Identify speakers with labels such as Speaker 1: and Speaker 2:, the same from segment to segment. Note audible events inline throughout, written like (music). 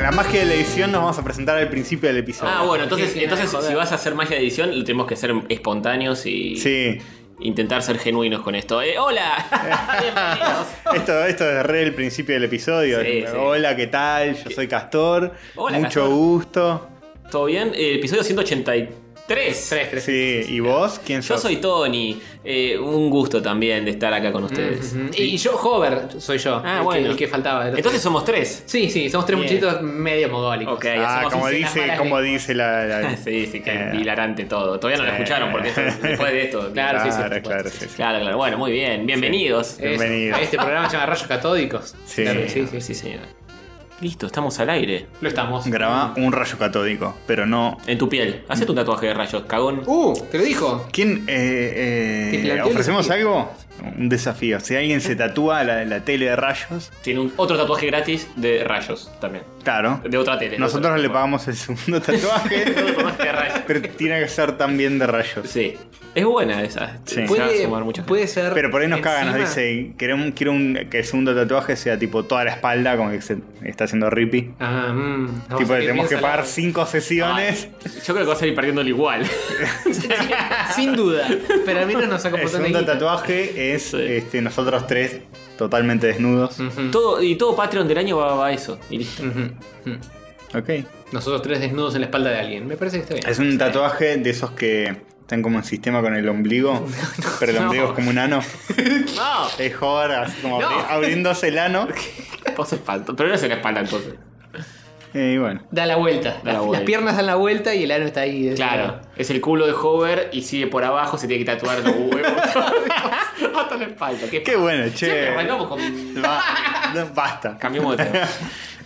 Speaker 1: la magia de la edición nos vamos a presentar al principio del episodio.
Speaker 2: Ah, bueno, entonces,
Speaker 3: Sí, sí,
Speaker 2: entonces
Speaker 3: joder.
Speaker 2: si vas a hacer magia de edición, lo tenemos que ser espontáneos y
Speaker 1: Sí.
Speaker 2: intentar ser genuinos con esto. Eh, ¡Hola! Bienvenidos.
Speaker 1: Esto, esto es re el principio del episodio.
Speaker 2: Sí, sí.
Speaker 1: Hola, ¿qué tal? Yo soy Castor.
Speaker 2: Hola,
Speaker 1: Mucho
Speaker 2: Castor.
Speaker 1: gusto.
Speaker 2: (laughs) ¿Todo bien? Eh, episodio 183.
Speaker 3: Tres, tres.
Speaker 1: Sí, ¿y vos? ¿Quién
Speaker 2: Yo
Speaker 1: sos?
Speaker 2: soy Tony. Eh, un gusto también de estar acá con ustedes.
Speaker 3: Ujú. Y yo, Hover, soy yo.
Speaker 2: Ah,
Speaker 3: el que-
Speaker 2: bueno.
Speaker 3: el que faltaba.
Speaker 2: Entonces somos tres.
Speaker 3: Sí, sí, somos tres
Speaker 2: Bien.
Speaker 3: muchachitos medio mogólicos.
Speaker 2: Ok,
Speaker 1: Ah,
Speaker 2: somos
Speaker 1: como
Speaker 3: sin
Speaker 1: dice,
Speaker 3: las
Speaker 1: como
Speaker 3: malas
Speaker 1: dice la. la-
Speaker 2: (laughs) Sí, sí, que
Speaker 1: Eh.
Speaker 2: hilarante todo. Todavía no lo
Speaker 1: Sí.
Speaker 2: escucharon porque esto- después de
Speaker 1: (laughs)
Speaker 2: esto.
Speaker 3: Claro, sí, sí, por
Speaker 1: Claro,
Speaker 3: supuesto.
Speaker 1: claro, sí, sí.
Speaker 2: Claro, claro. Bueno, muy bien. Bienvenidos.
Speaker 3: Eso.
Speaker 1: Bienvenido.
Speaker 3: A Este programa se llama Rayos Catódicos.
Speaker 1: Sí.
Speaker 3: Claro, sí,
Speaker 2: Sí,
Speaker 3: sí, sí.
Speaker 2: sí, señora. Listo, estamos al aire.
Speaker 3: Lo estamos.
Speaker 1: Grabá un rayo catódico, pero no.
Speaker 2: En tu piel. Hacete un tatuaje de rayos, cagón.
Speaker 3: Uh, te lo dijo.
Speaker 1: ¿Quién eh, eh,
Speaker 3: Te planteo el
Speaker 1: ofrecemos
Speaker 3: desafío.
Speaker 1: algo? Un desafío. Si alguien se tatúa la, la tele de rayos,
Speaker 2: Tiene un, otro tatuaje gratis de rayos también.
Speaker 1: claro.
Speaker 2: De otra tele. de otra
Speaker 1: Nosotros
Speaker 2: tele.
Speaker 1: le pagamos el segundo
Speaker 3: (laughs)
Speaker 1: tatuaje,
Speaker 2: Otro tatuaje de rayos.
Speaker 1: pero tiene que ser también de rayos.
Speaker 2: Sí. Es buena esa.
Speaker 1: Sí.
Speaker 2: Se va a
Speaker 3: Puede,
Speaker 2: sumar mucha gente.
Speaker 3: puede ser.
Speaker 1: Pero por ahí nos cagan, nos
Speaker 3: encima-
Speaker 1: dicen, queremos, quiero un, que el segundo tatuaje sea tipo toda la espalda, como que se está haciendo Rippy.
Speaker 3: Ah, mm, no,
Speaker 1: tipo,
Speaker 3: sé
Speaker 1: le
Speaker 3: qué
Speaker 1: tenemos que
Speaker 3: piensa
Speaker 1: pagar
Speaker 3: la- Ah,
Speaker 1: cinco sesiones.
Speaker 2: Ay, yo creo que vas a ir perdiéndolo igual.
Speaker 3: (laughs) Sin duda. Pero al menos nos saca un
Speaker 1: el
Speaker 3: montón de
Speaker 1: segundo
Speaker 3: guita.
Speaker 1: tatuaje es
Speaker 2: Sí.
Speaker 1: este, nosotros tres totalmente desnudos.
Speaker 3: Ujú,
Speaker 2: (laughs) todo, y todo Patreon del año va, va a eso. Y listo.
Speaker 3: ujú, ujú.
Speaker 1: Ok.
Speaker 3: Nosotros tres desnudos en la espalda de alguien. Me parece que está bien.
Speaker 1: Es un tatuaje de esos que están como en sistema con el ombligo, pero el
Speaker 3: (laughs) no.
Speaker 1: ombligo es como un ano.
Speaker 2: (laughs) No.
Speaker 1: Es joder, así como abri-
Speaker 2: No.
Speaker 1: abriéndose el
Speaker 3: (laughs)
Speaker 1: ano.
Speaker 2: Vos espanto. Pero no es en la espalda entonces.
Speaker 1: Eh, y bueno.
Speaker 3: Da la vuelta.
Speaker 2: Da la
Speaker 3: Las-
Speaker 2: vuelta.
Speaker 3: Las piernas dan la vuelta y el ano está ahí. de ese
Speaker 2: Claro.
Speaker 3: lado.
Speaker 2: Es el culo de Hover y sigue por abajo, se tiene que tatuar los (laughs) huevos. Hasta la espalda. Qué,
Speaker 1: Qué bueno, che.
Speaker 2: Siempre arrancamos con.
Speaker 1: Va- no, basta.
Speaker 2: Cambiamos de tema.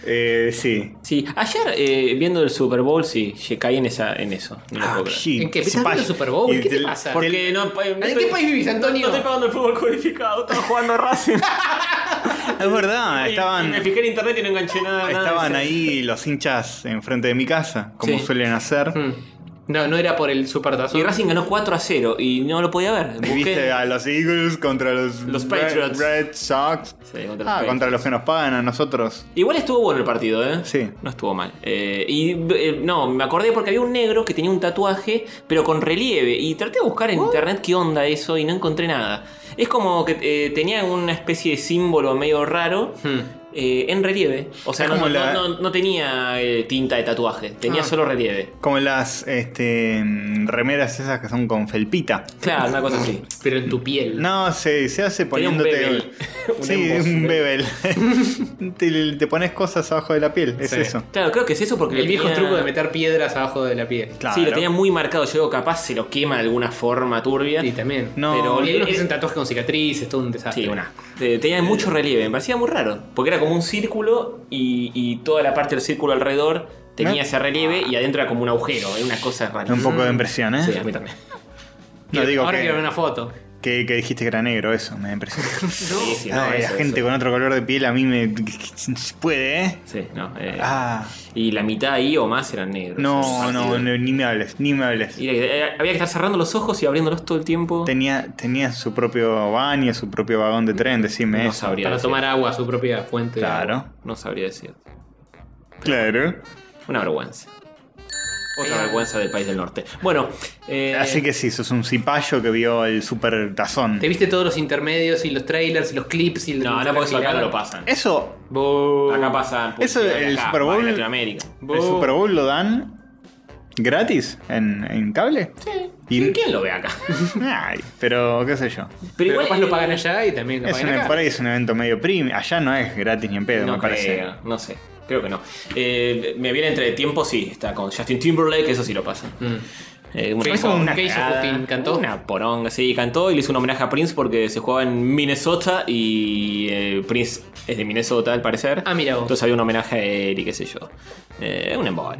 Speaker 1: Eh, sí.
Speaker 2: Sí, ayer eh, viendo el Super Bowl, sí, ye- caí en, esa, en eso. No lo puedo creer.
Speaker 1: Ah, shit.
Speaker 3: ¿En qué?
Speaker 1: Se
Speaker 3: ¿Estás viendo
Speaker 1: pasa.
Speaker 3: el Super Bowl?
Speaker 1: Y
Speaker 3: ¿Qué te pasa?
Speaker 2: Porque no, no
Speaker 3: ¿En
Speaker 2: estoy-
Speaker 3: qué país vivís, Antonio?
Speaker 2: No estoy pagando el fútbol codificado, estaba jugando a Racing.
Speaker 1: Es verdad,
Speaker 2: Y- y
Speaker 1: estaban,
Speaker 2: (laughs) me fijé en internet y no enganché nada. nada.
Speaker 1: estaban ahí los hinchas enfrente de mi casa, como
Speaker 2: Sí. Hmm.
Speaker 1: suelen hacer.
Speaker 3: Mm. No, no era por el super tazón.
Speaker 2: Y Racing ganó 4 a 0 y no lo podía ver.
Speaker 1: Y Viste
Speaker 2: Busqué.
Speaker 1: a los Eagles contra los,
Speaker 2: Los
Speaker 1: Red-
Speaker 2: Patriots.
Speaker 1: Red, Sox.
Speaker 2: Sí, contra los
Speaker 1: ah,
Speaker 2: Patriots.
Speaker 1: contra los que nos pagan a nosotros.
Speaker 2: Igual estuvo bueno el partido, ¿eh?
Speaker 1: Sí.
Speaker 2: No estuvo mal. Eh, y eh, no, me acordé porque había un negro que tenía un tatuaje, pero con relieve. Y traté de buscar en internet qué onda eso y no encontré nada. Es como que eh, tenía una especie de símbolo medio raro.
Speaker 3: Mm.
Speaker 2: eh, en relieve. O sea,
Speaker 1: Hmm. Es
Speaker 2: no,
Speaker 1: como
Speaker 2: no-
Speaker 1: la-
Speaker 2: no- no tenía eh, tinta de tatuaje, tenía
Speaker 3: Ah.
Speaker 2: solo relieve.
Speaker 1: Como las este, mm, remeras esas que son con felpita.
Speaker 2: Claro, una cosa
Speaker 1: (laughs)
Speaker 2: así.
Speaker 3: Pero en tu piel.
Speaker 1: No, se, se hace
Speaker 2: Tenía un
Speaker 1: poniéndote.
Speaker 2: bebel. (laughs) Un
Speaker 1: (laughs) sí,
Speaker 2: emboss.
Speaker 1: un bebel. (laughs) te, te pones cosas abajo de la piel, es
Speaker 3: Sí.
Speaker 1: eso.
Speaker 2: Claro, creo que es eso porque
Speaker 3: El
Speaker 2: lo
Speaker 3: viejo
Speaker 2: tenía-
Speaker 3: truco de meter piedras abajo de la piel.
Speaker 1: Claro.
Speaker 2: Sí, lo tenía muy marcado. Yo digo, capaz se lo quema de alguna forma turbia.
Speaker 3: Y también.
Speaker 1: No,
Speaker 3: Pero
Speaker 2: pero-
Speaker 3: hay unos que hacen tatuajes con cicatrices, todo un desastre.
Speaker 2: Sí, una. Eh, Tenía mucho relieve, me parecía muy raro. Porque era como un círculo y, y toda la parte del círculo alrededor tenía
Speaker 1: ¿No?
Speaker 2: ese relieve y adentro era como un agujero. Era una cosa rara.
Speaker 1: un poco de impresión, ¿eh?
Speaker 2: Sí, a mí también.
Speaker 1: No digo
Speaker 3: Ahora
Speaker 1: que,
Speaker 3: quiero ver una foto.
Speaker 1: que- que dijiste que era negro, eso me da impresión.
Speaker 2: (laughs) Sí, sí, no,
Speaker 1: Ay, la
Speaker 2: eso,
Speaker 1: gente
Speaker 2: eso.
Speaker 1: con otro color de piel a mí me. (laughs) puede, ¿eh?
Speaker 2: Sí, no. eh,
Speaker 1: Ah,
Speaker 2: Y la mitad ahí o más eran negros.
Speaker 1: no, no, no, ni me hables, ni me hables.
Speaker 2: Y, eh, había que estar cerrando los ojos y abriéndolos todo el tiempo.
Speaker 1: Tenía, tenía su propio baño, su propio vagón de tren, decime
Speaker 2: No
Speaker 1: eso.
Speaker 2: sabría.
Speaker 3: Para
Speaker 2: decir.
Speaker 3: tomar agua, su propia fuente. de agua.
Speaker 1: Claro,
Speaker 2: No sabría decir.
Speaker 1: claro.
Speaker 2: Una vergüenza. Otra
Speaker 3: Eh.
Speaker 2: vergüenza del país del norte. Bueno, eh,
Speaker 1: (laughs) Así que sí, sos un cipayo que vio el super tazón.
Speaker 3: Te viste todos los intermedios y los trailers y los clips y
Speaker 2: No, no, porque eso acá no lo pasan.
Speaker 1: Eso,
Speaker 3: Bo-
Speaker 2: Acá pasan.
Speaker 1: Eso,
Speaker 2: publicidad
Speaker 1: el
Speaker 2: acá,
Speaker 1: Super Bowl-
Speaker 2: En Latinoamérica.
Speaker 3: bo-
Speaker 1: el Super Bowl lo dan gratis en, en cable.
Speaker 2: ¿Y
Speaker 1: Y-
Speaker 2: quién lo ve acá?
Speaker 1: (laughs) Ay, pero qué sé yo.
Speaker 3: Pero igual
Speaker 2: capaz
Speaker 3: lo pagan allá y también lo
Speaker 1: Es
Speaker 3: pagan
Speaker 1: un,
Speaker 3: acá.
Speaker 1: por ahí es un evento medio premium. Allá no es gratis ni en pedo,
Speaker 2: No
Speaker 1: me parece.
Speaker 2: creo, no sé. Creo que no. Eh, me viene entre tiempo, sí. Está con Justin Timberlake, eso sí lo pasan.
Speaker 3: Mm.
Speaker 2: Eh, una
Speaker 3: ¿Qué hizo-
Speaker 2: cosa-
Speaker 3: qué hizo
Speaker 2: cagada,
Speaker 3: Justin? ¿Cantó?
Speaker 2: Una poronga, sí, cantó y le hizo un homenaje a Prince porque se jugaba en Minnesota y eh, Prince es de Minnesota al parecer.
Speaker 3: Ah, mira vos.
Speaker 2: Entonces había un homenaje a él y qué sé yo. Eh, un embole.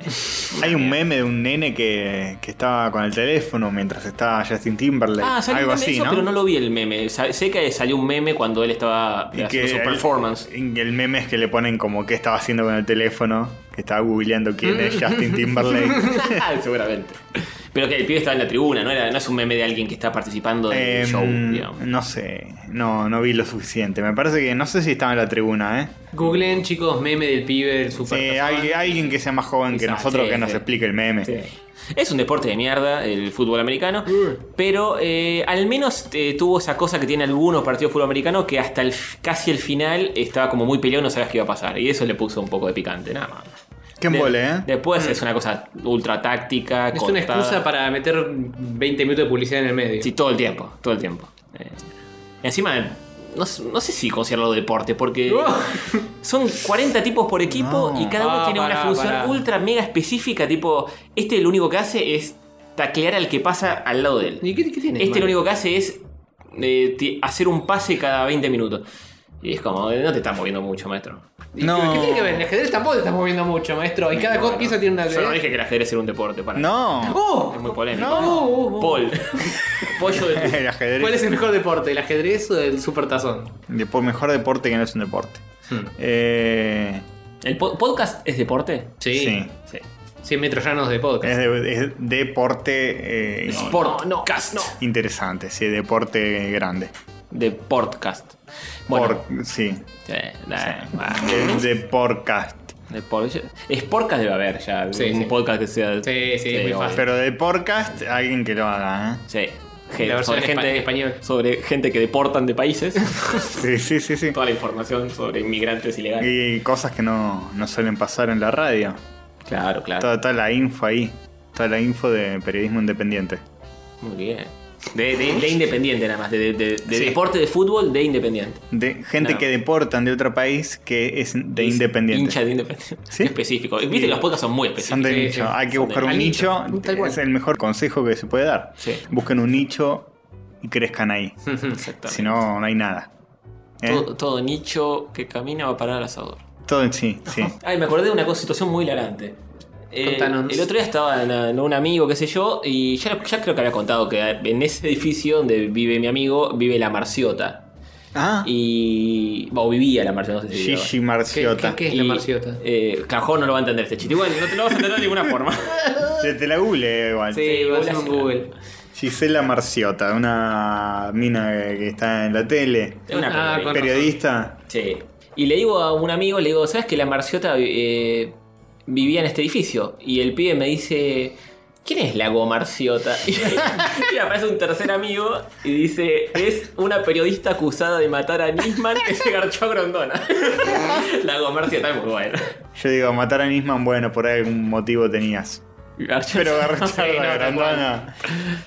Speaker 1: Hay un meme de un nene que, que estaba con el teléfono mientras estaba Justin Timberlake.
Speaker 2: Ah, salió
Speaker 1: algo
Speaker 2: un meme de
Speaker 1: así,
Speaker 2: eso,
Speaker 1: ¿no?
Speaker 2: pero no lo vi el meme. Sa- Sé que salió un meme cuando él estaba
Speaker 1: Y
Speaker 2: haciendo
Speaker 1: que
Speaker 2: su
Speaker 1: el-
Speaker 2: performance.
Speaker 1: y el meme es que le ponen como qué estaba
Speaker 2: (laughs)
Speaker 1: haciendo con el teléfono, que estaba googleando quién es Justin Timberlake.
Speaker 2: Seguramente. Pero que el pibe estaba en la tribuna, no, Era, no es un meme de alguien que está participando del
Speaker 1: Em,
Speaker 2: show, digamos.
Speaker 1: no sé, no, no vi lo suficiente. Me parece que no sé si estaba en la tribuna, ¿eh?
Speaker 3: Googleen, chicos, meme del pibe del super.
Speaker 1: Sí, hay- alguien que sea más joven que
Speaker 2: Quizá,
Speaker 1: nosotros
Speaker 2: sí,
Speaker 1: que nos
Speaker 2: sí.
Speaker 1: explique el meme.
Speaker 2: Sí. Es un deporte de mierda el fútbol americano, pero eh, al menos eh, tuvo esa cosa que tiene algunos partidos de fútbol americano que hasta el, f- casi el final estaba como muy peleado, no sabías qué iba a pasar. Y eso le puso un poco de picante, nada más.
Speaker 1: Qué embole, ¿eh?
Speaker 2: Después es una cosa ultra táctica.
Speaker 3: Mm. Es una excusa para meter 20 minutos de publicidad en el medio. (laughs)
Speaker 2: Sí, todo el tiempo, todo el tiempo. Eh, encima, no, s- no sé si considerarlo deporte,
Speaker 3: (laughs)
Speaker 2: porque
Speaker 3: Oh,
Speaker 2: son 40 tipos por equipo
Speaker 1: No.
Speaker 2: y cada uno
Speaker 3: Ah,
Speaker 2: tiene una
Speaker 3: pará,
Speaker 2: función
Speaker 3: pará.
Speaker 2: ultra mega específica, tipo, este lo único que hace es taclear al que pasa al lado de él.
Speaker 3: ¿Y qué, qué tiene?
Speaker 2: Este
Speaker 3: man?
Speaker 2: lo único que hace es eh, ti- hacer un pase cada 20 minutos. Y es como, eh, no te estás moviendo mucho, maestro.
Speaker 3: ¿Y
Speaker 1: No.
Speaker 3: ¿Qué tiene que ver? En ajedrez tampoco te estás moviendo mucho, maestro. Y cada
Speaker 2: Bueno,
Speaker 3: cosa pieza tiene una.
Speaker 2: Yo no dije que el ajedrez era un deporte, para. (laughs)
Speaker 1: No. (laughs)
Speaker 3: ¡Oh!
Speaker 2: Es muy polémico.
Speaker 3: No, oh, oh.
Speaker 2: Paul. Pollo (laughs) de
Speaker 1: El ajedrez.
Speaker 3: ¿Cuál es el mejor deporte? ¿El ajedrez o el supertazón?
Speaker 1: Depo- mejor deporte que no es un deporte.
Speaker 3: Hmm.
Speaker 1: Eh,
Speaker 2: (laughs) ¿El po- podcast es deporte?
Speaker 1: sí.
Speaker 3: Sí.
Speaker 2: Sí.
Speaker 3: 100 metros llanos de
Speaker 2: Pues
Speaker 3: podcast. (laughs)
Speaker 1: Es, de- es deporte eh,
Speaker 2: Sport. No, cast. No.
Speaker 1: interesante, sí, deporte grande.
Speaker 2: De podcast. Bueno.
Speaker 1: Por, sí.
Speaker 2: eh, nah, bah,
Speaker 1: De, de podcast.
Speaker 2: de por- Es podcast debe haber ya.
Speaker 3: Sí,
Speaker 2: un
Speaker 3: sí.
Speaker 2: podcast que sea.
Speaker 3: Sí, sí, es muy
Speaker 2: obvio.
Speaker 3: fácil.
Speaker 1: Pero de podcast, alguien que lo haga, ¿eh?
Speaker 2: Sí.
Speaker 3: La
Speaker 2: Gente,
Speaker 3: versión
Speaker 2: sobre,
Speaker 3: en
Speaker 2: gente,
Speaker 3: espa- en español.
Speaker 2: sobre gente que deportan de
Speaker 3: (laughs)
Speaker 2: países.
Speaker 1: Sí, sí, sí, sí.
Speaker 2: Toda la información sobre inmigrantes ilegales.
Speaker 1: Y cosas que no, no suelen pasar en la radio.
Speaker 2: Claro, claro.
Speaker 1: Toda, toda la info ahí. Toda la info de periodismo independiente.
Speaker 2: Muy bien. De, de- de independiente nada más. De, de- de- de
Speaker 1: Sí.
Speaker 2: deporte de fútbol de independiente.
Speaker 1: De gente
Speaker 2: No.
Speaker 1: que deportan de otro país que es de
Speaker 2: Es
Speaker 1: independiente.
Speaker 2: Hincha de independiente.
Speaker 1: Sí.
Speaker 2: Específico. Viste,
Speaker 1: Y-
Speaker 2: los podcasts son muy
Speaker 1: Son
Speaker 2: específicos.
Speaker 1: de
Speaker 3: Sí, sí,
Speaker 1: nicho.
Speaker 3: sí.
Speaker 1: Hay que
Speaker 2: Son
Speaker 1: buscar
Speaker 2: de-
Speaker 1: un
Speaker 3: al
Speaker 1: nicho.
Speaker 3: nicho. Tal cual.
Speaker 1: Es el mejor consejo que se puede dar.
Speaker 2: Sí.
Speaker 1: Busquen un nicho y crezcan ahí.
Speaker 2: Exactamente.
Speaker 1: Si no, no hay nada. ¿Eh?
Speaker 2: Todo, todo nicho que camina va a parar al asador.
Speaker 1: Todo en sí, sí.
Speaker 2: Ay, me acordé de una cosa- situación muy hilarante. Eh,
Speaker 3: Contanos.
Speaker 2: el otro día estaba en, en un amigo, qué sé yo, y ya, ya creo que había contado que en ese edificio donde vive mi amigo, vive la Marciota.
Speaker 1: Ah,
Speaker 2: Y. O vivía la Marciota, no sé si vive ahora.
Speaker 1: Gigi
Speaker 3: ¿Qué,
Speaker 1: Marciota.
Speaker 3: qué- qué es
Speaker 2: Y,
Speaker 3: la marciota?
Speaker 2: Eh, Cajón no lo va a entender este chiste. Igual no te lo vas a entender de ninguna
Speaker 3: (laughs)
Speaker 2: forma.
Speaker 1: Te- Te la google igual.
Speaker 3: Sí,
Speaker 2: sí,
Speaker 3: vos
Speaker 2: hola,
Speaker 3: en
Speaker 2: señora.
Speaker 3: Google.
Speaker 1: Gisela Marciota, una mina que que está en la tele.
Speaker 2: Es una
Speaker 3: Ah,
Speaker 2: película.
Speaker 3: con-
Speaker 1: Periodista.
Speaker 2: Sí. Y le digo a un amigo, le digo, ¿sabes que la Marciota eh, vivía en este edificio? Y el pibe me dice, ¿quién es Lago Marciota? (laughs) Y, y aparece un tercer amigo y dice, es una periodista acusada de matar a Nisman que se garchó a Grondona. (laughs) Lago Marciota es muy bueno.
Speaker 1: Yo digo, matar a Nisman, bueno, por ahí algún motivo tenías.
Speaker 2: Garchó-
Speaker 1: Pero
Speaker 2: (laughs)
Speaker 3: (laughs) Sí, no,
Speaker 1: garchar la
Speaker 3: tal
Speaker 1: grandona.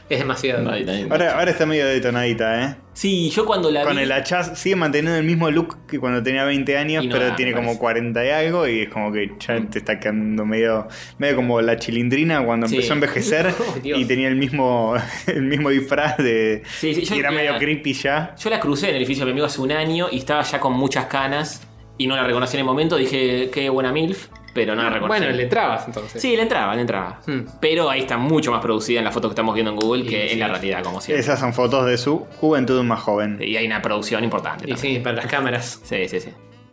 Speaker 3: Es demasiado.
Speaker 2: No, no, no.
Speaker 1: Ahora, ahora está medio detonadita, ¿eh?
Speaker 2: Sí, yo cuando la
Speaker 1: Con
Speaker 2: vi-
Speaker 1: el hachaz sigue manteniendo el mismo look que cuando tenía 20 años,
Speaker 2: Y no
Speaker 1: pero
Speaker 2: da, Mm.
Speaker 1: tiene
Speaker 2: me
Speaker 1: como
Speaker 2: parece.
Speaker 1: 40 y algo y es como que ya te está quedando medio, medio como la chilindrina cuando
Speaker 2: Sí.
Speaker 1: empezó a
Speaker 2: (laughs)
Speaker 1: envejecer
Speaker 3: Oh, Dios.
Speaker 1: y tenía el mismo, (laughs) el mismo disfraz de...
Speaker 2: Sí, sí, yo-
Speaker 1: y era
Speaker 2: mira,
Speaker 1: medio creepy ya.
Speaker 2: Yo la crucé en el edificio de mi amigo hace un año y estaba ya con muchas canas y no la reconocí en el momento. Dije, qué buena MILF, pero no la reconocí.
Speaker 3: bueno, le trabas entonces.
Speaker 2: Sí, le entraba, le entraba.
Speaker 3: Hmm.
Speaker 2: Pero ahí está mucho más producida en la foto que estamos viendo en Google que
Speaker 3: Y
Speaker 2: en
Speaker 3: sí.
Speaker 2: la realidad, como siempre.
Speaker 1: Esas son fotos de su juventud más joven.
Speaker 2: Y hay una producción importante.
Speaker 3: Y
Speaker 2: también.
Speaker 3: sí, para las cámaras.
Speaker 2: Sí, sí, sí.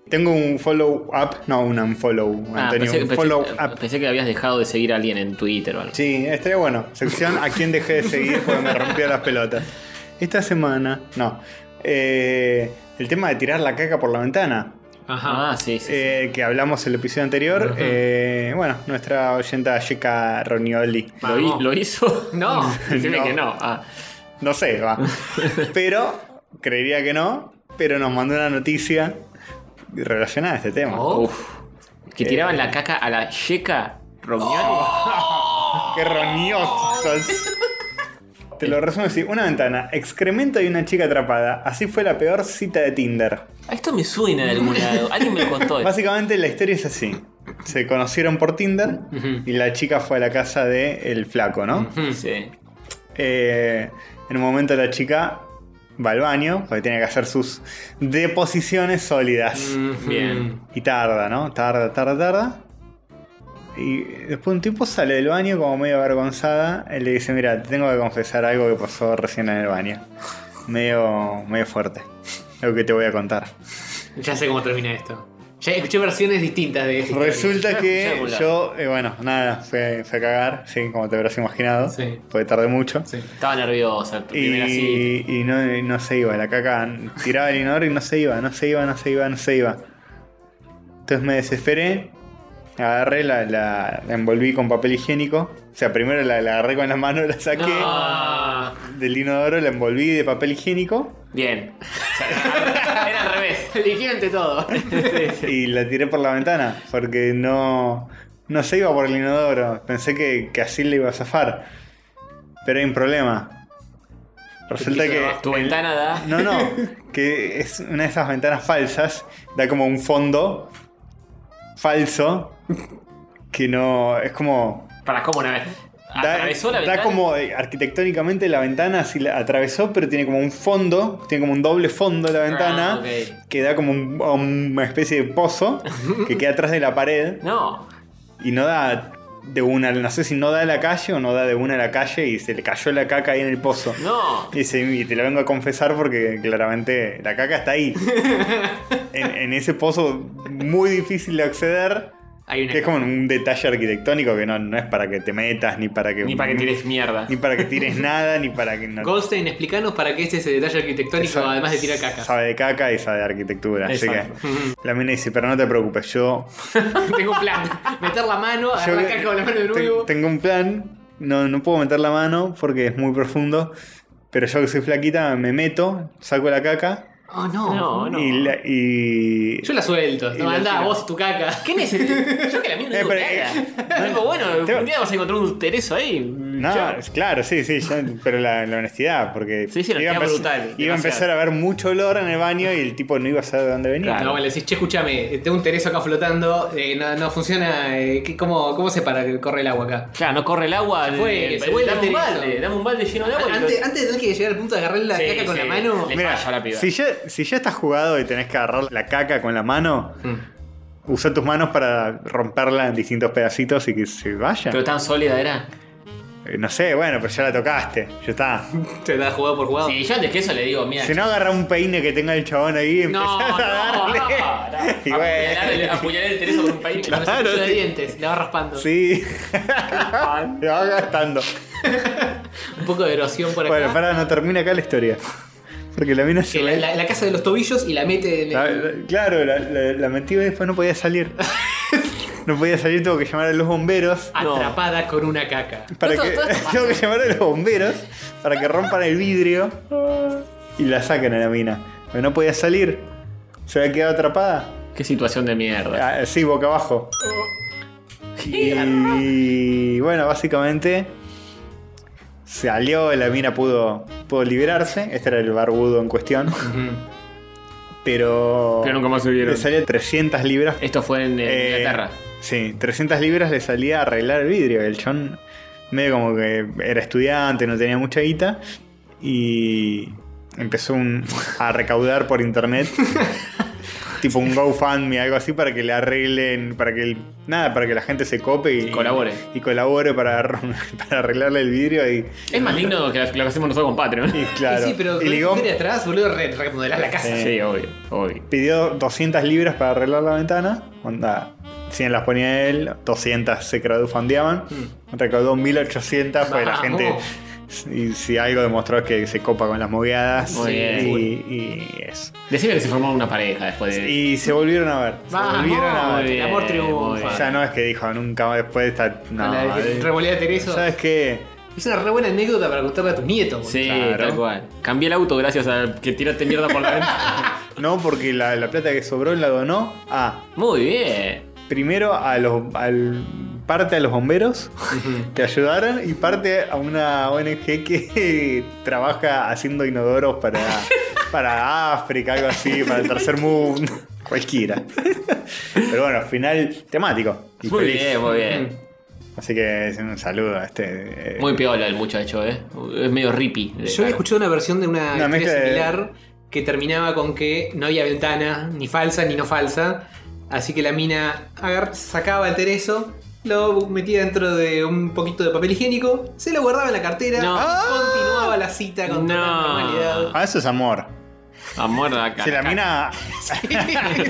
Speaker 1: Tengo un follow up, no, un unfollow,
Speaker 2: Ah,
Speaker 1: Antonio.
Speaker 2: pensé,
Speaker 1: un
Speaker 2: pensé-
Speaker 1: follow
Speaker 2: eh,
Speaker 1: up.
Speaker 2: pensé que habías dejado de seguir a alguien en Twitter o algo.
Speaker 1: Sí, estaría bueno. Sección a quién dejé de seguir porque me rompió las pelotas. Esta semana, no. Eh, el tema de tirar la caca por la ventana.
Speaker 3: Ajá.
Speaker 2: Ah, sí, sí. sí.
Speaker 1: eh, que hablamos en el episodio anterior. eh, bueno, nuestra oyenta Yeka Ronioli.
Speaker 2: ¿Lo, hi-
Speaker 3: vamos.
Speaker 2: lo
Speaker 4: (laughs)
Speaker 2: hizo?
Speaker 3: No.
Speaker 2: Decime
Speaker 1: No.
Speaker 2: que no. Ah,
Speaker 1: No sé,
Speaker 2: (laughs)
Speaker 1: va. Pero, creería que no, pero nos mandó una noticia relacionada a este tema.
Speaker 3: Oh.
Speaker 2: uf. Que tiraban la caca a la Checa Romioli.
Speaker 1: ¡Qué roñosos! Te lo resumo así: una ventana, excremento y una chica atrapada. Así fue la peor cita de Tinder.
Speaker 2: Ah, Esto me suena de algún lado. Alguien me
Speaker 1: (laughs)
Speaker 2: contó esto.
Speaker 1: Básicamente la historia es así. Se conocieron por Tinder
Speaker 3: Ujú.
Speaker 1: y la chica fue a la casa de el flaco, ¿no?
Speaker 3: Hmm.
Speaker 2: Sí.
Speaker 1: Eh, en un momento la chica va al baño porque tiene que hacer sus deposiciones sólidas.
Speaker 3: Mm,
Speaker 2: Bien.
Speaker 1: Y tarda, ¿no? Tarda, tarda, tarda. Y después un tipo sale del baño como medio avergonzada. Él le dice, mira, te tengo que confesar algo que pasó recién en el baño. Medio, medio fuerte. Lo que te voy a contar.
Speaker 3: Ya sé cómo termina esto.
Speaker 4: Ya escuché versiones distintas de
Speaker 3: este
Speaker 4: esta
Speaker 2: (laughs)
Speaker 4: historia.
Speaker 1: Resulta
Speaker 2: Ya,
Speaker 1: que
Speaker 2: boludo.
Speaker 1: yo, eh, bueno, nada, fui, a- fui a cagar, sí, como te habrás imaginado,
Speaker 4: Sí.
Speaker 1: porque tardé mucho.
Speaker 4: Sí.
Speaker 2: Estaba nerviosa, primera cita.
Speaker 1: Y, y no, y no se iba, la caca tiraba el inodoro y no se iba, no se iba, no se iba, no se iba. Entonces me desesperé, agarré, la, la, la envolví con papel higiénico. O sea, primero la, la agarré con la mano, la saqué
Speaker 2: Ah,
Speaker 1: del inodoro, la envolví de papel higiénico
Speaker 2: bien. (laughs) Era al revés.
Speaker 4: Elegí
Speaker 1: (laughs)
Speaker 4: ante todo.
Speaker 1: y la tiré por la ventana, porque no, no se iba por el inodoro. Pensé que, que así le iba a zafar. Pero hay un problema. Resulta
Speaker 4: quiso
Speaker 1: que...
Speaker 4: abajo.
Speaker 2: Tu
Speaker 1: el-
Speaker 2: ventana da.
Speaker 1: No,
Speaker 2: (laughs)
Speaker 1: no, que es una de esas ventanas falsas, da como un fondo falso, que no, es como...
Speaker 2: Para cómo una vez.
Speaker 1: Da,
Speaker 2: Atravesó la
Speaker 1: da
Speaker 2: ventana.
Speaker 1: como eh, arquitectónicamente la ventana así la atravesó, pero tiene como un fondo, tiene como un doble fondo la ventana,
Speaker 2: Ah, ok.
Speaker 1: que da como un- a una especie de pozo que queda atrás de la pared
Speaker 2: No.
Speaker 1: y no da de una, no sé si no da a la calle o no da de una a la calle y se le cayó la caca ahí en el pozo.
Speaker 2: No.
Speaker 1: Y, se- y te lo vengo a confesar porque claramente la caca está
Speaker 2: (laughs)
Speaker 1: ahí. en, en ese pozo muy difícil de acceder.
Speaker 4: Hay una.
Speaker 1: Que es como un detalle arquitectónico que no, no es para que te metas, ni para que.
Speaker 2: Ni para que tires mierda.
Speaker 1: ni para que tires nada, ni para que no.
Speaker 4: Goldstein, explicanos para qué es ese detalle arquitectónico,
Speaker 1: Sa-
Speaker 4: además de tirar caca.
Speaker 1: Sabe de caca y sabe de arquitectura. Así
Speaker 2: Exacto.
Speaker 1: que. La mina dice, pero no te preocupes, yo.
Speaker 4: (laughs) Tengo un plan. Meter la mano,
Speaker 1: yo-
Speaker 4: agarrar la caca con la mano de
Speaker 1: ten-
Speaker 4: nuevo.
Speaker 1: tengo un plan. No, no puedo meter la mano porque es muy profundo. Pero yo que soy flaquita, me meto, saco la caca.
Speaker 4: Oh, no.
Speaker 2: No, no.
Speaker 1: Y, la- y-
Speaker 4: Yo la suelto.
Speaker 1: Y
Speaker 4: No,
Speaker 1: la
Speaker 4: andá,
Speaker 1: tira.
Speaker 4: vos tu caca.
Speaker 2: ¿Qué necesitas? Yo que la mía no
Speaker 1: Eh,
Speaker 2: digo
Speaker 1: pero, eh,
Speaker 4: (laughs)
Speaker 2: nada. Tipo, bueno,
Speaker 1: te-
Speaker 2: un día vas a encontrar un tereso ahí.
Speaker 1: No, es- claro, sí, sí, ya- pero la, la honestidad, porque
Speaker 2: Sí, sí, la
Speaker 1: iba, a
Speaker 2: honestidad
Speaker 1: empezar-
Speaker 2: brutal,
Speaker 1: iba a
Speaker 2: demasiado.
Speaker 1: empezar a haber mucho olor en el baño y el tipo no iba a saber de dónde venía.
Speaker 2: Claro.
Speaker 4: No, bueno, le decís, che, escúchame, tengo un tereso acá flotando, eh, no, no funciona, eh, ¿qué- cómo, ¿cómo se para que corre el agua acá?
Speaker 2: Claro, no corre el agua.
Speaker 4: Se fue,
Speaker 2: eh,
Speaker 4: se fue el
Speaker 2: dame un
Speaker 4: tereso.
Speaker 2: balde, dame un balde lleno de agua. y lo-
Speaker 4: Antes, antes de tener que llegar al punto de agarrar la
Speaker 2: Sí,
Speaker 4: caca con
Speaker 2: sí.
Speaker 4: la mano.
Speaker 2: Le-
Speaker 1: Mira,
Speaker 2: falla a la piba.
Speaker 1: si ya, si ya estás jugado y tenés que agarrar la caca con la mano,
Speaker 4: Mm.
Speaker 1: usa tus manos para romperla en distintos pedacitos y que se vaya.
Speaker 2: Pero tan sólida era.
Speaker 1: Eh, No sé, bueno, pero ya la tocaste, ya está.
Speaker 4: Te da jugado por jugado.
Speaker 2: Sí, yo antes que eso le digo, mira.
Speaker 1: Si no, agarra un peine que tenga el chabón ahí y
Speaker 4: No,
Speaker 1: empezás a
Speaker 4: no,
Speaker 1: darle. (laughs) Y
Speaker 2: Apuñalar, el-
Speaker 1: bueno,
Speaker 2: apuñalar el tereso con un país.
Speaker 4: Con
Speaker 1: Claro,
Speaker 4: cepillo de
Speaker 1: sí.
Speaker 4: dientes, la va raspando.
Speaker 1: sí, le (laughs) va gastando.
Speaker 4: Un poco de erosión por acá.
Speaker 1: Bueno, para, no termina acá la historia. Porque la mina se
Speaker 4: que la,
Speaker 1: ve-
Speaker 4: la- la casa de los tobillos y la mete en
Speaker 1: La-
Speaker 4: el.
Speaker 1: la- claro, la, la- la metí y después no podía
Speaker 4: (laughs)
Speaker 1: salir. No podía salir, tengo que llamar a los bomberos.
Speaker 2: No.
Speaker 4: atrapada con una caca.
Speaker 1: Para
Speaker 2: Todo-
Speaker 1: que,
Speaker 2: todo esto pasa.
Speaker 1: (laughs) tengo que llamar a los bomberos para que rompan el vidrio y la saquen a la mina. Pero no podía salir. Se había quedado atrapada.
Speaker 2: Qué situación de mierda.
Speaker 1: Ah, sí, boca
Speaker 2: (laughs)
Speaker 1: abajo. Y bueno, básicamente salió, la mina pudo, pudo liberarse. Este era el barbudo en cuestión. Pero,
Speaker 2: Pero nunca más se vieron.
Speaker 1: le salía 300 libras
Speaker 2: Esto fue en eh,
Speaker 1: Eh,
Speaker 2: Inglaterra.
Speaker 1: Sí, 300 libras le salía a arreglar el vidrio. El chon medio como que era estudiante, no tenía mucha guita. Y empezó un- a recaudar por
Speaker 2: (laughs)
Speaker 1: internet. tipo un GoFundMe, algo así, para que le arreglen, para que el- nada, para que la gente se cope y
Speaker 2: Colabore.
Speaker 1: Y colabore para, (laughs) para arreglarle el vidrio y,
Speaker 2: Es más lindo que lo que hacemos nosotros con Patreon.
Speaker 1: y claro.
Speaker 4: Y Eh, sí,
Speaker 1: y
Speaker 4: pero con
Speaker 1: le
Speaker 4: la
Speaker 1: digo,
Speaker 4: historia atrás, boludo, re- remodelás la casa.
Speaker 1: Sí.
Speaker 2: Sí, obvio, obvio.
Speaker 1: pidió 200 libras para arreglar la ventana. Onda, 100 las ponía él, 200 se crowdfundeaban. Recaudó 1800, pues la
Speaker 4: Vamos.
Speaker 1: gente. Y si algo demostró es que se copa con las mogueadas.
Speaker 2: Muy
Speaker 1: y,
Speaker 2: bien.
Speaker 1: y eso.
Speaker 2: Decime que se formó una pareja después de.
Speaker 1: Y se volvieron a ver. Se
Speaker 4: Vamos,
Speaker 1: volvieron a
Speaker 2: muy
Speaker 1: ver.
Speaker 2: bien,
Speaker 4: el amor
Speaker 2: muy bien.
Speaker 1: O
Speaker 4: triunfa.
Speaker 1: sea, no es que dijo nunca más después está. No,
Speaker 4: La de-
Speaker 1: eh,
Speaker 4: revolea Tereso.
Speaker 1: ¿Sabes qué?
Speaker 4: Es una re buena anécdota para contarle a tus nietos. boludo.
Speaker 2: Sí,
Speaker 1: Claro.
Speaker 2: tal cual. Cambié el auto gracias a que tiraste mierda por la ventana.
Speaker 1: No, porque la, la plata que sobró la donó a.
Speaker 2: (laughs) Muy bien.
Speaker 1: Primero a los. Al, parte a los bomberos. (laughs) te ayudaron y parte a una ONG que (laughs) trabaja haciendo inodoros para, para África, algo así, para el tercer mundo, cualquiera. Pero bueno, final temático. y
Speaker 2: Muy
Speaker 1: feliz.
Speaker 2: bien,
Speaker 1: (laughs)
Speaker 2: muy bien.
Speaker 1: Así que es un saludo a este. eh,
Speaker 2: Muy piola el muchacho, eh. Es medio rippy.
Speaker 4: Yo había escuchado una versión de
Speaker 1: Una
Speaker 4: una, historia
Speaker 1: mezcla de-
Speaker 4: similar que terminaba con que no había ventana, ni falsa ni no falsa. Así que la mina agar- sacaba el tereso, lo metía dentro de un poquito de papel higiénico, se lo guardaba en la cartera
Speaker 2: No.
Speaker 4: y continuaba la cita con total
Speaker 2: No. (laughs)
Speaker 4: normalidad. (laughs)
Speaker 1: Ah, eso es amor.
Speaker 2: A la cara.
Speaker 1: Si la mina,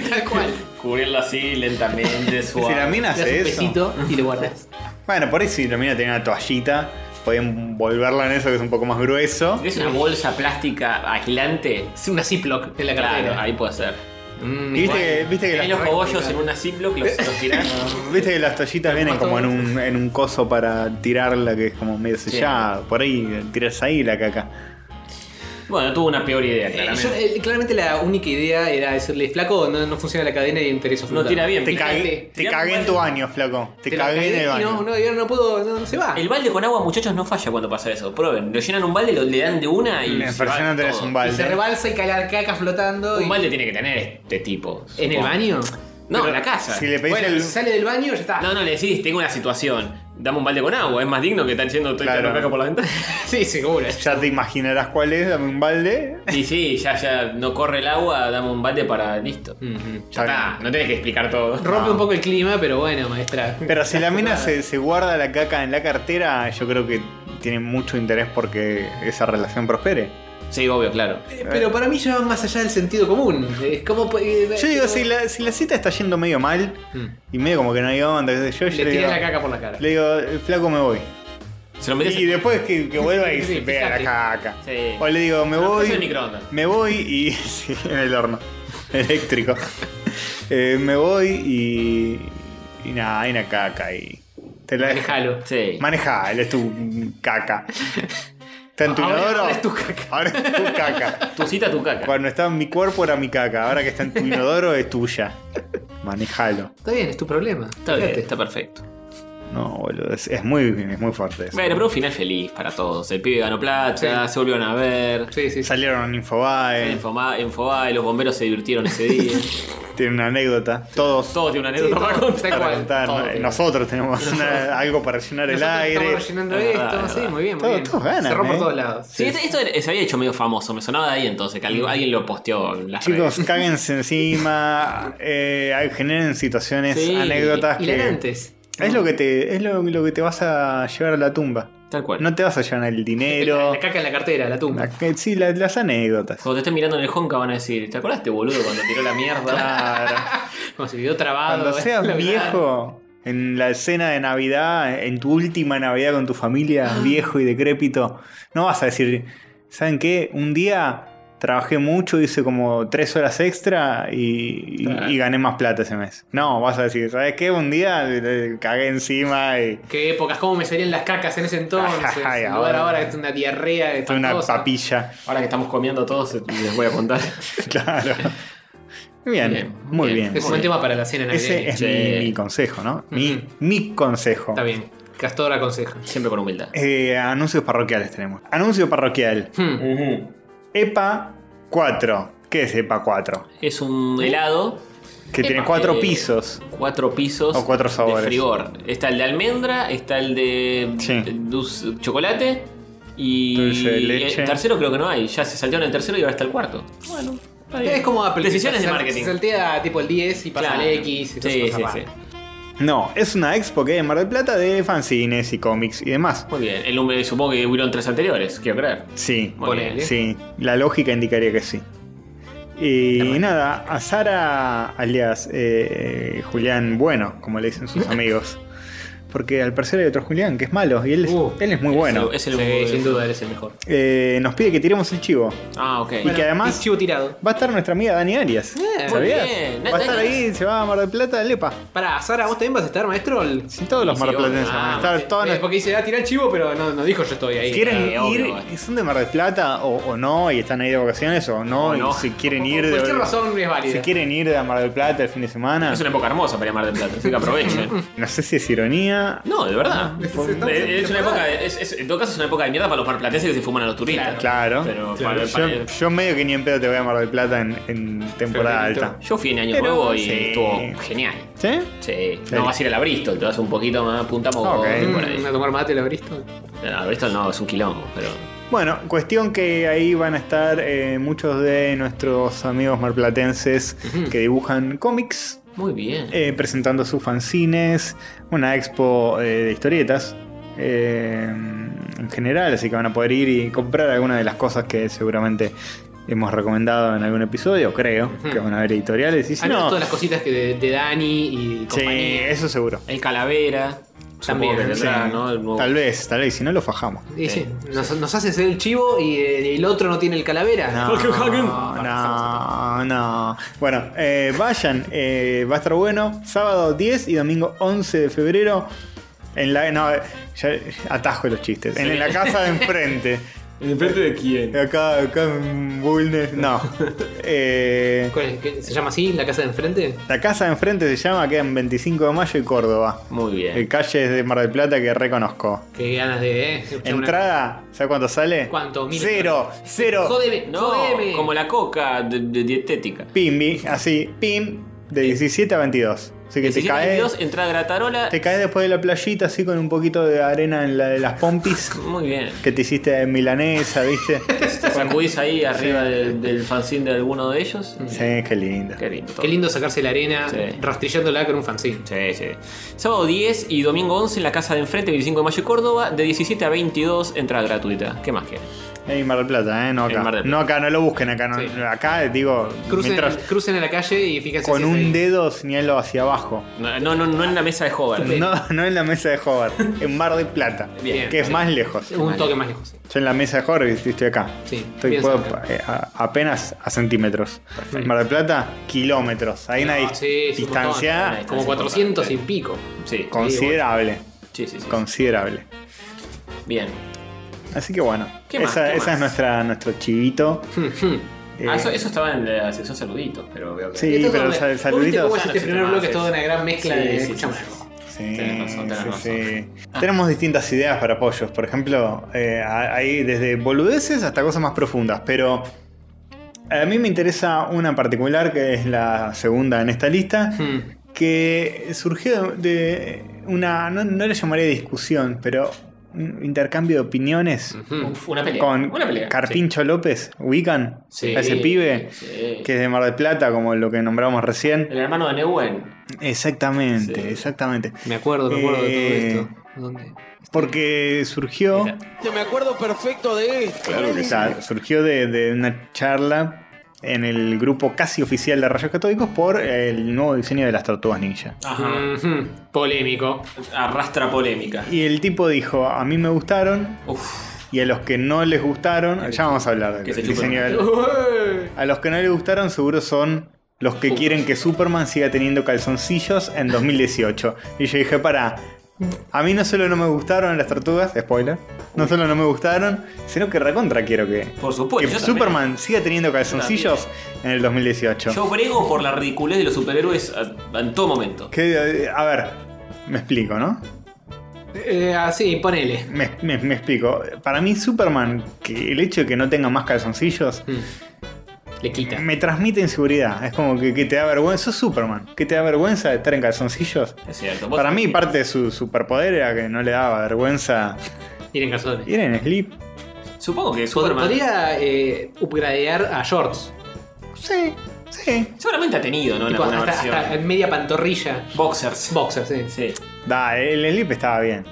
Speaker 4: Tal cual.
Speaker 2: Cubrirlo así lentamente,
Speaker 1: (laughs) si la
Speaker 2: suave.
Speaker 1: mina
Speaker 4: Le das
Speaker 1: hace
Speaker 4: un
Speaker 1: eso.
Speaker 4: besito y
Speaker 2: (laughs)
Speaker 4: lo guardas.
Speaker 1: Bueno, por ahí si la mina tenía una toallita, podían volverla en eso que es un poco más grueso.
Speaker 2: Es una bolsa plástica aislante.
Speaker 4: Es una Ziploc en la cartera.
Speaker 2: Claro, ahí puede ser.
Speaker 4: Mm,
Speaker 1: Y viste
Speaker 4: igual.
Speaker 1: que, viste que las
Speaker 2: Tenés los
Speaker 4: práctica.
Speaker 2: cogollos en una Ziploc, los, los tirás.
Speaker 1: (laughs) Viste que las toallitas vienen como en un, en un coso para tirarla que es como medio sellada. Por ahí tiras ahí la caca.
Speaker 2: Bueno, tuvo una peor idea,
Speaker 4: Eh,
Speaker 2: claramente.
Speaker 4: yo, eh, claramente la única idea era decirle, flaco, no, no funciona la cadena y interés
Speaker 2: No tira
Speaker 4: Eh,
Speaker 2: bien.
Speaker 1: Te
Speaker 2: fíjate.
Speaker 1: cagué, te
Speaker 2: Tirá
Speaker 1: cagué en
Speaker 2: un
Speaker 1: tu
Speaker 2: balde.
Speaker 1: baño, flaco. Te,
Speaker 4: Te la
Speaker 1: cagué en el
Speaker 4: cagué y
Speaker 1: baño.
Speaker 4: No, no, yo no puedo, no, no se va.
Speaker 2: El balde con agua, muchachos, no falla cuando pasa eso. Prueben, lo llenan un balde, lo, le dan de una y.
Speaker 1: en
Speaker 2: se va
Speaker 1: persona tenés
Speaker 2: todo.
Speaker 1: un
Speaker 4: Y se
Speaker 1: balde.
Speaker 4: rebalsa y cae la caca flotando. y-
Speaker 2: Un balde tiene que tener este tipo.
Speaker 4: ¿En el
Speaker 2: supongo.
Speaker 4: baño?
Speaker 2: No,
Speaker 1: Pero
Speaker 2: en la casa.
Speaker 1: si le pedís
Speaker 4: Bueno,
Speaker 1: el-
Speaker 4: si sale del baño, ya está.
Speaker 2: No, no, le decís, tengo una situación. Dame un balde con agua, es más digno que estar yendo estoy
Speaker 1: Claro.
Speaker 2: tirando caca por la
Speaker 1: (laughs)
Speaker 2: ventana.
Speaker 4: Sí, seguro.
Speaker 1: Ya te imaginarás cuál es, dame un balde.
Speaker 2: Y sí, ya, ya no corre el agua, dame un balde para. listo.
Speaker 1: Mm.
Speaker 4: Ujú.
Speaker 2: Ya está, no tenés que explicar todo.
Speaker 4: Rompe
Speaker 1: Ah.
Speaker 4: un poco el clima, pero bueno, maestra.
Speaker 1: Pero si la mina se, se guarda la caca en la cartera, yo creo que tiene mucho interés porque esa relación prospere.
Speaker 2: Sí, obvio, claro.
Speaker 4: Eh, Pero para mí ya va más allá del sentido común. Es como. eh,
Speaker 1: Yo digo, si la, si la cita está yendo medio mal
Speaker 4: Mm.
Speaker 1: y medio como que no hay onda, qué sé yo, yo
Speaker 4: Le
Speaker 1: le digo,
Speaker 4: tira la caca por la cara.
Speaker 1: le digo, "Eh, flaco me voy.
Speaker 2: Se lo metes
Speaker 1: Y después que, que vuelva y
Speaker 4: (laughs) Sí,
Speaker 1: se pega la
Speaker 4: fíjate.
Speaker 1: caca.
Speaker 2: Sí.
Speaker 1: O le digo, me
Speaker 2: Pero eso es
Speaker 1: voy.
Speaker 2: microondas.
Speaker 1: Me voy y. (laughs) sí, en el horno. Eléctrico. (laughs) Eh, me voy y. Y nada, hay una caca y. Te la
Speaker 4: Dejalo.
Speaker 2: Sí.
Speaker 1: Manejá, él es tu caca. Está en tu
Speaker 4: Ahora-
Speaker 1: inodoro.
Speaker 4: ahora es tu caca.
Speaker 1: Ahora es tu caca.
Speaker 2: Tu cita, tu caca.
Speaker 1: Cuando estaba en mi cuerpo era mi caca. Ahora que está en tu inodoro es tuya. Manejalo.
Speaker 4: Está bien, es tu problema.
Speaker 2: Está bien,
Speaker 4: Fíjate.
Speaker 2: está perfecto.
Speaker 1: No, boludo. Es, es muy, es muy fuerte eso.
Speaker 2: Bueno, pero un final feliz para todos. El pibe ganó plata, se volvieron a ver.
Speaker 4: Sí, sí. sí.
Speaker 1: Salieron en Infobae.
Speaker 2: En Foma- en Fobae, los bomberos se divirtieron ese (laughs) día.
Speaker 1: Tienen una anécdota. Todos.
Speaker 2: Todos tienen una anécdota
Speaker 4: Sí,
Speaker 2: para
Speaker 4: todos.
Speaker 2: contar.
Speaker 4: Tal
Speaker 1: para
Speaker 4: cual,
Speaker 1: contar,
Speaker 4: todo
Speaker 1: ¿no?
Speaker 4: bien.
Speaker 1: Nosotros tenemos una- algo para llenar el
Speaker 4: Nosotros
Speaker 1: aire.
Speaker 4: Estamos rellenando
Speaker 2: Es
Speaker 4: esto,
Speaker 2: verdad, es
Speaker 4: sí,
Speaker 2: verdad.
Speaker 4: muy bien. muy
Speaker 1: Todos-
Speaker 4: bien.
Speaker 1: todos ganan,
Speaker 4: Cerró por
Speaker 1: ¿eh?
Speaker 4: todos lados.
Speaker 2: Sí, esto- esto era- se había hecho medio famoso, me sonaba de ahí entonces, que alguien, alguien lo posteó en las
Speaker 1: Chicos,
Speaker 2: redes.
Speaker 1: cáguense encima, eh, generen situaciones,
Speaker 2: Sí,
Speaker 1: anécdotas
Speaker 4: Y
Speaker 1: que.
Speaker 4: antes.
Speaker 1: Es lo que te, es lo, lo que te vas a llevar a la tumba.
Speaker 2: Tal cual.
Speaker 1: No te vas a llevar el dinero.
Speaker 4: (laughs) La caca en la cartera, la tumba.
Speaker 1: la- que- sí, la- las anécdotas.
Speaker 2: Cuando te estén mirando en el honka van a decir, ¿te acordaste, boludo, cuando tiró la mierda?
Speaker 1: Claro.
Speaker 4: Como se quedó trabado.
Speaker 1: Cuando
Speaker 4: (laughs) la
Speaker 1: seas
Speaker 4: verdad.
Speaker 1: viejo, en la escena de Navidad, en tu última Navidad con tu familia, viejo y decrépito, no vas a decir, ¿saben qué? Un día trabajé mucho, hice como tres horas extra y, y-
Speaker 2: Claro.
Speaker 1: y gané más plata ese mes. No, vas a decir, ¿sabes qué? Un día eh, cagué encima y
Speaker 4: Qué épocas, cómo me salían las cacas en ese entonces.
Speaker 1: (laughs) Ay,
Speaker 4: En lugar
Speaker 1: ahora.
Speaker 4: ahora que es una diarrea.
Speaker 1: tuve una
Speaker 4: espantosa.
Speaker 1: papilla. (laughs)
Speaker 2: Ahora que estamos comiendo todos, les voy a contar.
Speaker 1: Claro. Bien,
Speaker 2: Bien,
Speaker 1: muy
Speaker 2: bien.
Speaker 1: bien.
Speaker 4: Es un buen tema para la cena
Speaker 1: Ese
Speaker 4: navideña.
Speaker 1: es
Speaker 2: Sí.
Speaker 1: mi, mi consejo, ¿no? Mi,
Speaker 4: Ujú.
Speaker 1: mi consejo.
Speaker 4: Está bien. Castor aconseja.
Speaker 2: Siempre con humildad.
Speaker 1: Eh, anuncios parroquiales tenemos. Anuncio parroquial.
Speaker 4: Hmm.
Speaker 1: EPA 4. ¿Qué es EPA 4?
Speaker 2: Es un helado,
Speaker 1: Que
Speaker 2: Epa,
Speaker 1: tiene cuatro
Speaker 2: eh,
Speaker 1: pisos.
Speaker 2: cuatro pisos
Speaker 1: O cuatro sabores.
Speaker 2: de frigor. Está el de almendra, está el de
Speaker 1: Sí.
Speaker 2: dulce- chocolate y
Speaker 1: Dulce de leche.
Speaker 2: el tercero creo que no hay. Ya se saltearon el tercero y ahora está el cuarto. Bueno, está bien.
Speaker 4: Es como Apple.
Speaker 2: Decisiones
Speaker 4: Se
Speaker 2: de
Speaker 4: sal-
Speaker 2: marketing.
Speaker 4: Se saltea tipo el 10 y pasa
Speaker 2: Claro.
Speaker 4: al X y todas
Speaker 2: Sí,
Speaker 4: esas
Speaker 2: sí,
Speaker 4: cosas
Speaker 2: sí.
Speaker 4: raras.
Speaker 1: No, es una expo que hay en Mar del Plata de fanzines y cómics y demás.
Speaker 2: Muy bien. El número, supongo que hubieron tres anteriores, quiero creer.
Speaker 1: Sí,
Speaker 2: Muy bien.
Speaker 4: Ponele.
Speaker 1: sí. La lógica indicaría que sí. Y
Speaker 2: Hermano.
Speaker 1: nada, a Sara, alias eh, Julián Bueno, como le dicen
Speaker 2: (laughs)
Speaker 1: sus amigos. Porque al parecer hay otro Julián que es malo y él, es-
Speaker 4: Uh,
Speaker 1: él es muy bueno.
Speaker 2: Es el,
Speaker 4: Sí, sin duda eres el mejor.
Speaker 1: Eh, nos pide que tiremos el chivo.
Speaker 2: Ah, ok.
Speaker 1: Y que además-
Speaker 4: Chivo tirado.
Speaker 1: Va a estar nuestra amiga Dani Arias.
Speaker 4: Bien.
Speaker 1: ¿Sabías?
Speaker 2: Muy bien.
Speaker 1: Va a estar ahí, se va a Mar del Plata, al EPA.
Speaker 4: Pará, Sara, ¿vos también vas a estar, maestro? El-
Speaker 1: Si todos los
Speaker 2: Sí,
Speaker 1: marplatenses
Speaker 2: obvio.
Speaker 1: van a
Speaker 2: Ah,
Speaker 1: estar, todos
Speaker 4: Eh,
Speaker 1: nos-
Speaker 4: porque dice, ah, tirar chivo, pero no, no dijo yo estoy ahí.
Speaker 1: quieren
Speaker 2: eh, obvio,
Speaker 1: ir,
Speaker 2: obvio.
Speaker 1: son de Mar del Plata o, o no, y están ahí de vacaciones o no,
Speaker 2: O
Speaker 1: y
Speaker 2: no.
Speaker 1: si
Speaker 4: Ah,
Speaker 1: quieren
Speaker 4: por-
Speaker 1: ir
Speaker 4: por cualquier
Speaker 1: de,
Speaker 4: razón es válida.
Speaker 1: si quieren ir de Mar del Plata el fin de semana.
Speaker 2: Es una época hermosa para llamar de plata, así que (laughs) aprovechen.
Speaker 1: No sé si es ironía.
Speaker 2: No, de verdad. Es,
Speaker 4: Es- estamos en
Speaker 2: es una época,
Speaker 4: temporada.
Speaker 2: de- es- es- en todo caso es una época de mierda para los marplatenses que se fuman a los turistas.
Speaker 1: Claro.
Speaker 2: Pero
Speaker 4: Claro,
Speaker 2: para- para-
Speaker 1: Yo, yo medio que ni en pedo te voy a Mar del Plata en, en temporada
Speaker 4: Febrerito.
Speaker 1: alta.
Speaker 2: yo fui en Año
Speaker 1: Pero-
Speaker 2: Nuevo y
Speaker 1: sí.
Speaker 2: estuvo genial.
Speaker 1: ¿Sí?
Speaker 2: Sí.
Speaker 1: Sí.
Speaker 2: No vas a ir a la Bristol, te vas un poquito más a Punta Moco,
Speaker 1: Ok.
Speaker 2: y por
Speaker 4: Mm,
Speaker 2: ahí.
Speaker 4: a tomar mate, lo abriste.
Speaker 2: No, Bristol no, es un quilombo, pero.
Speaker 1: Bueno, cuestión que ahí van a estar eh, muchos de nuestros amigos marplatenses que dibujan cómics.
Speaker 2: Muy bien.
Speaker 1: eh, presentando sus fanzines, una expo eh, de historietas eh, en general, así que van a poder ir y comprar alguna de las cosas que seguramente hemos recomendado en algún episodio, creo,
Speaker 4: Ujú.
Speaker 1: que van a haber editoriales. Y si
Speaker 4: Al menos
Speaker 1: no,
Speaker 4: Ah, todas las cositas que de, de Dani y
Speaker 1: sí,
Speaker 4: compañía.
Speaker 1: eso seguro.
Speaker 2: El Calavera.
Speaker 4: También,
Speaker 2: También, que tendrá,
Speaker 1: Sí.
Speaker 2: ¿no? El nuevo-
Speaker 1: Tal vez, tal vez, si no lo fajamos.
Speaker 4: Y sí, nos, nos haces el chivo y eh, el otro no tiene el calavera.
Speaker 2: Fucking Hagen.
Speaker 1: No, no. Bueno, eh, vayan, eh, va a estar bueno. Sábado 10 y domingo 11 de febrero. En la. No, ya atajo los chistes. En la casa de enfrente.
Speaker 5: ¿En enfrente de quién?
Speaker 1: Acá, acá en Bulnes. No. Eh,
Speaker 4: ¿Cuál es? ¿Qué? ¿Se llama así? ¿La casa de enfrente?
Speaker 1: la casa de enfrente se llama, queda en 25 de mayo y Córdoba.
Speaker 2: Muy
Speaker 1: Eh,
Speaker 2: bien.
Speaker 1: Calles de Mar del Plata que reconozco.
Speaker 4: Qué ganas de. eh, escuchar una-
Speaker 1: Entrada, ¿sabes cuánto sale?
Speaker 4: ¿Cuánto? Mil.
Speaker 1: Cero, cero.
Speaker 4: Jódeme,
Speaker 2: No,
Speaker 4: jódeme.
Speaker 2: como la coca de, de dietética.
Speaker 1: Pimbi, así, pim, de 17 a 22. Así que te
Speaker 2: 17,
Speaker 1: caes,
Speaker 2: 22, entrada gratarola.
Speaker 1: te caes después de la playita así con un poquito de arena en la de las pompis
Speaker 2: Muy bien.
Speaker 1: que te hiciste milanesa, ¿viste?
Speaker 2: Te
Speaker 1: (laughs)
Speaker 2: sacudís ahí arriba del, del fanzine de alguno de ellos.
Speaker 1: sí, qué lindo.
Speaker 2: Qué lindo.
Speaker 4: Qué lindo sacarse la arena
Speaker 2: Sí.
Speaker 4: rastrillándola con un fanzine.
Speaker 2: Sí, sí. Sábado 10 y domingo 11 en la casa de enfrente, 25 de mayo, Córdoba, de 17 a 22, entrada gratuita. ¿Qué más quieren?
Speaker 1: En Mar del Plata, ¿eh? No
Speaker 2: En
Speaker 1: acá.
Speaker 2: Mar del Plata.
Speaker 1: No acá, no lo busquen acá. No,
Speaker 4: Sí.
Speaker 1: Acá, digo,
Speaker 4: Crucen,
Speaker 1: mientras
Speaker 4: crucen a la calle y fíjense.
Speaker 1: con
Speaker 4: si es
Speaker 1: un
Speaker 4: ahí.
Speaker 1: dedo señalo hacia abajo.
Speaker 2: No, no, no, no en la mesa de Hobart.
Speaker 1: No, no en la mesa de Hobart, en Mar del Plata,
Speaker 2: Bien.
Speaker 1: que es más lejos.
Speaker 4: Un toque más lejos.
Speaker 1: Yo en la mesa de Hobart y estoy acá.
Speaker 4: Sí,
Speaker 1: Estoy
Speaker 4: bien
Speaker 1: puedo-
Speaker 4: cerca.
Speaker 1: eh, a- apenas a centímetros. Mar del Plata, kilómetros. Hay una
Speaker 4: No,
Speaker 1: dis-
Speaker 4: sí, es un
Speaker 1: distancia
Speaker 2: montón. Ahí está,
Speaker 4: Como
Speaker 2: sí,
Speaker 4: 400
Speaker 2: sí.
Speaker 4: y pico.
Speaker 2: Sí,
Speaker 1: considerable.
Speaker 2: sí, sí, sí.
Speaker 1: Considerable.
Speaker 2: Bien.
Speaker 1: eh, Así que bueno,
Speaker 2: ¿Qué más?
Speaker 1: esa,
Speaker 2: ¿Qué
Speaker 1: esa
Speaker 2: más?
Speaker 1: es nuestra, nuestro
Speaker 2: (laughs)
Speaker 1: chivito. Eh,
Speaker 2: Ah, eso, eso estaba en la sección saluditos, pero veo que.
Speaker 1: Sí,
Speaker 4: Esto es
Speaker 1: pero
Speaker 4: donde-
Speaker 1: sal-
Speaker 4: ¿vos viste
Speaker 1: saluditos.
Speaker 4: cómo es
Speaker 2: Ah, no
Speaker 4: este
Speaker 2: existe
Speaker 4: primer
Speaker 2: más,
Speaker 4: bloque es
Speaker 2: es-
Speaker 4: toda una gran mezcla
Speaker 2: Sí,
Speaker 4: de.
Speaker 2: sí, sí,
Speaker 4: escuchame
Speaker 2: sí,
Speaker 4: algo.
Speaker 1: Sí,
Speaker 2: Tenés razón, tenés
Speaker 1: sí,
Speaker 2: razón. Ah.
Speaker 1: sí. Tenemos distintas ideas para apoyos. Por ejemplo, eh, a- hay desde boludeces hasta cosas más profundas. Pero a mí me interesa una en particular, que es la segunda en esta lista,
Speaker 4: Hmm.
Speaker 1: que surgió de de una, no, no le llamaría discusión, pero un intercambio de opiniones
Speaker 4: Ujú.
Speaker 2: Uf, una pelea.
Speaker 1: con
Speaker 2: una Hmm. pelea.
Speaker 1: Carpincho López, ubican
Speaker 2: Sí.
Speaker 1: a ese pibe.
Speaker 2: Sí.
Speaker 1: Que es de Mar del Plata, como lo que nombramos recién.
Speaker 2: El hermano de Neuwen.
Speaker 1: Exactamente,
Speaker 2: Sí.
Speaker 1: exactamente.
Speaker 4: Me acuerdo, me acuerdo de
Speaker 1: Eh,
Speaker 4: todo esto. ¿Dónde?
Speaker 1: Porque surgió.
Speaker 2: Mira.
Speaker 6: Yo me acuerdo perfecto de esto.
Speaker 1: Claro que sí. Surgió de, de una charla en el grupo casi oficial de Rayos Catódicos por el nuevo diseño de las tortugas ninja.
Speaker 2: Ajá.
Speaker 4: Ujú. Polémico.
Speaker 2: Mm, Arrastra polémica.
Speaker 1: Y el tipo dijo: A mí me gustaron
Speaker 2: Uf.
Speaker 1: y a los que no les gustaron. Ya vamos a hablar
Speaker 2: que
Speaker 1: del
Speaker 2: se
Speaker 1: diseño
Speaker 2: chupen.
Speaker 1: del- A los que no les gustaron, seguro son. Los que quieren que Superman siga teniendo calzoncillos en 2018. Y yo dije, para, a mí no solo no me gustaron las tortugas, spoiler, no solo no me gustaron, sino que recontra quiero que,
Speaker 2: Por supuesto.
Speaker 1: que
Speaker 2: yo también.
Speaker 1: Superman siga teniendo calzoncillos en el 2018.
Speaker 2: Yo brego por la ridiculez de los superhéroes a- en todo momento.
Speaker 1: Que, eh, a ver, me explico, ¿no?
Speaker 4: Eh, así, ponele.
Speaker 1: Me, me- me explico. Para mí Superman, que el hecho de que no tenga más calzoncillos,
Speaker 4: Le quita.
Speaker 1: me transmite inseguridad. Es como que, que te da vergüenza, sos Superman, que te da vergüenza de estar en calzoncillos.
Speaker 2: Es cierto. Vos-
Speaker 1: Para mí parte de su superpoder era que no le daba vergüenza
Speaker 4: Tienen calzones.
Speaker 1: ir en slip.
Speaker 2: Supongo que
Speaker 4: Pod-
Speaker 2: Superman.
Speaker 4: Podría eh, upgradear a shorts.
Speaker 1: Sí, sí.
Speaker 2: Seguramente ha tenido, ¿no? En
Speaker 4: Tipo,
Speaker 2: alguna
Speaker 4: hasta,
Speaker 2: versión.
Speaker 4: hasta en media pantorrilla.
Speaker 1: eh,
Speaker 2: Boxers.
Speaker 4: Boxer, sí.
Speaker 2: Sí.
Speaker 1: Da, el slip estaba bien.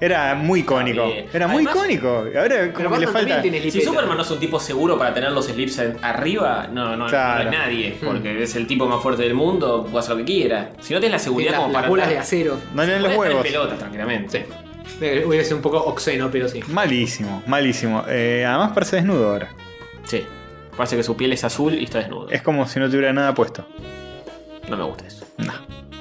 Speaker 1: Era muy icónico.
Speaker 2: bien.
Speaker 1: Era muy
Speaker 2: Además-
Speaker 1: icónico. Ahora
Speaker 4: Pero
Speaker 1: como que le
Speaker 4: Batman
Speaker 1: falta.
Speaker 4: también tiene
Speaker 2: Si
Speaker 4: lipeta.
Speaker 2: Superman no es un tipo seguro para tener los slips en- arriba, no, no,
Speaker 1: Claro.
Speaker 2: no hay nadie. Porque es el tipo más fuerte del mundo, puede hacer lo que quiera. Si no tenés la
Speaker 4: Tiene
Speaker 2: seguridad
Speaker 4: la-
Speaker 2: como
Speaker 4: las
Speaker 2: para.
Speaker 4: bolas de
Speaker 2: andar-
Speaker 4: acero.
Speaker 1: No le dan los
Speaker 2: podés estar en
Speaker 1: huevos.
Speaker 2: pelotas, tranquilamente.
Speaker 4: Sí. Eh, Hubiera sido un poco oxeno, pero sí.
Speaker 1: Malísimo, malísimo. Eh, además parece desnudo ahora.
Speaker 2: Sí. Parece que su piel es azul y está desnudo.
Speaker 1: Es como si no tuviera nada puesto.
Speaker 2: No me gusta eso.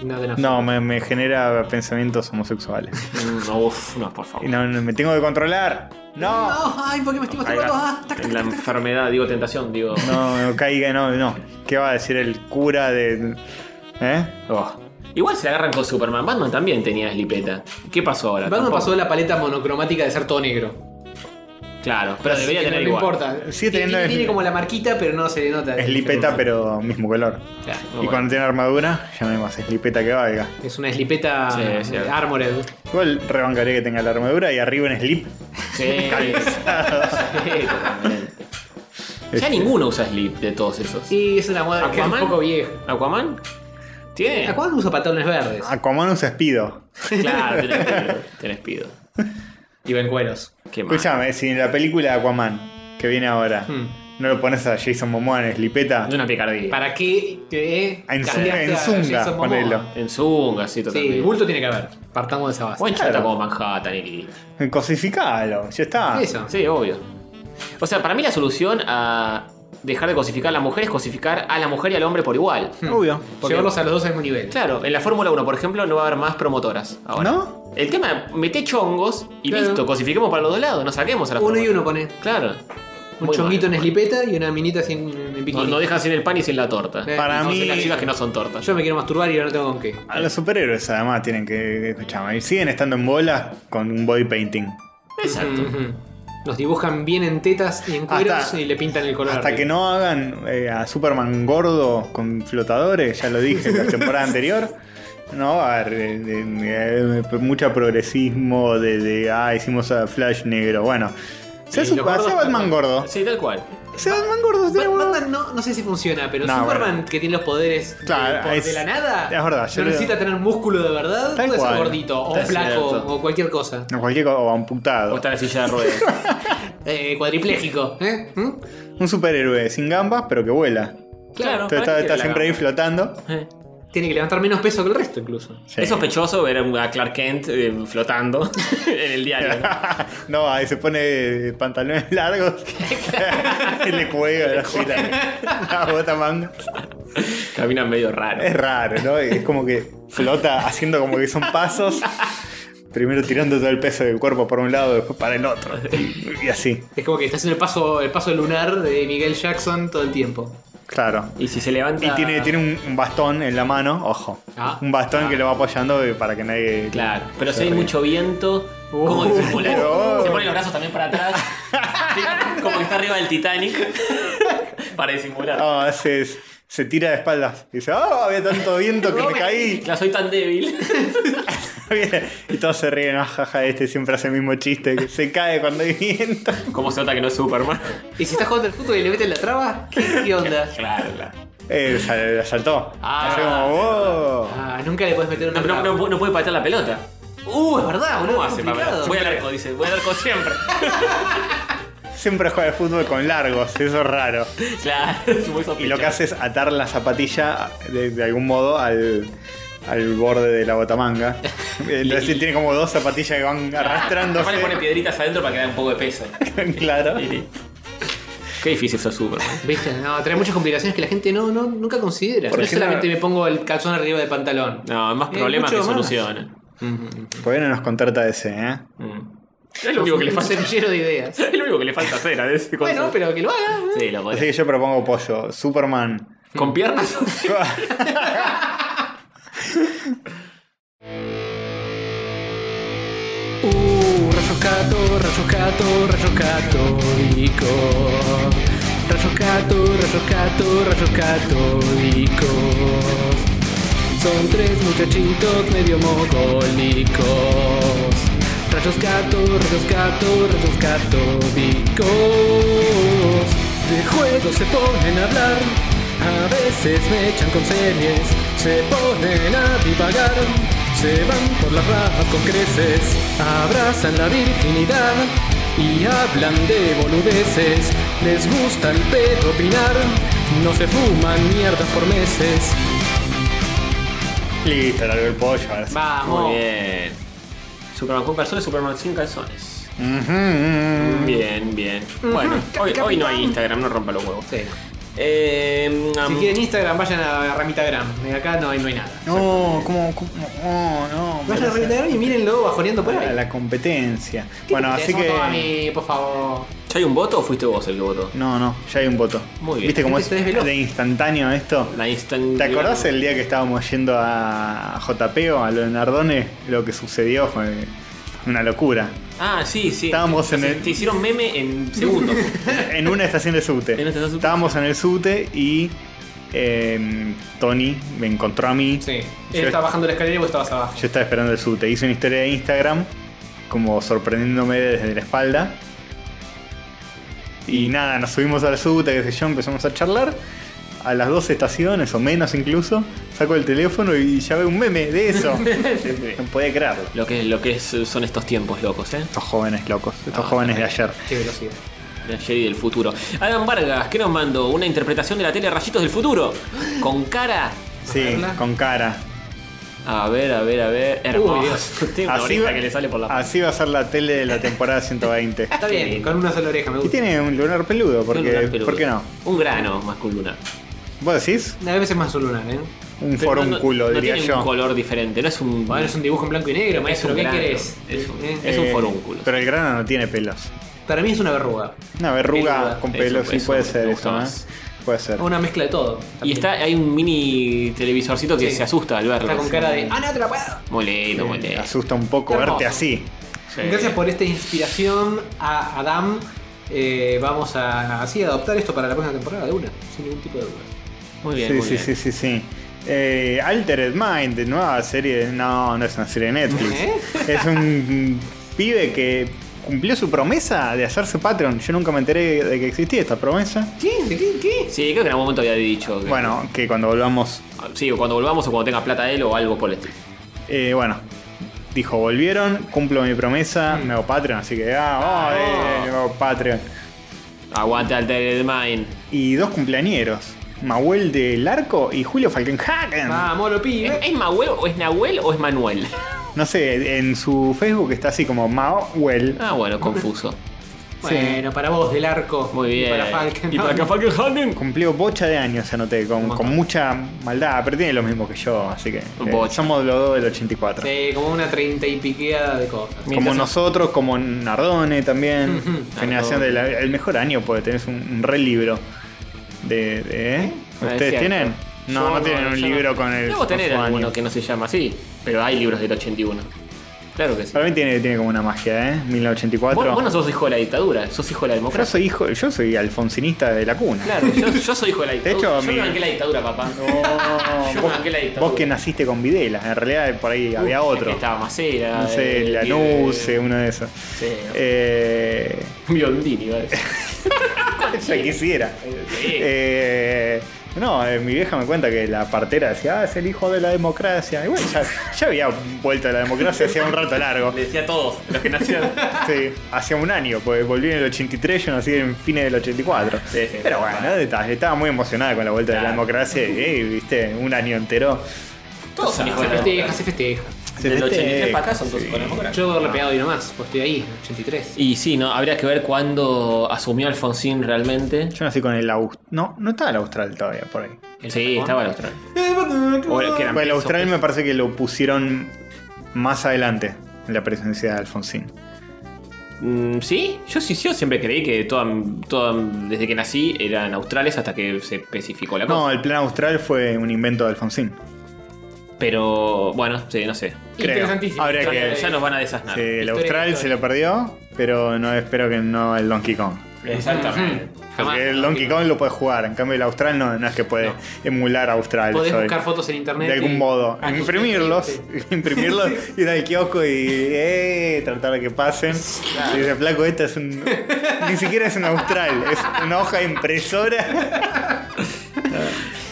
Speaker 4: No, de
Speaker 1: No, me, me genera pensamientos homosexuales.
Speaker 2: Mm, No, uf, no, por favor.
Speaker 1: Y no, no, me tengo que controlar. No.
Speaker 4: No, ay, porque me estoy masturbando. Ah,
Speaker 2: Caigas
Speaker 4: tac,
Speaker 2: en
Speaker 4: tac,
Speaker 2: la
Speaker 4: tac, tac.
Speaker 2: enfermedad, digo tentación, digo.
Speaker 1: No, no caiga, no, no. ¿Qué va a decir el cura de. ¿Eh?
Speaker 2: Oh. Igual se la agarran con Superman. Batman también tenía slipeta. ¿Qué pasó ahora?
Speaker 4: Batman
Speaker 2: Tampoco.
Speaker 4: pasó la paleta monocromática de ser todo negro.
Speaker 2: Claro, pero debería
Speaker 4: Así que
Speaker 2: tener
Speaker 4: no
Speaker 2: igual.
Speaker 4: No importa.
Speaker 1: Sigue
Speaker 4: Tiene-
Speaker 1: teniendo
Speaker 4: tiene,
Speaker 1: el-
Speaker 4: tiene como la marquita, pero no se le nota.
Speaker 1: Slipeta, pero mismo color.
Speaker 4: Claro.
Speaker 2: Muy
Speaker 1: y
Speaker 2: Ah, bueno.
Speaker 1: cuando tiene armadura, llamemos slipeta que valga.
Speaker 4: Es una slipeta eh,
Speaker 2: Sí, es cierto.
Speaker 4: armored.
Speaker 1: Igual rebancaré que tenga la armadura y arriba un slip.
Speaker 4: (laughs)
Speaker 2: Sí. Sí, totalmente. Ya ninguno usa slip de todos esos.
Speaker 4: Y es una moda que es un
Speaker 2: Aquaman.
Speaker 4: poco vieja.
Speaker 2: ¿Aquaman? ¿Tiene?
Speaker 4: Aquaman usa pantalones verdes
Speaker 2: Ah.
Speaker 1: Aquaman usa espido.
Speaker 2: Claro,
Speaker 4: (laughs)
Speaker 2: tenés pido. Tenés pido.
Speaker 4: y ven cueros.
Speaker 2: Qué mal.
Speaker 1: Escúchame, si en la película Aquaman, que viene ahora,
Speaker 4: Hmm.
Speaker 1: No lo pones a Jason Momoa en slipeta.
Speaker 2: De una picardía.
Speaker 4: ¿Para qué? eh,
Speaker 1: En
Speaker 4: cambiaste
Speaker 1: zunga, en
Speaker 4: a
Speaker 1: zunga,
Speaker 4: Jason Momoa?
Speaker 1: ponelo.
Speaker 2: En Zunga, sí,
Speaker 4: Sí,
Speaker 2: totalmente.
Speaker 4: el bulto tiene que haber. Partamos de esa base.
Speaker 2: Bueno,
Speaker 1: Claro.
Speaker 2: está como Manhattan y listo.
Speaker 1: Cosificalo, ya está.
Speaker 4: Eso.
Speaker 2: Sí, obvio. O sea, para mí la solución a dejar de cosificar a la mujer es cosificar a la mujer y al hombre por igual.
Speaker 4: Hmm.
Speaker 1: Obvio.
Speaker 2: Porque-
Speaker 4: Llevarlos a los dos al mismo nivel.
Speaker 2: Claro, en la Fórmula 1, por ejemplo, no va a haber más promotoras. Ahora.
Speaker 1: ¿No?
Speaker 2: El tema, mete chongos y
Speaker 4: Claro.
Speaker 2: listo, cosifiquemos para los dos lados, no saquemos a la
Speaker 4: Uno y
Speaker 2: Fórmula.
Speaker 4: uno pone.
Speaker 2: Claro.
Speaker 4: Un
Speaker 2: Muy
Speaker 4: chonguito
Speaker 2: mal.
Speaker 4: en slipeta y una minita sin en
Speaker 2: No,
Speaker 4: bikini.
Speaker 2: no dejan sin el pan y sin la torta.
Speaker 4: Eh,
Speaker 1: Para
Speaker 2: Son
Speaker 1: mí.
Speaker 2: las chicas que no son tortas.
Speaker 4: Yo me quiero masturbar y ahora no tengo con qué.
Speaker 1: A los superhéroes además tienen que. Escuchame. Y siguen estando en bola con un body painting.
Speaker 2: Exacto.
Speaker 4: Ujú. Los dibujan bien en tetas y en cueros
Speaker 1: Hasta-
Speaker 4: y le pintan el color.
Speaker 1: Hasta que no hagan eh, a Superman gordo con flotadores, ya lo dije la temporada anterior. No va a haber eh, eh, eh, mucho progresismo de, de, ah, hicimos a Flash negro. Bueno, sea,
Speaker 4: Sí, los
Speaker 1: Super-
Speaker 4: gordos-
Speaker 1: sea Batman gordo.
Speaker 2: Sí, tal cual.
Speaker 1: Sea Batman gordo, sea
Speaker 4: Ba-
Speaker 1: gordo.
Speaker 4: Batman no, no sé si funciona, pero
Speaker 1: No,
Speaker 4: Superman que tiene los poderes de-
Speaker 1: Claro,
Speaker 4: por- de,
Speaker 1: es-
Speaker 4: la nada,
Speaker 1: es verdad, yo
Speaker 4: no
Speaker 1: lo-
Speaker 4: necesita tener músculo de verdad,
Speaker 1: Tal
Speaker 4: puede
Speaker 1: cual.
Speaker 4: ser gordito o
Speaker 2: Está
Speaker 4: flaco
Speaker 2: cierto.
Speaker 4: o cualquier cosa.
Speaker 1: O cualquier co- o amputado.
Speaker 2: O está en la silla
Speaker 1: (laughs)
Speaker 2: de ruedas.
Speaker 4: Eh, cuadripléjico, ¿eh? ¿Mm?
Speaker 1: Un superhéroe sin gambas, pero que vuela.
Speaker 2: claro.
Speaker 1: Entonces,
Speaker 2: ¿para
Speaker 1: está
Speaker 2: qué
Speaker 1: está
Speaker 2: la
Speaker 1: siempre ahí flotando.
Speaker 2: gama? Eh.
Speaker 4: Tiene que levantar menos peso que el resto incluso.
Speaker 1: Sí.
Speaker 2: Es sospechoso ver a Clark Kent eh, flotando (laughs) en el diario. ¿no?
Speaker 1: (laughs) no, ahí se pone eh, pantalones (laughs) largos y le cuelga la fila. La bota manga.
Speaker 2: Camina medio raro.
Speaker 1: Es raro, ¿no? Es como que flota haciendo como que son pasos. Primero tirando todo el peso del cuerpo por un lado, después para el otro. Y así,
Speaker 4: Es como que está haciendo el paso, el paso lunar de Miguel Jackson todo el tiempo.
Speaker 1: claro.
Speaker 2: Y si se levanta.
Speaker 1: Y tiene, tiene un- un bastón en la mano, ojo.
Speaker 4: Ah.
Speaker 1: un bastón que lo va apoyando eh, para que nadie.
Speaker 2: Claro, pero si hay mucho viento, como
Speaker 1: Uh,
Speaker 2: disimula.
Speaker 1: no.
Speaker 2: Se pone los brazos también para atrás. Sí, como que está arriba
Speaker 1: (laughs)
Speaker 2: del Titanic. para disimular.
Speaker 1: Ah, se, se tira de espaldas. Y dice, ¡ah! había tanto viento que me caí. (laughs)
Speaker 2: La soy tan débil.
Speaker 1: y todos se ríen, jaja, este siempre hace el mismo chiste, que se cae cuando hay viento.
Speaker 2: Como se nota que no es Superman.
Speaker 4: Y si estás jugando al fútbol y le meten la traba, ¿qué, qué onda?
Speaker 2: Claro, claro.
Speaker 1: Eh, sal- la saltó.
Speaker 2: Ah,
Speaker 1: Hace como, "Oh".
Speaker 4: Ah, nunca le puedes meter una
Speaker 2: No, pero no,
Speaker 4: traba.
Speaker 2: no- no puede patear la pelota.
Speaker 4: Uh, es verdad, boludo.
Speaker 2: ¿Cómo
Speaker 4: es
Speaker 2: hace, papá?
Speaker 4: complicado.
Speaker 2: Voy al arco, dice. Voy al arco siempre.
Speaker 1: "Oh". Siempre juega de fútbol con largos, eso es raro.
Speaker 2: claro, (laughs) es muy sospechoso.
Speaker 1: Y lo que hace es atar la zapatilla de, de algún modo al, al borde de la
Speaker 2: (laughs)
Speaker 1: botamanga. Eh, Entonces tiene como dos zapatillas que van arrastrando.
Speaker 2: Ah, Capaz le
Speaker 1: (laughs)
Speaker 2: pone piedritas adentro para que dé un poco de peso.
Speaker 1: claro.
Speaker 2: Qué difícil ser Superman.
Speaker 4: Viste, no, trae muchas complicaciones que la gente no, no nunca considera.
Speaker 1: Por
Speaker 4: no
Speaker 1: ejemplo-
Speaker 4: solamente me pongo el calzón arriba del pantalón.
Speaker 2: No, más
Speaker 4: Eh,
Speaker 2: problemas que
Speaker 4: mucho más.
Speaker 2: solucionan.
Speaker 1: ¿Por qué no nos contrata ese, eh?
Speaker 2: Mm. Es lo único que le
Speaker 4: Un
Speaker 2: falta.
Speaker 4: semillero de ideas.
Speaker 2: (laughs) Es lo único que le falta hacer a ese
Speaker 4: bueno,
Speaker 2: concepto.
Speaker 4: pero que lo haga. ¿eh?
Speaker 2: Sí, lo
Speaker 1: Así que yo propongo pollo. Superman.
Speaker 2: (laughs) ¿Con piernas?
Speaker 4: Uh, rayos gato, rayos gato, rayos católicos. Rayos gato, rayos gato, rayos católicos. Son tres muchachitos medio mogólicos. Rayos gato, rayos gato, rayos católicos. De juegos se ponen a hablar. A veces me echan con series. Se ponen a divagar. Se van por las ramas con creces, abrazan la virginidad y hablan de boludeces. Les gusta el pedo opinar, no se fuman mierdas por meses.
Speaker 1: Listo, largo el pollo. ahora sí.
Speaker 4: Vamos.
Speaker 2: (laughs) Muy bien. Superman con calzones, Superman sin calzones.
Speaker 1: Ujú.
Speaker 2: Bien, bien. Bueno, hoy, hoy no hay Instagram, no rompa los huevos. Eh,
Speaker 4: Si
Speaker 2: am-
Speaker 4: quieren Instagram, vayan a Ramitagram. De acá no hay, no hay nada.
Speaker 1: No, ¿cómo? cómo? No, no.
Speaker 4: Vayan a Ramitagram y mírenlo bajoneando por
Speaker 1: a
Speaker 4: ahí.
Speaker 1: la competencia. Bueno,
Speaker 4: Ustedes
Speaker 1: así
Speaker 4: son
Speaker 1: que.
Speaker 4: todos a mí, por favor.
Speaker 2: ¿Ya hay un voto o fuiste vos el que votó?
Speaker 1: No, no, ya hay un voto.
Speaker 2: Muy bien.
Speaker 1: ¿Viste cómo es
Speaker 4: Este se desveló.
Speaker 1: de instantáneo esto?
Speaker 2: La instant...
Speaker 1: ¿Te acordás el día que estábamos yendo a JP o a lo de Nardone? Lo que sucedió fue una
Speaker 2: (laughs)
Speaker 1: locura.
Speaker 2: Ah, sí, sí.
Speaker 1: Estábamos en
Speaker 2: Se-
Speaker 1: el-
Speaker 2: Te hicieron meme en segundos. (laughs)
Speaker 1: En una estación de subte.
Speaker 2: En una estación de subte.
Speaker 1: Estábamos en el subte y eh, Tony me encontró a mí.
Speaker 4: Sí. Él
Speaker 1: Yo-
Speaker 4: estaba bajando la escalera y vos estabas abajo.
Speaker 1: Yo estaba esperando el subte. Hice una historia de Instagram, como sorprendiéndome desde la espalda. Y nada, nos subimos al subte, qué sé yo, empezamos a charlar. A las dos estaciones o menos incluso, saco el teléfono y ya veo un meme de eso.
Speaker 2: (laughs)
Speaker 1: no podía creerlo.
Speaker 2: lo que, lo que es- son estos tiempos locos, ¿eh?
Speaker 1: Estos jóvenes locos, estos
Speaker 2: Ah,
Speaker 1: jóvenes de ayer.
Speaker 4: Qué velocidad.
Speaker 2: La Jedi del futuro. Adam Vargas, ¿qué nos mandó? Una interpretación de la tele Rayitos del futuro. Con cara.
Speaker 1: Sí, con cara.
Speaker 2: A ver, a ver, a ver. Hermoso. Tiene una
Speaker 1: Así
Speaker 2: oreja
Speaker 1: va,
Speaker 2: que le sale por la.
Speaker 1: así va a ser la tele de
Speaker 2: (laughs)
Speaker 1: la temporada 120.
Speaker 3: Está bien, con una sola oreja me
Speaker 1: Y
Speaker 3: gusta.
Speaker 1: tiene un lunar peludo, porque,
Speaker 2: Un lunar peludo.
Speaker 1: ¿por qué no?
Speaker 2: Un grano más que un lunar.
Speaker 1: ¿Vos decís?
Speaker 3: A veces más solo una, ¿eh?
Speaker 1: Un
Speaker 2: Pero no-
Speaker 1: forúnculo,
Speaker 2: no, no
Speaker 1: diría
Speaker 2: tiene
Speaker 1: yo.
Speaker 2: un color diferente, no es un.
Speaker 3: Bueno, es un dibujo en blanco y negro, maestro,
Speaker 2: un
Speaker 3: ¿qué
Speaker 2: grano,
Speaker 3: querés?
Speaker 2: es un-
Speaker 3: Eh,
Speaker 2: es un forúnculo.
Speaker 1: Pero el grano no tiene pelos.
Speaker 3: Para mí es una verruga.
Speaker 1: Una verruga
Speaker 3: Peluda.
Speaker 1: con
Speaker 2: Eso,
Speaker 1: pelos, sí
Speaker 2: eso
Speaker 1: puede
Speaker 2: me
Speaker 1: ser
Speaker 2: gusta
Speaker 1: eso, ¿eh?
Speaker 2: más.
Speaker 1: Puede ser.
Speaker 3: Una mezcla de todo.
Speaker 2: Y está, hay un mini televisorcito que
Speaker 3: Sí.
Speaker 2: se asusta al verlo.
Speaker 3: Está con cara de. ¡Ah, no te la puedo!
Speaker 2: Muy lindo, muy
Speaker 1: Eh,
Speaker 2: lindo.
Speaker 1: Asusta un poco
Speaker 3: Está
Speaker 1: verte
Speaker 3: hermoso.
Speaker 1: así.
Speaker 2: Sí.
Speaker 3: Gracias por esta inspiración a Adam. Eh, vamos a así adoptar esto para la próxima temporada de una, sin ningún tipo de dudas.
Speaker 2: Muy bien,
Speaker 1: Sí,
Speaker 2: muy
Speaker 1: sí,
Speaker 2: bien.
Speaker 1: sí, sí, sí. Eh, Altered Mind, nueva serie. de- No, no es una serie de Netflix.
Speaker 3: ¿Eh?
Speaker 1: Es un pibe que cumplió su promesa de hacerse Patreon. Yo nunca me enteré de que existía esta promesa.
Speaker 3: ¿Qué? ¿De qué? ¿Qué?
Speaker 2: Sí, creo que en algún momento había dicho. que-
Speaker 1: Bueno, que cuando volvamos
Speaker 2: Sí, o cuando volvamos o cuando tenga plata él o algo por el estilo.
Speaker 1: Eh, bueno, dijo, volvieron, cumplo mi promesa,
Speaker 2: Mm.
Speaker 1: me hago Patreon, así que, ah, oh, eh, me hago Patreon.
Speaker 2: Aguante al Dead Mind.
Speaker 1: Y dos cumpleañeros, Mahuel del Arco y Julio Falkenhagen.
Speaker 2: Ah.
Speaker 3: Vamos, lo
Speaker 2: ¿Es,
Speaker 3: pibe.
Speaker 2: es Mahuel o es Nahuel o es Manuel? (laughs)
Speaker 1: No sé, en su Facebook está así como Mahuel.
Speaker 2: Ah, bueno, confuso.
Speaker 3: Bueno, para vos del arco.
Speaker 2: Muy bien.
Speaker 3: Y para Falken.
Speaker 2: Y para que Falken Hagen.
Speaker 1: Cumplió bocha de años, anoté, con, con mucha maldad, pero tiene lo mismo que yo, así que eh,
Speaker 2: Bocha.
Speaker 1: somos los dos del 84.
Speaker 3: Sí, como una treinta y piqueada de cosas.
Speaker 1: Como
Speaker 2: Mientras-
Speaker 1: nosotros, como Nardone también.
Speaker 3: Ujú,
Speaker 1: Generación del el mejor año, porque tenés un, un re libro. De, de- ¿eh?
Speaker 2: Ah, es
Speaker 1: ¿Ustedes
Speaker 2: cierto.
Speaker 1: tienen? No,
Speaker 2: Yo
Speaker 1: no tienen
Speaker 2: yo
Speaker 1: un
Speaker 2: no.
Speaker 1: libro con el.
Speaker 2: Debo tener
Speaker 1: con su
Speaker 2: alguno
Speaker 1: año.
Speaker 2: que no se llama así, pero hay libros del 81. Claro que sí.
Speaker 1: Para mí tiene, tiene como una magia, ¿eh? 1984.
Speaker 2: Vos, vos no sos hijo de la dictadura, sos hijo de la
Speaker 1: Yo
Speaker 2: democracia.
Speaker 1: soy hijo, yo soy alfonsinista de la cuna.
Speaker 2: Claro, yo, yo
Speaker 1: (laughs)
Speaker 2: soy hijo de la dictadura.
Speaker 1: hecho,
Speaker 2: yo
Speaker 1: mi-
Speaker 2: me banqué la dictadura, papá.
Speaker 1: No,
Speaker 2: (laughs) Yo
Speaker 1: vos,
Speaker 2: banqué la dictadura.
Speaker 1: vos que naciste con Videla, en realidad por ahí
Speaker 2: (laughs)
Speaker 1: había
Speaker 2: Es
Speaker 1: otro.
Speaker 2: que estaba Macera.
Speaker 1: No sé,
Speaker 2: eh,
Speaker 1: Lanús,
Speaker 2: eh,
Speaker 1: eh, uno de esos.
Speaker 2: Sí.
Speaker 1: Eh,
Speaker 2: (laughs) Biondini, iba a decir.
Speaker 1: ya quisiera.
Speaker 2: Sí.
Speaker 1: Eh, no, eh, mi vieja me cuenta que la partera decía, ah, es el hijo de la democracia. Y bueno, ya, ya había vuelto a la democracia hacía un rato largo.
Speaker 2: Le decía a todos los que nacieron.
Speaker 1: Sí, hacía un año, porque volví en el 83, yo nací en fines del 84.
Speaker 2: Sí, sí.
Speaker 1: Pero bueno, detalle, estaba muy emocionada con la vuelta de la
Speaker 2: Claro.
Speaker 1: democracia, y, eh, viste, un año entero.
Speaker 2: (laughs) Todos son hijos de
Speaker 3: Se
Speaker 2: la
Speaker 3: festeja,
Speaker 2: democracia.
Speaker 3: se festeja.
Speaker 1: Se
Speaker 2: Del
Speaker 1: festeja.
Speaker 2: 83 para acá son todos hijos de la democracia.
Speaker 3: Yo le pegado y nomás, pues estoy ahí, 83.
Speaker 2: Y sí, ¿no? Habría que ver cuándo asumió Alfonsín realmente.
Speaker 1: Yo nací con el Austral. No, no estaba el Austral todavía por ahí.
Speaker 2: Sí, estaba el Austral. O Eh, el que eran
Speaker 1: Bueno, el
Speaker 2: pesos,
Speaker 1: Austral
Speaker 3: pues.
Speaker 2: pesos.
Speaker 1: me parece que lo pusieron más adelante en la presencia de Alfonsín.
Speaker 2: Mm, sí, yo sí, yo siempre creí que toda, toda- desde que nací eran australes hasta que se especificó la cosa.
Speaker 1: No, el plan Austral fue un invento de Alfonsín.
Speaker 2: Pero bueno, sí, no sé.
Speaker 1: creo.
Speaker 3: Interesantísimo.
Speaker 1: Habría
Speaker 2: Ya,
Speaker 1: que-
Speaker 2: ya nos van a desasnar.
Speaker 1: Sí, el
Speaker 3: Ah, historia,
Speaker 1: Austral
Speaker 3: historia.
Speaker 1: se lo perdió, pero no espero que no el Donkey Kong.
Speaker 2: Exactamente.
Speaker 3: Jamás.
Speaker 1: Porque el Donkey Kong lo puede jugar, en cambio el Austral no, no es que puede emular a Austral.
Speaker 3: Podés
Speaker 1: soy-
Speaker 3: buscar fotos en internet.
Speaker 1: de algún
Speaker 3: y-
Speaker 1: modo.
Speaker 3: Ah,
Speaker 1: imprimirlos,
Speaker 3: sí.
Speaker 1: (laughs)
Speaker 3: (laughs)
Speaker 1: imprimirlos, ir al kiosco y eh, tratar de que pasen. Y dice, flaco, esta es un. Ni siquiera es un Austral, es una hoja
Speaker 3: (laughs)
Speaker 1: impresora.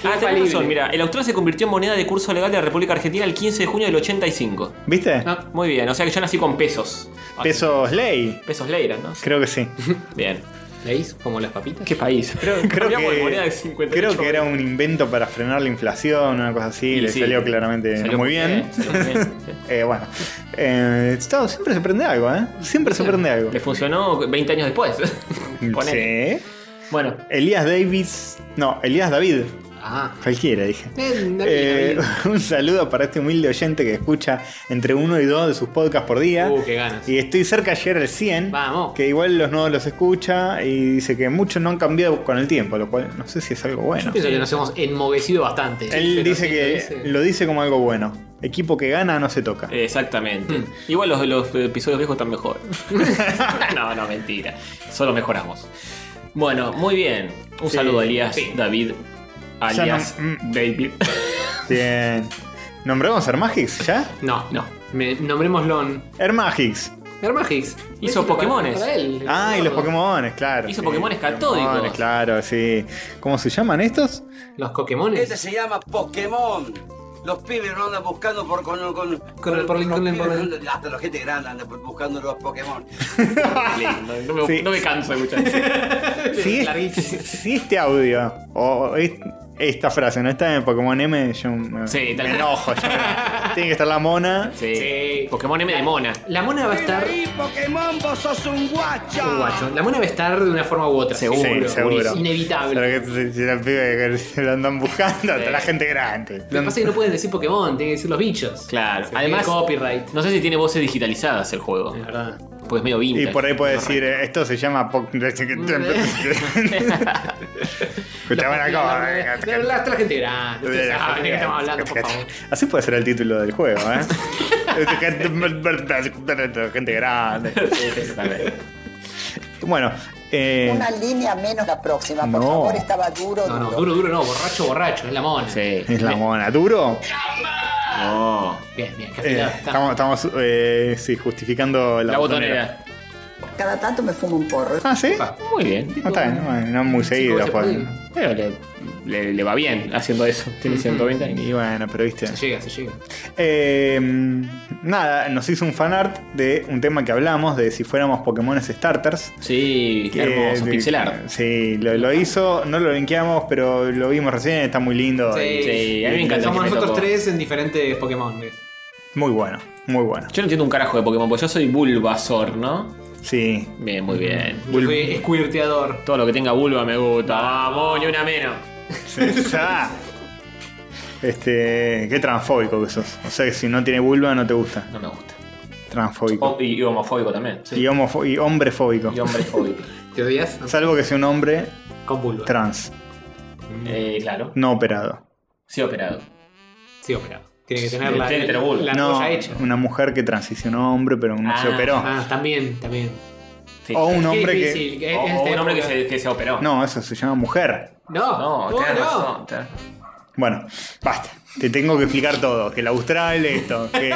Speaker 2: Ah, tenés razón, mira, el Austral se convirtió en moneda de curso legal de la República Argentina el 15 de junio del 85.
Speaker 1: ¿Viste?
Speaker 2: Ah, muy bien, o sea que yo nací con pesos.
Speaker 1: Pesos ley.
Speaker 2: Pesos leira, ¿no?
Speaker 1: Creo que
Speaker 2: (laughs)
Speaker 1: sí.
Speaker 2: Bien.
Speaker 3: ¿Veis? Como las papitas.
Speaker 2: ¿Qué país? Creo,
Speaker 1: (laughs) Creo
Speaker 2: cambiamos de moneda de
Speaker 1: que,
Speaker 2: 58
Speaker 1: creo que era un invento para frenar la inflación, una cosa así.
Speaker 2: Y
Speaker 1: Le
Speaker 2: sí.
Speaker 1: salió claramente
Speaker 2: Salió
Speaker 1: muy bien.
Speaker 2: salió muy bien, sí.
Speaker 1: (laughs) Eh, bueno, Eh, está- siempre se prende algo, ¿eh? Siempre se prende algo.
Speaker 2: Le funcionó 20 años después. (laughs) Ponele.
Speaker 1: (laughs) Sí.
Speaker 2: Bueno,
Speaker 1: Elías Davis. No, Elías David.
Speaker 3: Ah.
Speaker 1: Cualquiera, dije.
Speaker 3: Eh, David,
Speaker 1: Eh, (laughs)
Speaker 3: David.
Speaker 1: un saludo para este humilde oyente que escucha entre uno y dos de sus podcasts por día. (laughs)
Speaker 3: Uh, qué ganas.
Speaker 1: Y estoy cerca de llegar al 100.
Speaker 3: Vamos.
Speaker 1: Que igual los nuevos los escucha y dice que muchos no han cambiado con el tiempo, lo cual no sé si es algo bueno.
Speaker 3: Yo pienso que nos hemos enmoguecido bastante.
Speaker 1: Él
Speaker 3: Pero
Speaker 1: dice
Speaker 3: sí,
Speaker 1: que
Speaker 3: lo dice-
Speaker 1: lo dice como algo bueno. Equipo que gana no se toca.
Speaker 2: Eh. exactamente.
Speaker 3: Hmm.
Speaker 2: Mm. Igual los, los episodios viejos
Speaker 1: (laughs)
Speaker 2: están mejor. no, no, mentira. Solo mejoramos. Bueno, muy bien. Un
Speaker 1: Sí,
Speaker 2: saludo a Elías
Speaker 3: sí.
Speaker 2: David,
Speaker 1: Ya
Speaker 2: alias
Speaker 1: no- mm. (laughs)
Speaker 2: David.
Speaker 1: Bien. ¿Nombramos Hermagix ya?
Speaker 3: No,
Speaker 2: No.
Speaker 3: no. Me, nombremos Lon.
Speaker 1: Hermagix.
Speaker 3: Hermagix.
Speaker 2: Hizo
Speaker 3: Ese para-
Speaker 2: Pokémones.
Speaker 3: para él, el
Speaker 1: Ah, y los
Speaker 3: gordo.
Speaker 1: Pokémones, claro.
Speaker 2: Hizo
Speaker 1: sí.
Speaker 2: Pokémones catódicos.
Speaker 1: Pokémones, claro, sí. ¿Cómo se llaman estos?
Speaker 3: Los Pokémones.
Speaker 7: Este se llama Pokémon.
Speaker 8: los pibes no andan buscando por con, con,
Speaker 4: Con el- por el-
Speaker 8: los
Speaker 4: con el-
Speaker 8: pibes
Speaker 4: por
Speaker 8: no andan- hasta la gente grande anda buscando los Pokémon.
Speaker 2: No, no me,
Speaker 1: Sí.
Speaker 2: no me canso de escuchar eso.
Speaker 1: Si, es- si- si este audio o es- esta frase no está en Pokémon M, yo me,
Speaker 2: Sí, tal
Speaker 1: me
Speaker 2: cual.
Speaker 1: enojo. yo me- tiene que estar la mona.
Speaker 2: Sí. Pokémon M de Mona.
Speaker 4: La mona va a estar.
Speaker 9: Pokémon, vos sos un
Speaker 4: un guacho. La mona va a estar de una forma u otra.
Speaker 1: Sí, seguro. Pero
Speaker 4: Inevitable.
Speaker 1: que si- si los pibes que (laughs) lo andan buscando, hasta la gente grande.
Speaker 4: Lo que pasa es que no pueden decir Pokémon, tienen que decir los bichos.
Speaker 2: Claro.
Speaker 4: Se
Speaker 2: Además,
Speaker 4: tiene copyright.
Speaker 2: no sé si tiene voces digitalizadas el juego.
Speaker 4: Es verdad.
Speaker 2: Pues medio vintage.
Speaker 1: Y por ahí puede decir, eh, esto se llama Poc-
Speaker 4: (laughs)
Speaker 1: (laughs) Escuchaban acá.
Speaker 4: Le hablaste a eh, la gente grande. Ustedes saben de qué estamos hablando, por favor.
Speaker 1: Así puede ser el título del juego,
Speaker 4: (laughs)
Speaker 1: Este ¿eh? Gente grande. Bueno, eh,
Speaker 10: Una línea menos la próxima, por
Speaker 1: No.
Speaker 10: favor, estaba duro.
Speaker 4: No, no,
Speaker 10: duro.
Speaker 4: duro, duro no, borracho, borracho, es la mona.
Speaker 2: Sí.
Speaker 1: es la mona. ¿Duro?
Speaker 2: No.
Speaker 4: Bien, bien, qué
Speaker 1: Eh,
Speaker 4: afilado está.
Speaker 1: estamos estamos eh, sí, justificando la,
Speaker 2: La botonera.
Speaker 10: Cada tanto me fumo un porro.
Speaker 1: Ah, ¿sí?
Speaker 2: Muy bien.
Speaker 1: No, está bien, bueno, no muy seguido.
Speaker 4: Chico,
Speaker 1: pues.
Speaker 4: se puede.
Speaker 2: Pero le, le- le va bien haciendo eso. Tiene 120
Speaker 1: Y
Speaker 2: años.
Speaker 1: bueno, pero viste.
Speaker 4: Se llega, se llega.
Speaker 1: Eh, nada, nos hizo un fanart de un tema que hablamos, de si fuéramos Pokémones Starters.
Speaker 2: Sí, qué
Speaker 1: Que-
Speaker 2: hermoso.
Speaker 1: de-
Speaker 2: Pixelar.
Speaker 1: Sí, lo, lo hizo, no lo linkeamos, pero lo vimos recién, está muy lindo.
Speaker 2: Eh,
Speaker 4: Sí,
Speaker 2: sí, a mí me encanta
Speaker 4: Somos
Speaker 2: que me
Speaker 4: nosotros
Speaker 2: tocó.
Speaker 4: tres en diferentes Pokémon. ¿ves?
Speaker 1: y Muy bueno, muy bueno.
Speaker 2: Yo no entiendo un carajo de Pokémon, porque yo soy Bulbasaur, ¿no? (laughs)
Speaker 1: Sí.
Speaker 2: Bien, muy bien.
Speaker 4: Yo soy escuirteador.
Speaker 2: Todo lo que tenga vulva me gusta. Ah, Vamos, ni una menos.
Speaker 1: Ya. este, qué transfóbico que sos. O sea, que si no tiene vulva no te gusta.
Speaker 2: No me gusta.
Speaker 1: Transfóbico.
Speaker 2: O- y, y homofóbico también.
Speaker 1: Y, homofo- y hombrefóbico.
Speaker 2: Oh, Y hombre fóbico.
Speaker 4: ¿Te odias?
Speaker 1: Salvo que sea un hombre
Speaker 4: Con vulva.
Speaker 1: trans,
Speaker 2: Eh, claro.
Speaker 1: no operado.
Speaker 2: Sí, operado.
Speaker 4: Sí, operado. Tiene que tener la,
Speaker 2: Tiene que tener vulva.
Speaker 4: la
Speaker 1: no,
Speaker 4: cosa hecha.
Speaker 1: una mujer que transicionó a hombre pero no se
Speaker 2: Ah,
Speaker 1: operó.
Speaker 4: Ah, también, también.
Speaker 2: Sí.
Speaker 1: o un
Speaker 4: Qué
Speaker 1: hombre que...
Speaker 4: difícil, este
Speaker 2: O-
Speaker 4: en
Speaker 2: o
Speaker 4: esta
Speaker 2: Oh, un hombre este que
Speaker 4: época.
Speaker 2: se, que se operó.
Speaker 1: No, eso se llama mujer.
Speaker 4: No,
Speaker 2: No,
Speaker 4: no,
Speaker 2: tenés
Speaker 4: no.
Speaker 2: razón. tenés-
Speaker 1: Bueno, basta. Te tengo que explicar todo. Que la austral esto. Que,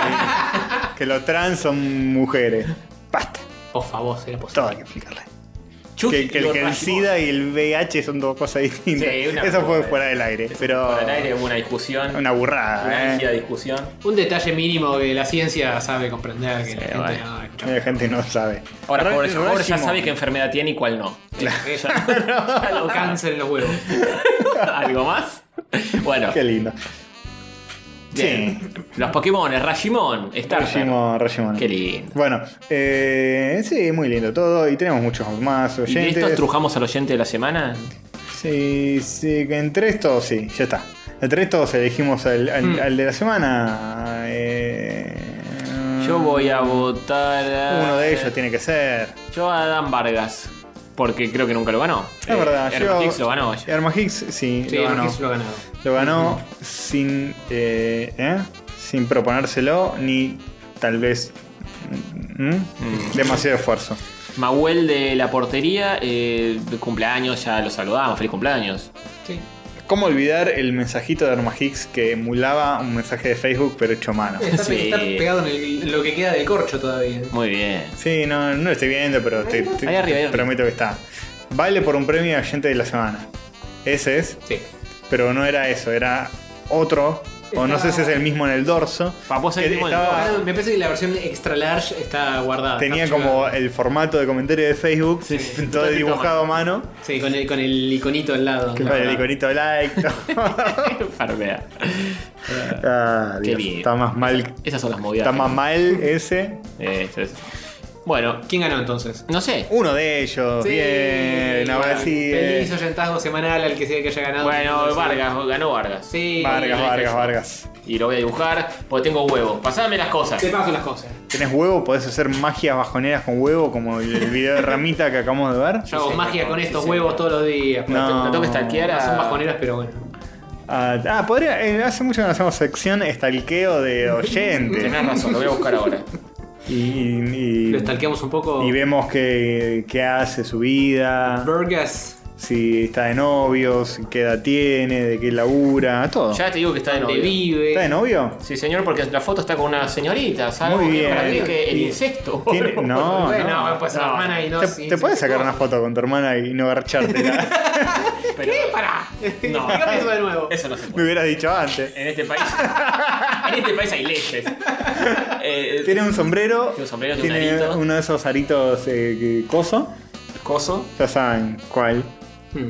Speaker 1: que los trans son mujeres. Basta. Pues
Speaker 4: Por favor, será
Speaker 1: Todo hay
Speaker 4: posible.
Speaker 1: que explicarle.
Speaker 2: Chucky
Speaker 1: Que, que el,
Speaker 2: lo
Speaker 1: que el
Speaker 2: rayó.
Speaker 1: SIDA y el VIH son dos cosas distintas.
Speaker 2: Sí, una
Speaker 1: Eso fue
Speaker 2: burrada.
Speaker 1: fuera del aire. Eh, Pero
Speaker 2: Por el aire hubo una discusión.
Speaker 1: una
Speaker 2: una
Speaker 1: burrada.
Speaker 2: amplia
Speaker 1: ¿eh?
Speaker 2: discusión.
Speaker 4: Un detalle mínimo que la ciencia sabe comprender, que la gente
Speaker 2: vale.
Speaker 4: no escucha.
Speaker 1: La gente no sabe.
Speaker 2: Ahora,
Speaker 1: Re-
Speaker 2: pobre Jorge ya
Speaker 1: Récimo.
Speaker 2: sabe qué enfermedad tiene y cuál no. (laughs)
Speaker 1: (laughs)
Speaker 4: Lo cáncer en los huevos.
Speaker 2: ¿Algo más? Bueno,
Speaker 1: Qué lindo.
Speaker 2: bien. los Pokémon, Rajimon, Starter.
Speaker 1: Regimón, Regimón.
Speaker 2: Qué lindo.
Speaker 1: Bueno, eh, sí, muy lindo todo. Y tenemos muchos más
Speaker 2: ¿Y de estos
Speaker 1: oyentes.
Speaker 2: trujamos al oyente de la semana?
Speaker 1: Sí, sí, que entre estos, sí, ya está. Entre estos elegimos al, al-
Speaker 2: Hmm.
Speaker 1: al de la semana. eh,
Speaker 2: Yo voy a votar a...
Speaker 1: Mm.
Speaker 2: eh,
Speaker 1: Uno de ellos tiene que ser.
Speaker 2: Yo a Dan Vargas. Porque creo que nunca lo ganó.
Speaker 1: Es verdad, yo.
Speaker 2: Hermotix eh, lo ganó. ayer.
Speaker 1: Herma Hicks, sí,
Speaker 4: Sí,
Speaker 1: lo ganó.
Speaker 4: Marqués lo ha ganado.
Speaker 1: Lo ganó sin. eh, ¿eh? Sin proponérselo, ni tal vez. mm, Demasiado esfuerzo.
Speaker 2: Mahuel de la portería, eh, de cumpleaños, ya lo saludamos, feliz cumpleaños.
Speaker 4: Sí.
Speaker 1: ¿Cómo olvidar el mensajito de Herma Hicks que emulaba un mensaje de Facebook pero hecho a mano?
Speaker 4: Está,
Speaker 2: Sí.
Speaker 4: está pegado en, el- en lo que queda del corcho todavía.
Speaker 2: Muy bien.
Speaker 1: Sí, no, no lo estoy viendo, pero te, te-
Speaker 2: Ahí arriba, ahí
Speaker 1: te
Speaker 2: arriba.
Speaker 1: prometo que está. Baile por un premio de oyente de la semana. Ese es,
Speaker 4: Sí.
Speaker 1: pero no era eso, era otro. O no sé si es el mismo en el dorso.
Speaker 2: Pa, vos sos el
Speaker 1: Eh,
Speaker 2: mismo en el
Speaker 1: estaba-
Speaker 4: Ahora, Ah, me parece que la versión extra large está guardada.
Speaker 1: tenía
Speaker 4: está archivada.
Speaker 1: como el formato de comentario de Facebook, todo
Speaker 2: Todo
Speaker 1: dibujado a mano.
Speaker 4: Sí, con el, con el iconito al lado.
Speaker 1: Que
Speaker 4: ¿no?
Speaker 1: fue el iconito de like.
Speaker 2: Farbea.
Speaker 1: (laughs) Ah,
Speaker 2: Qué
Speaker 1: Dios,
Speaker 2: lindo.
Speaker 1: está más mal.
Speaker 2: Esas son las movidas.
Speaker 1: Está más mal ese.
Speaker 2: Eso es. Bueno,
Speaker 4: ¿Quién ganó entonces?
Speaker 2: no sé.
Speaker 1: Uno de ellos. bien, ahora
Speaker 4: bueno,
Speaker 1: sí. eh.
Speaker 4: Feliz oyentazgo semanal al que sea que haya ganado.
Speaker 2: Bueno,
Speaker 4: Entonces,
Speaker 2: Vargas, ganó Vargas.
Speaker 4: Sí.
Speaker 1: Vargas,
Speaker 2: eh,
Speaker 1: Vargas,
Speaker 2: eh,
Speaker 1: Vargas.
Speaker 2: Y lo voy a dibujar porque tengo huevos. Pasame las cosas.
Speaker 4: Te paso las cosas.
Speaker 1: ¿Tenés huevo? ¿Podés hacer magias bajoneras con huevo como el, el video de Ramita que acabamos de ver?
Speaker 4: Yo hago
Speaker 2: sí,
Speaker 4: magia
Speaker 2: no,
Speaker 4: con estos
Speaker 2: sí,
Speaker 4: huevos
Speaker 2: sí.
Speaker 4: todos los días.
Speaker 1: No.
Speaker 4: pero
Speaker 2: Lo tengo que stalkear a-
Speaker 4: Son bajoneras, pero bueno.
Speaker 1: Ah, ah, podría. eh, hace mucho que no hacemos sección estalqueo de oyente.
Speaker 2: Tenés razón, lo voy a buscar ahora.
Speaker 1: y, y- y-
Speaker 4: Lo stalkeamos un poco.
Speaker 1: y vemos qué, qué hace su vida,
Speaker 4: Vargas.
Speaker 1: si está de novio, si qué edad tiene, de qué labura, todo.
Speaker 2: (laughs) Ya te digo que está de
Speaker 4: donde
Speaker 2: novio.
Speaker 4: vive. (laughs)
Speaker 1: ¿Está de novio?
Speaker 2: Sí, señor, porque la foto está con una señorita, ¿sabes?
Speaker 1: Muy
Speaker 2: Porque
Speaker 1: bien.
Speaker 2: para mí que el
Speaker 1: Y-
Speaker 2: incesto. (laughs)
Speaker 4: (laughs)
Speaker 1: Tiene- No, no.
Speaker 4: bueno, pues la hermana y no.
Speaker 1: Te,
Speaker 4: sí,
Speaker 1: te
Speaker 4: sí,
Speaker 1: puedes
Speaker 4: sí,
Speaker 1: sacar
Speaker 4: sí. (laughs)
Speaker 1: una foto con tu hermana y no garcharte.
Speaker 2: Pero-
Speaker 4: ¡Para!
Speaker 2: No.
Speaker 11: Dígame eso de nuevo.
Speaker 2: Eh, Eso no se
Speaker 1: Me
Speaker 2: puede.
Speaker 1: hubieras dicho antes.
Speaker 2: En
Speaker 1: (laughs)
Speaker 2: este país. en este país hay leyes. Eh,
Speaker 1: Tiene un sombrero.
Speaker 2: Tiene un sombrero, tiene un
Speaker 1: tiene
Speaker 2: arito.
Speaker 1: uno de esos aritos eh, que- coso.
Speaker 11: Coso.
Speaker 1: Ya saben cuál.
Speaker 11: Hmm.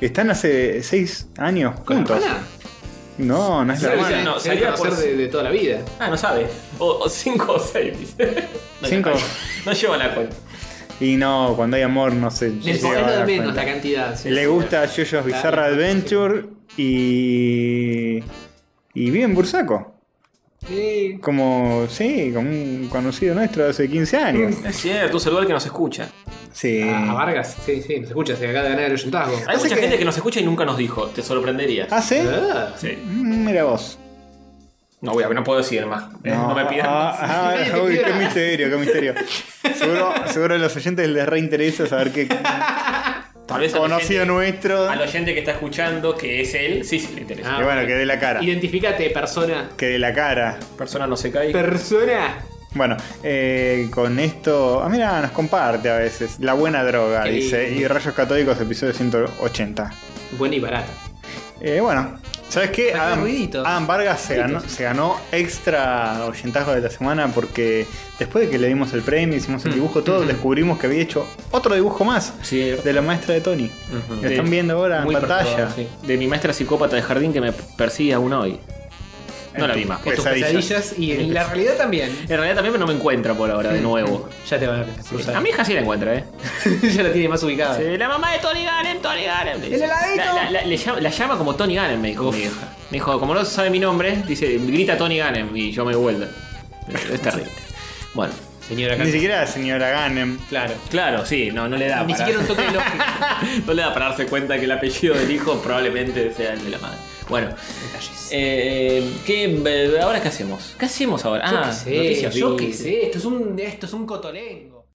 Speaker 1: Están hace seis años
Speaker 11: ¿Con la
Speaker 1: juntos.
Speaker 11: hermana?
Speaker 1: No, no es la
Speaker 2: Sí,
Speaker 1: hermana.
Speaker 2: sí, no,
Speaker 11: Tenés
Speaker 2: salía
Speaker 11: que conocer
Speaker 2: por-
Speaker 11: de, de toda la vida.
Speaker 2: ah, no sabe. O 5 o 6, dice. No,
Speaker 1: Cinco.
Speaker 2: No lleva la cuenta.
Speaker 1: Y no, cuando hay amor no se.
Speaker 11: Les
Speaker 1: se
Speaker 11: ponés
Speaker 1: va a
Speaker 11: lo de
Speaker 1: dar
Speaker 11: menos
Speaker 1: cuenta.
Speaker 11: la cantidad. sí,
Speaker 1: Le
Speaker 11: sí.
Speaker 1: gusta Yoyos Bizarra Adventure y. Y vive en Bursaco.
Speaker 11: Sí.
Speaker 1: Como, sí, como un conocido nuestro de hace 15 años.
Speaker 2: Es cierto, un saludo al que nos escucha.
Speaker 1: Sí.
Speaker 4: ah,
Speaker 11: A Vargas, sí, sí, nos escucha, se acaba de ganar el oyentazgo.
Speaker 2: Hay
Speaker 1: Así
Speaker 2: mucha
Speaker 1: que-
Speaker 2: gente que nos escucha y nunca nos dijo. Te sorprendería.
Speaker 1: ¿Ah, sí?
Speaker 4: ¿Eh?
Speaker 11: Ah.
Speaker 2: Sí.
Speaker 1: Mm, Mira vos.
Speaker 2: No voy a, no puedo decir más. Eh, No, me pidan.
Speaker 1: Ah,
Speaker 2: más.
Speaker 1: ah,
Speaker 11: Nadie te
Speaker 1: uy,
Speaker 11: pide
Speaker 1: qué
Speaker 11: nada.
Speaker 1: misterio, qué misterio. Seguro, seguro a los oyentes les reinteresa saber
Speaker 2: (laughs)
Speaker 1: qué
Speaker 2: Tal vez al
Speaker 1: conocido
Speaker 2: oyente,
Speaker 1: nuestro.
Speaker 2: al oyente que está escuchando, que es él, sí, sí le interesa.
Speaker 1: Y bueno, que dé la cara.
Speaker 11: Identificate, persona.
Speaker 1: Que dé la cara.
Speaker 2: Persona no se cae.
Speaker 11: Persona.
Speaker 1: Bueno, eh, con esto. Ah, mira, nos comparte a veces. La buena droga,
Speaker 11: Qué
Speaker 1: dice.
Speaker 11: lindo.
Speaker 1: Y Rayos Catódicos, episodio 180.
Speaker 11: Buena y barata.
Speaker 1: Eh, bueno, ¿sabes qué?
Speaker 4: Saca
Speaker 1: Adam,
Speaker 4: ruiditos.
Speaker 1: Adam Vargas se ganó, se ganó extra oyentazgo de la semana porque después de que le dimos el premio, hicimos el dibujo, todo, descubrimos que había hecho otro dibujo más
Speaker 2: Mm. Sí.
Speaker 1: de la maestra de Tony.
Speaker 2: Ujú.
Speaker 1: Lo están
Speaker 2: Sí.
Speaker 1: viendo ahora en
Speaker 2: Muy
Speaker 1: Ah, pantalla.
Speaker 2: perturbador, sí. De mi maestra psicópata de jardín que me persigue aún hoy. No la vi más.
Speaker 1: Pues-
Speaker 4: Tus
Speaker 1: Pesadillas.
Speaker 4: pesadillas y en la realidad también.
Speaker 2: En realidad también no me encuentra por ahora, de nuevo.
Speaker 4: Ya te van a cruzar.
Speaker 2: A mi hija sí la encuentra, ¿eh?
Speaker 4: (laughs) ya la tiene más ubicada.
Speaker 2: Sí, la mamá de Tony Gannon, Tony Gannon.
Speaker 4: ¡El heladito!
Speaker 2: La, la- la- le llama, la llama como Tony Gannon, me dijo mi hija. Me dijo, como no sabe mi nombre, dice, grita Tony Gannon y yo me vuelvo. Es terrible. Bueno,
Speaker 11: Señora
Speaker 1: Ni
Speaker 11: Cata.
Speaker 1: siquiera Ah, la señora Ganem.
Speaker 11: Claro.
Speaker 2: claro, sí, no, no le da
Speaker 4: Ni
Speaker 2: para-
Speaker 4: siquiera
Speaker 1: (laughs)
Speaker 4: un toque de lógica.
Speaker 2: (laughs) no le da para darse cuenta que el apellido del hijo probablemente sea el de la madre. Bueno, eh, ¿qué, eh, ¿ahora qué hacemos? ¿Qué hacemos ahora?
Speaker 4: Yo
Speaker 2: ah,
Speaker 4: qué sé,
Speaker 2: noticias
Speaker 4: yo
Speaker 2: Big.
Speaker 4: qué sé. Esto es un, esto es un cotolengo.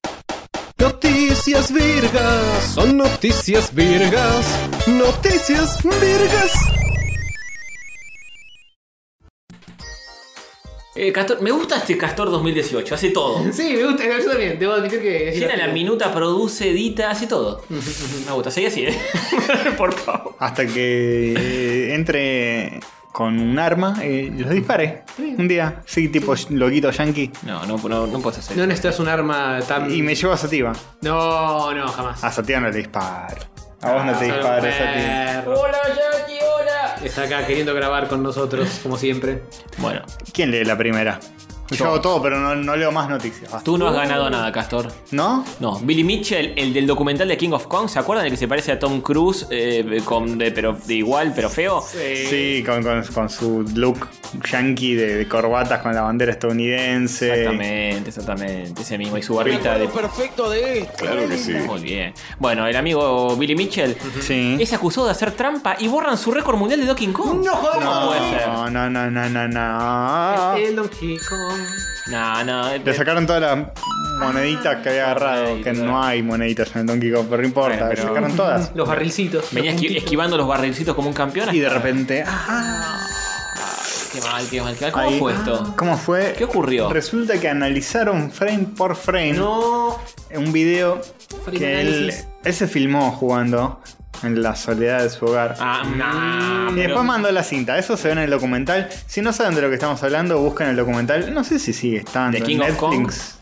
Speaker 3: Noticias virgas, son noticias virgas, noticias virgas.
Speaker 2: Eh, Castor- me gusta este Castor 2018, hace todo.
Speaker 11: Sí, me gusta, yo también, debo admitir que.
Speaker 2: Llena la minuta, produce, edita, hace todo. Me gusta, sigue así, ¿eh? (laughs) Por favor.
Speaker 1: Hasta que eh, entre con un arma eh, y los dispare. Un día. Sí, tipo loquito yankee.
Speaker 2: No, no, no, no puedes hacer.
Speaker 11: No necesitas un arma tan.
Speaker 1: Y me llevo a Sativa.
Speaker 11: No, no, jamás.
Speaker 1: A Sativa no le disparo. A vos
Speaker 4: Ah,
Speaker 1: no
Speaker 11: Solo un
Speaker 1: te
Speaker 2: Ah,
Speaker 1: disparo, Sativa.
Speaker 11: perro.
Speaker 2: ¡Hola, Jackie, hola!
Speaker 11: Está acá queriendo grabar con nosotros, como siempre.
Speaker 2: Bueno,
Speaker 1: ¿Quién lee la primera? Yo, hago todo, pero no, no leo más noticias. basta.
Speaker 2: tú no has ganado nada, Castor.
Speaker 1: ¿No?
Speaker 2: No, Billy Mitchell, el del documental de King of Kong, ¿se acuerdan? El que se parece a Tom Cruise, eh, con, de, pero de igual, pero feo.
Speaker 1: Sí, con, con- con su look yankee de, de corbatas con la bandera estadounidense.
Speaker 2: Exactamente, exactamente. Ese mismo. Y su barbita de.
Speaker 7: Perfecto de este. esto.
Speaker 12: Claro que sí.
Speaker 2: Muy bien. Bueno, el amigo Billy Mitchell
Speaker 1: Sí.
Speaker 2: es acusado de hacer trampa y borran su récord mundial de Donkey Kong. ¡No
Speaker 1: No,
Speaker 2: puede ser.
Speaker 1: no, no, no, no, no, no.
Speaker 11: El Donkey Kong.
Speaker 2: No, no. eh,
Speaker 1: Le sacaron todas las moneditas que había agarrado, que no hay moneditas en el Donkey Kong, pero no importa,
Speaker 2: Bueno,
Speaker 1: le
Speaker 2: pero-
Speaker 1: sacaron todas.
Speaker 11: Los barrilcitos.
Speaker 2: Venía esqui- esquivando los barrilcitos como un campeón.
Speaker 1: Y de repente, ah,
Speaker 2: Qué mal, qué mal, qué mal. ¿Cómo
Speaker 1: ahí-
Speaker 2: fue esto?
Speaker 1: ¿Cómo fue?
Speaker 2: ¿Qué ocurrió?
Speaker 1: Resulta que analizaron frame por frame
Speaker 11: No.
Speaker 1: un video
Speaker 11: Frame
Speaker 1: que él,
Speaker 11: análisis.
Speaker 1: él se filmó jugando en la soledad de su hogar.
Speaker 2: Ah, nah,
Speaker 1: Y
Speaker 2: pero-
Speaker 1: después mandó la cinta, eso se ve en el documental. Si no saben de lo que estamos hablando, buscan el documental. No sé si sigue estando
Speaker 2: ¿The
Speaker 1: en
Speaker 2: King of Kong?
Speaker 1: Netflix.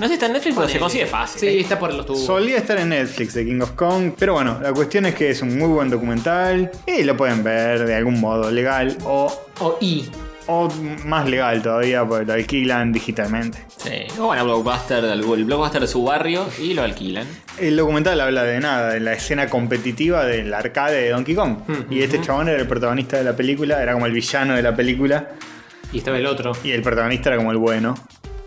Speaker 2: No sé si está en Netflix, pero se consigue fácil.
Speaker 4: ¿eh?
Speaker 11: Sí, está por los tubos.
Speaker 1: Solía estar en Netflix de King of Kong, pero bueno, la cuestión es que es un muy buen documental y lo pueden ver de algún modo legal o,
Speaker 2: ¿eh?
Speaker 11: O I.
Speaker 1: o más legal todavía, porque lo alquilan digitalmente.
Speaker 2: Sí. O van a Blockbuster, al- el Blockbuster de su barrio y lo alquilan.
Speaker 1: El documental habla de nada, de la escena competitiva del arcade de Donkey Kong. Y este chabón era el protagonista de la película, era como el villano de la película.
Speaker 11: Y estaba el otro.
Speaker 1: Y el protagonista era como el bueno.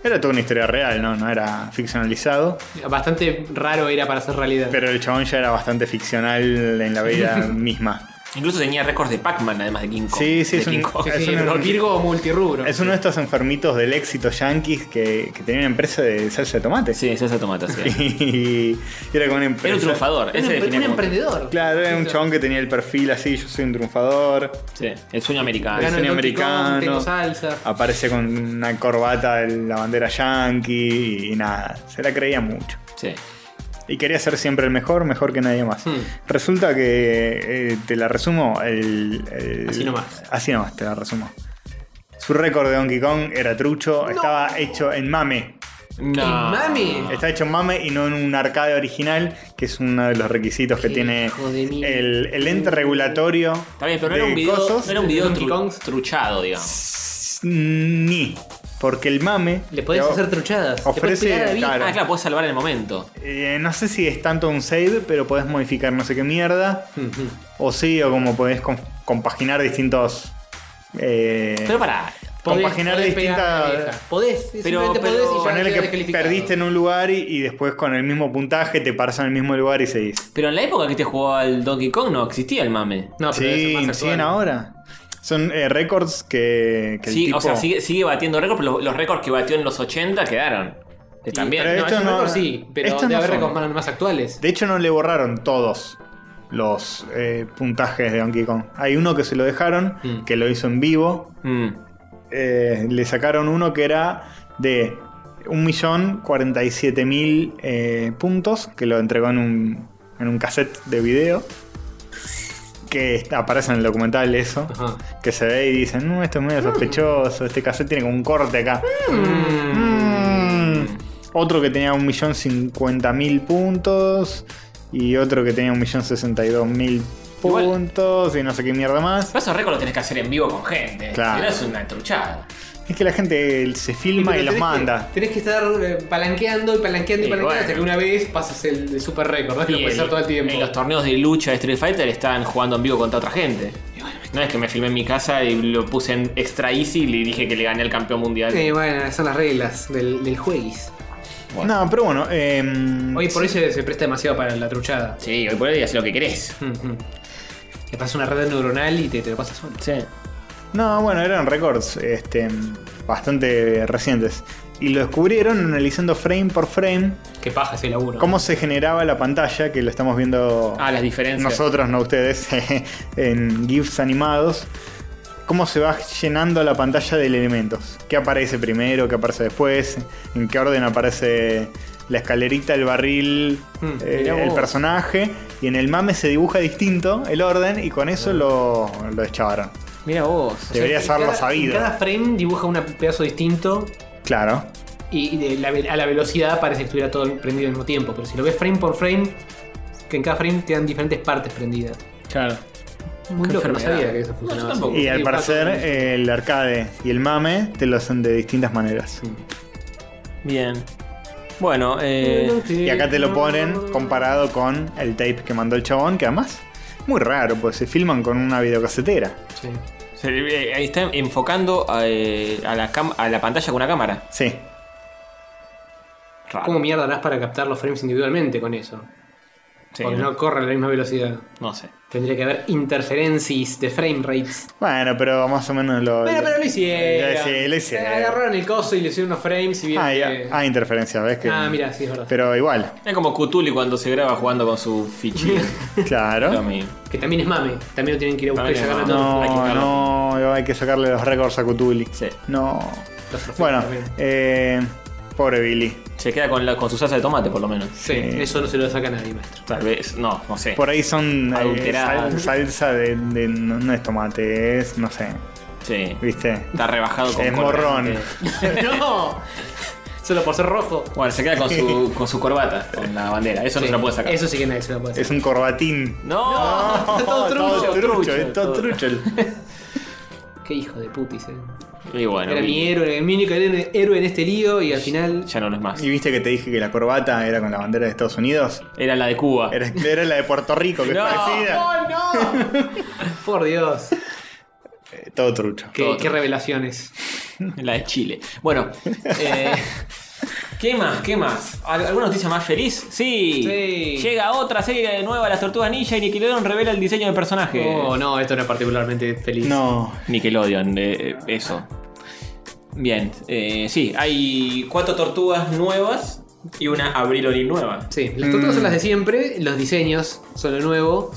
Speaker 1: Era toda una historia real, ¿no? No era ficcionalizado.
Speaker 11: Bastante raro era para hacer realidad.
Speaker 1: Pero el chabón ya era bastante ficcional en la
Speaker 2: (laughs)
Speaker 1: vida misma.
Speaker 2: Incluso tenía récords de Pac-Man, además de King Kong.
Speaker 1: Sí, sí,
Speaker 2: De
Speaker 1: es un-
Speaker 2: King Kong.
Speaker 11: Sí,
Speaker 1: es
Speaker 11: sí,
Speaker 1: un-
Speaker 11: pero Virgo multirrubro.
Speaker 1: Es uno de estos enfermitos del éxito yankees que, que tenía una empresa de salsa de tomate.
Speaker 2: Sí, salsa de tomate, sí.
Speaker 1: (laughs) Y era como una empresa.
Speaker 2: Era un triunfador.
Speaker 11: Era
Speaker 2: Ese
Speaker 11: un,
Speaker 2: definía
Speaker 11: un
Speaker 2: como-
Speaker 11: emprendedor.
Speaker 1: Claro, era un chabón que tenía el perfil así, yo soy un triunfador.
Speaker 2: Sí, el sueño americano.
Speaker 1: Ganó-
Speaker 11: Gano el
Speaker 1: diseño
Speaker 11: Donkey Kong,
Speaker 1: americano. Ah.
Speaker 11: tengo salsa.
Speaker 1: Aparece con una corbata de la bandera yankee y, nada. Se la creía mucho.
Speaker 2: Sí.
Speaker 1: y quería ser siempre el mejor, mejor que nadie más.
Speaker 2: Hmm.
Speaker 1: Resulta que, eh, te la resumo, el, el-
Speaker 13: Así nomás.
Speaker 1: Así nomás, te la resumo. Su récord de Donkey Kong era trucho, estaba hecho en mame.
Speaker 13: No.
Speaker 4: mami!
Speaker 1: Está hecho en mame y no en un arcade original, que es uno de los requisitos que tiene
Speaker 13: hijo de mil.
Speaker 1: el, el ente regulatorio.
Speaker 2: Está bien, pero no era
Speaker 1: de
Speaker 2: un video,
Speaker 1: cosos.
Speaker 2: no era un video
Speaker 13: Donkey
Speaker 2: tru-
Speaker 13: Kong.
Speaker 2: truchado, digamos.
Speaker 1: Ni. Porque el mame.
Speaker 4: Le podés
Speaker 1: te-
Speaker 4: hacer truchadas. Le podés
Speaker 1: Ofrece.
Speaker 4: pegar a vida.
Speaker 1: claro.
Speaker 2: Ah, claro, puedes salvar en el momento.
Speaker 1: Eh, no sé si es tanto un save, pero podés modificar no sé qué mierda. O sí, o como podés com- compaginar distintos. eh,
Speaker 2: Pero pará.
Speaker 4: Podés-
Speaker 1: compaginar
Speaker 4: podés
Speaker 1: distintas-
Speaker 4: pegar a la vieja. Podés, simplemente
Speaker 2: pero-
Speaker 4: podés y ya
Speaker 1: Ponerle
Speaker 4: quedás
Speaker 1: que
Speaker 4: descalificado.
Speaker 1: perdiste en un lugar y, y después con el mismo puntaje te paras en el mismo lugar y seguís.
Speaker 2: Pero en la época que te jugaba al Donkey Kong no existía el mame.
Speaker 4: No, pero debe ser
Speaker 1: sí,
Speaker 4: más
Speaker 1: siguen
Speaker 4: actual.
Speaker 1: ahora. Son eh, récords que, que el
Speaker 2: Sí,
Speaker 1: tipo-
Speaker 2: o sea, sigue, sigue batiendo récords, pero los, los récords que batió en los 80 quedaron. Que también.
Speaker 1: pero
Speaker 4: no,
Speaker 1: esto
Speaker 4: esos
Speaker 1: no-
Speaker 4: récords sí, pero
Speaker 1: estos
Speaker 4: debe
Speaker 1: no
Speaker 4: haber
Speaker 1: son.
Speaker 4: récords más, más actuales.
Speaker 1: Pues, De hecho, no le borraron todos los eh, puntajes de Donkey Kong. Hay uno que se lo dejaron,
Speaker 4: Mm.
Speaker 1: que lo hizo en vivo.
Speaker 2: Mm.
Speaker 1: Eh, le sacaron uno que era de 1.047.000 eh, puntos, que lo entregó en un, en un cassette de video. Que está- aparece en el documental eso,
Speaker 4: Ajá.
Speaker 1: que se ve y dicen, "Mm, esto es medio sospechoso, este cassette tiene como un corte acá. Mm. Otro que tenía 1.050.000 puntos y otro que tenía 1.062.000
Speaker 2: Igual.
Speaker 1: puntos y no sé qué mierda más.
Speaker 2: Pero esos récords los tenés que hacer en vivo con gente.
Speaker 1: Claro.
Speaker 2: Si no es una truchada.
Speaker 1: Es que la gente se filma y,
Speaker 4: Pero
Speaker 1: los
Speaker 4: tenés
Speaker 1: manda.
Speaker 4: Que, tenés que estar eh, palanqueando y palanqueando y
Speaker 2: Y
Speaker 4: palanqueando
Speaker 2: bueno.
Speaker 4: hasta que una vez pasas el, el super récord, ¿no? Que lo
Speaker 2: Y
Speaker 4: puedes
Speaker 2: en-
Speaker 4: hacer todo el tiempo.
Speaker 2: En los torneos de lucha de Street Fighter están jugando en vivo contra otra gente. No es que me filmé en mi casa y lo puse en extra easy y le dije que le gané al campeón mundial.
Speaker 4: Eh, bueno, son las reglas del, del jueguis.
Speaker 1: No, pero bueno, em,
Speaker 4: Hoy por hoy se, se presta demasiado para la truchada. (laughs)
Speaker 2: Sí, hoy por hoy haces lo que querés.
Speaker 4: Ujú. Le pasas una red neuronal y te, te lo pasas solo.
Speaker 2: Sí.
Speaker 1: no, bueno, eran récords este, em, bastante recientes. Y lo descubrieron analizando frame por frame
Speaker 4: Qué paja ese laburo.
Speaker 1: cómo se generaba la pantalla, que lo estamos viendo
Speaker 2: Ah, las diferencias.
Speaker 1: nosotros, no ustedes, (laughs) en GIFs animados. Cómo se va llenando la pantalla de elementos. ¿Qué aparece primero? ¿Qué aparece después? ¿En qué orden aparece la escalerita, el barril,
Speaker 4: Mm,
Speaker 1: eh,
Speaker 4: mirá
Speaker 1: el
Speaker 4: vos.
Speaker 1: personaje? Y en el mame se dibuja distinto el orden y con eso lo, lo echaron.
Speaker 2: Mira vos.
Speaker 4: O sea,
Speaker 1: Deberías
Speaker 4: en
Speaker 1: haberlo
Speaker 4: cada-
Speaker 1: sabido.
Speaker 4: en Cada frame dibuja un pedazo distinto
Speaker 1: Claro.
Speaker 4: y y de la ve- a la velocidad parece que estuviera todo prendido al mismo tiempo. Pero si lo ves frame por frame, que en cada frame quedan diferentes partes prendidas.
Speaker 2: Claro.
Speaker 4: Muy
Speaker 2: Qué
Speaker 4: loco, no
Speaker 2: enfermedad.
Speaker 4: sabía que eso funcionaba.
Speaker 2: tampoco.
Speaker 4: así.
Speaker 1: Y al
Speaker 4: Dibujaba
Speaker 1: parecer
Speaker 4: todo el-
Speaker 1: eh, el arcade y el mame te lo hacen de distintas maneras.
Speaker 2: Bien. Bueno, eh,
Speaker 1: Y acá te lo ponen comparado con el tape que mandó el chabón, que además muy raro, pues se filman con una videocasetera.
Speaker 4: Sí.
Speaker 2: se- eh, ahí está enfocando eh, a, la cam- a la pantalla con una cámara.
Speaker 1: Sí.
Speaker 2: Raro.
Speaker 4: ¿Cómo mierda harás para captar los frames individualmente con eso?
Speaker 2: Sí,
Speaker 4: Porque
Speaker 2: no-
Speaker 4: no corre a la misma velocidad.
Speaker 2: no sé.
Speaker 4: Tendría que haber interferencias de frame rates.
Speaker 1: Bueno, pero más o menos lo.
Speaker 4: Bueno, pero lo hicieron.
Speaker 1: Lo hice- lo hice.
Speaker 4: Agarraron el coso y le hicieron unos frames y vieron
Speaker 1: Ah, ya.
Speaker 4: que-
Speaker 1: Ah, interferencia, ¿ves? Que...
Speaker 4: Ah, mira, sí, es verdad.
Speaker 1: Pero igual,
Speaker 2: Es como Cutuli cuando se graba jugando con su fichín. Lo
Speaker 1: claro.
Speaker 2: mismo.
Speaker 4: Que también es mame. También lo tienen que ir a buscar y
Speaker 2: También es
Speaker 4: sacarle
Speaker 2: mame.
Speaker 4: todos
Speaker 1: No,
Speaker 4: los-
Speaker 1: no, hay que sacarle los récords a Cutuli.
Speaker 2: Sí.
Speaker 1: No.
Speaker 4: los trofeos
Speaker 1: Bueno,
Speaker 4: también.
Speaker 1: eh, pobre Billy.
Speaker 2: Se queda con, la- con su salsa de tomate, por lo menos.
Speaker 4: Sí, eso no se lo saca
Speaker 1: (laughs)
Speaker 4: nadie, maestro.
Speaker 2: Tal vez, no, no sé.
Speaker 1: Por ahí son eh,
Speaker 2: Adulterada.
Speaker 1: sal- salsa de, de- No no es tomate, es. No sé.
Speaker 2: Sí.
Speaker 1: ¿Viste?
Speaker 2: Está rebajado con
Speaker 1: Es morrón.
Speaker 2: colorante.
Speaker 4: ¡No! Solo por ser rojo.
Speaker 2: Bueno, se queda con su, con su corbata, con la bandera. Eso no se lo puede sacar.
Speaker 4: Eso sí que nadie se lo puede
Speaker 1: Es
Speaker 4: sacar.
Speaker 1: un corbatín.
Speaker 2: No.
Speaker 1: (laughs)
Speaker 4: Está todo trucho.
Speaker 1: trucho, es todo
Speaker 2: todo.
Speaker 1: trucho.
Speaker 4: Qué hijo de putis, eh.
Speaker 2: Y bueno,
Speaker 4: Era mi
Speaker 2: y-
Speaker 4: héroe, mi único héroe héroe en este lío y al final.
Speaker 2: ya no lo es más.
Speaker 1: ¿Y viste que te dije que la corbata era con la bandera de Estados Unidos?
Speaker 2: Era la de Cuba.
Speaker 1: Era, era la de Puerto Rico, que
Speaker 2: No,
Speaker 1: es parecida.
Speaker 4: ¡Oh, no! Por Dios.
Speaker 1: Eh, todo trucho.
Speaker 4: Qué, qué (laughs) revelaciones.
Speaker 2: La de Chile. Bueno, eh, ¿qué más? ¿Qué más? ¿Al- ¿Alguna noticia más feliz? Sí.
Speaker 4: Sí.
Speaker 2: Llega otra serie nueva, Las Tortugas Ninja, y Nickelodeon revela el diseño del personaje.
Speaker 4: Oh, no, esto no es particularmente feliz.
Speaker 1: No.
Speaker 2: Nickelodeon, eh, eh, eso. Bien, eh, sí, hay cuatro tortugas nuevas y una Abril O'Neil nueva.
Speaker 4: Sí, las tortugas son las
Speaker 1: Mm.
Speaker 4: de siempre, los diseños son lo nuevo.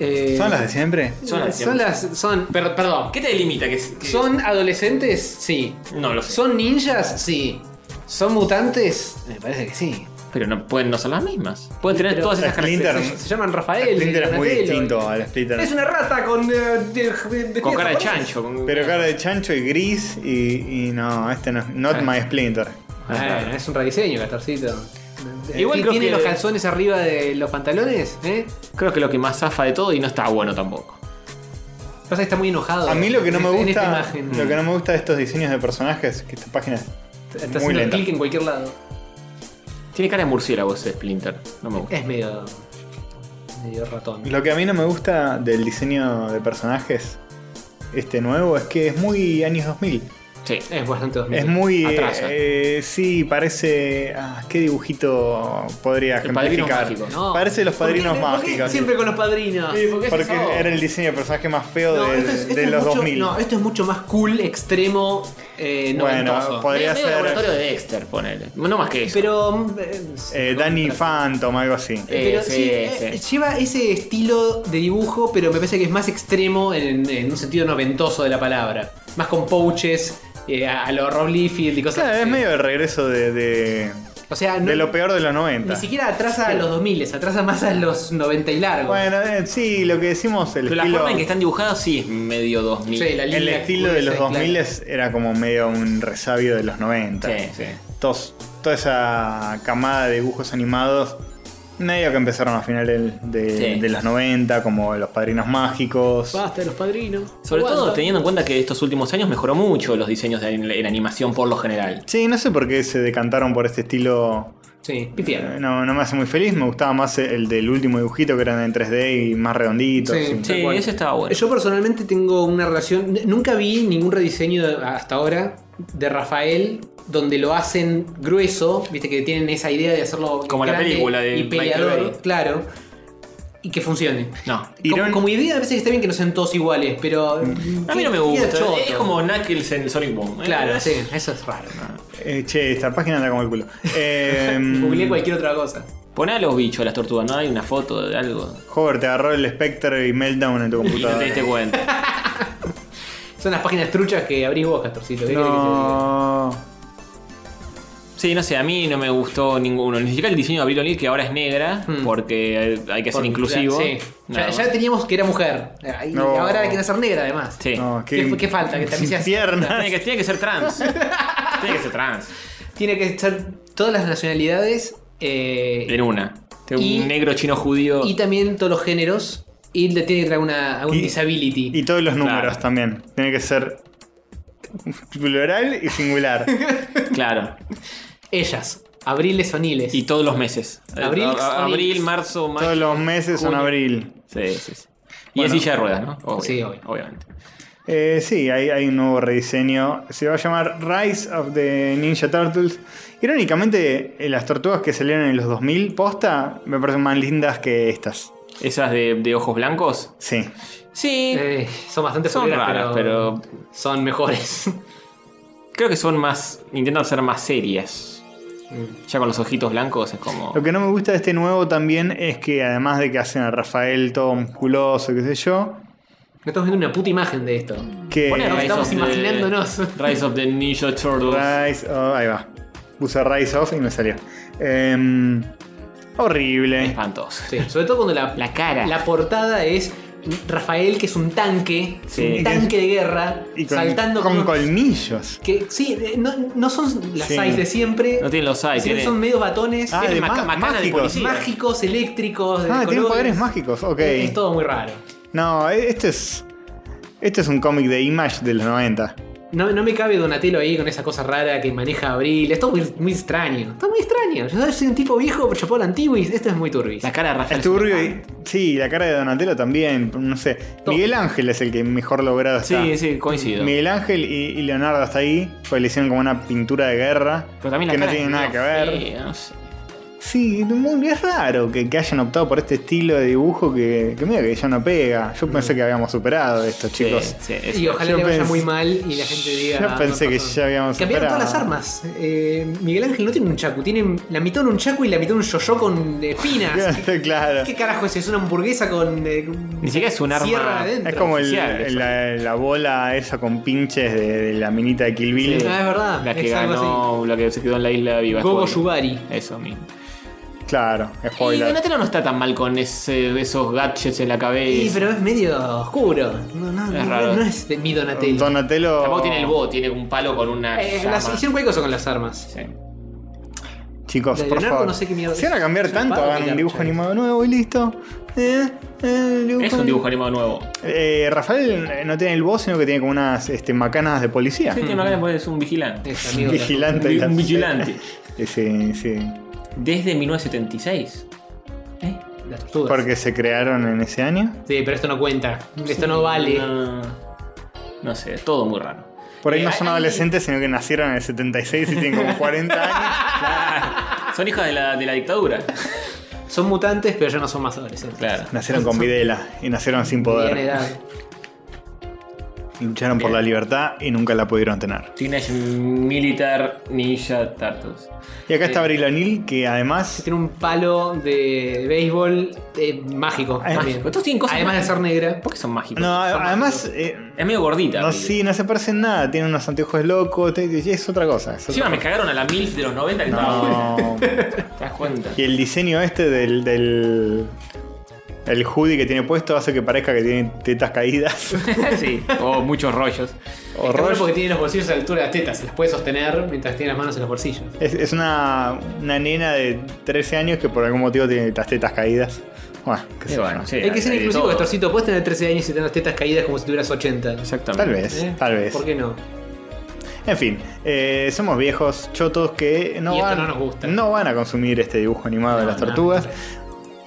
Speaker 4: eh,
Speaker 1: ¿Son las de siempre?
Speaker 2: Son las de
Speaker 4: Son
Speaker 2: siempre.
Speaker 4: las. Son. per- perdón.
Speaker 2: ¿Qué te delimita? Que, que-
Speaker 4: ¿Son adolescentes? Sí.
Speaker 2: No lo sé.
Speaker 4: ¿Son ninjas? Sí. ¿Son mutantes? Me parece que sí.
Speaker 2: Pero no pueden no ser las mismas. Pueden tener todas esas
Speaker 1: Splinter-
Speaker 2: características.
Speaker 4: Se, se llaman Rafael.
Speaker 1: Splinter es muy
Speaker 4: Donatello.
Speaker 1: distinto al Splinter.
Speaker 4: Es una rata con. eh, de- de- de-
Speaker 2: Con cara de
Speaker 4: japonés.
Speaker 2: chancho. con-
Speaker 1: Pero cara de chancho y gris y, y no, este no es. Not my Splinter.
Speaker 4: Ah, Bueno, es un rediseño, Castorcito.
Speaker 2: Igual
Speaker 4: Igual
Speaker 2: creo
Speaker 4: tiene
Speaker 2: que-
Speaker 4: los calzones arriba de los pantalones, ¿eh?
Speaker 2: Creo que lo que más zafa de todo y no está bueno tampoco.
Speaker 4: Pasa que está muy enojado.
Speaker 1: A mí lo que no
Speaker 4: en
Speaker 1: me
Speaker 4: este- en esta
Speaker 1: gusta.
Speaker 4: imagen.
Speaker 1: Lo que no me gusta de estos diseños de personajes, que esta página es
Speaker 4: Está
Speaker 1: muy
Speaker 4: haciendo
Speaker 1: lenta.
Speaker 4: clic en cualquier lado.
Speaker 2: Tiene cara de murciélago ese Splinter. No me gusta.
Speaker 4: Es medio. medio ratón.
Speaker 1: Lo que a mí no me gusta del diseño de personajes, este nuevo, es que es muy años 2000.
Speaker 2: Sí.
Speaker 4: Es bastante 2000.
Speaker 1: Es muy.
Speaker 2: Atrasa.
Speaker 1: eh, sí, parece. ah, ¿Qué dibujito podría
Speaker 2: El Padrino
Speaker 1: ejemplificar?
Speaker 2: Mágico,
Speaker 4: No.
Speaker 1: Parece los
Speaker 4: ¿Por qué-
Speaker 1: padrinos
Speaker 4: por qué
Speaker 1: mágicos.
Speaker 4: Siempre con los padrinos.
Speaker 1: Porque era el diseño de personaje más feo
Speaker 4: No,
Speaker 1: de,
Speaker 4: esto es- esto
Speaker 1: de
Speaker 4: es
Speaker 1: los
Speaker 4: mucho-
Speaker 1: 2000.
Speaker 4: No, esto es mucho más cool, extremo, eh,
Speaker 1: bueno,
Speaker 4: noventoso.
Speaker 1: podría
Speaker 2: Medio laboratorio
Speaker 1: ser
Speaker 2: de Dexter, ponele. No más que eso.
Speaker 4: Pero. mm, eh,
Speaker 1: eh, Danny Phantom, algo así.
Speaker 4: Pero
Speaker 2: Eh,
Speaker 4: sí,
Speaker 2: sí,
Speaker 4: eh,
Speaker 2: sí.
Speaker 4: lleva ese estilo de dibujo, pero me parece que es más extremo en, en un sentido noventoso de la palabra. Más con pouches, eh, a, a lo Rob Liefeld y cosas
Speaker 1: Claro, es
Speaker 4: así.
Speaker 1: medio el regreso de, de,
Speaker 4: O sea, no-
Speaker 1: de lo peor de los 90.
Speaker 4: ni siquiera atrasa a los 2000, atrasa más a los 90 y largo.
Speaker 1: Bueno, eh, sí, lo que decimos, el
Speaker 2: Pero la
Speaker 1: estilo,
Speaker 2: forma en que están dibujados sí es medio 2000.
Speaker 4: Sí, la
Speaker 1: el
Speaker 4: línea
Speaker 1: estilo de
Speaker 4: curiosa,
Speaker 1: los
Speaker 4: claro.
Speaker 1: 2000 era como medio un resabio de los 90.
Speaker 2: Sí, sí.
Speaker 1: Todos- toda esa camada de dibujos animados, medio que empezaron a finales de,
Speaker 2: Sí.
Speaker 1: de los 90, como Los Padrinos Mágicos.
Speaker 4: Basta, los padrinos.
Speaker 2: Sobre
Speaker 4: Aguanta.
Speaker 2: todo teniendo en cuenta que estos últimos años mejoró mucho los diseños de anim- en animación por lo general.
Speaker 1: Sí, no sé por qué se decantaron por este estilo.
Speaker 4: Sí,
Speaker 1: eh,
Speaker 4: pifiaron.
Speaker 1: No, no me hace muy feliz, me gustaba más el del último dibujito que era en 3D y más redondito.
Speaker 4: Sí.
Speaker 1: así.
Speaker 4: Tal
Speaker 2: Sí,
Speaker 4: cual.
Speaker 2: ese estaba bueno.
Speaker 4: Yo personalmente tengo una relación. n- Nunca vi ningún rediseño de- hasta ahora de Rafael donde lo hacen grueso, viste que tienen esa idea de hacerlo
Speaker 2: Como la
Speaker 4: grande
Speaker 2: película de
Speaker 4: y
Speaker 2: Michael
Speaker 4: peleador,
Speaker 2: Bay.
Speaker 4: claro, y que funcione.
Speaker 2: No.
Speaker 1: Irón-
Speaker 4: Como, como idea, a veces está bien que no sean todos iguales, pero
Speaker 2: A mí no me
Speaker 4: queda
Speaker 2: gusta.
Speaker 4: choto.
Speaker 2: Es como Knuckles en Sonic Boom. ¿eh?
Speaker 4: claro,
Speaker 2: Es-
Speaker 4: sí, eso es raro. ¿no?
Speaker 1: Eh, che, esta página anda como el culo.
Speaker 2: Mm.
Speaker 4: Googleé
Speaker 1: Eh,
Speaker 4: cualquier otra cosa.
Speaker 2: Poné a los bichos, las tortugas, ¿no? Hay una foto de algo.
Speaker 1: Hover, te agarró el Spectre y Meltdown en tu
Speaker 2: Y no
Speaker 1: computadora.
Speaker 2: te diste cuenta.
Speaker 4: Son las páginas truchas que abrís vos, Castorcito. ¿qué querés que te diga?
Speaker 1: No.
Speaker 2: Sí, no sé, a mí no me gustó ninguno. Ni siquiera el diseño de Abril O'Neil, que ahora es negra,
Speaker 4: Hmm.
Speaker 2: porque eh, hay que ser
Speaker 4: Porque,
Speaker 2: inclusivo.
Speaker 4: Sí.
Speaker 2: Nada más.
Speaker 4: Ya, ya teníamos que era mujer. Y
Speaker 1: No.
Speaker 4: ahora quieren ser negra además.
Speaker 2: Sí.
Speaker 1: No,
Speaker 4: ¿Qué- qué falta? Que también seas-
Speaker 1: piernas.
Speaker 2: Tiene, que, tiene que ser (laughs) trans. tiene que ser trans.
Speaker 4: Tiene que estar todas las nacionalidades eh,
Speaker 2: En una. Tiene
Speaker 4: Y-
Speaker 2: un negro chino judío.
Speaker 4: y también todos los géneros. Y le tiene que traer una, un
Speaker 1: Y-
Speaker 4: disability.
Speaker 1: Y todos los números
Speaker 2: Claro.
Speaker 1: también. Tiene que ser plural y
Speaker 2: (laughs)
Speaker 1: singular.
Speaker 2: Claro.
Speaker 4: Ellas, abriles o niles.
Speaker 2: Y todos los meses.
Speaker 4: Abril,
Speaker 2: A- a-
Speaker 4: Sonic.
Speaker 2: abril marzo, mayo.
Speaker 1: todos los meses son
Speaker 2: Junio.
Speaker 1: abril.
Speaker 2: Sí, sí, sí. Y
Speaker 1: Bueno.
Speaker 2: en silla de ruedas, ¿no?
Speaker 4: Sí, obvio.
Speaker 2: Obviamente.
Speaker 1: Eh, sí, hay, hay un nuevo rediseño. Se va a llamar Rise of the Ninja Turtles. Irónicamente, eh, las tortugas que salieron en los 2000 posta me parecen más lindas que estas.
Speaker 2: Esas de, de ojos blancos.
Speaker 1: Sí.
Speaker 2: Sí.
Speaker 4: Eh, son bastante
Speaker 2: Son
Speaker 4: furionas,
Speaker 2: raras, pero-
Speaker 4: son mejores.
Speaker 2: (laughs) Creo que son más. Intentan ser más serias.
Speaker 4: Mm.
Speaker 2: Ya con los ojitos blancos es como.
Speaker 1: Lo que no me gusta de este nuevo también es que además de que hacen a Rafael todo musculoso, qué sé yo,
Speaker 4: No estamos viendo una puta imagen de esto.
Speaker 1: que...
Speaker 4: Bueno,
Speaker 2: Rise
Speaker 4: estamos
Speaker 2: of the-
Speaker 4: imaginándonos.
Speaker 2: Rise of the Ninja Turtles.
Speaker 1: Rise of- ahí va. Puse Rise Off y me salió. Em, horrible.
Speaker 2: Espantoso.
Speaker 4: Sí, sobre todo cuando la,
Speaker 2: La cara.
Speaker 4: la portada es Rafael, que es un tanque, es
Speaker 2: Sí.
Speaker 4: un tanque de guerra,
Speaker 1: Y con,
Speaker 4: saltando
Speaker 1: con
Speaker 4: con-
Speaker 1: colmillos.
Speaker 4: que sí, eh, no, no son las
Speaker 1: Sí.
Speaker 4: size de siempre.
Speaker 2: No tienen los eyes.
Speaker 4: Sino que
Speaker 2: tienen-
Speaker 4: son medio batones
Speaker 1: Ah,
Speaker 2: tienen
Speaker 1: de
Speaker 2: maca-
Speaker 1: ma-
Speaker 2: macana de
Speaker 1: mágicos.
Speaker 2: policía.
Speaker 4: mágicos, eléctricos. de
Speaker 1: Ah, tienen
Speaker 4: colores.
Speaker 1: poderes mágicos, ok.
Speaker 4: Es, es todo muy raro.
Speaker 1: No, e- este es. Este es un cómic de Image de los 90.
Speaker 4: No, no me cabe Donatello ahí con esa cosa rara que maneja Abril. Es todo muy, muy extraño. Está muy extraño. Yo soy un tipo viejo, pero chapó la antigua y esto es muy turbis.
Speaker 2: La cara de Rafael.
Speaker 1: Es turbio
Speaker 2: Superman.
Speaker 1: y. Sí, la cara de Donatello también. No sé.
Speaker 4: Todo.
Speaker 1: Miguel Ángel es el que mejor logrado está.
Speaker 2: Sí, sí, coincido.
Speaker 1: Miguel Ángel y, y Leonardo hasta ahí. Pues le hicieron como una pintura de guerra.
Speaker 2: Pero también la
Speaker 1: que no
Speaker 2: cara
Speaker 1: tiene
Speaker 2: es
Speaker 1: nada que
Speaker 2: medio
Speaker 1: ver.
Speaker 2: fea, no sé.
Speaker 1: Sí, muy- es raro que, que hayan optado por este estilo de dibujo que, que medio que ya no pega. Yo pensé que habíamos superado esto, chicos.
Speaker 2: Mm. Sí, sí, es-
Speaker 4: y ojalá
Speaker 1: yo
Speaker 4: le vaya
Speaker 1: pensé-
Speaker 4: muy mal y la gente diga.
Speaker 1: yo
Speaker 4: "Ah,
Speaker 1: pensé
Speaker 4: no
Speaker 1: que
Speaker 4: pasó".
Speaker 1: ya habíamos
Speaker 4: Cambiaron todas las
Speaker 1: superado.
Speaker 4: armas. Eh, Miguel Ángel no tiene un chaco. Tiene la mitad en un chaco y la mitad en un yoyo con espinas. ¿Qué,
Speaker 1: (laughs) claro.
Speaker 4: qué carajo es eso? ¿Es una hamburguesa con. eh,
Speaker 2: Ni siquiera es un arma-
Speaker 4: sierra adentro?
Speaker 1: Es como el-
Speaker 2: oficial, eso.
Speaker 1: la, la bola esa con pinches de, de la minita de Kill Bill.
Speaker 4: Ah, es verdad.
Speaker 2: La que
Speaker 4: es algo así.
Speaker 2: ganó, la que se quedó en la isla viva.
Speaker 4: Gogo
Speaker 2: Joder.
Speaker 4: Yubari.
Speaker 2: Eso mismo.
Speaker 1: Claro,
Speaker 2: Y
Speaker 1: spoiler.
Speaker 2: Donatello no está tan mal con ese- esos gadgets en la cabeza.
Speaker 4: Sí, pero es medio oscuro. No, no,
Speaker 2: Es
Speaker 4: no,
Speaker 2: raro.
Speaker 4: no es de mi Donatello.
Speaker 1: Donatello.
Speaker 2: Tampoco tiene el bo, tiene un palo con una.
Speaker 4: Eh,
Speaker 2: llama.
Speaker 4: las- hicieron cualquier cosa con las armas.
Speaker 2: Sí.
Speaker 1: Chicos,
Speaker 4: De
Speaker 1: por
Speaker 4: Leonardo
Speaker 1: favor.
Speaker 4: no sé qué mierda
Speaker 1: si van a
Speaker 4: es.
Speaker 1: cambiar
Speaker 4: Es un
Speaker 1: tanto,
Speaker 4: palo
Speaker 1: hagan
Speaker 4: que
Speaker 1: un dibujo
Speaker 4: garcha,
Speaker 1: animado nuevo y listo. Eh, eh,
Speaker 2: Es un dibujo animado nuevo.
Speaker 1: Eh, Rafael eh, no tiene el voz, sino que tiene como unas este, macanas de policía.
Speaker 2: Sí,
Speaker 1: (laughs)
Speaker 2: tiene una cara de es un vigilante.
Speaker 4: pues, Es Este amigo de la-
Speaker 1: vigilante.
Speaker 2: Un vi-
Speaker 1: de
Speaker 2: un
Speaker 1: la-
Speaker 2: vigilante.
Speaker 1: Eh, (laughs) Sí, sí.
Speaker 2: Desde 1976. ¿Eh?
Speaker 4: las tortugas.
Speaker 1: Porque se crearon en ese año.
Speaker 4: Sí, pero esto no cuenta. Esto no vale.
Speaker 2: No, no sé, todo muy raro.
Speaker 1: Por ahí
Speaker 2: Eh,
Speaker 1: no
Speaker 2: hay-
Speaker 1: son
Speaker 2: hay-
Speaker 1: adolescentes, sino que nacieron en el 76 y tienen como 40
Speaker 2: (laughs)
Speaker 1: años.
Speaker 2: Son hijas de la, de la dictadura.
Speaker 4: Son mutantes, pero ya no son más adolescentes.
Speaker 2: Claro.
Speaker 1: Nacieron con videla y nacieron sin
Speaker 4: Tenían
Speaker 1: poder.
Speaker 4: edad.
Speaker 1: Lucharon por la libertad y nunca la pudieron tener.
Speaker 2: Teenage Militar Ninja Turtles.
Speaker 1: Y acá está Abril O'Neil, que
Speaker 4: Que
Speaker 1: además
Speaker 2: Este
Speaker 4: tiene un palo de béisbol eh, mágico.
Speaker 1: Además-
Speaker 4: también.
Speaker 2: Estos tienen cosas-
Speaker 4: Además de ser negra.
Speaker 2: ¿Por qué son mágicos?
Speaker 1: No,
Speaker 2: Son
Speaker 1: además.
Speaker 2: mágicos.
Speaker 1: eh,
Speaker 2: Es medio gordita.
Speaker 1: no,
Speaker 2: Billy.
Speaker 1: sí, no se parece en nada. Tiene unos anteojos locos. te- te- Es otra cosa. es
Speaker 2: Encima
Speaker 1: otra
Speaker 2: me cagaron a la MILF de los 90 que estaba.
Speaker 1: cosa. No.
Speaker 2: ¿Te das
Speaker 1: (laughs)
Speaker 2: cuenta?
Speaker 1: Y el diseño este del. del el hoodie que tiene puesto hace que parezca que tiene tetas
Speaker 2: (laughs)
Speaker 1: caídas.
Speaker 2: Este sí. O muchos rollos.
Speaker 1: o
Speaker 4: Está bueno
Speaker 1: rollo.
Speaker 4: porque tiene los bolsillos a la altura de las tetas. Se las puede sostener mientras tiene las manos en los bolsillos.
Speaker 1: Es, es una, una nena de 13 años que por algún motivo tiene las tetas caídas. Bueno, qué sé
Speaker 2: Y bueno,
Speaker 1: yo.
Speaker 2: sí,
Speaker 4: Hay que ser
Speaker 2: de
Speaker 4: inclusivo,
Speaker 2: todo.
Speaker 4: Castorcito. Puedes tener 13 años y tener las tetas caídas como si tuvieras 80.
Speaker 2: Exactamente.
Speaker 1: Tal vez,
Speaker 4: ¿Eh?
Speaker 1: tal vez.
Speaker 4: ¿Por qué no?
Speaker 1: En fin, eh, somos viejos chotos que no
Speaker 4: Y esto
Speaker 1: van,
Speaker 4: no nos gusta.
Speaker 1: no van a consumir este dibujo animado de
Speaker 4: No,
Speaker 1: las
Speaker 4: no,
Speaker 1: tortugas.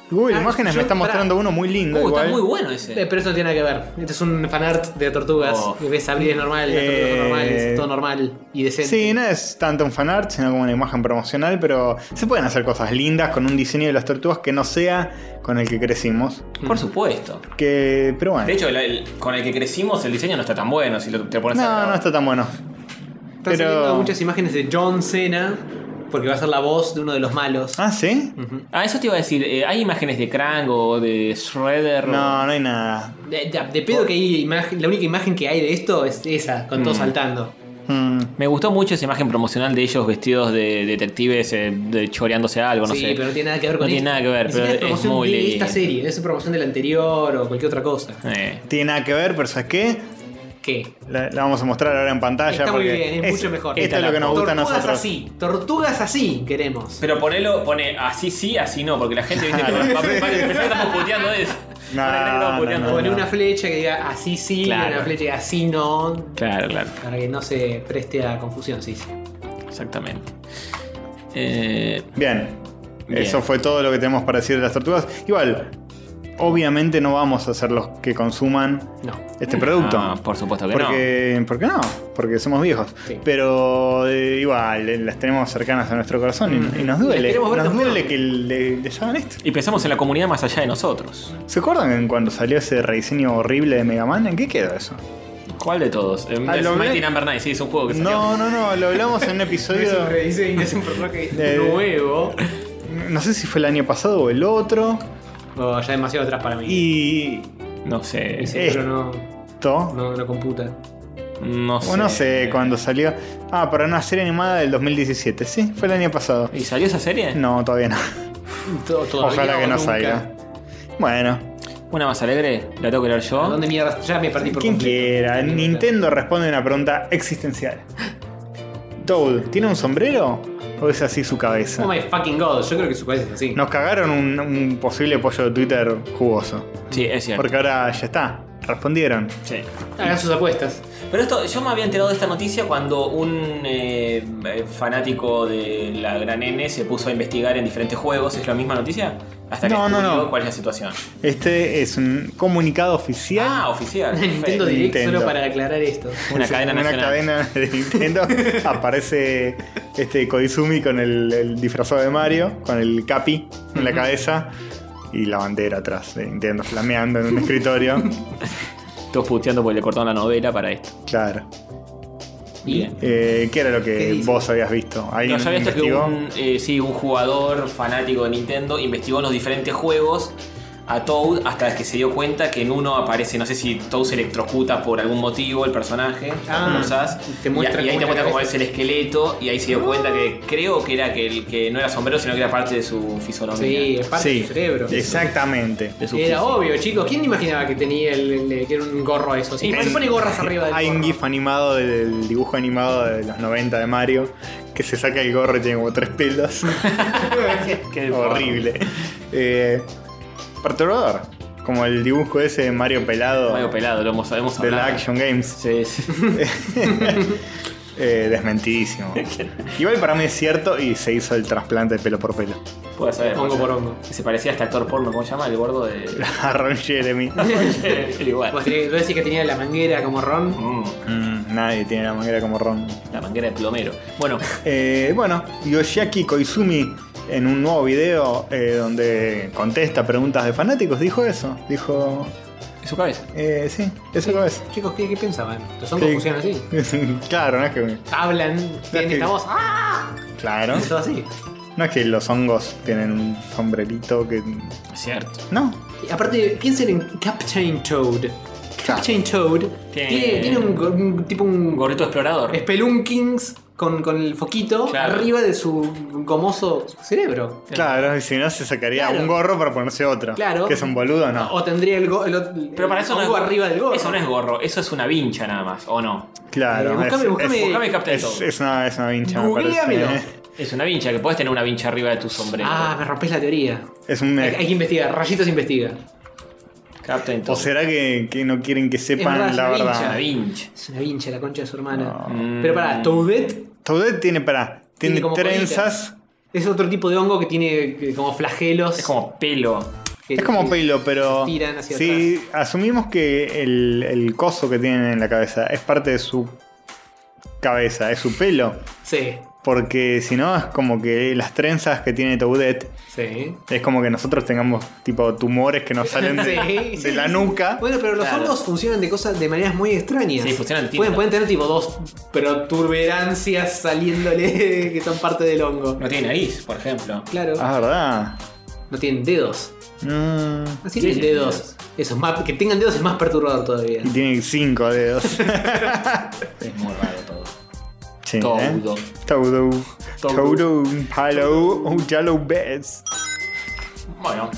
Speaker 1: Google
Speaker 4: Ah,
Speaker 1: Imágenes
Speaker 4: yo-
Speaker 1: me está
Speaker 4: pará.
Speaker 1: mostrando uno muy lindo.
Speaker 2: Uh, está
Speaker 1: igual.
Speaker 2: muy bueno
Speaker 4: Eh,
Speaker 2: ese.
Speaker 4: pero eso no tiene nada que ver. Esto es un fanart de tortugas.
Speaker 2: Oh.
Speaker 4: Que ves abrir es normal, las tortugas son
Speaker 1: Eh.
Speaker 4: normales, todo normal y decente.
Speaker 1: Sí, no es tanto un fanart, sino como una imagen promocional, pero se pueden hacer cosas lindas con un diseño de las tortugas que no sea con el que crecimos.
Speaker 2: Por supuesto.
Speaker 1: Que, pero bueno.
Speaker 2: De hecho, el- el- con el que crecimos, el diseño no está tan bueno. Si lo, te lo pones a
Speaker 1: no,
Speaker 2: grabar.
Speaker 1: no está tan bueno.
Speaker 4: Están saliendo
Speaker 1: Pero.
Speaker 4: muchas imágenes de John Cena, porque va a ser la voz de uno de los malos.
Speaker 1: Ah, ¿sí?
Speaker 2: Ah, eso te iba a decir. eh, ¿Hay imágenes de Krang o de Shredder? o-
Speaker 1: No, no hay nada.
Speaker 4: De, de- de pedo que hay imagen, la única imagen que hay de esto es esa, con todo saltando.
Speaker 1: Mm.
Speaker 2: Me gustó mucho esa imagen promocional de ellos vestidos de detectives eh, de- choreándose algo, no
Speaker 4: sí,
Speaker 2: sé.
Speaker 4: pero no tiene nada que ver con
Speaker 2: No tiene
Speaker 4: esto.
Speaker 2: nada que ver,
Speaker 4: Ni siquiera
Speaker 2: pero es
Speaker 4: promoción
Speaker 2: muy
Speaker 4: de
Speaker 2: lindo.
Speaker 4: esta serie, es promoción de la anterior o cualquier otra cosa.
Speaker 2: Eh,
Speaker 1: Tiene nada que ver, pero ¿sabes qué?
Speaker 4: ¿Qué?
Speaker 1: La, la vamos a mostrar ahora en pantalla.
Speaker 4: Está muy
Speaker 1: porque
Speaker 4: bien, es mucho mejor.
Speaker 1: Esto
Speaker 4: Esta
Speaker 1: es lo
Speaker 2: la-
Speaker 1: que nos gusta a
Speaker 4: tortugas
Speaker 1: nosotros.
Speaker 4: así, tortugas así queremos.
Speaker 2: Pero ponelo, pone así sí, así no, porque la gente viste que va,
Speaker 4: (laughs)
Speaker 2: va- va- pensar que estamos puteando eso.
Speaker 1: No,
Speaker 2: Van a creer que estamos puteando.
Speaker 1: no,
Speaker 4: Poner
Speaker 1: no.
Speaker 4: una flecha que diga así sí, y
Speaker 2: Claro.
Speaker 4: una flecha que diga así no,
Speaker 2: Claro, claro,
Speaker 4: para que no se preste a confusión, sí. sí.
Speaker 2: exactamente. Eh,
Speaker 1: Bien.
Speaker 2: Bien.
Speaker 1: Eso fue todo lo que tenemos para decir de las tortugas. Igual, obviamente no vamos a ser los que consuman
Speaker 4: No.
Speaker 1: este producto.
Speaker 2: no, Ah, por supuesto que
Speaker 1: porque, ¿Por qué no? Porque somos viejos.
Speaker 4: Sí.
Speaker 1: Pero eh, igual, eh, las tenemos cercanas a nuestro corazón y- y, nos
Speaker 4: Mm. Las
Speaker 1: duele.
Speaker 4: queremos ver
Speaker 1: Nos
Speaker 4: campeón.
Speaker 1: duele que le, les hagan esto.
Speaker 2: no. Y pensamos en la comunidad más allá de nosotros.
Speaker 1: ¿Se acuerdan en cuando salió ese rediseño horrible de Mega Man? ¿En qué quedó eso?
Speaker 2: ¿Cuál de todos? Eh,
Speaker 1: Ah,
Speaker 2: es
Speaker 1: lo
Speaker 2: Mighty
Speaker 1: ve-
Speaker 2: Number 9, sí, es un juego que Pues salió.
Speaker 1: No, no, no, lo hablamos en un episodio.
Speaker 4: rediseño, (laughs) es un
Speaker 1: (laughs)
Speaker 4: personaje
Speaker 1: De-
Speaker 4: nuevo.
Speaker 1: No sé si fue el año pasado o el otro.
Speaker 4: Oh, ya demasiado atrás para mí.
Speaker 1: Y.
Speaker 2: No sé.
Speaker 4: Mi cerebro no,
Speaker 1: ¿To?
Speaker 4: no, no computa.
Speaker 2: No sé.
Speaker 1: O no sé cuándo salió. Ah, para una serie animada del 2017. Sí, fue el año pasado.
Speaker 2: ¿Y salió esa serie?
Speaker 1: No, todavía no.
Speaker 4: Todo- todavía
Speaker 1: Ojalá que
Speaker 4: o
Speaker 1: no
Speaker 4: nunca.
Speaker 1: salga. Bueno,
Speaker 2: ¿Una más alegre? ¿La tengo que leer yo?
Speaker 4: ¿A ¿Dónde mierda? Ya me perdí por
Speaker 1: quien
Speaker 4: completo.
Speaker 1: quiera. Nintendo responde una pregunta existencial. Toad, ¿tiene un sombrero? ¿O es así su cabeza?
Speaker 4: Oh my fucking god, yo creo que su cabeza es así.
Speaker 1: Nos cagaron un, un posible pollo de Twitter jugoso.
Speaker 2: Sí, es cierto.
Speaker 1: Porque ahora ya está. Respondieron.
Speaker 2: Sí.
Speaker 4: Hagan sus apuestas.
Speaker 2: Pero esto, yo me había enterado de esta noticia cuando un eh, eh, fanático de la gran N se puso a investigar en diferentes juegos. ¿Es la misma noticia? Hasta que
Speaker 1: No, no,
Speaker 2: descubrió
Speaker 1: no.
Speaker 2: cuál es la situación.
Speaker 1: Este es un comunicado oficial.
Speaker 2: Ah, oficial.
Speaker 4: Nintendo
Speaker 1: (laughs)
Speaker 4: Direct
Speaker 1: Nintendo.
Speaker 4: solo para aclarar esto.
Speaker 2: Una
Speaker 1: Sí,
Speaker 2: cadena
Speaker 1: una
Speaker 2: nacional.
Speaker 1: cadena de Nintendo
Speaker 2: (laughs)
Speaker 1: aparece este Koizumi con el, el disfrazado de Mario, con el capi en la cabeza y la bandera atrás de Nintendo flameando en un escritorio.
Speaker 2: (laughs) Todos puteando porque le cortaron la novela para esto.
Speaker 1: Claro.
Speaker 2: Bien.
Speaker 1: Eh, ¿Qué era lo
Speaker 4: ¿Qué
Speaker 1: que
Speaker 4: dice?
Speaker 1: vos habías visto? ¿Alguien
Speaker 2: No, yo había visto que
Speaker 1: investigó?
Speaker 2: un, eh, sí, un jugador fanático de Nintendo investigó los diferentes juegos a Toad hasta que se dio cuenta que en uno aparece, no sé si Toad se electrocuta por algún motivo el personaje,
Speaker 4: Ah,
Speaker 2: no sabes,
Speaker 4: te muestra
Speaker 2: y, y ahí
Speaker 4: como
Speaker 2: te
Speaker 4: la
Speaker 2: cuenta cómo es
Speaker 4: cabeza.
Speaker 2: el esqueleto y ahí se dio cuenta que creo que era que, el, que no era sombrero, sino que era parte de su fisonomía.
Speaker 4: Sí, es parte de
Speaker 1: Sí,
Speaker 4: su cerebro.
Speaker 1: exactamente.
Speaker 14: de su
Speaker 4: Era
Speaker 14: físico.
Speaker 4: obvio, chicos. ¿Quién imaginaba que tenía el, el- que era un gorro eso? Sí, se pone gorras arriba del
Speaker 1: Hay un
Speaker 4: gorro.
Speaker 1: GIF animado del dibujo animado de los 90 de Mario que se saca el gorro y tiene como tres
Speaker 2: (laughs)
Speaker 1: pelos.
Speaker 14: Qué
Speaker 1: Horrible. Eh, perturbador. Como el dibujo ese de Mario Pelado
Speaker 14: Mario pelado, lo hemos, hemos
Speaker 1: de la
Speaker 14: hablado.
Speaker 1: Action Games.
Speaker 14: Sí, sí.
Speaker 4: (laughs)
Speaker 1: Eh, desmentidísimo. Igual para mí es cierto y se hizo el trasplante pelo por pelo. (laughs)
Speaker 2: Puede ser.
Speaker 4: Hongo
Speaker 2: puede
Speaker 4: por
Speaker 2: ser.
Speaker 4: hongo.
Speaker 2: Se parecía hasta actor porno, ¿cómo se llama? El gordo de.
Speaker 4: (laughs)
Speaker 2: (laughs)
Speaker 1: A Ron Jeremy.
Speaker 2: El igual.
Speaker 4: Vos tenés- vos decís que tenía la manguera como Ron.
Speaker 2: Mm,
Speaker 1: Mm, nadie tiene la manguera como Ron.
Speaker 2: la manguera de plomero. Bueno,
Speaker 1: Eh, bueno, Yoshiaki Koizumi en un nuevo video eh, donde contesta preguntas de fanáticos dijo eso. Dijo,
Speaker 2: en (laughs) su cabeza.
Speaker 1: eh, sí, eso
Speaker 4: Sí.
Speaker 1: lo es. (laughs)
Speaker 4: Chicos, ¿qué, qué pensaban? ¿Los hongos
Speaker 1: Sí.
Speaker 4: funcionan así?
Speaker 1: claro, no es que.
Speaker 4: Hablan, tienen
Speaker 1: que-
Speaker 4: esta voz. ¡Ah!
Speaker 1: Claro.
Speaker 4: Todo así.
Speaker 1: No es que los hongos tienen un sombrerito que.
Speaker 2: Cierto.
Speaker 1: No.
Speaker 4: Y aparte, piensen en Captain Toad. Captain Toad
Speaker 2: Tiene-
Speaker 4: tiene, tiene un, go- un- tipo
Speaker 2: Un
Speaker 4: un
Speaker 2: gorrito explorador.
Speaker 4: Spelunkings con, con el foquito
Speaker 2: Claro.
Speaker 4: arriba de su gomoso cerebro.
Speaker 1: Claro, y si no se sacaría
Speaker 4: Claro.
Speaker 1: un gorro para ponerse otro.
Speaker 4: Claro.
Speaker 1: Que es un boludo, no.
Speaker 4: O tendría el, go- el ot-
Speaker 2: Pero para eso no
Speaker 4: el
Speaker 2: es
Speaker 4: hongo arriba del gorro.
Speaker 2: Eso no es gorro, eso es una vincha nada más, ¿o no?
Speaker 1: Claro.
Speaker 4: Eh, buscame-
Speaker 1: es,
Speaker 4: buscame-
Speaker 1: es-
Speaker 2: Buscame Captain
Speaker 1: es-
Speaker 2: Toad.
Speaker 1: es una, es una vincha, me
Speaker 4: Googleamelo.
Speaker 1: parece. ¿eh?
Speaker 2: Es una vincha, que podés tener una vincha arriba de tu sombrero.
Speaker 4: Ah, me rompes la teoría.
Speaker 1: Es un.
Speaker 4: Hay, hay que investigar, rayitos investiga.
Speaker 2: Captain
Speaker 1: ¿O
Speaker 2: Toad.
Speaker 1: será que, que no quieren que
Speaker 4: Es
Speaker 1: sepan
Speaker 4: más,
Speaker 1: la
Speaker 4: es una
Speaker 2: Una
Speaker 1: verdad?
Speaker 2: vincha.
Speaker 4: Es una vincha la concha de su hermana.
Speaker 2: No.
Speaker 4: Pero pará, Toadette
Speaker 1: Toadette tiene, para,
Speaker 4: Tiene
Speaker 1: tiene,
Speaker 4: como
Speaker 1: trenzas.
Speaker 4: es otro tipo de hongo que tiene que- como flagelos.
Speaker 2: Es como pelo.
Speaker 4: que-
Speaker 1: es como
Speaker 4: que-
Speaker 1: pelo, pero.
Speaker 4: tiran hacia
Speaker 1: si asumimos que el, el coso que tienen en la cabeza es parte de su cabeza, es su pelo.
Speaker 4: Sí,
Speaker 1: Porque si no, es como que las trenzas que tiene Toadette
Speaker 4: sí.
Speaker 1: es como que nosotros tengamos tipo tumores que nos salen de,
Speaker 2: (laughs)
Speaker 4: Sí,
Speaker 1: de
Speaker 4: sí,
Speaker 1: la
Speaker 4: sí.
Speaker 1: nuca.
Speaker 4: Bueno, pero los
Speaker 2: Claro.
Speaker 4: hongos funcionan de cosas de maneras muy extrañas.
Speaker 2: Sí, funcionan distintas.
Speaker 4: pueden, pueden tener tipo dos protuberancias saliéndole (laughs) que son parte del hongo.
Speaker 2: No tiene nariz, por ejemplo.
Speaker 4: Claro,
Speaker 1: Ah, ¿verdad?
Speaker 4: no tienen dedos.
Speaker 1: Mm,
Speaker 4: No tienen
Speaker 2: sí,
Speaker 4: dedos. Eso es más, que tengan dedos es más perturbador todavía.
Speaker 1: y tiene cinco dedos.
Speaker 2: (laughs) Es muy raro todo.
Speaker 1: Sí, ¿eh?
Speaker 2: Todo.
Speaker 1: Todo.
Speaker 2: Todo.
Speaker 1: Todo. Hello, Yellow Beds.
Speaker 2: Bueno.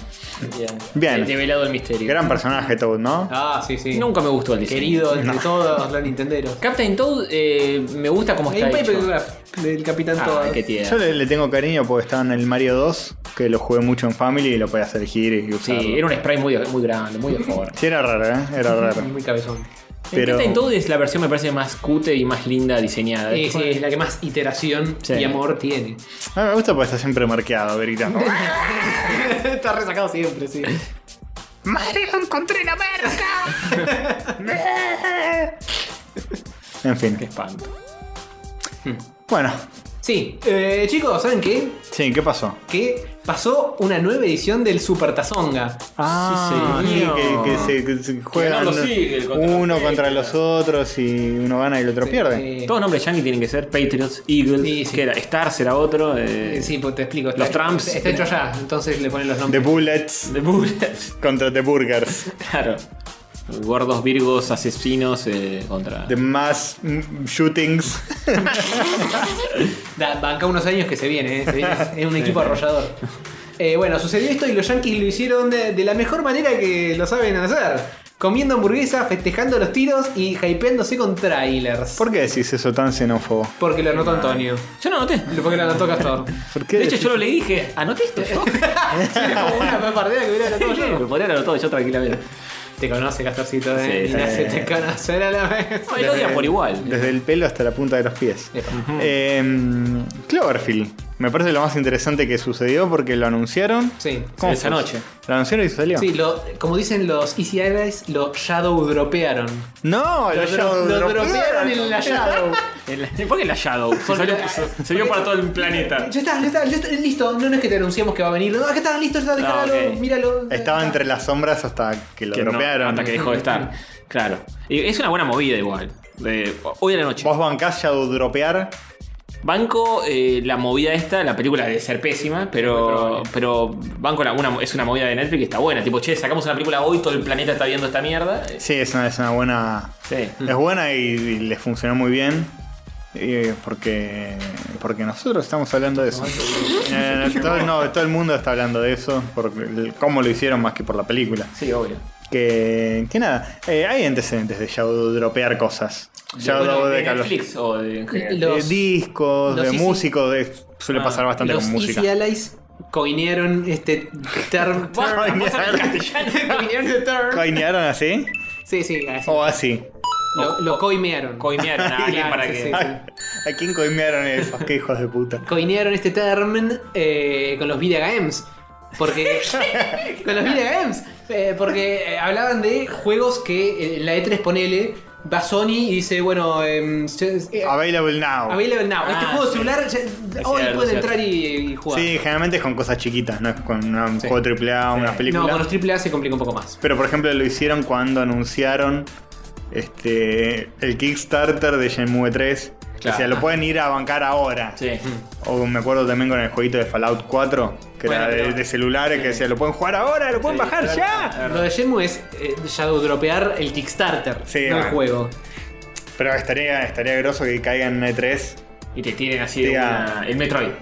Speaker 2: Bien.
Speaker 1: Bien.
Speaker 2: He Develado el misterio.
Speaker 1: Gran personaje Toad, ¿no?
Speaker 4: Ah, sí, sí.
Speaker 2: Nunca me gustó el diseño.
Speaker 4: Querido entre todos
Speaker 2: (laughs)
Speaker 4: los nintenderos.
Speaker 2: Captain Toad eh, me gusta cómo
Speaker 4: Hay
Speaker 2: está
Speaker 4: un
Speaker 2: hecho.
Speaker 4: papercraft del Capitán
Speaker 2: Ah,
Speaker 4: Toad.
Speaker 2: qué
Speaker 1: Yo
Speaker 2: tierno.
Speaker 1: le, le tengo cariño porque estaba en el Mario 2, que lo jugué mucho en Family y lo podías elegir y usarlo.
Speaker 2: Sí, era un spray muy, muy grande, muy de favor.
Speaker 1: Sí, era raro, ¿eh? Era
Speaker 2: (laughs)
Speaker 1: raro.
Speaker 4: Muy cabezón.
Speaker 1: Pero-
Speaker 2: Captain Toad es la versión, me parece, más cute y más linda diseñada.
Speaker 4: Sí, sí, es eh, la que más iteración
Speaker 2: Sí.
Speaker 4: y amor tiene.
Speaker 1: Ah, me gusta porque está siempre marqueado, gritando.
Speaker 4: (laughs) Está resacado siempre, sí.
Speaker 1: (laughs) En fin.
Speaker 2: Qué espanto.
Speaker 1: Bueno,
Speaker 4: Sí, eh, chicos, ¿saben qué?
Speaker 1: sí, ¿qué pasó?
Speaker 4: Que pasó una nueva edición del Super Tazonga.
Speaker 1: Ah, sí,
Speaker 2: señor.
Speaker 1: que, que se, que se juegan
Speaker 2: no lo sigue contra
Speaker 1: uno
Speaker 2: los
Speaker 1: contra los otros y uno gana y el otro pierde.
Speaker 4: Eh,
Speaker 2: Todos nombres yankee tienen que ser Patriots, Eagles,
Speaker 4: Sí, sí.
Speaker 2: que era Stars era otro, eh,
Speaker 4: eh, sí, pues te explico.
Speaker 2: Los Trumps.
Speaker 4: Está hecho allá, entonces le ponen los
Speaker 1: The
Speaker 4: nombres.
Speaker 1: Bullets
Speaker 2: The Bullets, (laughs)
Speaker 1: contra The Burgers.
Speaker 2: claro. Gordos, virgos, asesinos eh, contra...
Speaker 1: The Mass mm, Shootings.
Speaker 4: Da, banca unos años que se viene, ¿eh? Se
Speaker 2: (laughs)
Speaker 4: viene- es un equipo arrollador. Eh, bueno, sucedió esto y los Yankees lo hicieron de, de la mejor manera que lo saben hacer. Comiendo hamburguesas, festejando los tiros y hypeándose con trailers.
Speaker 1: ¿Por qué decís eso tan xenófobo?
Speaker 4: Porque lo anotó Antonio.
Speaker 2: Yo no anoté.
Speaker 4: Porque lo anotó
Speaker 2: (laughs)
Speaker 4: Castor.
Speaker 1: ¿Por qué
Speaker 2: De hecho,
Speaker 1: decís-
Speaker 2: yo lo le dije, anoté esto.
Speaker 4: (laughs) Era como una papardera que hubiera anotado yo.
Speaker 2: Lo podría haber anotado yo tranquilamente.
Speaker 4: Te conoce, Castorcito, ¿eh?
Speaker 2: Sí,
Speaker 4: Y no
Speaker 1: sí.
Speaker 4: se te conocer a la vez.
Speaker 2: No, él odia por igual.
Speaker 1: Desde el pelo hasta la punta de los pies.
Speaker 4: Epa.
Speaker 1: Eh, Cloverfield. Me parece lo más interesante que sucedió porque lo anunciaron.
Speaker 4: Sí.
Speaker 1: ¿Cómo
Speaker 2: Esa
Speaker 1: fue?
Speaker 2: noche.
Speaker 1: Lo anunciaron y salió.
Speaker 4: Sí, lo, como dicen los Easy Eyes, lo shadow dropearon.
Speaker 1: No,
Speaker 4: Lo,
Speaker 1: lo,
Speaker 4: dro- lo dropearon en la shadow.
Speaker 2: El- ¿Por qué la Shadow? Se, salió- se- se vio para todo el
Speaker 4: (laughs)
Speaker 2: planeta.
Speaker 4: Ya está, ya está, ya está, listo. No, no es que te anunciamos que va a venir. No, acá está, listo, ya está,
Speaker 2: Ah,
Speaker 4: descargalo,
Speaker 2: ok.
Speaker 4: míralo.
Speaker 1: Estaba entre las sombras hasta que lo
Speaker 2: Que no,
Speaker 1: dropearon.
Speaker 2: hasta que dejó de estar. Claro. Y es una buena movida igual. De- hoy a la noche.
Speaker 1: ¿Vos bancás Shadow dropear?
Speaker 2: Banco eh, la movida esta, la película debe ser pésima, pero, pero Banco la- una- es una movida de Netflix que está buena. Tipo, che, sacamos una película hoy, todo el planeta está viendo esta mierda. Mm.
Speaker 1: Sí, es una, es una buena.
Speaker 2: Sí.
Speaker 1: Es buena y, y les funcionó muy bien. eh, porque porque nosotros estamos hablando de eso.
Speaker 4: (laughs)
Speaker 1: Eh, todo, no, todo el mundo está hablando de eso. Por el- cómo lo hicieron más que por la película.
Speaker 2: Sí, obvio.
Speaker 1: Que, que nada, eh, hay antecedentes de Shadow dropear cosas. Shadow
Speaker 2: Bueno,
Speaker 1: de,
Speaker 2: de
Speaker 1: que a los-
Speaker 2: Netflix o de en general.
Speaker 1: de
Speaker 4: Los-
Speaker 1: discos,
Speaker 4: los
Speaker 1: de
Speaker 4: Easy-
Speaker 1: músicos. de- suele
Speaker 2: Ah,
Speaker 1: pasar bastante
Speaker 4: Los
Speaker 1: con música. (laughs)
Speaker 4: Easy Allies coinearon este term.
Speaker 2: Bueno,
Speaker 1: Ay,
Speaker 2: pasa en
Speaker 1: mierda.
Speaker 2: castellano.
Speaker 4: (laughs) coinearon este term.
Speaker 1: ¿Coinearon así?
Speaker 4: Sí, sí, así.
Speaker 1: ¿O así?
Speaker 4: Lo, lo coimearon.
Speaker 2: Coimearon
Speaker 4: (laughs)
Speaker 2: a alguien
Speaker 4: Claro,
Speaker 2: para
Speaker 4: sí,
Speaker 2: que.
Speaker 4: sí, sí.
Speaker 1: Ay, (laughs) ¿A quién coinearon esos? Qué hijos de
Speaker 4: (laughs)
Speaker 1: puta.
Speaker 4: coinearon este term eh, con los video games.
Speaker 1: (laughs)
Speaker 4: Porque. con los video games. eh, porque eh, hablaban de juegos que eh, en la E3 ponele. Va Sony y dice, bueno, em, se- eh,
Speaker 1: Available now.
Speaker 4: available now. este
Speaker 2: Ah,
Speaker 4: juego
Speaker 2: sí.
Speaker 4: celular ya-
Speaker 2: Es
Speaker 4: hoy
Speaker 2: cierto,
Speaker 4: pueden
Speaker 2: es
Speaker 4: entrar y, y jugar.
Speaker 1: Sí, generalmente es con cosas chiquitas, no es con una- un juego AAA o una película.
Speaker 4: no, con los AAA se complica un poco más.
Speaker 1: Pero por ejemplo lo hicieron cuando anunciaron este el Kickstarter de Shenmue 3.
Speaker 2: Claro.
Speaker 1: O sea, lo pueden ir a bancar ahora.
Speaker 2: Sí.
Speaker 1: O me acuerdo también con el jueguito de Fallout 4, que
Speaker 4: Bueno,
Speaker 1: era de,
Speaker 4: pero-
Speaker 1: de celulares, que decía, lo pueden jugar ahora, lo pueden bajar ¡Ah, ya.
Speaker 4: Lo de Shenmue es eh, Shadow dropear el Kickstarter,
Speaker 1: Sí,
Speaker 4: no
Speaker 1: bueno.
Speaker 4: el juego.
Speaker 1: Pero estaría, estaría groso que caiga en E3
Speaker 2: Y te tienen así de
Speaker 1: Diga-
Speaker 2: una- el Metroid. A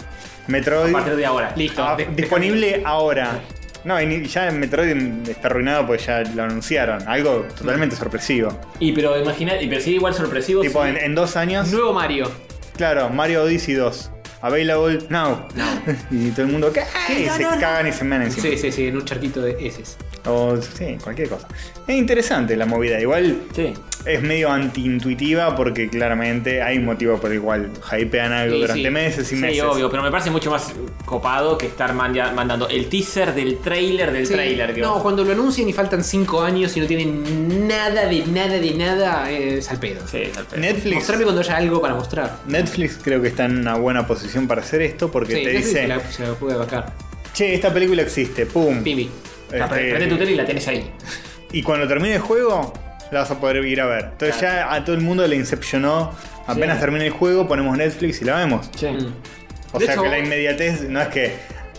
Speaker 1: Metroid.
Speaker 2: partir de ahora.
Speaker 4: Listo.
Speaker 1: Ah,
Speaker 4: de-
Speaker 1: disponible ahora. No, y ni- ya en Metroid está arruinado porque ya lo anunciaron. Algo totalmente sorpresivo.
Speaker 2: Y pero imagina, y pero sí igual sorpresivo.
Speaker 1: Tipo,
Speaker 2: sí.
Speaker 1: en, en dos años.
Speaker 4: Nuevo Mario.
Speaker 1: Claro, Mario Odyssey 2. Available now. (laughs) y todo el mundo, ¿qué? y se cagan y se mean encima.
Speaker 4: Sí, sí, sí, en un charquito de heces.
Speaker 1: O, sí, cualquier cosa. Es interesante la movida. Igual
Speaker 2: Sí.
Speaker 1: es medio antiintuitiva porque claramente hay un motivo por el cual hypean algo
Speaker 4: Sí,
Speaker 1: durante
Speaker 4: sí.
Speaker 1: meses y
Speaker 2: Sí,
Speaker 1: meses.
Speaker 2: obvio, pero me parece mucho más copado que estar manda- mandando el teaser del trailer del
Speaker 4: Sí,
Speaker 2: trailer.
Speaker 4: no, cuando lo anuncian y faltan 5 años y no tienen nada de nada de nada, eh, es al pedo.
Speaker 2: Sí, tal vez.
Speaker 1: Netflix.
Speaker 4: Mostrarme cuando haya algo para mostrar.
Speaker 1: Netflix creo que está en una buena posición para hacer esto porque
Speaker 4: Sí,
Speaker 1: te
Speaker 4: Netflix
Speaker 1: dice,
Speaker 4: se la, se la puede vacar.
Speaker 1: che, esta película existe, pum.
Speaker 4: Pimbi.
Speaker 1: Este,
Speaker 2: Ah, pre- prende tu tele y la tenés ahí.
Speaker 1: y cuando termine el juego, la vas a poder ir a ver. Entonces ya a todo el mundo le incepcionó. Apenas termine el juego, ponemos Netflix y la vemos.
Speaker 4: Mm.
Speaker 1: O
Speaker 2: De
Speaker 1: sea
Speaker 2: hecho,
Speaker 1: que la
Speaker 2: vos-
Speaker 1: inmediatez no es que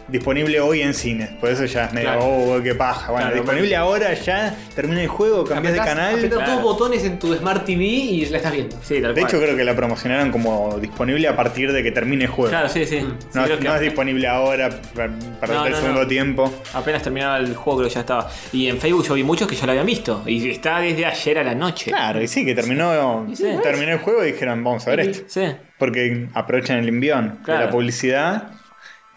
Speaker 1: disponible hoy en cines, por eso ya es medio,
Speaker 4: Claro.
Speaker 1: oh, qué paja. Bueno,
Speaker 2: Claro,
Speaker 1: disponible ahora ya, termina el juego, cambias de
Speaker 4: Apretás-
Speaker 1: canal.
Speaker 4: apretás
Speaker 2: Claro.
Speaker 4: dos botones en tu Smart TV y la estás viendo.
Speaker 2: Sí, tal
Speaker 1: De
Speaker 2: cual.
Speaker 1: hecho, creo que la promocionaron como disponible a partir de que termine el juego.
Speaker 2: Claro, sí, sí. Sí,
Speaker 1: Mm. no
Speaker 2: creo que
Speaker 1: no es disponible ahora para para
Speaker 2: No,
Speaker 1: el
Speaker 2: no,
Speaker 1: segundo
Speaker 2: no.
Speaker 1: tiempo.
Speaker 2: Apenas terminaba el juego, creo que ya estaba. Y en Facebook yo vi muchos que ya lo habían visto. Y está desde ayer a la noche.
Speaker 1: Claro, y sí, que terminó,
Speaker 2: sí, ¿no es?
Speaker 1: terminó el juego y dijeron, vamos a ver esto.
Speaker 2: Sí.
Speaker 1: Porque aprovechan el envión de
Speaker 2: Claro.
Speaker 1: la publicidad.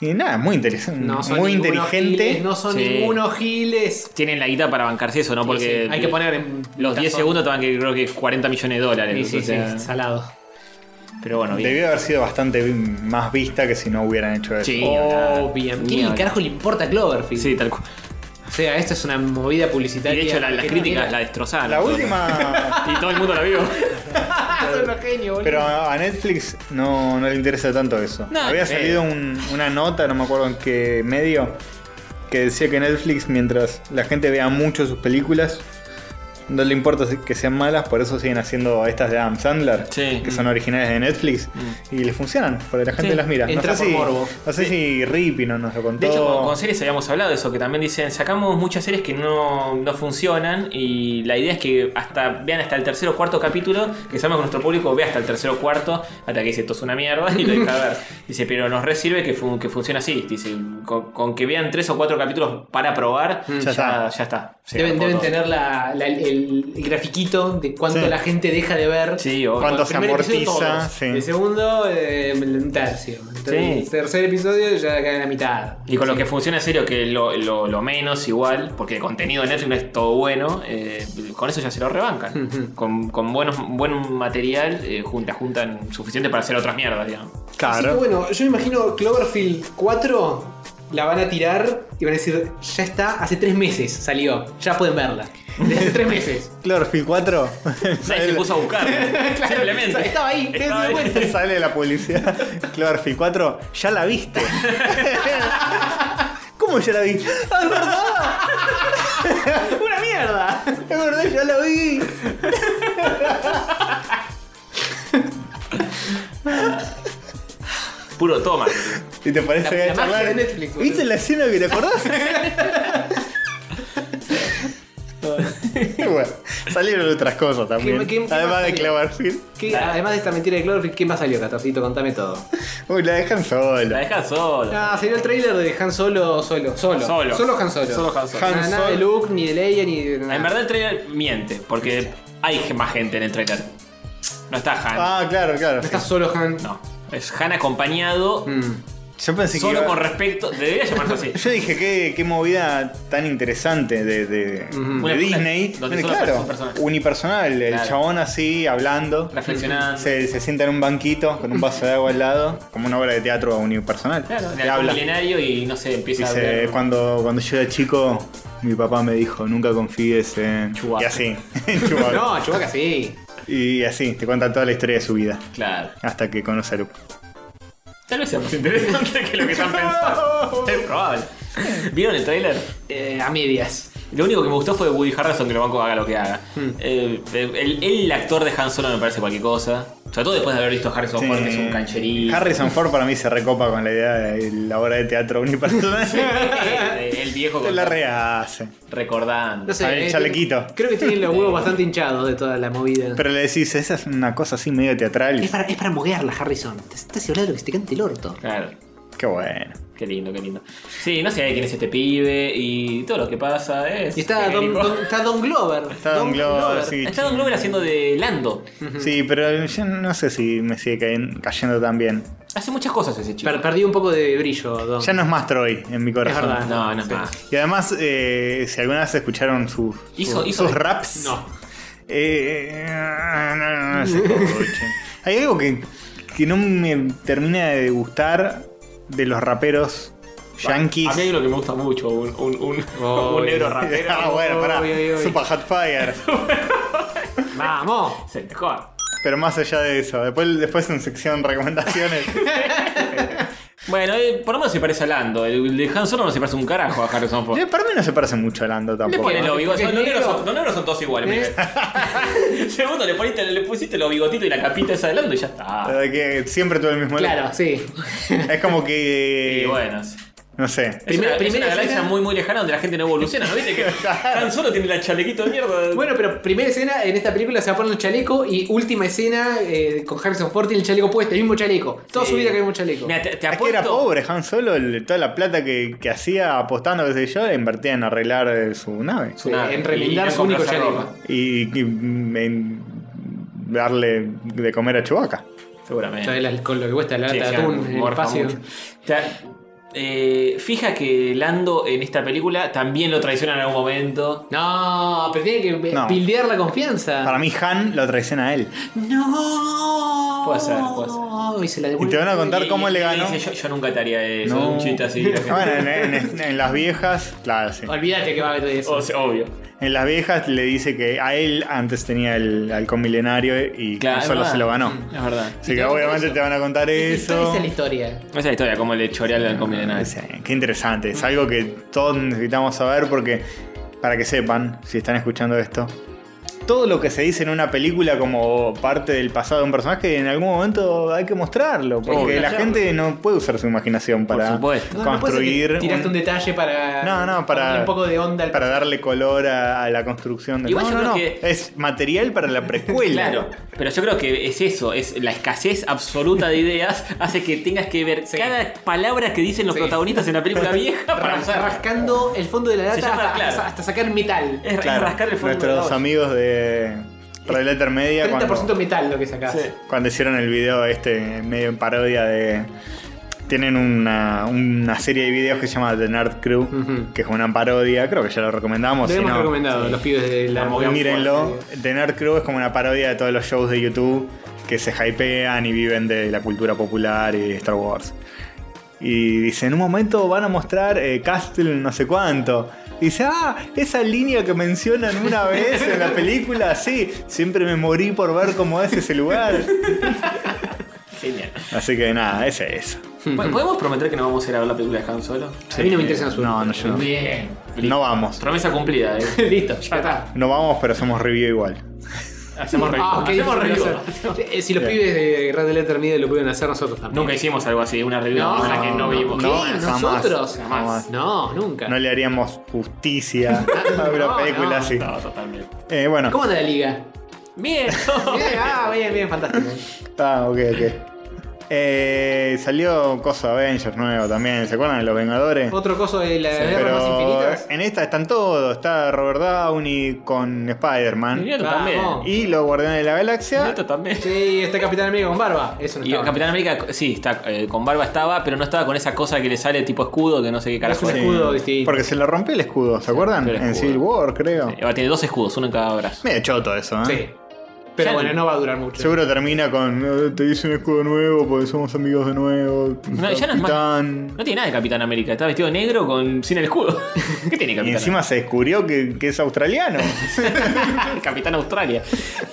Speaker 1: Y nada, muy interesante.
Speaker 4: No son
Speaker 1: Mm, muy
Speaker 4: ningunos
Speaker 1: inteligente.
Speaker 4: giles, no son
Speaker 2: Sí.
Speaker 4: ningunos giles.
Speaker 2: Tienen la guita para bancarse eso, ¿no?
Speaker 4: Sí,
Speaker 2: Porque
Speaker 4: sí, hay que poner en
Speaker 2: los 10
Speaker 4: tazón.
Speaker 2: segundos te van que creo que 40 millones de dólares.
Speaker 4: Sí, sí,
Speaker 2: o
Speaker 4: sí,
Speaker 2: sea,
Speaker 4: salado.
Speaker 2: Pero bueno, bien.
Speaker 1: Debió haber sido bastante vi- más vista que si no hubieran hecho eso.
Speaker 2: Sí,
Speaker 4: Oh,
Speaker 2: nada.
Speaker 4: bien.
Speaker 2: Ni
Speaker 4: ¿Quién
Speaker 2: hablar.
Speaker 4: carajo le importa a Cloverfield?
Speaker 2: Sí, tal cual.
Speaker 4: O sea, esto es una movida
Speaker 2: Y
Speaker 4: publicitaria.
Speaker 2: de hecho, la- las
Speaker 4: que no
Speaker 2: críticas
Speaker 4: era.
Speaker 2: la destrozaron.
Speaker 1: La
Speaker 2: Todo.
Speaker 1: última.
Speaker 2: Y todo el mundo la vio.
Speaker 4: Ah, son unos genios, boludo.
Speaker 1: Pero a a Netflix no, no le interesa tanto eso.
Speaker 2: No,
Speaker 1: Había
Speaker 2: eh.
Speaker 1: salido un- una nota, no me acuerdo en qué medio, que decía que Netflix, mientras la gente vea mucho sus películas, no le importa si- que sean malas, por eso siguen haciendo estas de Adam Sandler,
Speaker 2: Sí.
Speaker 1: que son originales de Netflix, y les funcionan, porque la gente
Speaker 2: Mm. Sí,
Speaker 1: las mira. No
Speaker 4: entra
Speaker 1: sé,
Speaker 4: por
Speaker 1: si,
Speaker 4: morbo.
Speaker 1: no sé si Ripino nos lo contó.
Speaker 2: De hecho, con, con series habíamos hablado de eso, que también dicen, sacamos muchas series que no, no funcionan y la idea es que hasta vean hasta el tercer o cuarto capítulo, que sabemos que nuestro público ve hasta el tercer o cuarto, hasta que dice, esto es una mierda y lo deja ver. Dice, pero nos resirve que, fun- que funcione así. Dice, con, con que vean tres o cuatro capítulos para probar, Mm, ya,
Speaker 1: está.
Speaker 2: está. ya está. Se
Speaker 4: deben
Speaker 2: acabó
Speaker 4: deben
Speaker 2: todo.
Speaker 4: tener la, la- el, el grafiquito de cuánto
Speaker 1: Sí.
Speaker 4: la gente deja de ver.
Speaker 2: Sí, obvio.
Speaker 1: Cuánto
Speaker 4: El
Speaker 1: se
Speaker 4: primer episodio,
Speaker 1: amortiza,
Speaker 4: todos.
Speaker 1: sí.
Speaker 4: El segundo, eh, un tercio. Entonces,
Speaker 2: Sí.
Speaker 4: Tercer episodio ya cae en la mitad.
Speaker 2: Y con lo
Speaker 4: Sí.
Speaker 2: que funciona en serio, que lo, lo- lo menos igual, porque el contenido de Netflix no es todo bueno, eh, con eso ya se lo rebancan.
Speaker 4: Ujú.
Speaker 2: Con, con buenos, buen material eh, junta- juntan suficiente para hacer otras mierdas, digamos.
Speaker 4: Así que
Speaker 1: Claro.
Speaker 4: bueno, yo me imagino Cloverfield 4 la van a tirar y van a decir, ya está, hace tres meses salió, ya pueden (laughs) verla. Desde hace tres meses.
Speaker 1: Cloverfield 4 (laughs)
Speaker 2: Nadie se puso a buscar.
Speaker 4: O sea,
Speaker 2: simplemente.
Speaker 4: Estaba ahí,
Speaker 2: Estaba
Speaker 4: te
Speaker 2: ahí.
Speaker 4: cuenta.
Speaker 1: (laughs) sale la publicidad. Cloverfield 4, ya la
Speaker 4: (laughs)
Speaker 1: viste. ¿Cómo ya la vi? ¡Ah, es verdad!
Speaker 4: (laughs) ¡Una mierda!
Speaker 1: Es verdad, ya la vi.
Speaker 2: Puro toma.
Speaker 1: ¿Y te parece
Speaker 4: La-
Speaker 1: voy a
Speaker 4: la magia
Speaker 1: charlar?
Speaker 4: de Netflix, boludo.
Speaker 1: ¿Viste la escena que te
Speaker 4: (laughs)
Speaker 1: acordás? Y bueno, salieron otras cosas también.
Speaker 4: ¿Qué- qué- qué más
Speaker 1: Además de
Speaker 4: salió?
Speaker 1: Cloverfield.
Speaker 4: ¿Qué- además de esta mentira de Cloverfield, ¿qué más salió, Catorcito? Contame todo.
Speaker 1: Uy, la dejan
Speaker 2: La
Speaker 1: sola.
Speaker 2: dejas sola.
Speaker 4: Ah, salió el trailer de Han Solo, solo, solo.
Speaker 2: Solo.
Speaker 4: Solo Han Solo.
Speaker 2: Solo Han Solo.
Speaker 4: Nada,
Speaker 1: Han
Speaker 4: nada de
Speaker 1: Solo.
Speaker 4: Luke, ni de Leia, ni de
Speaker 1: Ah.
Speaker 4: nada.
Speaker 2: En verdad el trailer miente, porque hay más gente en el trailer. No está Han.
Speaker 1: Ah, claro, claro.
Speaker 4: Está solo Han.
Speaker 2: No. Es Han acompañado
Speaker 4: Mm.
Speaker 1: Yo pensé que.
Speaker 2: solo
Speaker 1: iba-
Speaker 2: con respecto. Debería llamarse
Speaker 1: (laughs) Yo
Speaker 2: así.
Speaker 1: dije, qué, qué movida tan interesante de, de- de
Speaker 2: Una
Speaker 1: Disney.
Speaker 2: película donde
Speaker 1: Bueno,
Speaker 2: solo
Speaker 1: claro,
Speaker 2: aparecen personas.
Speaker 1: unipersonal. El
Speaker 2: Claro.
Speaker 1: chabón así, hablando.
Speaker 2: Reflexionando.
Speaker 1: Se, se sienta en un banquito con un vaso de agua al lado, como una obra de teatro unipersonal.
Speaker 2: Claro, en
Speaker 1: Te
Speaker 2: algún
Speaker 1: habla.
Speaker 2: milenario y no sé, empieza a
Speaker 1: Dice,
Speaker 2: hablar.
Speaker 1: cuando, cuando yo era chico, mi papá me dijo, nunca confíes en...
Speaker 2: Chewbacca.
Speaker 1: Y así, (laughs) en Chewbacca.
Speaker 4: No, Chewbacca sí.
Speaker 1: Y así, te cuentan toda la historia de su vida,
Speaker 2: Claro.
Speaker 1: hasta que conoce a Luke.
Speaker 2: Tal vez sea más interesante que lo que están pensando. es probable. ¿Vieron el trailer?
Speaker 4: Eh, a medias.
Speaker 2: Lo único que me gustó fue Woody Harrison, que lo banco haga lo que haga. Eh, el, el actor de Han Solo me parece cualquier cosa. Sobre todo después de haber visto a Harrison Ford, que es un cancherito.
Speaker 1: Harrison Ford para mí se recopa con la idea de la obra de teatro unipersonal.
Speaker 2: Eh, (laughs) el viejo
Speaker 1: Te
Speaker 2: con-
Speaker 1: la rehace.
Speaker 2: recordando.
Speaker 4: No sé.
Speaker 1: A ver,
Speaker 4: eh,
Speaker 1: chalequito.
Speaker 4: Creo que tienen
Speaker 2: (laughs)
Speaker 4: los huevos bastante hinchados de toda la movida.
Speaker 1: Pero le decís, esa es una cosa así medio teatral.
Speaker 4: Es
Speaker 1: y-
Speaker 4: para, es para moguearla, Harrison. Te estás hablando de lo que se te cante el orto.
Speaker 2: Claro.
Speaker 1: Qué bueno.
Speaker 2: Qué lindo, qué lindo. Sí, no sé quién es este pibe y todo lo que pasa es.
Speaker 4: Y está Don,
Speaker 2: genérico.
Speaker 4: Don- está Don Glover.
Speaker 1: Está Don Glover, sí.
Speaker 2: Está Don Glover haciendo de Lando.
Speaker 1: Sí, pero yo no sé si me sigue caen- cayendo tan bien.
Speaker 2: Hace muchas cosas ese chico.
Speaker 4: Per- perdí un poco de brillo, Don.
Speaker 1: Ya no es más Troy en mi corazón.
Speaker 4: verdad.
Speaker 2: No, no es más.
Speaker 1: Y además, eh, si alguna vez escucharon sus,
Speaker 2: Hizo-
Speaker 1: sus,
Speaker 2: hizo-
Speaker 1: sus raps.
Speaker 4: No.
Speaker 1: eh, no, no, no se escuchan. Hay algo que, que no me termina de gustar de los raperos yankees.
Speaker 2: A mí hay lo que me gusta mucho, un, un, un,
Speaker 4: Oh,
Speaker 2: un negro
Speaker 4: yeah.
Speaker 1: (laughs)
Speaker 2: rapero.
Speaker 1: ah, bueno, pará.
Speaker 4: Uy, uy, uy.
Speaker 1: Super Hot Fire.
Speaker 4: Vamos.
Speaker 2: (laughs) Es el mejor.
Speaker 1: Pero más allá de eso, después, después en sección recomendaciones.
Speaker 2: Bueno, eh, por lo menos se parece a Lando. El, el de Han Solo no se parece un carajo a Harrison Ford.
Speaker 1: Eh, Para mí no se parece mucho a Lando
Speaker 2: Le
Speaker 1: tampoco.
Speaker 2: pone los bigotes.
Speaker 4: porque
Speaker 2: Los
Speaker 4: es
Speaker 2: negros
Speaker 4: negro.
Speaker 2: son, los negros son todos iguales,
Speaker 4: ¿Eh?
Speaker 2: (laughs)
Speaker 4: (laughs)
Speaker 2: Miguel. (laughs) Segundo, le, poniste, le pusiste los bigotitos y la capita esa de Lando y ya está.
Speaker 1: Eh, que siempre tuvo el mismo
Speaker 4: Claro, sí.
Speaker 1: look. Es como que.
Speaker 2: (laughs) Y bueno. sí.
Speaker 1: No sé.
Speaker 2: Es
Speaker 4: Eh. Primera-
Speaker 2: una, es
Speaker 4: primera
Speaker 2: una galaxia
Speaker 4: escena-
Speaker 2: muy muy lejana donde la gente no evoluciona, ¿no viste? Que
Speaker 4: (laughs)
Speaker 2: Han Solo tiene la chalequito de mierda.
Speaker 4: Bueno, pero primera escena en esta película se va a poner el chaleco y última escena eh, con Harrison Ford tiene el chaleco puesto, el mismo chaleco. Toda
Speaker 2: Sí.
Speaker 4: su vida que el mismo chaleco.
Speaker 2: Mira, te, te
Speaker 1: Es que era
Speaker 2: apuesto-
Speaker 1: pobre Han Solo, el- toda la plata que, que hacía apostando, qué sé yo, la invertía en arreglar eh, su nave.
Speaker 4: Sí,
Speaker 2: nada,
Speaker 4: en
Speaker 2: y
Speaker 4: remendar
Speaker 2: no
Speaker 4: su único
Speaker 2: comprarse
Speaker 4: chaleco.
Speaker 2: ropa.
Speaker 1: Y, y, mm, en darle de comer a Chewbacca.
Speaker 2: Seguramente.
Speaker 4: Ya el- Con lo que cuesta la
Speaker 2: Sí,
Speaker 4: lata de
Speaker 2: sí,
Speaker 4: atún en el
Speaker 2: morfa
Speaker 4: espacio.
Speaker 2: mucho. Ta- eh, fija que Lando en esta película también lo traiciona en algún momento.
Speaker 4: No, pero tiene que
Speaker 1: No.
Speaker 4: pildear la
Speaker 2: Ah.
Speaker 4: confianza.
Speaker 1: Para mí Han lo traiciona a él.
Speaker 4: No.
Speaker 2: Puede ser, puede ser.
Speaker 4: Y se la
Speaker 1: Y te van a contar
Speaker 2: Y-
Speaker 1: cómo
Speaker 2: y-
Speaker 1: le
Speaker 2: y
Speaker 1: ganó.
Speaker 2: dice, yo, yo nunca te haría eso,
Speaker 1: No.
Speaker 2: un
Speaker 1: (laughs)
Speaker 2: chiste así.
Speaker 1: Ah, bueno, en, en- en las viejas, claro, sí.
Speaker 4: Olvídate que va a haber de eso.
Speaker 2: O sea, obvio.
Speaker 1: En las viejas le dice que a él antes tenía el halcón milenario y
Speaker 2: Claro,
Speaker 1: Han
Speaker 2: es
Speaker 1: Solo
Speaker 2: verdad. Mm,
Speaker 1: se lo ganó.
Speaker 2: Es verdad.
Speaker 1: Así
Speaker 4: Y
Speaker 1: que
Speaker 4: te van a contar
Speaker 1: obviamente
Speaker 4: eso.
Speaker 1: te van a contar
Speaker 4: Esa
Speaker 1: eso.
Speaker 4: es la historia.
Speaker 2: Esa es la historia, como le chorea al comida de
Speaker 1: O sea, Qué interesante, es algo que todos necesitamos saber porque, para que sepan, si están escuchando esto, todo lo que se dice en una película como parte del pasado de un personaje, en algún momento hay que mostrarlo, porque
Speaker 2: Obvio.
Speaker 1: la gente no puede usar su imaginación para
Speaker 2: supuesto.
Speaker 4: No, no puede ser que
Speaker 1: construir,
Speaker 4: tiraste un,
Speaker 1: un-
Speaker 4: detalle para.
Speaker 1: No, no, para-
Speaker 4: darle Un poco de onda al.
Speaker 1: para darle color a, a la construcción de...
Speaker 2: Igual
Speaker 1: no,
Speaker 2: yo
Speaker 1: no, no,
Speaker 2: creo que-
Speaker 1: es material para la precuela.
Speaker 2: Claro, pero yo creo que es eso, es la escasez absoluta de ideas (laughs) hace que tengas que ver cada palabra que dicen los
Speaker 4: Sí.
Speaker 2: protagonistas en la película vieja para
Speaker 4: para
Speaker 2: usar.
Speaker 4: rascando el fondo de la
Speaker 2: Se
Speaker 4: lata
Speaker 2: llama,
Speaker 4: hasta,
Speaker 2: claro.
Speaker 4: hasta- hasta sacar metal.
Speaker 2: Es, es
Speaker 1: Claro,
Speaker 2: rascar el fondo de la
Speaker 1: Nuestros
Speaker 2: olla.
Speaker 1: amigos de Red Letter Media
Speaker 4: 30%
Speaker 1: cuando-
Speaker 4: metal lo que sacás.
Speaker 2: Sí.
Speaker 1: cuando hicieron el video este medio en parodia de tienen una, una serie de videos que se llama The Nerd Crew,
Speaker 4: Ujú.
Speaker 1: que es una parodia, creo que ya lo recomendamos.
Speaker 4: Lo
Speaker 1: si
Speaker 4: hemos
Speaker 1: no,
Speaker 4: recomendado, los pibes de la eh.
Speaker 1: Muy mírenlo. The Nerd Crew es como una parodia de todos los shows de YouTube que se hypean y viven de la cultura popular y de Star Wars. Y dice, en un momento van a mostrar eh, Castle no sé cuánto. Y dice, ah, esa línea que mencionan
Speaker 4: (laughs)
Speaker 1: una vez en la película, sí, siempre me morí por ver cómo es ese
Speaker 4: (laughs)
Speaker 1: lugar.
Speaker 2: Genial.
Speaker 1: Así que nada, ese es eso.
Speaker 2: Bueno, ¿Podemos prometer que no vamos a ir a ver la película de Han Solo?
Speaker 4: A mí no me interesan sus.
Speaker 1: No, no, yo no.
Speaker 2: Bien.
Speaker 1: No vamos.
Speaker 2: (laughs) Promesa cumplida, eh.
Speaker 4: Listo, ya está.
Speaker 1: No vamos, pero somos review igual.
Speaker 2: Hacemos reír.
Speaker 4: Ah, ok,
Speaker 2: Hacemos
Speaker 4: difícil
Speaker 2: reír.
Speaker 4: de hacer. Eh, Si los pibes de Red Letter Media lo pueden hacer, nosotros también.
Speaker 2: Nunca hicimos algo así, una review
Speaker 4: No,
Speaker 2: de una que no vimos.
Speaker 4: ¿qué?
Speaker 1: No, jamás,
Speaker 4: ¿Nosotros?
Speaker 1: jamás.
Speaker 4: No, nunca.
Speaker 1: No le haríamos
Speaker 4: (laughs)
Speaker 1: justicia a
Speaker 4: No,
Speaker 1: una película
Speaker 4: no,
Speaker 1: así.
Speaker 2: No, totalmente.
Speaker 1: Eh, bueno.
Speaker 4: ¿Cómo anda la liga?
Speaker 2: (laughs) Bien.
Speaker 4: Bien, ah, bien, bien, fantástico.
Speaker 1: Ah, ok, ok. Eh, salió Cosa Avengers nuevo también. ¿Se acuerdan de los Vengadores?
Speaker 4: Otro coso de las guerras más
Speaker 1: Pero eh,
Speaker 4: infinitas.
Speaker 1: en esta están todos. Está Robert Downey con Spider-Man.
Speaker 2: Mirá, también.
Speaker 4: Vamos.
Speaker 1: Y los Guardianes de la Galaxia.
Speaker 2: Mirá, también.
Speaker 4: Sí, está Capitán América con barba. Eso no
Speaker 2: Y
Speaker 4: estaba.
Speaker 2: Capitán América, sí, está, eh, con barba estaba, pero no estaba con esa cosa que le sale tipo escudo, que no sé qué
Speaker 4: Es
Speaker 2: carajo
Speaker 4: un
Speaker 2: es.
Speaker 4: escudo distinto.
Speaker 1: Porque se le rompió el escudo, ¿se acuerdan?
Speaker 2: rompió el
Speaker 1: En
Speaker 2: escudo.
Speaker 1: Civil War, creo.
Speaker 2: Eh, va, Tiene dos escudos, uno en cada brazo.
Speaker 1: Medio choto eso, ¿eh?
Speaker 4: Sí. Pero
Speaker 2: Ya
Speaker 4: bueno,
Speaker 2: ni-
Speaker 4: no va a durar mucho.
Speaker 1: Seguro termina con "Eh, te hice un escudo nuevo porque somos amigos de nuevo.
Speaker 2: No, ya no es más-
Speaker 1: capitán".
Speaker 2: No tiene nada de Capitán América, está vestido de negro con sin el escudo. (laughs) ¿Qué tiene
Speaker 1: Y
Speaker 2: Capitán?
Speaker 1: encima se descubrió que, que es australiano.
Speaker 2: El Capitán Australia.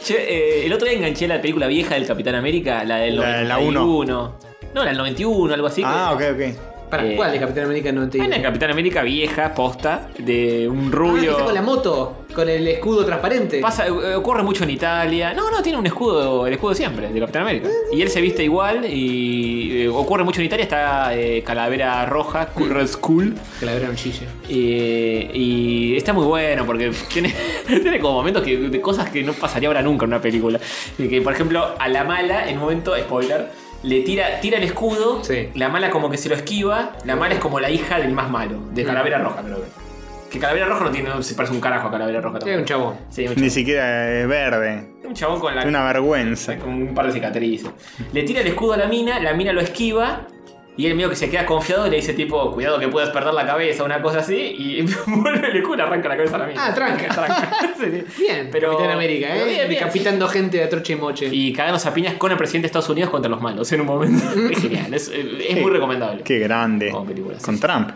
Speaker 2: Che, eh, el otro día enganché la película vieja del Capitán América, la del
Speaker 1: La- la
Speaker 2: 91. No, la del 91, algo así.
Speaker 1: ah, ok,
Speaker 2: que-
Speaker 1: ok.
Speaker 4: ¿Para
Speaker 2: Eh,
Speaker 4: cuál de Capitán América no te
Speaker 2: Hay una Capitán América vieja, posta, de un rubio.
Speaker 4: está Ah, con la moto, con el escudo transparente.
Speaker 2: Pasa, eh, ocurre mucho en Italia. No, no, tiene un escudo, el escudo siempre, de Capitán América. Y él se viste igual y eh, ocurre mucho en Italia. Está eh, Calavera Roja, Cool Red Skull.
Speaker 4: Que la un chille.
Speaker 2: Eh, y está muy bueno porque tiene, (laughs) tiene como momentos que, de cosas que no pasaría ahora nunca en una película. Y que, por ejemplo, a la mala, en un momento, spoiler, le tira, tira el escudo,
Speaker 4: Sí.
Speaker 2: la mala como que se lo esquiva, la mala es como la hija del más malo, de
Speaker 4: Mm.
Speaker 2: Calavera Roja, creo que. Que Calavera Roja no tiene, no se parece un carajo a Calavera Roja.
Speaker 4: Es
Speaker 2: tampoco.
Speaker 4: un chabón.
Speaker 2: Sí, un
Speaker 1: Ni
Speaker 2: chabón,
Speaker 1: siquiera es verde.
Speaker 2: un chabón con la
Speaker 1: Es una vergüenza.
Speaker 2: con un par de cicatrices. Le tira el escudo a la mina, la mina lo esquiva. Y el mío que se queda confiado le dice tipo, cuidado que puedas perder la cabeza, una cosa así, y (laughs) vuelve el escudo y le arranca la cabeza a la mina. (laughs)
Speaker 4: Ah, tranca. (laughs)
Speaker 2: Sí, sí.
Speaker 4: Bien,
Speaker 2: Pero-
Speaker 4: Capitán América,
Speaker 2: pero
Speaker 4: ¿eh?
Speaker 2: bien, bien,
Speaker 4: Capitando gente de atroche y moche.
Speaker 2: Y caganos a piñas con el presidente de Estados Unidos contra los malos en un momento. es genial, es, es muy recomendable.
Speaker 1: Qué grande.
Speaker 2: Con películas, sí,
Speaker 1: Con
Speaker 2: sí.
Speaker 1: Trump.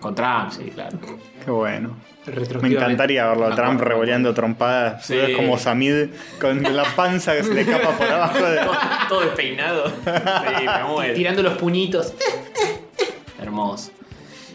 Speaker 2: Con Trump, sí,
Speaker 4: (laughs)
Speaker 2: claro.
Speaker 1: Qué bueno. Me
Speaker 4: Retroactivamente.
Speaker 1: encantaría verlo a Trump revoleando trompadas.
Speaker 2: Sí.
Speaker 1: Es como Samid con la panza que se le escapa por abajo. de-
Speaker 2: (laughs) Todo, todo despeinado. Sí, me muero.
Speaker 4: Tirando los puñitos.
Speaker 2: Hermoso.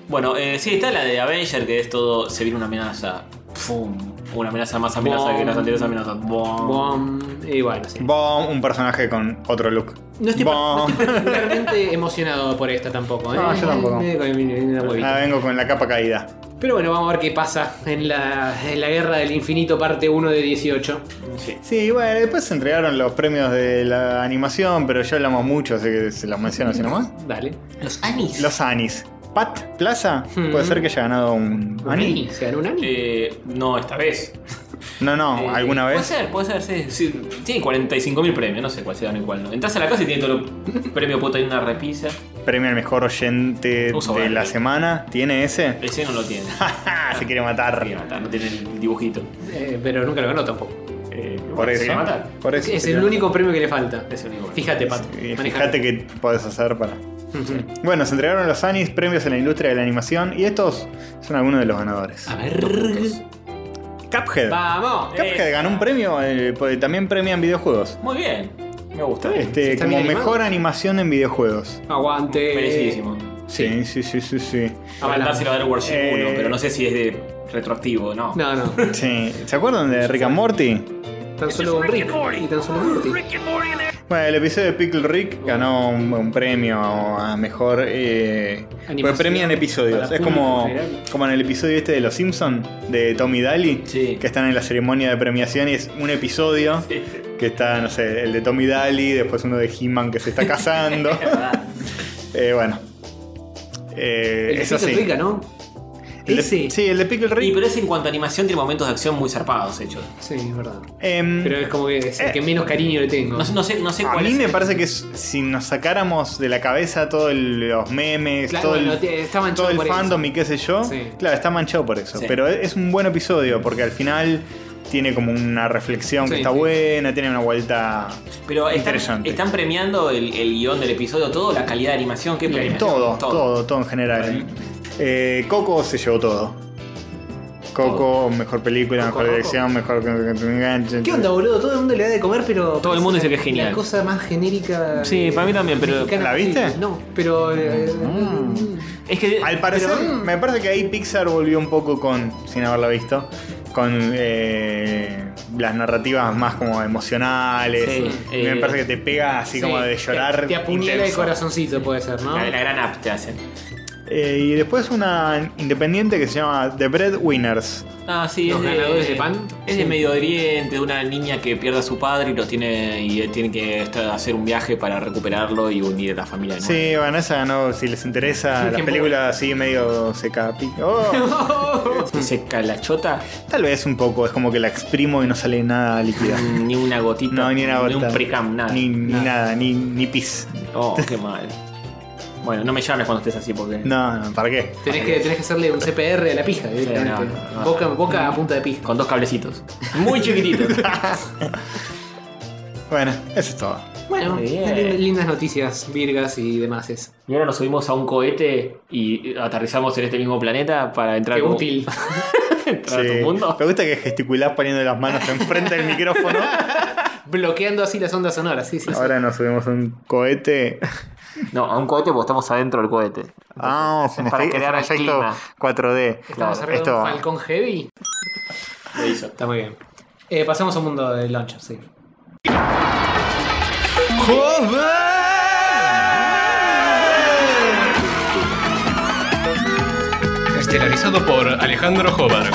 Speaker 2: Bueno, eh, sí, está la de Avenger, que es todo. Se viene una amenaza. Pum. Una amenaza más amenaza que las anteriores amenazas. Bom.
Speaker 4: Bom. Y bueno, sí.
Speaker 1: Bom, un personaje con otro look. Ah,
Speaker 4: No estoy, par- no
Speaker 1: Bom. (laughs)
Speaker 4: estoy particularmente emocionado por esta tampoco, ¿eh?
Speaker 1: No, yo tampoco.
Speaker 4: Me- me- me- me da huevito.
Speaker 1: Ah, vengo con la capa caída.
Speaker 4: Pero bueno, vamos a ver qué pasa en la, en la guerra del infinito, parte 1 de 18.
Speaker 1: Sí, bueno, después se entregaron los premios de la animación, pero ya hablamos mucho, así que se los menciono así nomás.
Speaker 4: Dale.
Speaker 2: Los Anis.
Speaker 1: Los Anis. Pat Plaza,
Speaker 4: Hmm.
Speaker 1: puede ser que haya ganado un Ani.
Speaker 4: Ani, ¿Se ganó un Ani?
Speaker 2: Eh, no, esta vez.
Speaker 1: No, no,
Speaker 2: Eh,
Speaker 1: alguna
Speaker 2: Puede
Speaker 1: vez.
Speaker 2: ser, puede ser, sí. sí. Tiene 45.000 premios, no sé cuál se dan y cuál no. Entras a la casa y tiene todo el premio puto en una repisa.
Speaker 1: Premio al mejor oyente
Speaker 2: Un
Speaker 1: de
Speaker 2: sobrante.
Speaker 1: la semana. ¿Tiene ese? (laughs)
Speaker 2: Ese no lo tiene.
Speaker 1: se quiere
Speaker 2: No
Speaker 1: matar.
Speaker 2: tiene nada, no tiene el dibujito.
Speaker 4: Eh, pero nunca lo ganó tampoco.
Speaker 2: Eh,
Speaker 1: Por
Speaker 2: bueno, se
Speaker 1: eso.
Speaker 2: quiere matar.
Speaker 1: Por eso.
Speaker 4: Es
Speaker 1: se
Speaker 4: el
Speaker 1: quiere
Speaker 4: único premio que le falta.
Speaker 2: Es el único.
Speaker 4: Fíjate, Pat.
Speaker 1: Y
Speaker 4: manejate.
Speaker 1: Fíjate qué podés hacer para. Bueno, se entregaron los Anis premios en la industria de la animación y estos son algunos de los ganadores.
Speaker 2: A ver.
Speaker 4: Ah,
Speaker 1: Cuphead.
Speaker 4: ¡Vamos!
Speaker 1: Cuphead ganó un premio, eh, porque también premian videojuegos.
Speaker 2: Muy bien. Me gusta.
Speaker 1: Este,
Speaker 4: está
Speaker 1: como
Speaker 4: bien animado.
Speaker 1: mejor animación en videojuegos.
Speaker 4: Aguante.
Speaker 2: Merecidísimo.
Speaker 1: Sí, sí, sí, sí, sí.
Speaker 2: Ahora dárselo a World Ship 1,
Speaker 1: Eh.
Speaker 2: pero no sé si es de retroactivo, no.
Speaker 4: No, no.
Speaker 1: Sí. ¿Se acuerdan de Rick and Morty?
Speaker 4: Tan solo un Rick y tan solo un Morty.
Speaker 1: Bueno, el episodio de Pickle Rick ganó un, un premio a mejor. Eh,
Speaker 4: Animación.
Speaker 1: pues premian episodios.
Speaker 4: Para
Speaker 1: Es
Speaker 4: público
Speaker 1: como,
Speaker 4: en general.
Speaker 1: como en el episodio este de Los Simpson de Tommy Daly,
Speaker 2: Sí.
Speaker 1: que están en la ceremonia de premiación y es un episodio que está, no sé, el de Tommy Daly, después uno de He-Man que se está
Speaker 4: (laughs)
Speaker 1: casando. Eh, bueno. Eh,
Speaker 4: El
Speaker 1: eso
Speaker 4: Pixel
Speaker 1: sí.
Speaker 4: Rick ganó.
Speaker 1: El de-
Speaker 4: Ese.
Speaker 1: sí, el de Pickle Rick.
Speaker 2: Y pero es en cuanto a animación, tiene momentos de acción muy zarpados hechos.
Speaker 4: Sí, es verdad.
Speaker 1: em,
Speaker 4: Pero es como que es el
Speaker 1: Eh.
Speaker 4: que menos cariño le tengo.
Speaker 2: No, sé- no sé, no sé
Speaker 1: A
Speaker 2: cuál
Speaker 1: mí
Speaker 2: es.
Speaker 1: me parece que es- si nos sacáramos de la cabeza todos los memes,
Speaker 4: Claro,
Speaker 1: todo el,
Speaker 4: bueno, te- está manchado
Speaker 1: todo el
Speaker 4: por eso.
Speaker 1: fandom y qué sé yo,
Speaker 4: Sí.
Speaker 1: claro, está manchado por eso.
Speaker 2: Sí.
Speaker 1: Pero es un buen episodio porque al final tiene como una reflexión que
Speaker 4: Sí,
Speaker 1: está
Speaker 4: sí.
Speaker 1: buena, tiene una vuelta.
Speaker 2: Pero están,
Speaker 1: Interesante.
Speaker 2: están premiando el, el guión del episodio, todo, la calidad de animación, qué premiación.
Speaker 1: Todo, todo, todo, en general. Eh, Coco se llevó todo. Coco, mejor película,
Speaker 4: Coco,
Speaker 1: mejor
Speaker 4: Coco.
Speaker 1: dirección, mejor.
Speaker 4: ¿Qué onda, boludo? Todo el mundo le da de comer, pero.
Speaker 2: Todo el mundo dice que es genial.
Speaker 4: La cosa más genérica.
Speaker 2: Sí,
Speaker 4: eh,
Speaker 2: para mí también, pero-
Speaker 4: mexicana
Speaker 1: ¿La
Speaker 4: posible.
Speaker 1: viste? Mm.
Speaker 4: No, pero. eh, mm.
Speaker 2: Es que
Speaker 1: Al parecer,
Speaker 4: Pero-
Speaker 1: me parece que ahí Pixar volvió un poco con, sin haberla visto, con eh, las narrativas más como emocionales.
Speaker 2: Sí,
Speaker 1: Y me
Speaker 2: eh,
Speaker 1: parece que te pega así como de llorar.
Speaker 4: Te, te apuñala el
Speaker 1: intenso.
Speaker 4: corazoncito, puede ser, ¿no?
Speaker 13: La, la gran app te hacen.
Speaker 1: Eh, y después una independiente que se llama The Breadwinners.
Speaker 2: Ah, sí,
Speaker 4: Los
Speaker 2: es de,
Speaker 4: ganadores de pan.
Speaker 2: Es de Medio Oriente, de una niña que pierde a su padre y lo tiene y él tiene que estar- hacer un viaje para recuperarlo y unir a la familia. de nuevo.
Speaker 1: Sí, bueno, esa no, si les interesa, la
Speaker 4: ¿Quién
Speaker 1: película así medio se capi. Oh,
Speaker 2: Se calachota
Speaker 1: tal vez un poco, es como que la exprimo y no sale nada líquida.
Speaker 2: ni una gotita,
Speaker 1: No, ni una gota.
Speaker 2: un precam, nada.
Speaker 1: Ni, ni nada, ni, ni pis.
Speaker 2: Oh, qué mal. Bueno, no me llames cuando estés así porque.
Speaker 1: No, no, ¿para qué?
Speaker 4: Tenés que, tenés que hacerle un CPR a la pija directamente.
Speaker 2: no, no.
Speaker 4: Boca, boca a punta de pija.
Speaker 2: Con dos cablecitos. Muy chiquititos. (laughs)
Speaker 1: Bueno, eso es
Speaker 4: (laughs)
Speaker 1: todo.
Speaker 4: Bueno,
Speaker 2: Muy bien.
Speaker 4: lin- lindas noticias, virgas y demás. Es.
Speaker 2: y ahora nos subimos a un cohete y aterrizamos en este mismo planeta para entrar
Speaker 4: Qué
Speaker 2: como-
Speaker 4: útil.
Speaker 2: (laughs) entrar
Speaker 1: Sí.
Speaker 2: a tu mundo.
Speaker 1: Me gusta que gesticulás poniendo las manos enfrente del micrófono.
Speaker 4: Bloqueando así las ondas sonoras, sí, sí. sí.
Speaker 1: (laughs) Ahora nos subimos a un cohete.
Speaker 2: No, a un cohete porque estamos adentro del cohete.
Speaker 1: Ah, es un
Speaker 2: para
Speaker 1: efecto-
Speaker 2: crear el
Speaker 1: es un efecto
Speaker 2: clima.
Speaker 1: 4D.
Speaker 4: Estamos arriba de
Speaker 1: Esto
Speaker 4: un Falcón Heavy.
Speaker 2: Lo hizo.
Speaker 4: Está muy bien. Eh, pasamos a un mundo de launcher, sí.
Speaker 3: Estelarizado por Alejandro Jobar.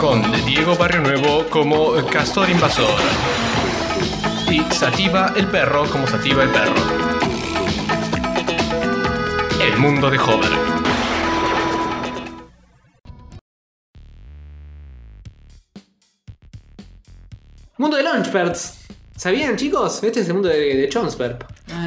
Speaker 3: Con Diego Barrio Nuevo como Castor Invasor. Y Sativa el Perro como Sativa el Perro. El mundo de Jobar.
Speaker 4: Mundo de Launchperts. ¿Sabían, chicos? Este es el mundo de, de Chomsperp.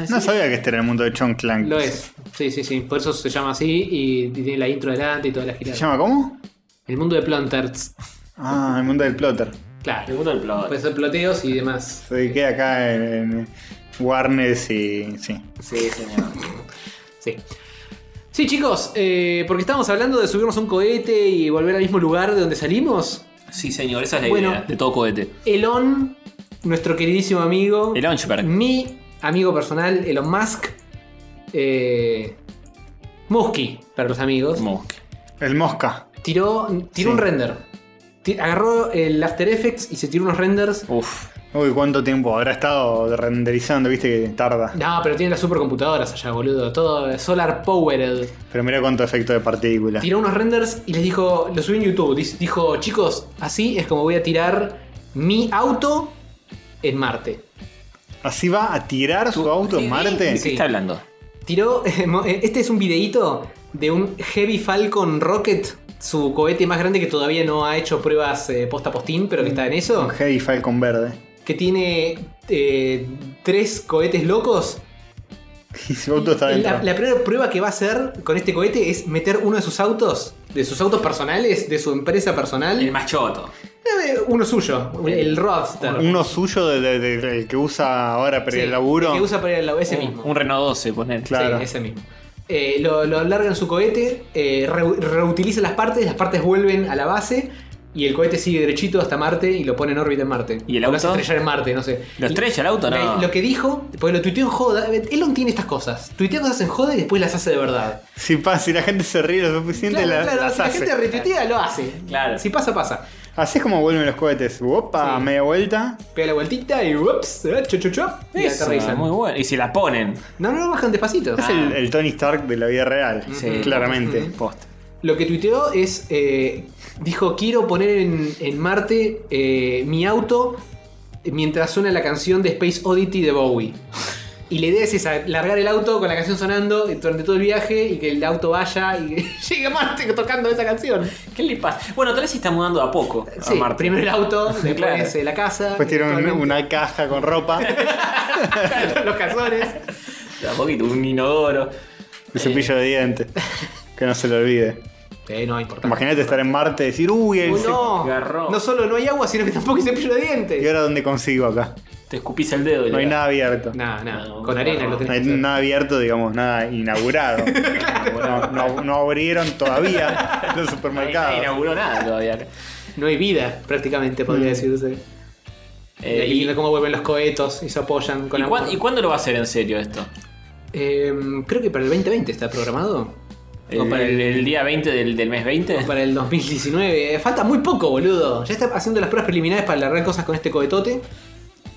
Speaker 1: No sabía que este era el mundo de Chon Clank.
Speaker 4: Lo es. Sí, sí, sí. Por eso se llama así y, y tiene la intro delante y toda la
Speaker 1: ¿Se
Speaker 4: girada.
Speaker 1: llama cómo?
Speaker 4: El mundo de Plunterts.
Speaker 1: Ah, el mundo del plotter.
Speaker 4: Claro.
Speaker 2: El mundo del plot.
Speaker 4: Puede ser ploteos y demás.
Speaker 1: Se queda acá en, en Warnes y. sí.
Speaker 2: Sí, señor.
Speaker 4: Sí. Sí, chicos, eh, porque estábamos hablando de subirnos a un cohete y volver al mismo lugar de donde salimos.
Speaker 2: Sí, señor, esa es la
Speaker 4: Bueno.
Speaker 2: idea de todo cohete.
Speaker 4: Elon, nuestro queridísimo amigo.
Speaker 2: El Launchpad.
Speaker 4: Mi amigo personal, Elon Musk. Eh, Musky, para los amigos.
Speaker 1: El mosca.
Speaker 4: Tiró, tiró un render. Ti- Agarró el After Effects y se tiró unos renders.
Speaker 2: Uf.
Speaker 1: Uy, ¿cuánto tiempo habrá estado renderizando? Viste que tarda.
Speaker 4: No, pero tiene las supercomputadoras allá, boludo. Todo solar powered.
Speaker 1: Pero mira cuánto efecto de partícula.
Speaker 4: Tiró unos renders y les dijo, lo subí en YouTube. Dis- Dijo, chicos, así es como voy a tirar mi auto en Marte.
Speaker 1: ¿Así va a tirar su auto en Marte?
Speaker 2: ¿De
Speaker 4: Sí.
Speaker 2: qué está hablando?
Speaker 4: Tiró, (laughs) mo- eh, este es un videíto de un Heavy Falcon Rocket, su cohete más grande que todavía no ha hecho pruebas eh, posta postín, pero que está en eso.
Speaker 1: Un Heavy Falcon verde.
Speaker 4: Que tiene eh, tres cohetes locos.
Speaker 1: Y su auto está dentro.
Speaker 4: La, la primera prueba que va a hacer con este cohete es meter uno de sus autos, de sus autos personales, de su empresa personal.
Speaker 2: El más choto.
Speaker 4: Eh, Uno suyo, el Roadster.
Speaker 1: Uno suyo de- de- de- del que usa ahora para
Speaker 4: Sí,
Speaker 1: el laburo.
Speaker 4: Que usa para ir al laburo, ese
Speaker 2: Un,
Speaker 4: mismo.
Speaker 2: un Renault 12, poner.
Speaker 1: Claro.
Speaker 4: Sí, ese mismo. Eh, lo, lo larga en su cohete, eh, re- reutiliza las partes, las partes vuelven a la base y el cohete sigue derechito hasta Marte y lo pone en órbita en Marte.
Speaker 2: ¿Y el
Speaker 4: Lo hace
Speaker 2: auto?
Speaker 4: estrellar en Marte, no sé.
Speaker 2: ¿Lo estrella el auto? No.
Speaker 4: Eh, Lo que dijo, porque lo tuiteó en joda. Elon tiene estas cosas. Tuitea cosas en joda y después las hace de verdad.
Speaker 1: Si, pa- si la gente se ríe lo suficiente,
Speaker 4: Claro,
Speaker 1: la-
Speaker 4: claro,
Speaker 1: las
Speaker 4: si la
Speaker 1: hace.
Speaker 4: gente retuitea, lo hace.
Speaker 2: Claro.
Speaker 4: Si pasa, pasa.
Speaker 1: Así es como vuelven los cohetes. Opa,
Speaker 4: Sí.
Speaker 1: media vuelta.
Speaker 4: Pega la vueltita y ups, eh, chop, chop, chop, y
Speaker 2: Esa,
Speaker 4: aterrizan.
Speaker 2: muy bueno. Y si la ponen.
Speaker 4: No, no, bajan despacito.
Speaker 1: Es el, el Tony Stark de la vida real,
Speaker 2: Sí.
Speaker 1: claramente.
Speaker 2: Post.
Speaker 4: Lo que tuiteó es, eh, dijo, quiero poner en, en Marte eh, mi auto mientras suena la canción de Space Oddity de Bowie. Y la idea es esa, largar el auto con la canción sonando durante todo el viaje y que el auto vaya y (laughs) llegue a Marte tocando esa canción.
Speaker 2: ¿Qué le pasa? Bueno, tal vez se está mudando de a poco
Speaker 4: Sí,
Speaker 2: a Marte.
Speaker 4: primero el auto,
Speaker 2: (laughs)
Speaker 4: después
Speaker 2: Claro.
Speaker 4: eh, la casa.
Speaker 1: Después tiran un-
Speaker 4: eventualmente
Speaker 1: una caja con ropa,
Speaker 4: (laughs) los calzones.
Speaker 2: De a poquito, un inodoro.
Speaker 1: el cepillo de
Speaker 4: (laughs)
Speaker 1: dientes. Que no se lo olvide.
Speaker 4: Eh, no, importante.
Speaker 1: Imagínate estar en Marte y decir, uy, el
Speaker 4: Uy,
Speaker 1: cep-
Speaker 4: no,
Speaker 2: Garrón.
Speaker 4: no solo no hay agua, sino que tampoco hay cepillo de
Speaker 1: ¿Y
Speaker 4: dientes.
Speaker 1: ahora dónde consigo acá?
Speaker 2: Te escupís el dedo. y
Speaker 1: No hay
Speaker 2: le-
Speaker 1: nada abierto.
Speaker 4: Nada, nada.
Speaker 2: No,
Speaker 4: con arena
Speaker 2: no,
Speaker 4: lo
Speaker 1: No
Speaker 4: tenés
Speaker 1: hay
Speaker 4: que hacer.
Speaker 1: nada abierto, digamos, nada (laughs) inaugurado. no, no- no abrieron todavía los
Speaker 2: Nadie
Speaker 1: supermercados.
Speaker 2: inauguró nada todavía. acá.
Speaker 4: No hay vida, prácticamente,
Speaker 1: Mm.
Speaker 4: podría decirse.
Speaker 2: Eh,
Speaker 4: y
Speaker 2: y,
Speaker 4: lindo cómo vuelven los cohetos y se apoyan con
Speaker 2: ¿y
Speaker 4: la
Speaker 2: cuán- y cuándo lo va a hacer en serio esto?
Speaker 4: Em, Creo que para el 2020 está programado.
Speaker 2: El,
Speaker 4: Para el-
Speaker 2: el día 20 del, del mes 20.
Speaker 4: Para el 2019. Eh, Falta muy poco, boludo. Ya está haciendo las pruebas preliminares para largar cosas con este cohetote.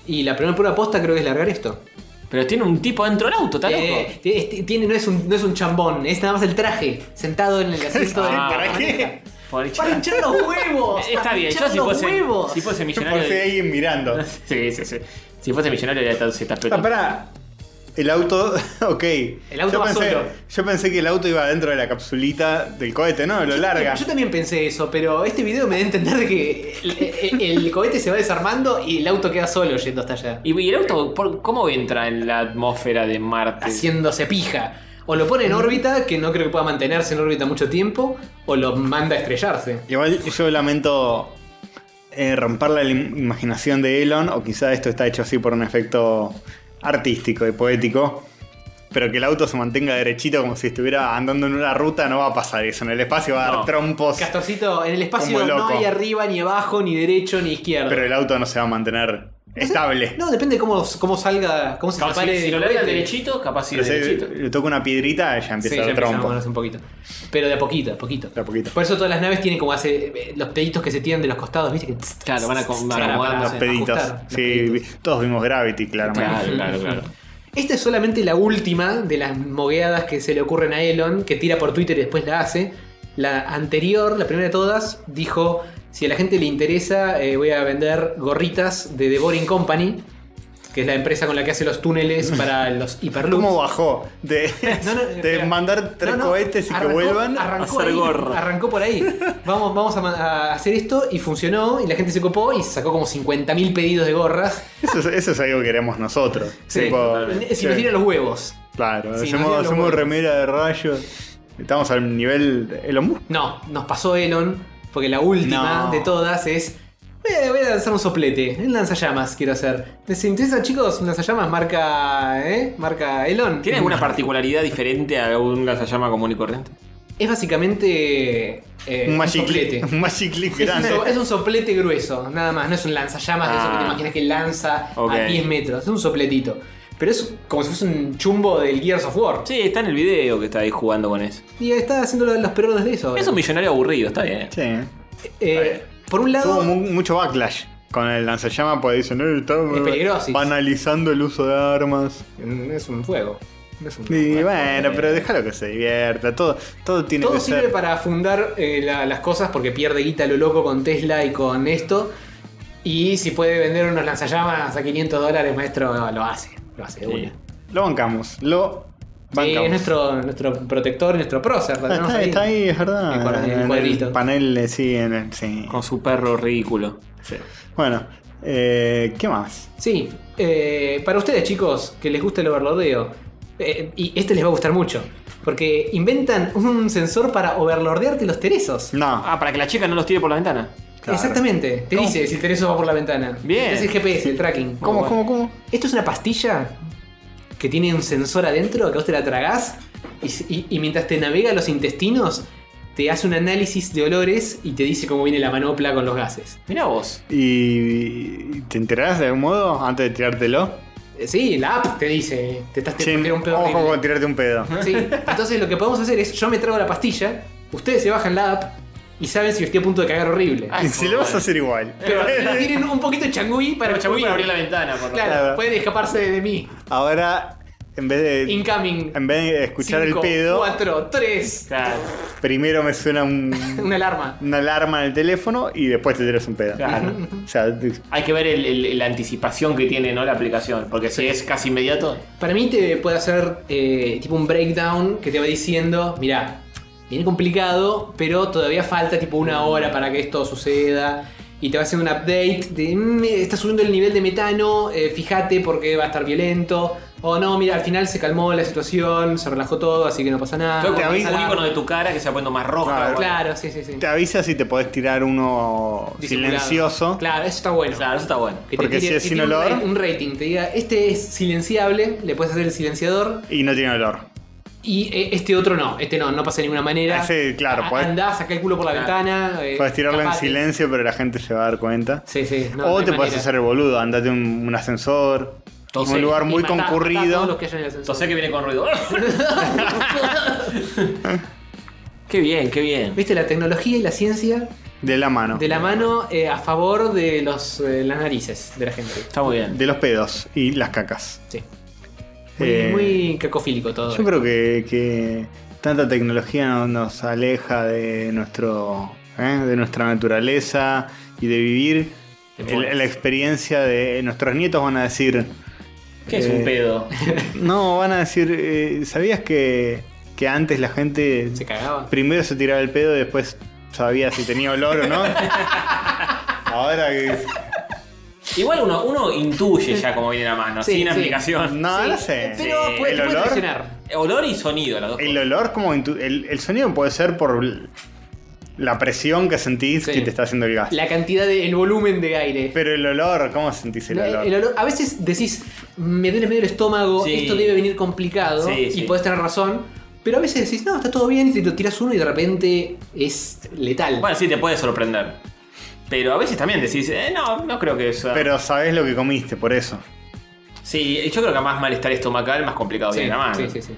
Speaker 4: Y la primera prueba posta creo que es largar esto.
Speaker 2: Pero tiene un tipo dentro del auto, está loco.
Speaker 4: Eh, tiene- tiene- no, es un, no es un chambón, es nada más el traje, sentado en el
Speaker 1: (laughs)
Speaker 4: asiento del
Speaker 2: Ah,
Speaker 1: ¿para qué?
Speaker 2: Por
Speaker 4: ¡Para
Speaker 2: hinchar-
Speaker 4: hinchar los huevos!
Speaker 2: Eh, Está
Speaker 4: para
Speaker 2: bien, yo
Speaker 4: hinchar
Speaker 2: si
Speaker 4: los
Speaker 2: fuese,
Speaker 4: huevos.
Speaker 2: si fuese
Speaker 1: Por
Speaker 2: millonario.
Speaker 1: si hay alguien mirando.
Speaker 2: Sí, sí, sí. Si fuese millonario, ya está, se está
Speaker 1: Ah,
Speaker 2: explotando.
Speaker 1: pará. El auto, (laughs) ok.
Speaker 4: El auto
Speaker 1: yo
Speaker 4: va
Speaker 1: pensé,
Speaker 4: solo.
Speaker 1: Yo pensé que el auto iba dentro de la capsulita del cohete, ¿no? Lo larga.
Speaker 4: Yo también pensé eso, pero este video me da a entender de que el, el- el cohete se va desarmando y el auto queda solo yendo hasta allá.
Speaker 2: ¿Y, y el auto por- cómo entra en la atmósfera de Marte?
Speaker 4: Haciéndose pija. O lo pone en órbita, que no creo que pueda mantenerse en órbita mucho tiempo, o lo manda a estrellarse.
Speaker 1: Igual yo lamento eh, romper la im- imaginación de Elon, o quizá esto está hecho así por un efecto artístico y poético, pero que el auto se mantenga derechito como si estuviera andando en una ruta, no va a pasar eso. En el espacio va a dar
Speaker 2: No.
Speaker 1: trompos,
Speaker 4: Castorcito, en el espacio
Speaker 1: Como
Speaker 4: no
Speaker 1: loco.
Speaker 4: hay arriba, ni abajo, ni derecho, ni izquierda.
Speaker 1: pero eh. el auto no se va a mantener estable.
Speaker 4: No, depende de cómo, cómo salga, cómo se
Speaker 2: Capaz
Speaker 4: separe
Speaker 2: si, si
Speaker 4: del
Speaker 2: lo larga
Speaker 4: cohete.
Speaker 2: derechito, capaz si
Speaker 1: Pero si
Speaker 2: derechito.
Speaker 1: le toca una piedrita, ya
Speaker 4: Sí,
Speaker 1: empieza
Speaker 4: ya
Speaker 1: a dar
Speaker 4: empezamos
Speaker 1: trompos.
Speaker 4: a moverse un poquito. Pero de a poquito, de a poquito.
Speaker 1: De a poquito.
Speaker 4: Por eso todas las naves tienen como hace eh, los peditos que se tiran de los costados, ¿viste? Que tss,
Speaker 2: Claro, van a com- van
Speaker 4: para-
Speaker 2: acomodando.
Speaker 1: Los
Speaker 4: para
Speaker 1: peditos.
Speaker 4: ajustar los
Speaker 1: Sí,
Speaker 4: peditos.
Speaker 1: vi- todos vimos Gravity, claramente.
Speaker 2: Claro, claro, claro.
Speaker 4: Esta es solamente la última de las mogueadas que se le ocurren a Elon, que tira por Twitter y después la hace. La anterior, la primera de todas, dijo: Si a la gente le interesa, eh, voy a vender gorritas de The Boring Company, que es la empresa con la que hace los túneles para
Speaker 1: (laughs)
Speaker 4: los hiperloops.
Speaker 1: ¿Cómo bajó? De,
Speaker 4: No, no,
Speaker 1: de
Speaker 4: espera.
Speaker 1: mandar tres
Speaker 4: No, no,
Speaker 1: cohetes y
Speaker 4: arrancó-
Speaker 1: que vuelvan.
Speaker 4: arrancó
Speaker 1: a hacer
Speaker 4: ahí,
Speaker 1: gorro.
Speaker 4: Arrancó por ahí. Vamos, vamos a, ma- a hacer esto y funcionó y la gente se copó y sacó como 50.000 pedidos de gorras.
Speaker 1: Eso es, eso es algo que queremos nosotros. Tipo,
Speaker 4: si
Speaker 1: sí.
Speaker 4: nos tiran los huevos.
Speaker 1: Claro,
Speaker 4: si nos
Speaker 1: hacemos,
Speaker 4: tiran los
Speaker 1: hacemos
Speaker 4: huevos.
Speaker 1: remera de rayos. Estamos al nivel de Elon Musk.
Speaker 4: No, nos pasó Elon, porque la última
Speaker 1: No.
Speaker 4: de todas es... "Voy a- Voy a lanzar un soplete, un lanzallamas quiero hacer. ¿Les interesa chicos? Un lanzallamas marca... ¿Eh? Marca Elon.
Speaker 2: ¿Tiene alguna particularidad diferente a un gasallama común y corriente?
Speaker 4: Es básicamente... eh,
Speaker 1: Un
Speaker 4: un
Speaker 1: magic
Speaker 4: soplete.
Speaker 1: clip. (laughs) Un magic clip
Speaker 4: Es un,
Speaker 1: grande.
Speaker 4: so- es un soplete grueso, nada más, no es un lanzallamas de eso que te
Speaker 2: Ah.
Speaker 4: imaginas que lanza
Speaker 2: Ok.
Speaker 4: a 10 metros, es un sopletito. Pero es como si fuese un chumbo del Gears of War.
Speaker 2: Sí, está en el video que está ahí jugando con eso.
Speaker 4: Y está haciendo los, los perones de eso. ahora.
Speaker 2: Es un millonario aburrido, está bien.
Speaker 1: Sí.
Speaker 4: Eh, por
Speaker 1: Tuvo
Speaker 4: un lado,
Speaker 1: mu- mucho backlash con el lanzallamas porque dicen, eh, está
Speaker 4: Es peligroso.
Speaker 1: banalizando el uso de armas.
Speaker 4: mm, es un fuego. Es un-
Speaker 1: Y bueno, pero déjalo que se divierta. Todo, todo tiene
Speaker 4: eh. Todo
Speaker 1: que
Speaker 4: sirve
Speaker 1: ser.
Speaker 4: para fundar eh, la- las cosas porque pierde guita lo loco con Tesla y con esto. Y si puede vender unos lanzallamas a 500 dólares, maestro, no, lo hace. Lo hace de una.
Speaker 1: Lo bancamos. Lo
Speaker 4: Sí,
Speaker 1: bancamos.
Speaker 4: es nuestro, nuestro protector, nuestro prócer. lo
Speaker 1: Ah,
Speaker 4: tenemos
Speaker 1: está, está ahí, es verdad.
Speaker 4: El cuadra- el
Speaker 1: En
Speaker 4: cuadrito.
Speaker 1: panel, eh, sí, en el- sí.
Speaker 2: Con su perro ridículo.
Speaker 1: Bueno, eh, ¿qué más?
Speaker 4: Sí, eh, para ustedes chicos que les gusta el overlordeo, eh, y este les va a gustar mucho, porque inventan un sensor para overlordearte los teresos.
Speaker 1: No.
Speaker 2: Ah, para que la chica no los tire por la ventana.
Speaker 1: claro.
Speaker 4: Exactamente, te
Speaker 1: ¿Cómo?
Speaker 4: dice si el tereso va por la ventana.
Speaker 2: Bien.
Speaker 4: Es el GPS, el tracking.
Speaker 1: ¿Cómo,
Speaker 4: Bueno.
Speaker 1: cómo, cómo?
Speaker 4: Esto es una pastilla que tiene un sensor adentro que vos te la tragás y, s- y- y mientras te navega los intestinos, te hace un análisis de olores y te dice cómo viene la manopla con los gases.
Speaker 2: Mira vos.
Speaker 1: ¿Y te enterarás de algún modo antes de tirártelo?
Speaker 4: Eh, Sí, la app te dice, te estás
Speaker 1: Che,
Speaker 4: era un pedo
Speaker 1: ojo
Speaker 4: horrible.
Speaker 1: con tirarte un pedo.
Speaker 4: Sí, entonces lo que podemos hacer es, yo me trago la pastilla, ustedes se bajan la app y saben si estoy a punto de cagar horrible.
Speaker 1: (laughs)
Speaker 2: Ah,
Speaker 1: Y si lo vas a hacer igual.
Speaker 4: Pero tienen un poquito de changüí para
Speaker 2: Chabuí
Speaker 4: huir.
Speaker 2: para abrir la ventana, por favor.
Speaker 4: Claro, pueden escaparse de mí.
Speaker 1: (laughs) Ahora, en vez de,
Speaker 4: Incoming.
Speaker 1: en vez de escuchar
Speaker 4: Cinco,
Speaker 1: el pedo,
Speaker 4: Cuatro, tres.
Speaker 2: Claro,
Speaker 1: primero me suena un-
Speaker 4: (laughs) Una alarma.
Speaker 1: una alarma en el teléfono y después te tiras un pedo.
Speaker 2: claro.
Speaker 1: O sea, te-
Speaker 2: Hay que ver el- el- la anticipación que tiene ¿no? la aplicación, porque si es casi inmediato.
Speaker 4: Para mí te puede hacer eh, tipo un breakdown que te va diciendo, mira, viene complicado, pero todavía falta tipo una hora para que esto suceda. Y te va haciendo un update de, "Mm, está subiendo el nivel de metano, eh, fíjate porque va a estar violento. O no, mira, al final se calmó la situación, se relajó todo, así que no pasa nada.
Speaker 2: Yo creo
Speaker 1: te
Speaker 2: que es
Speaker 1: avisa-
Speaker 2: un icono de tu cara que se va poniendo más roja.
Speaker 1: Claro.
Speaker 4: Claro, sí, sí, sí.
Speaker 1: te avisa si te podés tirar uno
Speaker 4: Disimulado.
Speaker 1: silencioso.
Speaker 4: Claro, eso está bueno.
Speaker 2: Claro, eso está bueno.
Speaker 4: Que te
Speaker 1: Porque si
Speaker 4: tire-
Speaker 1: es
Speaker 4: que
Speaker 1: sin
Speaker 4: tiene un
Speaker 1: olor-
Speaker 4: ra- Un rating, te diga, este es silenciable, le puedes hacer el silenciador,
Speaker 1: Y no tiene olor.
Speaker 4: Y eh, este otro no, este no, no pasa de ninguna manera.
Speaker 1: Ah, sí, claro,
Speaker 4: A-
Speaker 1: podés-
Speaker 4: Andá, saca el culo por la ventana. eh,
Speaker 1: Puedes tirarlo en
Speaker 4: escapate.
Speaker 1: silencio, pero la gente se va a dar cuenta.
Speaker 4: Sí, sí. no, no
Speaker 1: o
Speaker 4: hay
Speaker 1: te puedes
Speaker 4: manera.
Speaker 1: hacer el boludo, andate un, un ascensor,
Speaker 2: Entonces,
Speaker 1: un lugar muy
Speaker 4: Y matá- matá a todos
Speaker 1: concurrido.
Speaker 4: los que hayan en el ascensor.
Speaker 2: Entonces que viene con ruido.
Speaker 15: Qué bien, qué bien.
Speaker 4: ¿Viste? La tecnología y la ciencia
Speaker 1: De la mano.
Speaker 4: de la mano eh, a favor de los, eh, las narices de la gente.
Speaker 15: Está muy bien.
Speaker 1: De los pedos y las cacas.
Speaker 4: Sí. Muy,
Speaker 1: Eh,
Speaker 4: muy cacofílico todo.
Speaker 1: Yo creo que, que tanta tecnología no- nos aleja de nuestro ¿eh? de nuestra naturaleza y de vivir el- la experiencia de nuestros nietos van a
Speaker 4: (laughs)
Speaker 1: decir
Speaker 2: ¿Qué es
Speaker 1: eh,
Speaker 2: un pedo?
Speaker 1: no van a decir eh, sabías que, que antes la gente
Speaker 4: Se cagaba.
Speaker 1: primero se tiraba el pedo y después sabía si tenía olor
Speaker 4: (laughs)
Speaker 1: o no ahora que
Speaker 2: Igual uno, uno intuye ya cómo viene la mano,
Speaker 4: Sí,
Speaker 2: sin
Speaker 4: sí.
Speaker 2: aplicación.
Speaker 1: no
Speaker 4: Sí,
Speaker 1: no sé Eh,
Speaker 4: Pero
Speaker 2: Sí,
Speaker 4: puede,
Speaker 1: el
Speaker 4: te puede
Speaker 1: olor.
Speaker 4: traicionar.
Speaker 2: Olor y sonido, las dos
Speaker 1: El
Speaker 2: cosas.
Speaker 1: olor, como intu- el, el sonido puede ser por l- la presión que sentís
Speaker 4: Sí.
Speaker 1: que te está haciendo el gas.
Speaker 4: La cantidad de. el volumen de aire.
Speaker 1: Pero el olor, ¿cómo sentís el
Speaker 4: No,
Speaker 1: olor?
Speaker 4: Eh, el olor- a veces decís, me duele medio el estómago,
Speaker 2: Sí.
Speaker 4: esto debe venir complicado
Speaker 2: Sí,
Speaker 4: y
Speaker 2: sí.
Speaker 4: podés tener razón. Pero a veces decís, no, está todo bien y te lo tiras uno y de repente es letal.
Speaker 2: Bueno, sí, te puede sorprender. Pero a veces también decís, eh, no, no creo que sea.
Speaker 1: Pero sabés lo que comiste, por eso.
Speaker 2: Sí, yo creo que más malestar estomacal, más complicado
Speaker 4: sí,
Speaker 2: viene la mano.
Speaker 4: sí, sí, sí.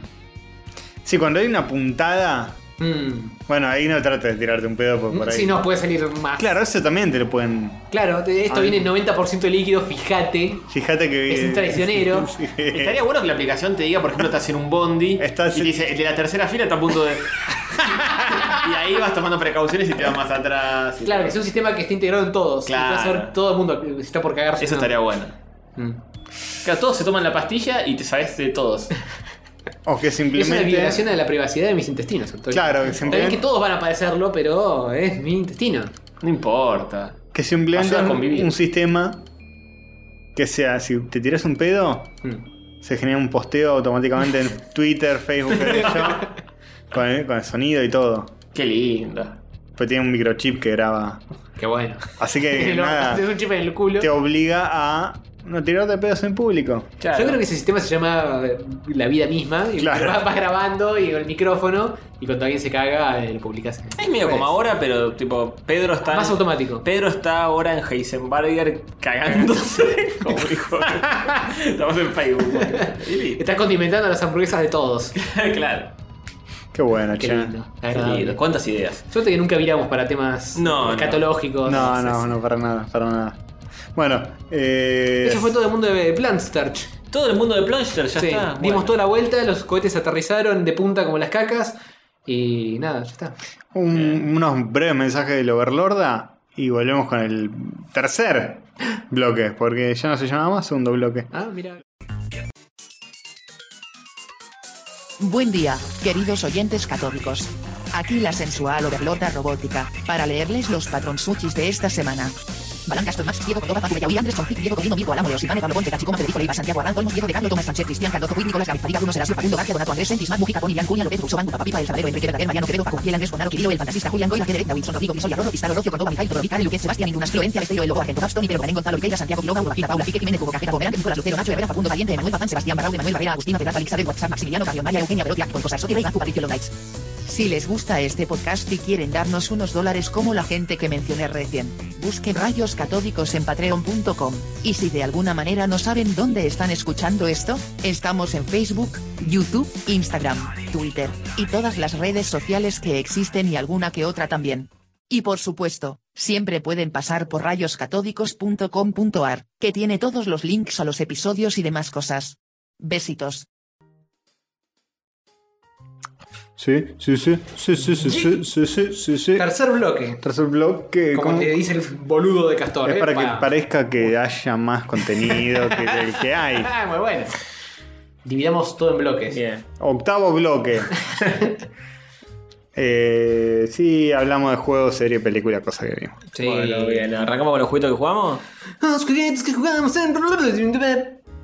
Speaker 1: Sí, cuando hay una puntada.
Speaker 4: Mm.
Speaker 1: Bueno, ahí no trates de tirarte un pedo por, por ahí.
Speaker 4: Sí, no, puede salir más.
Speaker 1: Claro, eso también te lo pueden.
Speaker 4: Claro, te- esto
Speaker 1: Ay.
Speaker 4: viene 90% de líquido, fíjate.
Speaker 1: Fíjate que.
Speaker 4: Es un traicionero.
Speaker 1: (laughs) Sí.
Speaker 2: Estaría bueno que la aplicación te diga, por ejemplo, estás en un bondi
Speaker 1: (laughs) Estás
Speaker 2: y
Speaker 1: en-
Speaker 2: te dice, el de la tercera fila está a
Speaker 1: (laughs)
Speaker 2: punto de. y ahí vas tomando precauciones y te vas más atrás. y
Speaker 4: Claro, que
Speaker 2: todo.
Speaker 4: es un sistema que está integrado en todos. y
Speaker 2: Claro.
Speaker 4: puede saber todo el mundo si está por cagarse.
Speaker 2: Eso
Speaker 4: o no.
Speaker 2: estaría bueno.
Speaker 4: Mm.
Speaker 2: Claro, todos se toman la pastilla y te sabes de todos.
Speaker 1: O que
Speaker 4: Es una
Speaker 1: simplemente.
Speaker 4: violación a la privacidad de mis intestinos. Antonio.
Speaker 1: Claro, que
Speaker 4: Está bien
Speaker 1: simplemente-
Speaker 4: que todos van a padecerlo, pero es mi intestino.
Speaker 2: No importa.
Speaker 1: que simplemente
Speaker 2: Ayuda a
Speaker 1: un-
Speaker 2: convivir.
Speaker 1: un sistema que sea, si te tiras un pedo,
Speaker 4: Mm.
Speaker 1: se genera un posteo automáticamente
Speaker 4: (laughs)
Speaker 1: en Twitter, Facebook, qué sé yo, con, el, con el sonido y todo.
Speaker 2: Qué lindo.
Speaker 1: Pues tiene un microchip que graba.
Speaker 4: Qué bueno.
Speaker 1: Así
Speaker 4: (laughs)
Speaker 1: que
Speaker 4: Lo-
Speaker 1: nada,
Speaker 4: te da un chip en el culo.
Speaker 1: te obliga a no tirarte pedos en público.
Speaker 4: Yo creo que ese sistema se llama eh, la vida misma. Y
Speaker 1: Claro.
Speaker 4: vas, vas grabando y con el micrófono. Y cuando alguien se caga, eh, lo publicas. en
Speaker 2: Es medio
Speaker 4: redes.
Speaker 2: como ahora, pero tipo, Pedro está.
Speaker 4: Más automático.
Speaker 2: Pedro está ahora en Heisenberger
Speaker 1: (laughs)
Speaker 2: cagándose. como dijo. Estamos en Facebook. bueno. Y listo.
Speaker 4: Estás condimentando las hamburguesas de todos.
Speaker 2: (laughs) claro.
Speaker 1: Qué bueno,
Speaker 4: Qué
Speaker 1: che.
Speaker 4: lindo.
Speaker 2: Qué
Speaker 4: agradable.
Speaker 2: lindo. ¿Cuántas ideas?
Speaker 4: Suerte que nunca viramos para temas
Speaker 2: No, no.
Speaker 4: escatológicos.
Speaker 1: No,
Speaker 4: Sí,
Speaker 1: no,
Speaker 4: sí.
Speaker 1: no, para nada, para nada. Bueno, eh,
Speaker 4: Eso fue todo el mundo de Plantstarch.
Speaker 2: Todo el mundo de Plunger ya
Speaker 4: Sí,
Speaker 2: está.
Speaker 4: dimos
Speaker 2: Bueno.
Speaker 4: toda la vuelta, los cohetes aterrizaron de punta como las cacas. Y nada, ya está.
Speaker 1: un- unos breves mensajes del Overlorda y volvemos con el tercer bloque, porque ya no se llamaba más segundo bloque.
Speaker 4: Ah, mira.
Speaker 12: Buen día, queridos oyentes católicos. Aquí la sensual overlorda robótica, para leerles los patronsuchis de esta semana. Balán Castro Max, Diego Córdoba, Facu Yaui, Andrés Confit, Diego Corino, Mirko Alamo, Iván, Pablo Ponce, Cachicoma, Federico Leiva, Santiago Arán, Olmos, Diego de Carlo, Tomás Sánchez, Cristian Cardozo, Ruiz, Nicolás Gaviz, Bruno Serasio, Facundo García, Donato, Andrés, Sentis, Matt, Mujica, Tony, Ian, Cuña, López, Russo, Banco, Papipa, El Sabadero, Enrique Verdaguer, Mariano Quevedo, Facu, Fiel, Andrés, Bonaro, Quirino, El Fantasista, Julián Goya, Gederek, Davidson, Rodrigo, Pisoya, Rorro, Pizarro, Rocio, Córdoba, Mijail, Todor, Vital, Luquet, Sebastián, Indunas, Florencia, Besteiro, El Lobo, Argento, Gastón, Ibero, Barén, Gonzalo, Viqueira, Santiago, Quiroga, Urbaquita, Paula, Fique, Jiménez, Hugo, Cajeta, Pomerante, Nicolás Lucero, Nacho, Herrera, Facundo, Valiente, Manuel, Bazán, Sebastián, Barraude, Manuel, Barrera, Agustina, Pedraz, Alixander, WhatsApp, Maximiliano, Carrión, Maya, Eugenia, Perotti, Acto, Cosas, Sotira, Iván, Cu, Patricio, Longaitz. Si les gusta este podcast y quieren darnos unos dólares como la gente que mencioné recién, busquen rayos catódicos en patreon.com, y si de alguna manera no saben dónde están escuchando esto, estamos en Facebook, YouTube, Instagram, Twitter, y todas las redes sociales que existen y alguna que otra también. Y por supuesto, siempre pueden pasar por rayoscatódicos.com.ar, que tiene todos los links a los episodios y demás cosas. Besitos.
Speaker 1: Sí, sí, sí, sí, sí, sí, sí, sí, sí, sí, sí.
Speaker 4: Tercer bloque.
Speaker 1: Tercer bloque,
Speaker 4: Como
Speaker 1: Eh, ¿cómo?
Speaker 4: te dice el boludo de Castor.
Speaker 1: es
Speaker 4: ¿eh?
Speaker 1: para que
Speaker 4: Pa.
Speaker 1: parezca que haya más contenido que el que hay.
Speaker 4: (laughs) Ah, muy bueno. Dividamos todo en bloques.
Speaker 2: Bien.
Speaker 1: Octavo bloque. Eh, sí, hablamos de juegos, serie, película, cosa que vimos.
Speaker 4: Sí.
Speaker 2: Bueno, bien. ¿Arrancamos con los juguetes que jugamos?
Speaker 4: Los juguetes que jugamos en-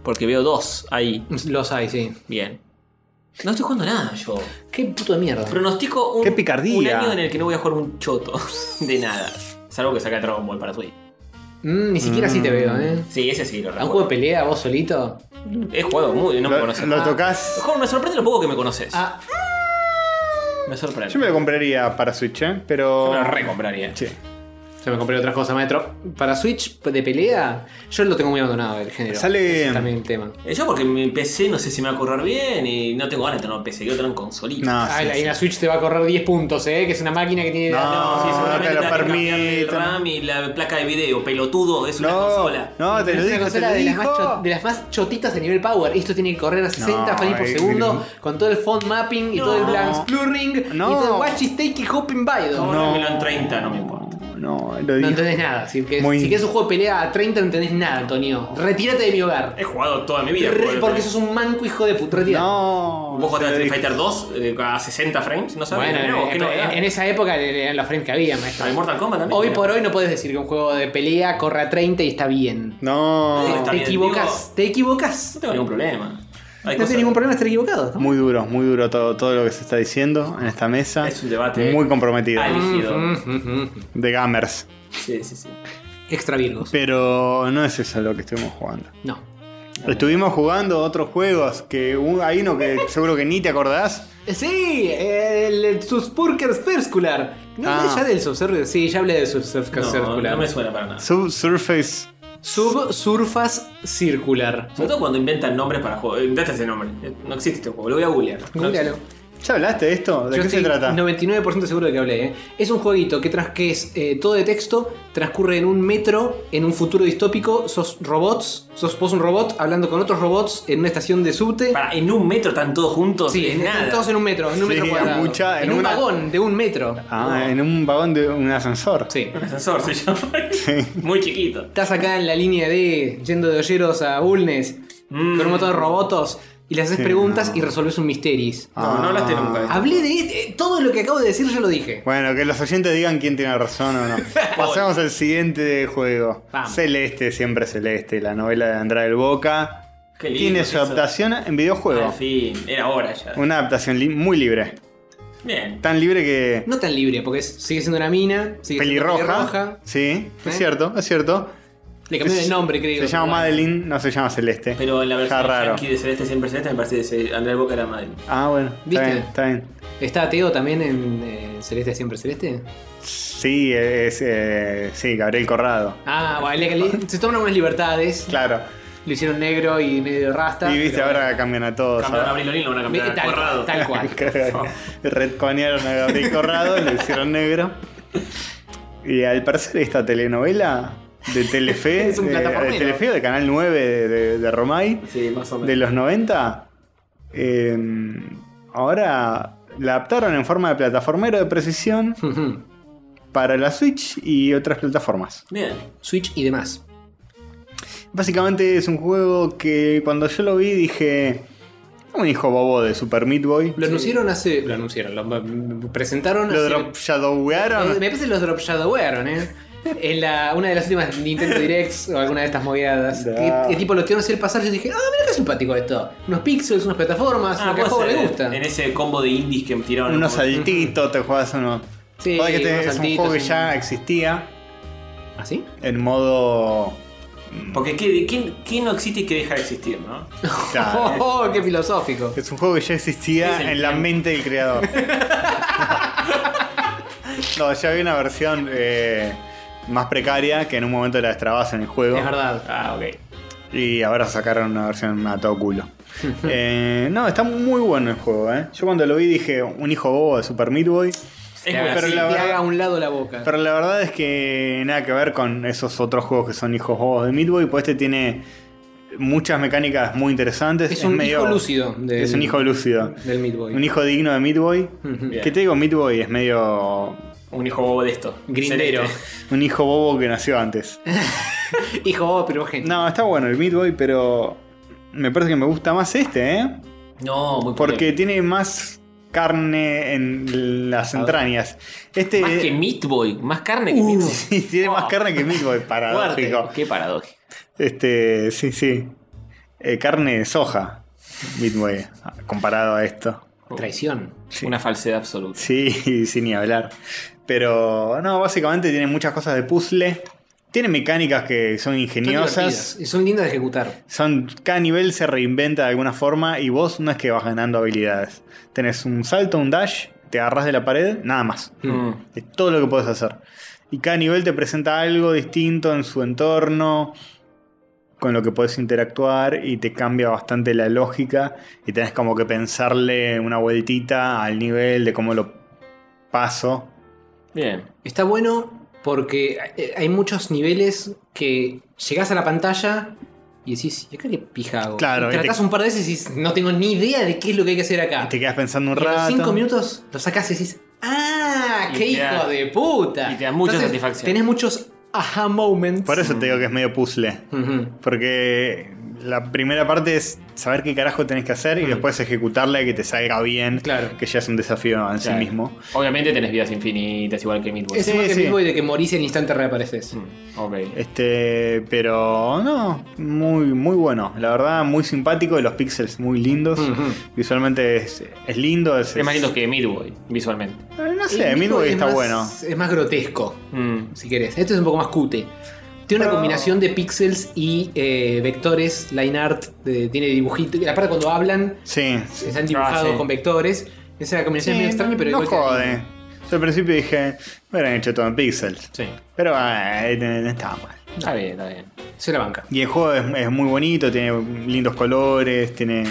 Speaker 2: Porque veo dos ahí.
Speaker 4: Los hay, sí.
Speaker 2: Bien. No estoy jugando nada yo.
Speaker 4: Qué puto de mierda.
Speaker 2: Pronostico un,
Speaker 1: Qué picardía.
Speaker 2: un año en el que no voy a jugar un choto (laughs) de nada. Salvo que saca Dragon Ball para Switch.
Speaker 4: Mm, ni siquiera así te veo, ¿eh?
Speaker 2: Sí, ese sí lo
Speaker 4: ¿A un juego
Speaker 2: recuerdo.
Speaker 4: de pelea vos solito?
Speaker 2: He jugado muy, no me
Speaker 1: lo,
Speaker 2: conoces.
Speaker 1: lo
Speaker 2: Ah.
Speaker 1: tocas.
Speaker 2: Juego, me sorprende lo poco que me conoces.
Speaker 4: Ah,
Speaker 2: Me sorprende.
Speaker 1: Yo me lo compraría para Switch, ¿eh?
Speaker 2: Yo
Speaker 1: pero.
Speaker 2: me lo recompraría.
Speaker 1: Sí.
Speaker 4: Yo me compré otras cosas, maestro. Para Switch de pelea, yo lo tengo muy abandonado el género.
Speaker 1: Sale-
Speaker 4: Ese es también el tema.
Speaker 2: Eh, Yo porque mi PC no sé si me va a correr bien y no tengo ganas de tener un PC, quiero tener un consolito.
Speaker 1: No,
Speaker 4: Ah,
Speaker 1: sí,
Speaker 4: la,
Speaker 1: sí.
Speaker 4: y la Switch te va a correr 10 puntos, ¿eh? Que es una máquina que tiene. Ah,
Speaker 1: No.
Speaker 2: sí, seguramente
Speaker 1: te lo
Speaker 2: tenga que cambiar el
Speaker 1: permiten.
Speaker 2: RAM y la placa de video, pelotudo, es una
Speaker 1: No,
Speaker 2: consola.
Speaker 1: no, te
Speaker 4: Es
Speaker 1: lo
Speaker 4: una
Speaker 1: digo, te
Speaker 4: consola
Speaker 1: lo
Speaker 4: de, las más cho-
Speaker 1: digo.
Speaker 4: de las más chotitas de nivel power. Esto tiene que correr a 60
Speaker 1: No,
Speaker 4: frames por
Speaker 1: eh,
Speaker 4: segundo,
Speaker 1: mira.
Speaker 4: con todo el font mapping y todo el blank blurring
Speaker 1: No.
Speaker 4: y todo el watch is taking hopping by.
Speaker 2: No,
Speaker 4: No,
Speaker 1: No.
Speaker 2: me lo en 30, no me importa.
Speaker 1: No, lo
Speaker 4: no
Speaker 1: digo.
Speaker 4: entendés nada. Si que
Speaker 1: Muy-
Speaker 4: si querés un juego de pelea a 30, no entendés nada, Antonio. Retírate de mi hogar.
Speaker 2: He jugado toda mi vida.
Speaker 4: Re-
Speaker 2: juego de
Speaker 4: porque
Speaker 2: pelea.
Speaker 4: sos un manco hijo de puta. Retírate.
Speaker 1: No.
Speaker 2: Vos jugaste a
Speaker 1: te lo
Speaker 2: Street
Speaker 1: digo.
Speaker 2: Fighter 2 eh, a 60 frames, no sabes.
Speaker 4: Bueno,
Speaker 2: Mirá vos,
Speaker 4: en,
Speaker 2: qué novedad.
Speaker 4: en esa época eran los frames que había, maestro.
Speaker 2: ¿Al Mortal Kombat también?
Speaker 4: Hoy por hoy no puedes decir que un juego de pelea corre a 30 y está bien.
Speaker 1: No.
Speaker 2: Está
Speaker 4: te
Speaker 2: bien,
Speaker 4: equivocas, te equivocas.
Speaker 2: No tengo ningún problema. Hay
Speaker 4: No
Speaker 2: cosas-
Speaker 4: tiene ningún problema estar equivocado. ¿no?
Speaker 1: Muy duro, muy duro todo, todo lo que se está diciendo en esta mesa.
Speaker 2: Es un debate
Speaker 1: Muy comprometido.
Speaker 4: Mm,
Speaker 2: álgido.
Speaker 1: De gamers.
Speaker 2: Sí, sí, sí.
Speaker 4: Extra Virgos.
Speaker 1: Pero no es eso lo que estuvimos jugando.
Speaker 4: No.
Speaker 1: Estuvimos jugando otros juegos que un- hay uno que seguro que ni te acordás.
Speaker 4: Sí, el Suspurker Circular. No
Speaker 1: Ah.
Speaker 4: hablé ya del Subsurfer. Sí, ya hablé del Subsurfer
Speaker 2: No,
Speaker 4: Circular.
Speaker 2: no me suena para nada.
Speaker 1: Sub Surface.
Speaker 4: Subsurfas Circular.
Speaker 2: Sobre todo cuando inventan nombres para juegos. Eh, Inventaste ese nombre. Eh, No existe este juego. Lo voy a googlear. No
Speaker 4: Googlealo.
Speaker 1: ¿Ya hablaste de esto? ¿De
Speaker 4: Yo
Speaker 1: qué se
Speaker 4: estoy
Speaker 1: trata?
Speaker 4: 99% seguro de que hablé. ¿eh? Es un jueguito que, tras, que es eh, todo de texto, transcurre en un metro, en un futuro distópico. Sos robots, sos vos un robot hablando con otros robots en una estación de subte.
Speaker 2: Para, en un metro están todos juntos.
Speaker 4: sí,
Speaker 2: es
Speaker 4: en-
Speaker 2: nada.
Speaker 4: todos en un metro, en un
Speaker 1: Sí,
Speaker 4: metro cuadrado.
Speaker 1: mucha-
Speaker 4: en,
Speaker 1: en
Speaker 4: un
Speaker 1: una-
Speaker 4: vagón de un metro.
Speaker 1: Ah, en un vagón de un ascensor.
Speaker 4: Sí.
Speaker 2: Un ascensor se llama. (laughs) Muy chiquito.
Speaker 4: Estás acá en la línea D, yendo de Olleros a Bulnes,
Speaker 2: Mm.
Speaker 4: con un montón de robotos, y le haces
Speaker 1: Sí,
Speaker 4: preguntas
Speaker 1: no. Ah,
Speaker 4: y resolves un misterio.
Speaker 2: No, no hablaste nunca de esto.
Speaker 4: Hablé de eh, todo lo que acabo de decir, yo lo dije.
Speaker 1: Bueno, que los oyentes digan quién tiene razón o no. Pasemos al siguiente juego.
Speaker 4: Vamos.
Speaker 1: Celeste, siempre Celeste, la novela de Andrade el Boca.
Speaker 2: Qué lindo
Speaker 1: Tiene
Speaker 2: que
Speaker 1: su
Speaker 2: eso. Ah,
Speaker 1: adaptación en
Speaker 2: Al
Speaker 1: videojuego.
Speaker 2: fin, era hora ya.
Speaker 1: Una adaptación li- muy libre.
Speaker 2: Bien.
Speaker 1: Tan libre que.
Speaker 4: No tan libre, porque es- sigue siendo una mina, sigue siendo
Speaker 1: pelirroja.
Speaker 4: pelirroja.
Speaker 1: Sí, es
Speaker 4: ¿Eh?
Speaker 1: cierto, es cierto.
Speaker 4: Le cambiaron el nombre, creo.
Speaker 1: Se llama
Speaker 4: Bueno.
Speaker 1: Madeline, no se llama Celeste.
Speaker 2: Pero en la
Speaker 1: Está
Speaker 2: versión
Speaker 1: raro.
Speaker 2: yankee de Celeste siempre Celeste me parece que se- Andrés Boca era Madrid.
Speaker 1: Ah, bueno.
Speaker 4: ¿Viste?
Speaker 1: Está bien, está bien.
Speaker 4: ¿Está Teo también en eh, Celeste Siempre Celeste?
Speaker 1: Sí, es. eh, sí, Gabriel Corrado.
Speaker 4: Ah, bueno, le-
Speaker 1: (laughs)
Speaker 4: le- se toman unas libertades.
Speaker 1: Claro.
Speaker 4: Lo hicieron negro y medio rasta.
Speaker 1: y viste,
Speaker 4: pero
Speaker 1: ahora
Speaker 4: bueno.
Speaker 1: cambian a todos.
Speaker 2: Cambiaron a
Speaker 1: ahora.
Speaker 2: Abril O'Neil, lo van a
Speaker 4: Ve-
Speaker 2: cambiar a
Speaker 4: Tal,
Speaker 2: Corrado.
Speaker 4: cual,
Speaker 1: (laughs)
Speaker 4: tal cual.
Speaker 1: Redconearon a Gabriel Corrado, lo hicieron negro. Y al parecer esta telenovela de Telefe,
Speaker 4: (laughs) Es un
Speaker 1: de,
Speaker 4: plataformero.
Speaker 1: de Telefe o de Canal 9 de, de- de Romay,
Speaker 2: (laughs) Sí, más o menos.
Speaker 1: de los 90, eh, ahora la adaptaron en forma de plataformero de precisión
Speaker 4: Ujú.
Speaker 1: para la Switch y otras plataformas.
Speaker 2: Bien.
Speaker 4: Switch y demás.
Speaker 1: Básicamente es un juego que cuando yo lo vi dije... Un hijo bobo de Super Meat Boy.
Speaker 4: Lo anunciaron hace. Lo anunciaron, lo mm, presentaron
Speaker 1: Lo
Speaker 4: hace-
Speaker 1: drop shadowearon.
Speaker 4: Eh, Me parece que los drop shadowaron, ¿eh? En la, una de las últimas Nintendo Directs o alguna de estas moviadas.
Speaker 1: Da.
Speaker 4: Que, que tipo lo tiraron así al pasar. Yo dije, ah, mira qué simpático esto. Unos pixels, unas plataformas,
Speaker 2: Ah,
Speaker 4: lo que al
Speaker 2: puede
Speaker 4: juego le
Speaker 2: ser,
Speaker 4: gusta.
Speaker 2: En ese combo de indies que tiraron.
Speaker 1: unos
Speaker 2: como-
Speaker 1: saltitos, te jugabas unos.
Speaker 4: Sí,
Speaker 1: Joder, que te-
Speaker 4: unos
Speaker 1: es un
Speaker 4: saltitos,
Speaker 1: juego que
Speaker 4: sí.
Speaker 1: ya existía
Speaker 4: ¿Ah, sí?
Speaker 1: en modo.
Speaker 2: Porque ¿qué, qué, qué no existe y qué deja de existir, no?
Speaker 1: Claro,
Speaker 4: (laughs) Oh, qué filosófico.
Speaker 1: es un juego que ya existía
Speaker 2: Es el
Speaker 1: en la
Speaker 2: tiempo.
Speaker 1: mente del
Speaker 4: (laughs)
Speaker 1: creador. no, ya había una versión eh, más precaria que en un momento la destrabas en el juego.
Speaker 4: Es verdad.
Speaker 2: Ah, ok.
Speaker 1: Y ahora sacaron una versión a todo
Speaker 4: (laughs)
Speaker 1: culo. Eh, no, está muy bueno el juego, ¿eh? Yo cuando lo vi dije, un hijo bobo de Super Meat Boy.
Speaker 2: Es
Speaker 4: Que
Speaker 2: muy
Speaker 4: haga
Speaker 1: pero
Speaker 4: así,
Speaker 1: la
Speaker 4: que
Speaker 1: verdad-
Speaker 4: haga a un lado la boca.
Speaker 1: Pero la verdad es que nada que ver con esos otros juegos que son hijos bobos de Meat Boy, pues este tiene muchas mecánicas muy interesantes.
Speaker 4: es un
Speaker 1: medio-
Speaker 4: hijo lúcido. del-
Speaker 1: Es un hijo lúcido.
Speaker 4: Del Meat Boy.
Speaker 1: Un hijo digno de Meat Boy.
Speaker 4: Ujú.
Speaker 2: Bien.
Speaker 1: ¿Qué te digo? Meat Boy es medio.
Speaker 2: Un hijo bobo de esto.
Speaker 4: Grindero.
Speaker 2: Celeste.
Speaker 1: Un hijo bobo que nació
Speaker 4: (laughs)
Speaker 1: antes.
Speaker 4: Hijo, oh, pero gente.
Speaker 1: No, está bueno el Meat Boy, pero. Me parece que me gusta más este, ¿eh?
Speaker 2: No, muy
Speaker 1: Porque
Speaker 2: polémico.
Speaker 1: tiene más carne en las entrañas. Este. (laughs)
Speaker 2: Más que Meat Boy, más carne que Meat Boy.
Speaker 1: Sí, tiene más carne que Meat Boy, paradójico.
Speaker 2: Qué paradójico.
Speaker 1: Este, sí, sí. Eh, carne de soja, Midway, comparado a esto.
Speaker 4: Traición.
Speaker 2: Una falsedad absoluta.
Speaker 1: Sí, (laughs) sin ni hablar. Pero, no, básicamente tiene muchas cosas de puzzle. Tiene mecánicas que son
Speaker 4: Son
Speaker 1: ingeniosas.
Speaker 4: divertidas y son lindas de ejecutar.
Speaker 1: Son, cada nivel se reinventa de alguna forma y vos no es que vas ganando habilidades. Tenés un salto, un dash, te agarras de la pared, nada más.
Speaker 2: Mm.
Speaker 1: Es todo lo que podés hacer. Y cada nivel te presenta algo distinto en su entorno, con lo que puedes interactuar y te cambia bastante la lógica y tenés como que pensarle una vueltita al nivel de cómo lo paso.
Speaker 2: Bien.
Speaker 4: Está bueno porque hay- hay muchos niveles que llegás a la pantalla y decís, ¿y acá qué pija hago?
Speaker 1: Claro,
Speaker 4: Y
Speaker 1: y te-
Speaker 4: tratás un par de veces y decís, no tengo ni idea de qué es lo que hay que hacer acá.
Speaker 1: Y te quedas pensando un
Speaker 4: Y a los
Speaker 1: rato.
Speaker 4: cinco minutos lo sacás y decís, ¡ah!
Speaker 2: Y
Speaker 4: ¡Qué
Speaker 2: te da-
Speaker 4: hijo de puta!
Speaker 2: y te da mucha satisfacción.
Speaker 4: Tenés muchos aha moments.
Speaker 1: Por eso te digo que es medio puzzle.
Speaker 4: Ujú.
Speaker 1: Porque la primera parte es saber qué carajo tenés que hacer y después ejecutarla y que te salga bien.
Speaker 4: Mm. Claro.
Speaker 1: Que ya es un desafío en sí
Speaker 2: Claro.
Speaker 1: mismo.
Speaker 2: Obviamente tenés vidas infinitas, igual que Meat Boy.
Speaker 4: Es
Speaker 1: Sí,
Speaker 4: igual que
Speaker 1: sí.
Speaker 4: Meat Boy de que morís y al instante reapareces.
Speaker 2: Mm, Ok.
Speaker 1: Este, pero no, muy, muy bueno. La verdad, muy simpático y los píxeles muy lindos.
Speaker 4: Ujú.
Speaker 1: Visualmente es, es lindo. Es,
Speaker 2: Es más lindo que Meat Boy, visualmente.
Speaker 1: Eh, No
Speaker 4: El
Speaker 1: sé,
Speaker 4: Meat Boy
Speaker 1: Midway
Speaker 4: es
Speaker 1: está
Speaker 4: más-
Speaker 1: bueno.
Speaker 4: Es más grotesco.
Speaker 2: Mm.
Speaker 4: si querés. Esto es un poco más cute. Tiene una
Speaker 1: Pero-
Speaker 4: combinación de pixels y eh, vectores, line art, de- tiene dibujitos. La parte cuando hablan,
Speaker 1: Sí.
Speaker 4: están dibujados
Speaker 2: Ah, sí.
Speaker 4: con vectores. Esa combinación es medio extraña, pero
Speaker 1: no
Speaker 4: igual queda
Speaker 1: jode.
Speaker 4: lindo.
Speaker 1: Yo al principio dije, me hubieran hecho todo en píxeles.
Speaker 2: Sí.
Speaker 1: Pero eh, no no estaba mal.
Speaker 2: Está bien, está bien.
Speaker 4: Se la banca.
Speaker 1: Y el juego es, es muy bonito, tiene lindos colores, tiene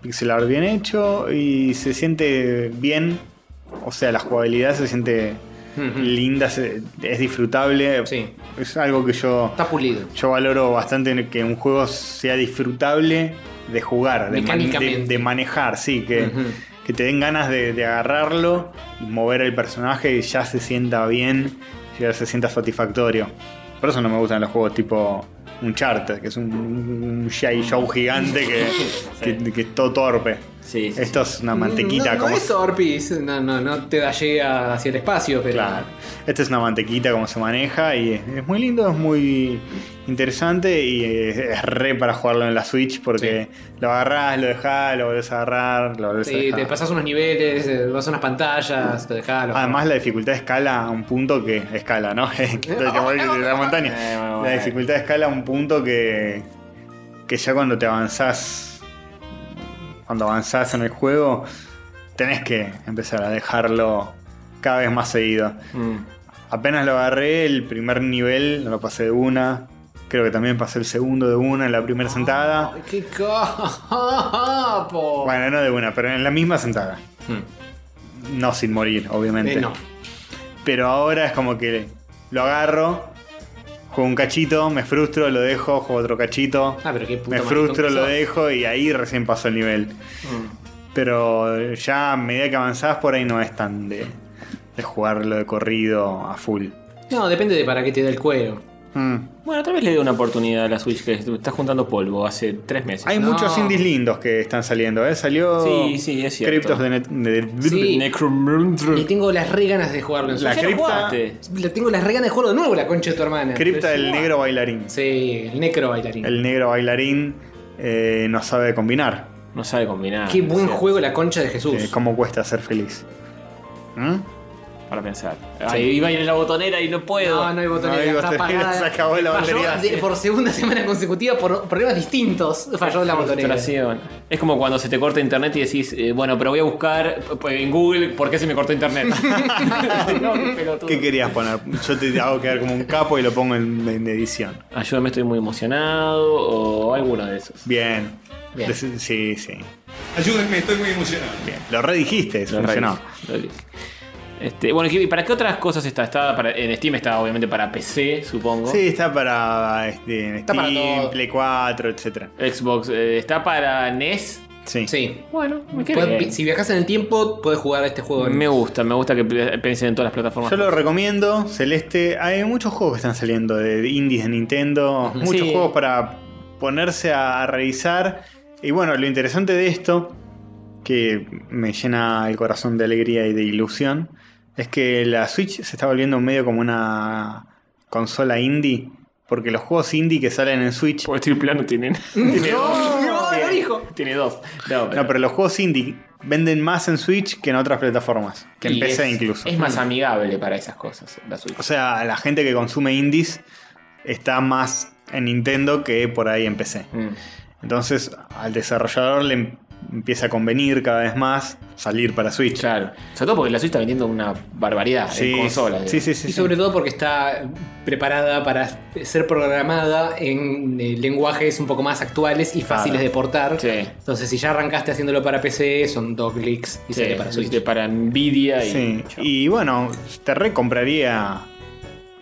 Speaker 1: pixel art bien hecho y se siente bien. O sea, la jugabilidad se siente
Speaker 4: Ujú.
Speaker 1: linda, se- es disfrutable.
Speaker 4: Sí.
Speaker 1: Es algo que yo,
Speaker 4: Está pulido.
Speaker 1: yo valoro bastante en que un juego sea disfrutable de jugar, de, man- de,
Speaker 4: Mecánicamente.
Speaker 1: de manejar, sí, que,
Speaker 4: Ujú.
Speaker 1: que te den ganas de, de agarrarlo y mover el personaje y ya se sienta bien, ya se sienta satisfactorio. Por eso no me gustan los juegos tipo un chart, que es un, un G.I. Joe gigante
Speaker 2: (laughs)
Speaker 1: que, que- que es todo torpe.
Speaker 2: Sí, sí,
Speaker 1: Esto es una mantequita
Speaker 4: Mm, no, no
Speaker 1: como.
Speaker 4: es Orpis. No, no, no te da llega hacia el espacio, pero.
Speaker 1: Claro. Esta es una mantequita como se maneja y es, es muy lindo, es muy interesante y es, es re para jugarlo en la Switch porque lo agarrás, lo dejás, lo volvés a agarrar, lo volvés a
Speaker 4: Sí,
Speaker 1: dejar.
Speaker 4: te pasas unos niveles, eh, vas a unas pantallas, te dejas. los-
Speaker 1: Además la dificultad escala a un punto que escala, ¿no? (laughs)
Speaker 2: (laughs)
Speaker 1: Como el de la montaña.
Speaker 2: Eh, bueno,
Speaker 1: La
Speaker 2: bueno.
Speaker 1: dificultad escala a un punto que que ya cuando te avanzás cuando avanzás en el juego tenés que empezar a dejarlo cada vez más seguido.
Speaker 2: Mm.
Speaker 1: Apenas lo agarré, el primer nivel lo pasé de una. Creo que también pasé el segundo de una en la primera sentada.
Speaker 4: Ay, ¡Qué capo!
Speaker 1: Bueno, no de una, pero en la misma sentada.
Speaker 2: Mm.
Speaker 1: No sin morir, obviamente.
Speaker 4: Eh, no.
Speaker 1: Pero ahora es como que lo agarro, juego un cachito, me frustro, lo dejo, juego otro cachito.
Speaker 4: Ah, pero qué puta
Speaker 1: me
Speaker 4: maricón
Speaker 1: frustro,
Speaker 4: que
Speaker 1: lo
Speaker 4: sos.
Speaker 1: dejo y ahí recién paso el nivel.
Speaker 4: Mm.
Speaker 1: Pero ya a medida que avanzás por ahí no es tan de, de jugarlo de corrido a full.
Speaker 4: No, depende de para qué te dé el cuero.
Speaker 1: Mm.
Speaker 2: Bueno, tal vez le dé una oportunidad a la Switch que está juntando polvo hace tres meses.
Speaker 1: Hay
Speaker 4: No.
Speaker 1: muchos indies lindos que están saliendo, ¿eh? Salió
Speaker 2: Sí, sí, es cierto.
Speaker 1: Cryptos de, Net- de- de-
Speaker 4: Sí. Y
Speaker 2: Necromundra.
Speaker 4: tengo las re ganas de jugarlo en
Speaker 1: Mm. La
Speaker 4: Switch.
Speaker 2: Ya lo
Speaker 1: cripta-
Speaker 2: jugaste.
Speaker 4: Le tengo las re ganas de jugarlo de nuevo, la concha de tu hermana.
Speaker 1: Cripta del negro bailarín.
Speaker 4: Sí, el necro bailarín.
Speaker 1: El negro bailarín eh, no sabe combinar.
Speaker 2: No sabe combinar.
Speaker 4: Qué buen
Speaker 2: o sea,
Speaker 4: juego la concha de Jesús.
Speaker 1: Eh, ¿Cómo cuesta ser feliz? ¿Mm?
Speaker 2: Para pensar. Ahí iba a ir a la botonera y no puedo.
Speaker 4: no, no hay botonera,
Speaker 1: No hay
Speaker 4: está
Speaker 1: botonera, (laughs)
Speaker 4: apagada.
Speaker 1: se acabó la
Speaker 4: Falló
Speaker 1: batería.
Speaker 4: de- por segunda semana consecutiva, por problemas distintos, falló la botonera.
Speaker 2: Frustración. Es como cuando se te corta internet y decís, eh, bueno, pero voy a buscar p- p- en Google por qué se me cortó
Speaker 4: (laughs)
Speaker 2: internet. no, qué pelotudo.
Speaker 1: ¿Qué querías poner? Yo te hago quedar como un capo y lo pongo en, en edición.
Speaker 2: Ayúdame, Ah, estoy muy emocionado o alguno de esos.
Speaker 1: Bien.
Speaker 4: Bien.
Speaker 1: Des- Sí, sí.
Speaker 3: Ayúdenme, estoy muy emocionado.
Speaker 1: Bien. Lo redijiste,
Speaker 2: Los
Speaker 1: funcionó.
Speaker 2: Reyes, los Reyes. Este, bueno, ¿y para qué otras cosas está? está para, en Steam está obviamente para PC, supongo.
Speaker 1: Sí, está para este, en
Speaker 4: Está para
Speaker 1: Steam,
Speaker 4: todo.
Speaker 1: Play 4, etc.
Speaker 2: Xbox eh, está para NES.
Speaker 1: Sí.
Speaker 4: Sí.
Speaker 2: Bueno, me queda
Speaker 4: Podés-
Speaker 2: Oh, bien.
Speaker 4: si viajas en el tiempo, puedes jugar a este juego.
Speaker 2: Me gusta, me gusta que pe- piensen en todas las plataformas.
Speaker 1: Yo lo recomiendo, Celeste. Hay muchos juegos que están saliendo de indies de Nintendo, muchos
Speaker 2: Sí.
Speaker 1: juegos para ponerse a, a revisar. Y bueno, lo interesante de esto, que me llena el corazón de alegría y de ilusión, es que la Switch se está volviendo medio como una consola indie, porque los juegos indie que salen en Switch
Speaker 2: Porque estoy plano,
Speaker 1: (laughs)
Speaker 2: tienen.
Speaker 4: No, no, no dijo.
Speaker 2: Tiene dos. No, pero-
Speaker 1: No, pero los juegos indie venden más en Switch que en otras plataformas. Que en
Speaker 2: Y
Speaker 1: PC
Speaker 2: es-
Speaker 1: incluso.
Speaker 2: Es más amigable para esas cosas, la Switch.
Speaker 1: O sea, la gente que consume indies está más en Nintendo que por ahí en PC.
Speaker 2: Mm.
Speaker 1: Entonces, al desarrollador le em- empieza a convenir cada vez más salir para Switch.
Speaker 2: Claro. Sobre todo porque la Switch está vendiendo una barbaridad
Speaker 1: Sí.
Speaker 2: en consola.
Speaker 1: sí,
Speaker 2: digamos.
Speaker 1: sí, sí.
Speaker 4: Y sobre todo porque está preparada para ser programada en eh, lenguajes un poco más actuales y fáciles de portar.
Speaker 2: Sí.
Speaker 4: Entonces, si ya arrancaste haciéndolo para PC, son dos clics y
Speaker 2: Sí,
Speaker 4: sale para Switch.
Speaker 2: viste, para Nvidia y.
Speaker 1: Sí. Y bueno, te recompraría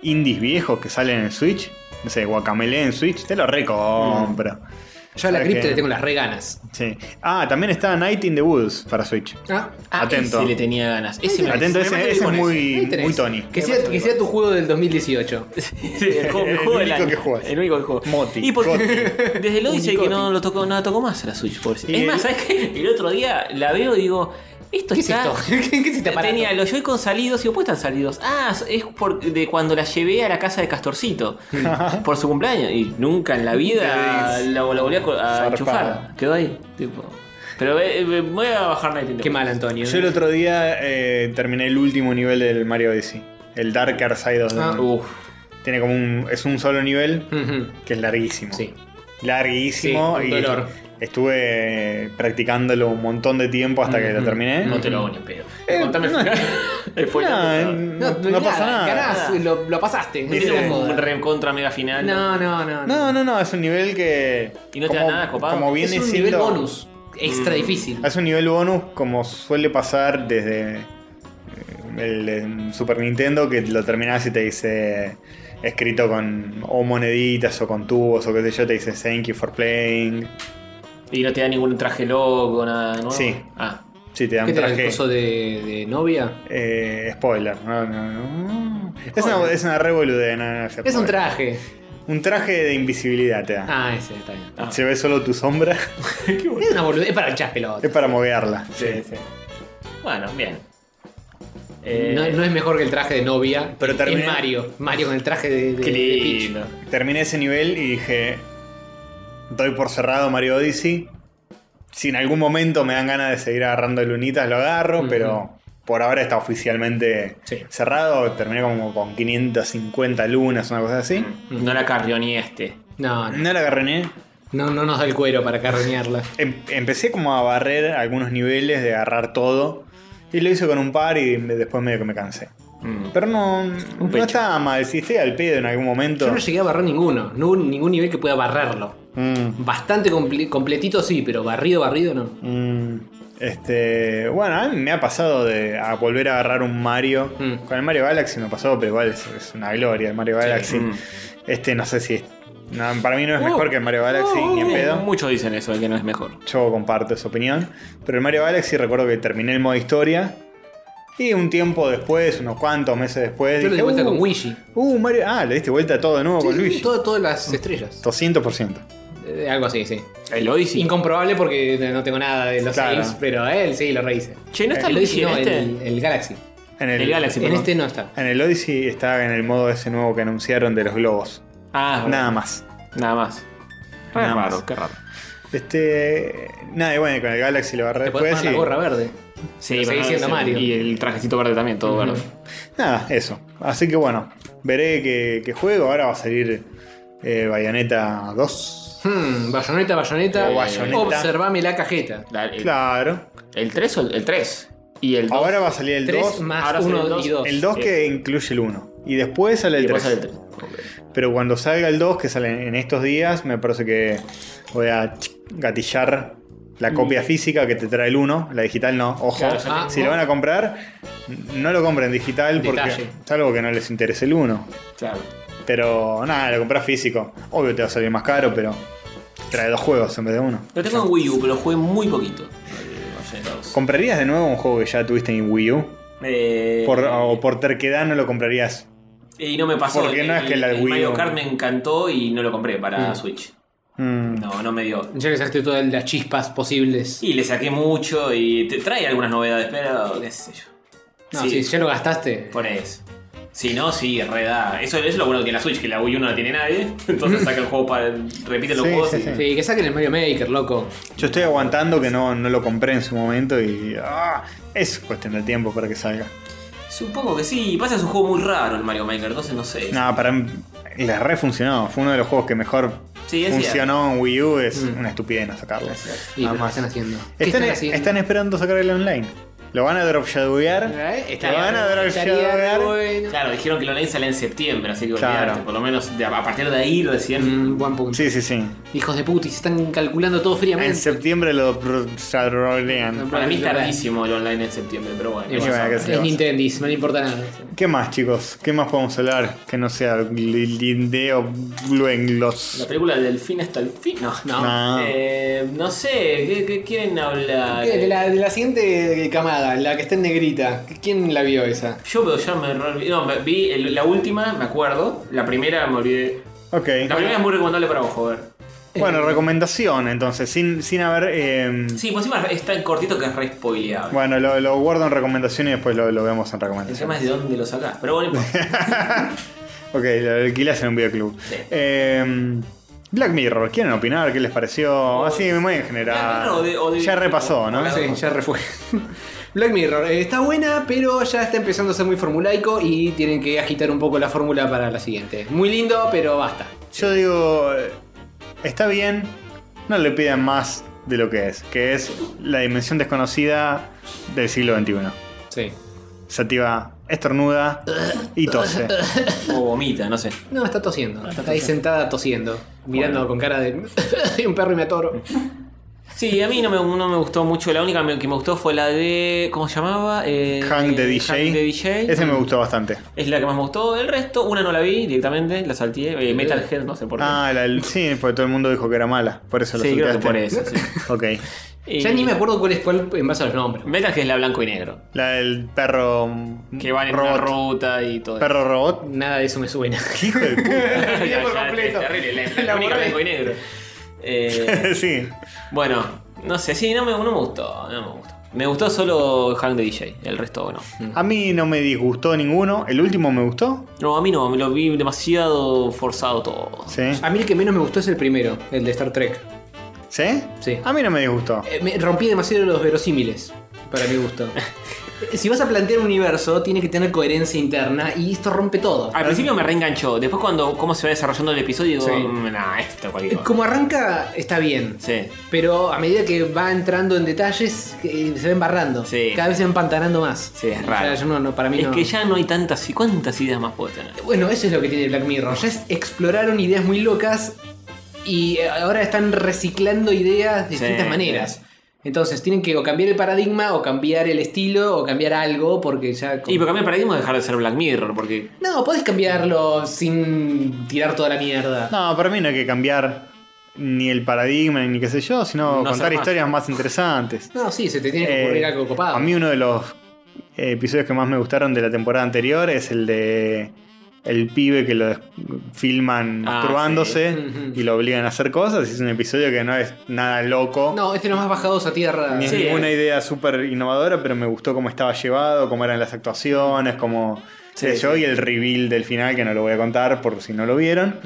Speaker 1: indies viejos que salen en Switch. No sé, Guacamele en Switch, te lo recompro.
Speaker 2: Mm.
Speaker 4: Yo a la
Speaker 1: ¿Para
Speaker 4: cripto
Speaker 1: qué?
Speaker 4: le tengo las reganas.
Speaker 1: Sí. Ah, también está Night in the Woods para Switch.
Speaker 4: Ah,
Speaker 2: Ah,
Speaker 1: Atento.
Speaker 2: ese le tenía ganas. Ese me
Speaker 1: Atento,
Speaker 2: me
Speaker 1: ese,
Speaker 2: mato
Speaker 1: ese es
Speaker 2: con
Speaker 4: ahí
Speaker 1: muy,
Speaker 4: tenés.
Speaker 1: muy Tony.
Speaker 4: Que sea, que sea tu juego del 2018.
Speaker 2: Sí, el, juego-
Speaker 1: El
Speaker 2: juego del
Speaker 1: único
Speaker 2: año.
Speaker 1: que juegas.
Speaker 2: El único que juego.
Speaker 1: Moti,
Speaker 2: Y porque (laughs) desde el Odyssey que
Speaker 4: Unicoti.
Speaker 2: no lo tocó, no la tocó más a la Switch, pobrecita.
Speaker 1: Y
Speaker 2: Es
Speaker 1: el-
Speaker 2: más, ¿sabes qué? El otro día la veo y digo, esto
Speaker 4: ¿Qué es
Speaker 2: está.
Speaker 4: esto? (laughs)
Speaker 2: (laughs)
Speaker 4: ¿Qué es este aparato?
Speaker 2: Tenía los Joy-Con salidos y después están salidos. Ah, es por- de cuando la llevé a la casa de Castorcito (laughs) por su cumpleaños. Y nunca en la vida
Speaker 1: Te
Speaker 2: la, la volví a, co- a
Speaker 1: Zarpado.
Speaker 2: enchufar. Quedó ahí. tipo. Pero eh, eh, voy a bajar Night in the
Speaker 4: Qué
Speaker 2: Woods.
Speaker 4: mal, Antonio.
Speaker 1: Yo el otro día eh, terminé el último nivel del Mario Odyssey. El Darker Side of the
Speaker 4: Ah.
Speaker 1: Moon.
Speaker 2: Uf,
Speaker 1: Tiene como un. Es un solo nivel
Speaker 4: Ujú.
Speaker 1: que es larguísimo.
Speaker 4: Sí.
Speaker 1: Larguísimo.
Speaker 4: Sí, un
Speaker 1: y
Speaker 4: dolor.
Speaker 1: estuve practicándolo un montón de tiempo hasta que lo terminé.
Speaker 2: Mm-hmm. no te lo hago ni en pedo.
Speaker 1: Eh,
Speaker 2: Contame el (laughs)
Speaker 1: no.
Speaker 2: final. El
Speaker 1: No,
Speaker 2: spoiler, por favor.
Speaker 1: no, eh, no pasa nada.
Speaker 4: ganás, lo, lo pasaste. No,
Speaker 1: Ese-
Speaker 4: te lo
Speaker 2: un
Speaker 4: jodas.
Speaker 2: reencontra mega final.
Speaker 4: no, no, no.
Speaker 1: No, no, no, es un nivel que.
Speaker 2: Ah. ¿Y no te da nada copado?
Speaker 1: Como
Speaker 4: Es
Speaker 1: viene
Speaker 4: un
Speaker 1: siendo-
Speaker 4: nivel bonus. Extra
Speaker 2: Mm.
Speaker 4: difícil.
Speaker 1: Es un nivel bonus como suele pasar desde eh, el de Super Nintendo que lo terminás y te dice escrito con o moneditas o con tubos o qué sé yo, te dice thank you for playing.
Speaker 2: Y no te da ningún traje loco, nada nuevo.
Speaker 1: Sí.
Speaker 2: Ah.
Speaker 1: Sí, te dan
Speaker 4: ¿Qué te el
Speaker 1: traje.
Speaker 4: coso de, de novia?
Speaker 1: Eh, spoiler. No, no, no. Es una, es una revolude, no, no, no,
Speaker 4: Es un
Speaker 1: spoiler.
Speaker 4: traje.
Speaker 1: Un traje de invisibilidad te da.
Speaker 4: Ah, ese está bien.
Speaker 1: Se ve solo tu sombra. (laughs)
Speaker 4: Es una boludez. Es para el chaspelo.
Speaker 1: es para moverla.
Speaker 2: Sí, sí. Bueno, bien. Eh,
Speaker 4: No, no es mejor que el traje de novia.
Speaker 1: Pero
Speaker 4: Es
Speaker 1: terminé-
Speaker 4: Mario. Mario con el traje de, de,
Speaker 2: qué
Speaker 4: de Peach.
Speaker 2: lindo.
Speaker 1: Terminé ese nivel y dije, doy por cerrado Mario Odyssey. Si en algún momento me dan ganas de seguir agarrando lunitas, lo agarro, pero por ahora está oficialmente
Speaker 4: Sí.
Speaker 1: cerrado. Terminé como con 550 lunas, una cosa así.
Speaker 4: Mm.
Speaker 2: No la este. carrioneaste.
Speaker 4: No, no,
Speaker 1: No la agarré ni-
Speaker 4: no, no nos da el cuero para carroñarla.
Speaker 1: Em- Empecé como a barrer algunos niveles, de agarrar todo. Y lo hice con un par y me- después medio que me cansé. Pero no, no
Speaker 2: pecho.
Speaker 1: estaba mal. Si estoy al pedo en algún momento.
Speaker 4: Yo no llegué a barrer ninguno. No hubo ningún nivel que pueda barrerlo.
Speaker 1: Mm.
Speaker 4: Bastante comple- completito sí, pero barrido, barrido no.
Speaker 1: Mm, este, bueno, a mí me ha pasado de a volver a agarrar un Mario.
Speaker 4: Mm.
Speaker 1: Con el Mario Galaxy me pasó, pero igual es, es una gloria el Mario Galaxy.
Speaker 2: Mm.
Speaker 1: Este no sé si es- no, para mí no es mejor que el Mario Galaxy
Speaker 2: Uh.
Speaker 1: ni en pedo.
Speaker 2: Muchos dicen eso, de que no es mejor.
Speaker 1: Yo comparto esa opinión. Pero el Mario Galaxy recuerdo que terminé el modo historia. Y un tiempo después, unos cuantos meses después.
Speaker 4: Yo lo di
Speaker 1: dije,
Speaker 4: vuelta
Speaker 1: uh,
Speaker 4: con Luigi.
Speaker 1: Uh, Mario. Ah, le diste vuelta todo de nuevo con Luigi.
Speaker 4: Todo- todas las estrellas.
Speaker 1: 200%.
Speaker 4: Eh, algo así, sí.
Speaker 2: El Odyssey.
Speaker 4: Incomprobable porque no tengo nada de los
Speaker 1: Claro.
Speaker 4: saves, pero él sí lo rehice.
Speaker 2: che, ¿no está
Speaker 4: El Odyssey
Speaker 2: Luigi en
Speaker 4: no,
Speaker 2: este?
Speaker 4: el, el Galaxy.
Speaker 1: En
Speaker 2: El Galaxy,
Speaker 4: en
Speaker 2: perdón.
Speaker 4: este no está.
Speaker 1: En el Odyssey está en el modo ese nuevo que anunciaron de los globos.
Speaker 2: Ah,
Speaker 1: Nada
Speaker 2: nada,
Speaker 1: más.
Speaker 2: nada más.
Speaker 1: Nada
Speaker 2: Nada
Speaker 1: más.
Speaker 2: raro, qué raro.
Speaker 1: Este. Nada, y bueno, con el Galaxy lo agarré
Speaker 4: Te podés
Speaker 1: después.
Speaker 4: poner la
Speaker 1: y-
Speaker 4: gorra verde.
Speaker 2: Sí,
Speaker 4: Pero
Speaker 2: bueno,
Speaker 4: sigue siendo
Speaker 2: sí,
Speaker 4: Mario.
Speaker 2: Y el trajecito verde también, todo verde.
Speaker 1: Nada, eso. Así que bueno, veré que, juego. Ahora va a salir eh, Bayonetta 2.
Speaker 4: Hmm, bayoneta, bayoneta.
Speaker 1: O Eh, bayoneta.
Speaker 4: Observame la cajeta.
Speaker 2: La- el,
Speaker 1: Claro.
Speaker 2: el 3 o el, el 3. Y el 2.
Speaker 1: Ahora va a salir el
Speaker 4: 3
Speaker 1: 2.
Speaker 4: más
Speaker 2: ahora sale el
Speaker 4: 1 y
Speaker 2: dos. Eh.
Speaker 4: 2.
Speaker 1: El 2 que incluye el 1. Y después sale el
Speaker 2: y después
Speaker 1: 3.
Speaker 2: sale el 3.
Speaker 1: Pero cuando salga el 2, que sale en estos días, me parece que voy a gatillar la copia física que te trae el 1. La digital no, ojo.
Speaker 2: Mm. Claro,
Speaker 4: ah,
Speaker 1: si
Speaker 4: no.
Speaker 1: lo van a comprar, no lo compren digital porque
Speaker 4: Detalle.
Speaker 1: salvo que no les interese el 1.
Speaker 2: Claro.
Speaker 1: Pero nada, lo compras físico. Obvio te va a salir más caro, pero trae dos juegos en vez de uno.
Speaker 2: Lo tengo en Wii U, pero lo jugué muy poquito. Eh, Bayonetta 2.
Speaker 1: ¿Comprarías de nuevo un juego que ya tuviste en Wii U?
Speaker 2: Eh,
Speaker 1: Por, o por terquedad no lo comprarías.
Speaker 2: Y no me pasó.
Speaker 1: Porque no
Speaker 2: El-
Speaker 1: es que la
Speaker 2: el
Speaker 1: Wii
Speaker 2: Mario
Speaker 1: o-
Speaker 2: Kart me encantó y no lo compré para Switch.
Speaker 1: Mm.
Speaker 2: No, no me dio.
Speaker 4: Ya que sacaste todas las chispas posibles.
Speaker 2: Y le saqué mucho y te trae algunas novedades, pero qué sé yo.
Speaker 4: No,
Speaker 2: Sí.
Speaker 4: si ya lo gastaste.
Speaker 2: Por eso. Si no, sí, reda. Eso es lo bueno que tiene la Switch, que la Wii U no la tiene nadie. (laughs) Entonces saca el juego para. Repite los
Speaker 1: Sí,
Speaker 2: juegos
Speaker 1: sí,
Speaker 2: y-
Speaker 1: sí.
Speaker 4: Sí, que saquen el Mario Maker, loco.
Speaker 1: Yo estoy aguantando que no, no lo compré en su momento y. ah, es cuestión de tiempo para que salga.
Speaker 2: Supongo que sí. Pasa, es un juego muy raro el Mario Maker, entonces no sé.
Speaker 1: Nada, para mí. Le re funcionó. Fue uno de los juegos que mejor
Speaker 2: Sí, es cierto.
Speaker 1: funcionó en Wii U, es
Speaker 4: Mm.
Speaker 1: una estupidez no sacarlo.
Speaker 4: Y pero ¿qué
Speaker 1: Además,
Speaker 4: están haciendo? ¿Qué
Speaker 1: están, e-
Speaker 4: están haciendo?
Speaker 1: están esperando sacar el online. Lo van a dropshadowear.
Speaker 4: ¿Eh?
Speaker 1: Lo van a dar al
Speaker 4: estaría
Speaker 1: llegar.
Speaker 4: bueno.
Speaker 2: Claro, dijeron que el online sale en septiembre, así que
Speaker 1: Claro.
Speaker 2: olvidate, por lo menos de- a partir de ahí recién.
Speaker 4: Mm, buen punto.
Speaker 1: Sí, sí, sí.
Speaker 4: Hijos de putis, están calculando todo
Speaker 1: En
Speaker 4: fríamente.
Speaker 1: septiembre lo dropshadowean.
Speaker 2: Para mí es
Speaker 4: Bueno,
Speaker 2: tardísimo el online en septiembre, pero bueno.
Speaker 4: Y
Speaker 1: Sí, bueno, qué sé
Speaker 4: es
Speaker 1: yo.
Speaker 4: Nintendis, no le importa nada.
Speaker 1: ¿Qué más, chicos? ¿Qué más podemos hablar que no sea Lindeo
Speaker 2: La
Speaker 1: Gluenglos?
Speaker 2: película del delfín hasta el fin. No, no.
Speaker 1: No.
Speaker 2: Eh, no sé, ¿qué, qué quieren hablar?
Speaker 4: ¿Qué? De la, de la siguiente camada, la que está en negrita, ¿quién la vio esa?
Speaker 2: Yo, pero ya me. re- No, me- vi el- la última, me acuerdo. La primera me olvidé.
Speaker 1: Ok.
Speaker 2: La primera es muy recomendable para vos, joder.
Speaker 1: Bueno, recomendación entonces, sin, sin haber... eh,
Speaker 2: Sí, por encima es tan cortito que es re spoileable.
Speaker 1: Bueno, lo, lo guardo en recomendación y después lo, lo vemos en
Speaker 2: El
Speaker 1: recomendación.
Speaker 2: tema es de dónde lo sacás.
Speaker 1: (laughs)
Speaker 2: Pero bueno, no importa.
Speaker 1: Ok, lo alquilás en un videoclub.
Speaker 2: Sí.
Speaker 1: Eh, Black Mirror, ¿quieren opinar? ¿Qué les pareció? Así, muy en
Speaker 2: Black
Speaker 1: general.
Speaker 2: Mirror o de- o de-
Speaker 1: ya repasó, ¿no?
Speaker 2: o-
Speaker 4: Ah, Sí, ya refue. (laughs) Black Mirror eh, está buena, pero ya está empezando a ser muy formulaico y tienen que agitar un poco la fórmula para la siguiente. Muy lindo, pero basta.
Speaker 1: Yo digo, eh, está bien, no le pidan más de lo que es, que es la dimensión desconocida del siglo XXI.
Speaker 4: Sí.
Speaker 1: Sativa estornuda y
Speaker 2: (laughs)
Speaker 1: tose.
Speaker 2: O vomita, no sé.
Speaker 4: No, está tosiendo. Ah, está ahí sentada tosiendo, mirando con cara de (laughs) un perro y me atoro.
Speaker 2: Sí, a mí no me, no me gustó mucho. La única que me gustó fue la de. ¿Cómo se llamaba? Eh,
Speaker 1: Hang de
Speaker 2: eh,
Speaker 1: DJ.
Speaker 2: Hang de DJ.
Speaker 1: Ese me gustó bastante.
Speaker 2: Es la que más me gustó. El resto, una no la vi directamente, la salteé. Eh, Metalhead, no sé por qué.
Speaker 1: Ah, la, el- sí, porque todo el mundo dijo que era mala, por eso lo
Speaker 2: sí, creo que por
Speaker 1: salteaste.
Speaker 2: eso. sí.
Speaker 1: Ok.
Speaker 2: Y-
Speaker 4: Ya ni me acuerdo cuál es cuál en base a los nombres.
Speaker 2: Metalhead Eh, es la blanco y negro.
Speaker 1: La del perro. mm,
Speaker 2: Que van en
Speaker 1: robot.
Speaker 2: una ruta y todo. eso. (laughs)
Speaker 4: (laughs)
Speaker 1: Perro robot.
Speaker 4: Nada de eso me suena.
Speaker 1: Hijo de puta. (laughs)
Speaker 2: Ya, ya, Es terrible, la, la única blanco y negro.
Speaker 1: (laughs)
Speaker 2: Eh,
Speaker 1: sí.
Speaker 2: bueno, no sé, sí, no me, no me gustó. No me gustó. Me gustó solo Hang de DJ, el resto no.
Speaker 4: Mm.
Speaker 1: A mí no me disgustó ninguno. El último me gustó.
Speaker 2: No, a mí no, me lo vi demasiado forzado todo.
Speaker 1: Sí.
Speaker 4: (laughs) A mí el que menos me gustó es el primero, el de Star Trek.
Speaker 1: ¿Sí?
Speaker 4: Sí.
Speaker 1: A mí no me disgustó.
Speaker 4: Eh, me rompí demasiado los verosímiles, para
Speaker 2: (laughs)
Speaker 4: mi gusto. si vas a plantear un universo, tiene que tener coherencia interna y esto rompe todo.
Speaker 2: Al principio me reenganchó, después cuando cómo se va desarrollando el episodio,
Speaker 4: Sí.
Speaker 2: digo, "Mm, nah, esto cualquier cosa.
Speaker 4: Eh, Como arranca, está bien.
Speaker 2: Sí.
Speaker 4: Pero a medida que va entrando en detalles, eh, se va embarrando.
Speaker 2: Sí.
Speaker 4: Cada vez se va empantanando más.
Speaker 2: Sí, es
Speaker 4: O
Speaker 2: raro.
Speaker 4: sea, yo no- no, para mí
Speaker 2: Es
Speaker 4: no-
Speaker 2: que ya no hay tantas y cuántas ideas más puedo tener.
Speaker 4: Bueno, eso es lo que tiene Black Mirror. Ya es- exploraron ideas muy locas y eh, ahora están reciclando ideas de
Speaker 2: Sí,
Speaker 4: distintas
Speaker 2: sí.
Speaker 4: maneras. Entonces tienen que o cambiar el paradigma, o cambiar el estilo, o cambiar algo, porque ya. como-
Speaker 2: Y pero cambiar el paradigma es dejar de ser Black Mirror, porque
Speaker 4: No, podés cambiarlo sin tirar toda la mierda.
Speaker 1: No, para mí no hay que cambiar ni el paradigma ni qué sé yo, sino
Speaker 2: No
Speaker 1: contar
Speaker 2: ser más.
Speaker 1: historias más
Speaker 4: (laughs)
Speaker 1: interesantes.
Speaker 4: No, sí, se te tiene que ocurrir
Speaker 1: Eh,
Speaker 4: algo copado.
Speaker 1: A mí uno de los episodios que más me gustaron de la temporada anterior es el de el pibe que lo des- filman
Speaker 2: Ah,
Speaker 1: masturbándose
Speaker 4: Ujú.
Speaker 1: y lo obligan a hacer cosas. Es un episodio que no es nada loco.
Speaker 4: No, este no más bajados a tierra.
Speaker 1: Ni es
Speaker 2: Sí.
Speaker 1: ninguna idea súper innovadora, pero me gustó cómo estaba llevado, cómo eran las actuaciones, cómo
Speaker 2: Sí,
Speaker 1: qué sé yo, y el reveal del final, que no lo voy a contar por si no lo vieron.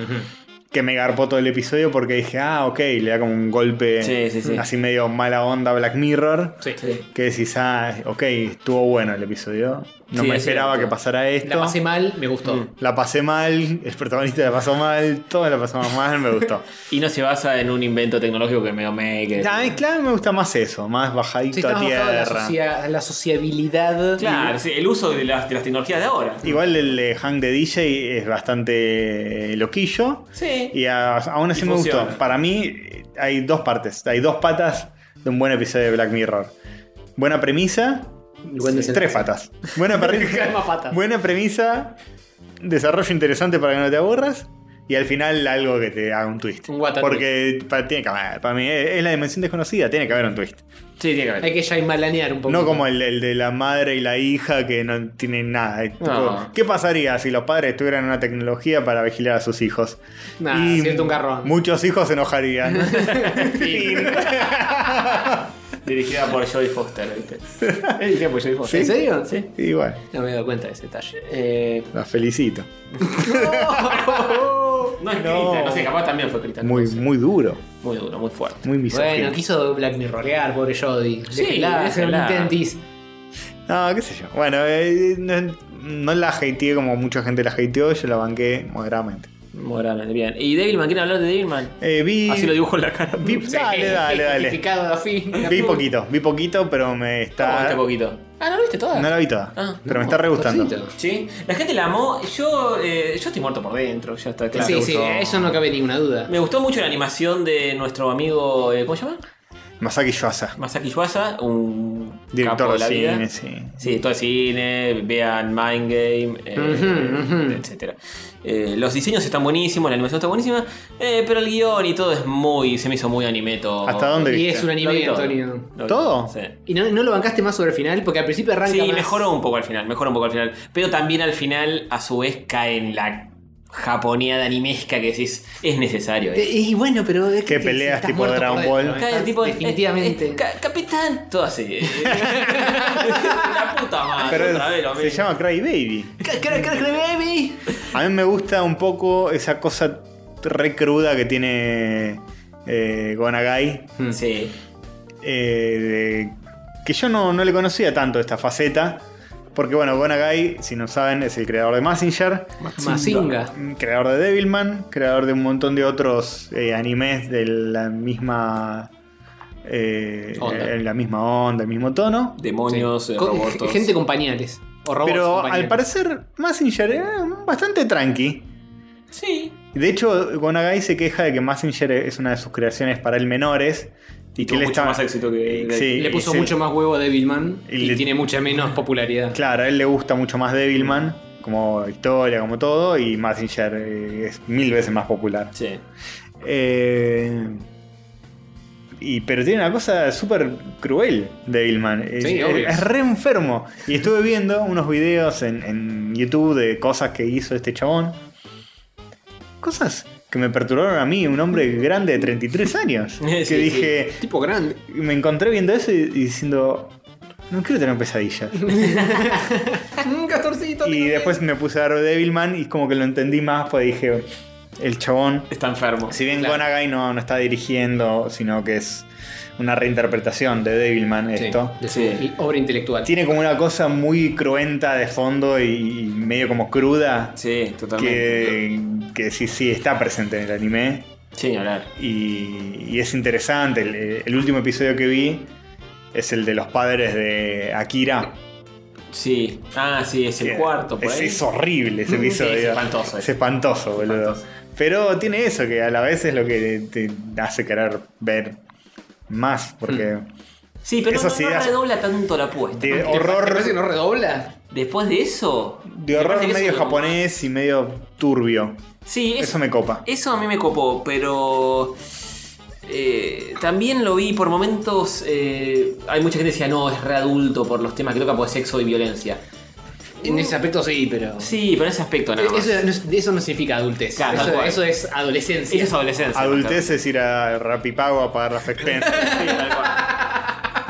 Speaker 1: Que me garpó todo el episodio porque dije, ah, ok, le da como un golpe
Speaker 2: Sí, sí, sí.
Speaker 1: así medio mala onda Black Mirror.
Speaker 4: Sí.
Speaker 1: Que decís, ah, ok, estuvo bueno el episodio. No
Speaker 2: Sí,
Speaker 1: me
Speaker 2: es
Speaker 1: esperaba
Speaker 2: cierto.
Speaker 1: que pasara esto.
Speaker 4: La pasé mal, me gustó.
Speaker 1: La pasé mal, el protagonista la pasó mal, todos la pasamos mal, me
Speaker 2: (laughs)
Speaker 1: gustó.
Speaker 2: y no se basa en un invento tecnológico que me make.
Speaker 1: A mí, claro, me gusta más eso, más bajadito
Speaker 4: Sí,
Speaker 1: a
Speaker 4: estamos bajados a la,
Speaker 1: tierra.
Speaker 4: socia- a la sociabilidad.
Speaker 2: Claro, sí, el uso de las, de las tecnologías de ahora.
Speaker 1: Igual el de Hang de DJ es bastante eh, loquillo.
Speaker 2: Sí.
Speaker 1: Y a- aún así
Speaker 2: Y
Speaker 1: me
Speaker 2: funciona.
Speaker 1: gustó. Para mí eh, hay dos partes, hay dos patas de un buen episodio de Black Mirror. Buena premisa,
Speaker 4: Y buen
Speaker 1: Sí, tres
Speaker 4: desenlace.
Speaker 1: patas. Buena
Speaker 2: (laughs)
Speaker 4: Calma,
Speaker 1: premisa,
Speaker 4: patas.
Speaker 1: buena premisa, desarrollo interesante para que no te aburras. Y al final algo que te haga un twist.
Speaker 4: Un what a
Speaker 1: Porque pa- tiene que haber, para mí eh, es es la dimensión desconocida, tiene que haber un twist.
Speaker 2: Sí, tiene que ver.
Speaker 4: Hay que ya imalanear un poco.
Speaker 1: No
Speaker 4: (laughs)
Speaker 1: como el, el de la madre y la hija que no tienen nada. Es tipo,
Speaker 2: No.
Speaker 1: ¿Qué pasaría si los padres tuvieran una tecnología para vigilar a sus hijos?
Speaker 4: Nah, siento un garrón.
Speaker 1: Muchos hijos se enojarían. (laughs) Fin.
Speaker 2: Dirigida por Jodie Foster, ¿viste?
Speaker 1: ¿Sí?
Speaker 4: pues ¿En serio?
Speaker 1: Igual,
Speaker 4: No me he dado cuenta de ese detalle.
Speaker 2: Eh,
Speaker 1: los felicito.
Speaker 2: no escrita, no. sé, capaz también fue escrita. no
Speaker 1: Muy,
Speaker 2: sé.
Speaker 1: muy duro,
Speaker 2: muy duro, muy fuerte.
Speaker 1: muy misógino.
Speaker 4: Bueno, quiso Black Mirrorear, pobre Jody.
Speaker 2: Sí,
Speaker 4: Déjela,
Speaker 2: déjela.
Speaker 4: no intentis.
Speaker 1: No, qué sé yo. Bueno, eh, no, no la hateé como mucha gente la hateó, yo la banqué moderadamente.
Speaker 2: Moralmente, bien. ¿Y Devilman? ¿Quieren hablar de Devilman?
Speaker 1: Eh, vi.
Speaker 2: Así lo dibujo en la cara.
Speaker 1: vi- dale, dale,
Speaker 4: (laughs)
Speaker 1: dale.
Speaker 11: Justificado a fin.
Speaker 1: Vi poquito, vi poquito, pero me
Speaker 2: Ah,
Speaker 1: está.
Speaker 2: este poquito. Ah, ¿no lo viste toda?
Speaker 1: No la vi toda,
Speaker 2: Ah.
Speaker 1: pero me está re gustando.
Speaker 11: Cosito.
Speaker 2: Sí, la gente la amó. Yo, eh, yo estoy muerto por dentro, ya está claro.
Speaker 11: sí,
Speaker 2: Me
Speaker 11: sí,
Speaker 2: gustó.
Speaker 11: eso no cabe ninguna duda.
Speaker 2: Me gustó mucho la animación de nuestro amigo, eh, ¿cómo se llama?
Speaker 1: Masaki Yuasa,
Speaker 2: Masaki Yuasa, un
Speaker 1: director
Speaker 2: capo
Speaker 1: de
Speaker 2: de la
Speaker 1: cine,
Speaker 2: vida.
Speaker 1: sí.
Speaker 2: Sí, todo el cine, vean Mind Game, eh,
Speaker 11: Ujú, ujú.
Speaker 2: etcétera. Eh, los diseños están buenísimos, la animación está buenísima, eh, pero el guión y todo es muy. se me hizo muy anime todo.
Speaker 1: ¿Hasta dónde
Speaker 11: Y
Speaker 1: viste?
Speaker 11: es un
Speaker 2: Lo vi
Speaker 11: anime,
Speaker 2: todo.
Speaker 11: Antonio.
Speaker 2: Lo vi
Speaker 1: ¿Todo?
Speaker 2: Sí.
Speaker 11: Y no, no lo bancaste más sobre el final, porque al principio arranca.
Speaker 2: Sí,
Speaker 11: más.
Speaker 2: mejoró un poco al final, mejoró un poco al final. Pero también al final, a su vez, cae en la japoneada animesca que decís, es necesario.
Speaker 11: Te-
Speaker 2: esto".
Speaker 11: Y bueno, pero es
Speaker 1: Que
Speaker 11: que.
Speaker 1: peleas
Speaker 11: estás
Speaker 1: tipo
Speaker 11: muerto
Speaker 1: Dragon
Speaker 11: por dentro,
Speaker 1: Ball.
Speaker 2: Cae el
Speaker 11: estás
Speaker 2: tipo
Speaker 11: definitivamente.
Speaker 2: eh, eh, ca- capitán, todo así.
Speaker 1: (laughs)
Speaker 2: (laughs) la puta madre,
Speaker 1: Pero
Speaker 2: Ah, otra vez lo
Speaker 1: se
Speaker 2: mismo.
Speaker 1: llama Cry Baby.
Speaker 11: Ca- cara- cara- cara- baby.
Speaker 1: A mí me gusta un poco esa cosa re cruda que tiene eh, Gonagai.
Speaker 2: Sí.
Speaker 1: eh, de- que yo no, no le conocía tanto esta faceta. Porque bueno, Gonagai, si no saben, es el creador de Massinger,
Speaker 11: Mazinga.
Speaker 1: creador de Devilman, creador de un montón de otros eh, animes de la misma... eh,
Speaker 11: Onda.
Speaker 1: en la misma onda, el mismo tono.
Speaker 2: Demonios, eh,
Speaker 11: Co-
Speaker 2: robots.
Speaker 11: Gente con pañales. O robots
Speaker 1: Pero
Speaker 11: con pañales.
Speaker 1: al parecer, Massinger era bastante tranqui.
Speaker 2: Sí.
Speaker 1: De hecho, Gonagai se queja de que Massinger es una de sus creaciones para el menores. Y, que
Speaker 2: tuvo
Speaker 1: él
Speaker 2: mucho
Speaker 1: está eh,
Speaker 2: más éxito que-
Speaker 1: Sí,
Speaker 11: Le puso
Speaker 1: sí.
Speaker 11: mucho más huevo a Devilman
Speaker 1: Y
Speaker 11: y,
Speaker 1: le-
Speaker 11: tiene mucha menos popularidad.
Speaker 1: Claro, a él le gusta mucho más Devilman, como historia, como todo, y Massinger eh, es mil veces más popular.
Speaker 2: Sí.
Speaker 1: Eh, y, pero tiene una cosa súper cruel, Devilman. Es,
Speaker 11: Sí,
Speaker 1: es-
Speaker 11: obvio.
Speaker 1: es re enfermo. Y estuve viendo unos videos en, en YouTube de cosas que hizo este chabón. Cosas que me perturbaron a mí, un hombre grande de 33 años.
Speaker 2: Sí,
Speaker 1: que
Speaker 2: sí.
Speaker 1: dije,
Speaker 11: Tipo
Speaker 2: (laughs)
Speaker 11: grande.
Speaker 1: y me encontré viendo eso y, y diciendo, no quiero tener pesadillas.
Speaker 11: Mm, Castorcito.
Speaker 1: y
Speaker 11: tengo
Speaker 1: después me puse a ver Devilman y como que lo entendí más, pues dije, el chabón,
Speaker 2: Está enfermo.
Speaker 1: si bien
Speaker 11: Claro.
Speaker 1: Gonagai no, no está dirigiendo, sino que es una reinterpretación de Devilman
Speaker 11: que-
Speaker 1: esto.
Speaker 11: Sí, de su
Speaker 2: Sí.
Speaker 11: obra intelectual.
Speaker 1: Tiene como una cosa muy cruenta de fondo y, y medio como cruda.
Speaker 2: Sí, totalmente.
Speaker 1: Que, que sí, sí, está presente en el anime.
Speaker 2: Sin hablar.
Speaker 1: Y, y es interesante. El, el último episodio que vi es el de los padres de Akira.
Speaker 2: Sí. Ah, sí, es
Speaker 1: Sí,
Speaker 2: el cuarto por
Speaker 1: es,
Speaker 2: ahí. Mm,
Speaker 1: es horrible ese
Speaker 2: Sí,
Speaker 1: episodio.
Speaker 2: es espantoso
Speaker 1: Es
Speaker 2: ese.
Speaker 1: espantoso, boludo.
Speaker 2: Espantoso.
Speaker 1: Pero tiene eso, que a la vez es lo que te hace querer ver más. Porque
Speaker 2: Hmm. Sí, pero no,
Speaker 1: Esas
Speaker 2: no
Speaker 1: ideas-
Speaker 2: redobla tanto la apuesta.
Speaker 1: de
Speaker 11: ¿Te parece que no
Speaker 1: horror.
Speaker 11: redobla?
Speaker 2: Después de eso.
Speaker 1: De
Speaker 2: me
Speaker 1: horror
Speaker 2: parece que eso
Speaker 1: medio
Speaker 2: es lo más-
Speaker 1: japonés y medio turbio.
Speaker 2: Sí,
Speaker 1: Eso
Speaker 2: eso,
Speaker 1: me copa.
Speaker 2: eso a mí me copó, pero. eh, también lo vi por momentos. eh, hay mucha gente que decía, no, es re adulto por los temas que toca, por sexo y violencia.
Speaker 11: En
Speaker 2: Uh.
Speaker 11: ese aspecto sí, pero.
Speaker 2: Sí, pero en ese aspecto
Speaker 4: Eh,
Speaker 2: nada más.
Speaker 11: Eh, Eso, no es- eso no significa adultez.
Speaker 2: Claro, tal
Speaker 11: eso,
Speaker 2: cual.
Speaker 11: eso es adolescencia.
Speaker 2: Eso es adolescencia.
Speaker 1: Adultez es ir a Rapipago a pagar las
Speaker 2: (laughs)
Speaker 1: expensas.
Speaker 2: Sí, tal cual.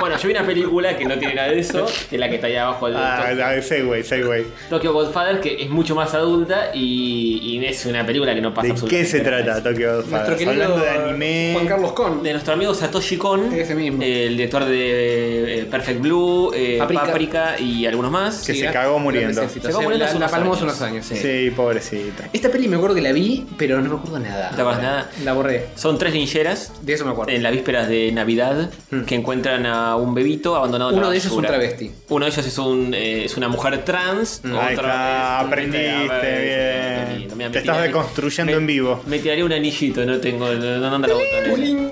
Speaker 2: Bueno, yo vi una película que no tiene nada de eso, que es la que está ahí abajo del
Speaker 1: ah,
Speaker 2: Tokyo-
Speaker 1: ah, Segway, Segway.
Speaker 2: Tokyo Godfather, que es mucho más adulta y, y es una película que no pasa
Speaker 1: ¿De qué
Speaker 2: absolutamente
Speaker 1: se
Speaker 2: nada.
Speaker 1: trata Tokyo
Speaker 11: Nuestro
Speaker 1: Godfathers?
Speaker 11: querido
Speaker 1: Hablando de anime.
Speaker 11: Juan Carlos Con.
Speaker 2: De nuestro amigo Satoshi Kon,
Speaker 11: Ese mismo.
Speaker 2: eh, el director de eh, Perfect Blue, eh,
Speaker 11: Paprika.
Speaker 2: Paprika. y algunos más.
Speaker 1: Que
Speaker 11: Sí,
Speaker 1: se
Speaker 11: era-
Speaker 1: cagó
Speaker 11: era
Speaker 1: muriendo.
Speaker 11: necesito.
Speaker 2: Se cagó muriendo
Speaker 11: La-
Speaker 2: hace
Speaker 11: La
Speaker 2: unos
Speaker 11: palmó
Speaker 2: años.
Speaker 11: hace unos años, sí.
Speaker 1: Sí, pobrecita.
Speaker 11: Esta peli me acuerdo que la vi, pero no me acuerdo nada.
Speaker 2: ¿No te acuerdas nada?
Speaker 11: La borré.
Speaker 2: Son tres ninjeras
Speaker 11: De eso me acuerdo.
Speaker 2: en las vísperas de Navidad
Speaker 1: Hmm.
Speaker 2: que encuentran a un bebito abandonado en
Speaker 11: Uno
Speaker 2: la
Speaker 11: de ellos es un
Speaker 2: basura.
Speaker 11: travesti.
Speaker 2: Uno de ellos es, un, eh, es una mujer trans.
Speaker 1: Ahí está,
Speaker 2: es-
Speaker 1: aprendiste,
Speaker 2: Qué lindo, mira,
Speaker 1: bien.
Speaker 2: me
Speaker 1: Te estás
Speaker 2: tiré-
Speaker 1: deconstruyendo
Speaker 2: me-
Speaker 1: en vivo.
Speaker 2: Me tiraré un anillito, no tengo. No, no anda la botonera.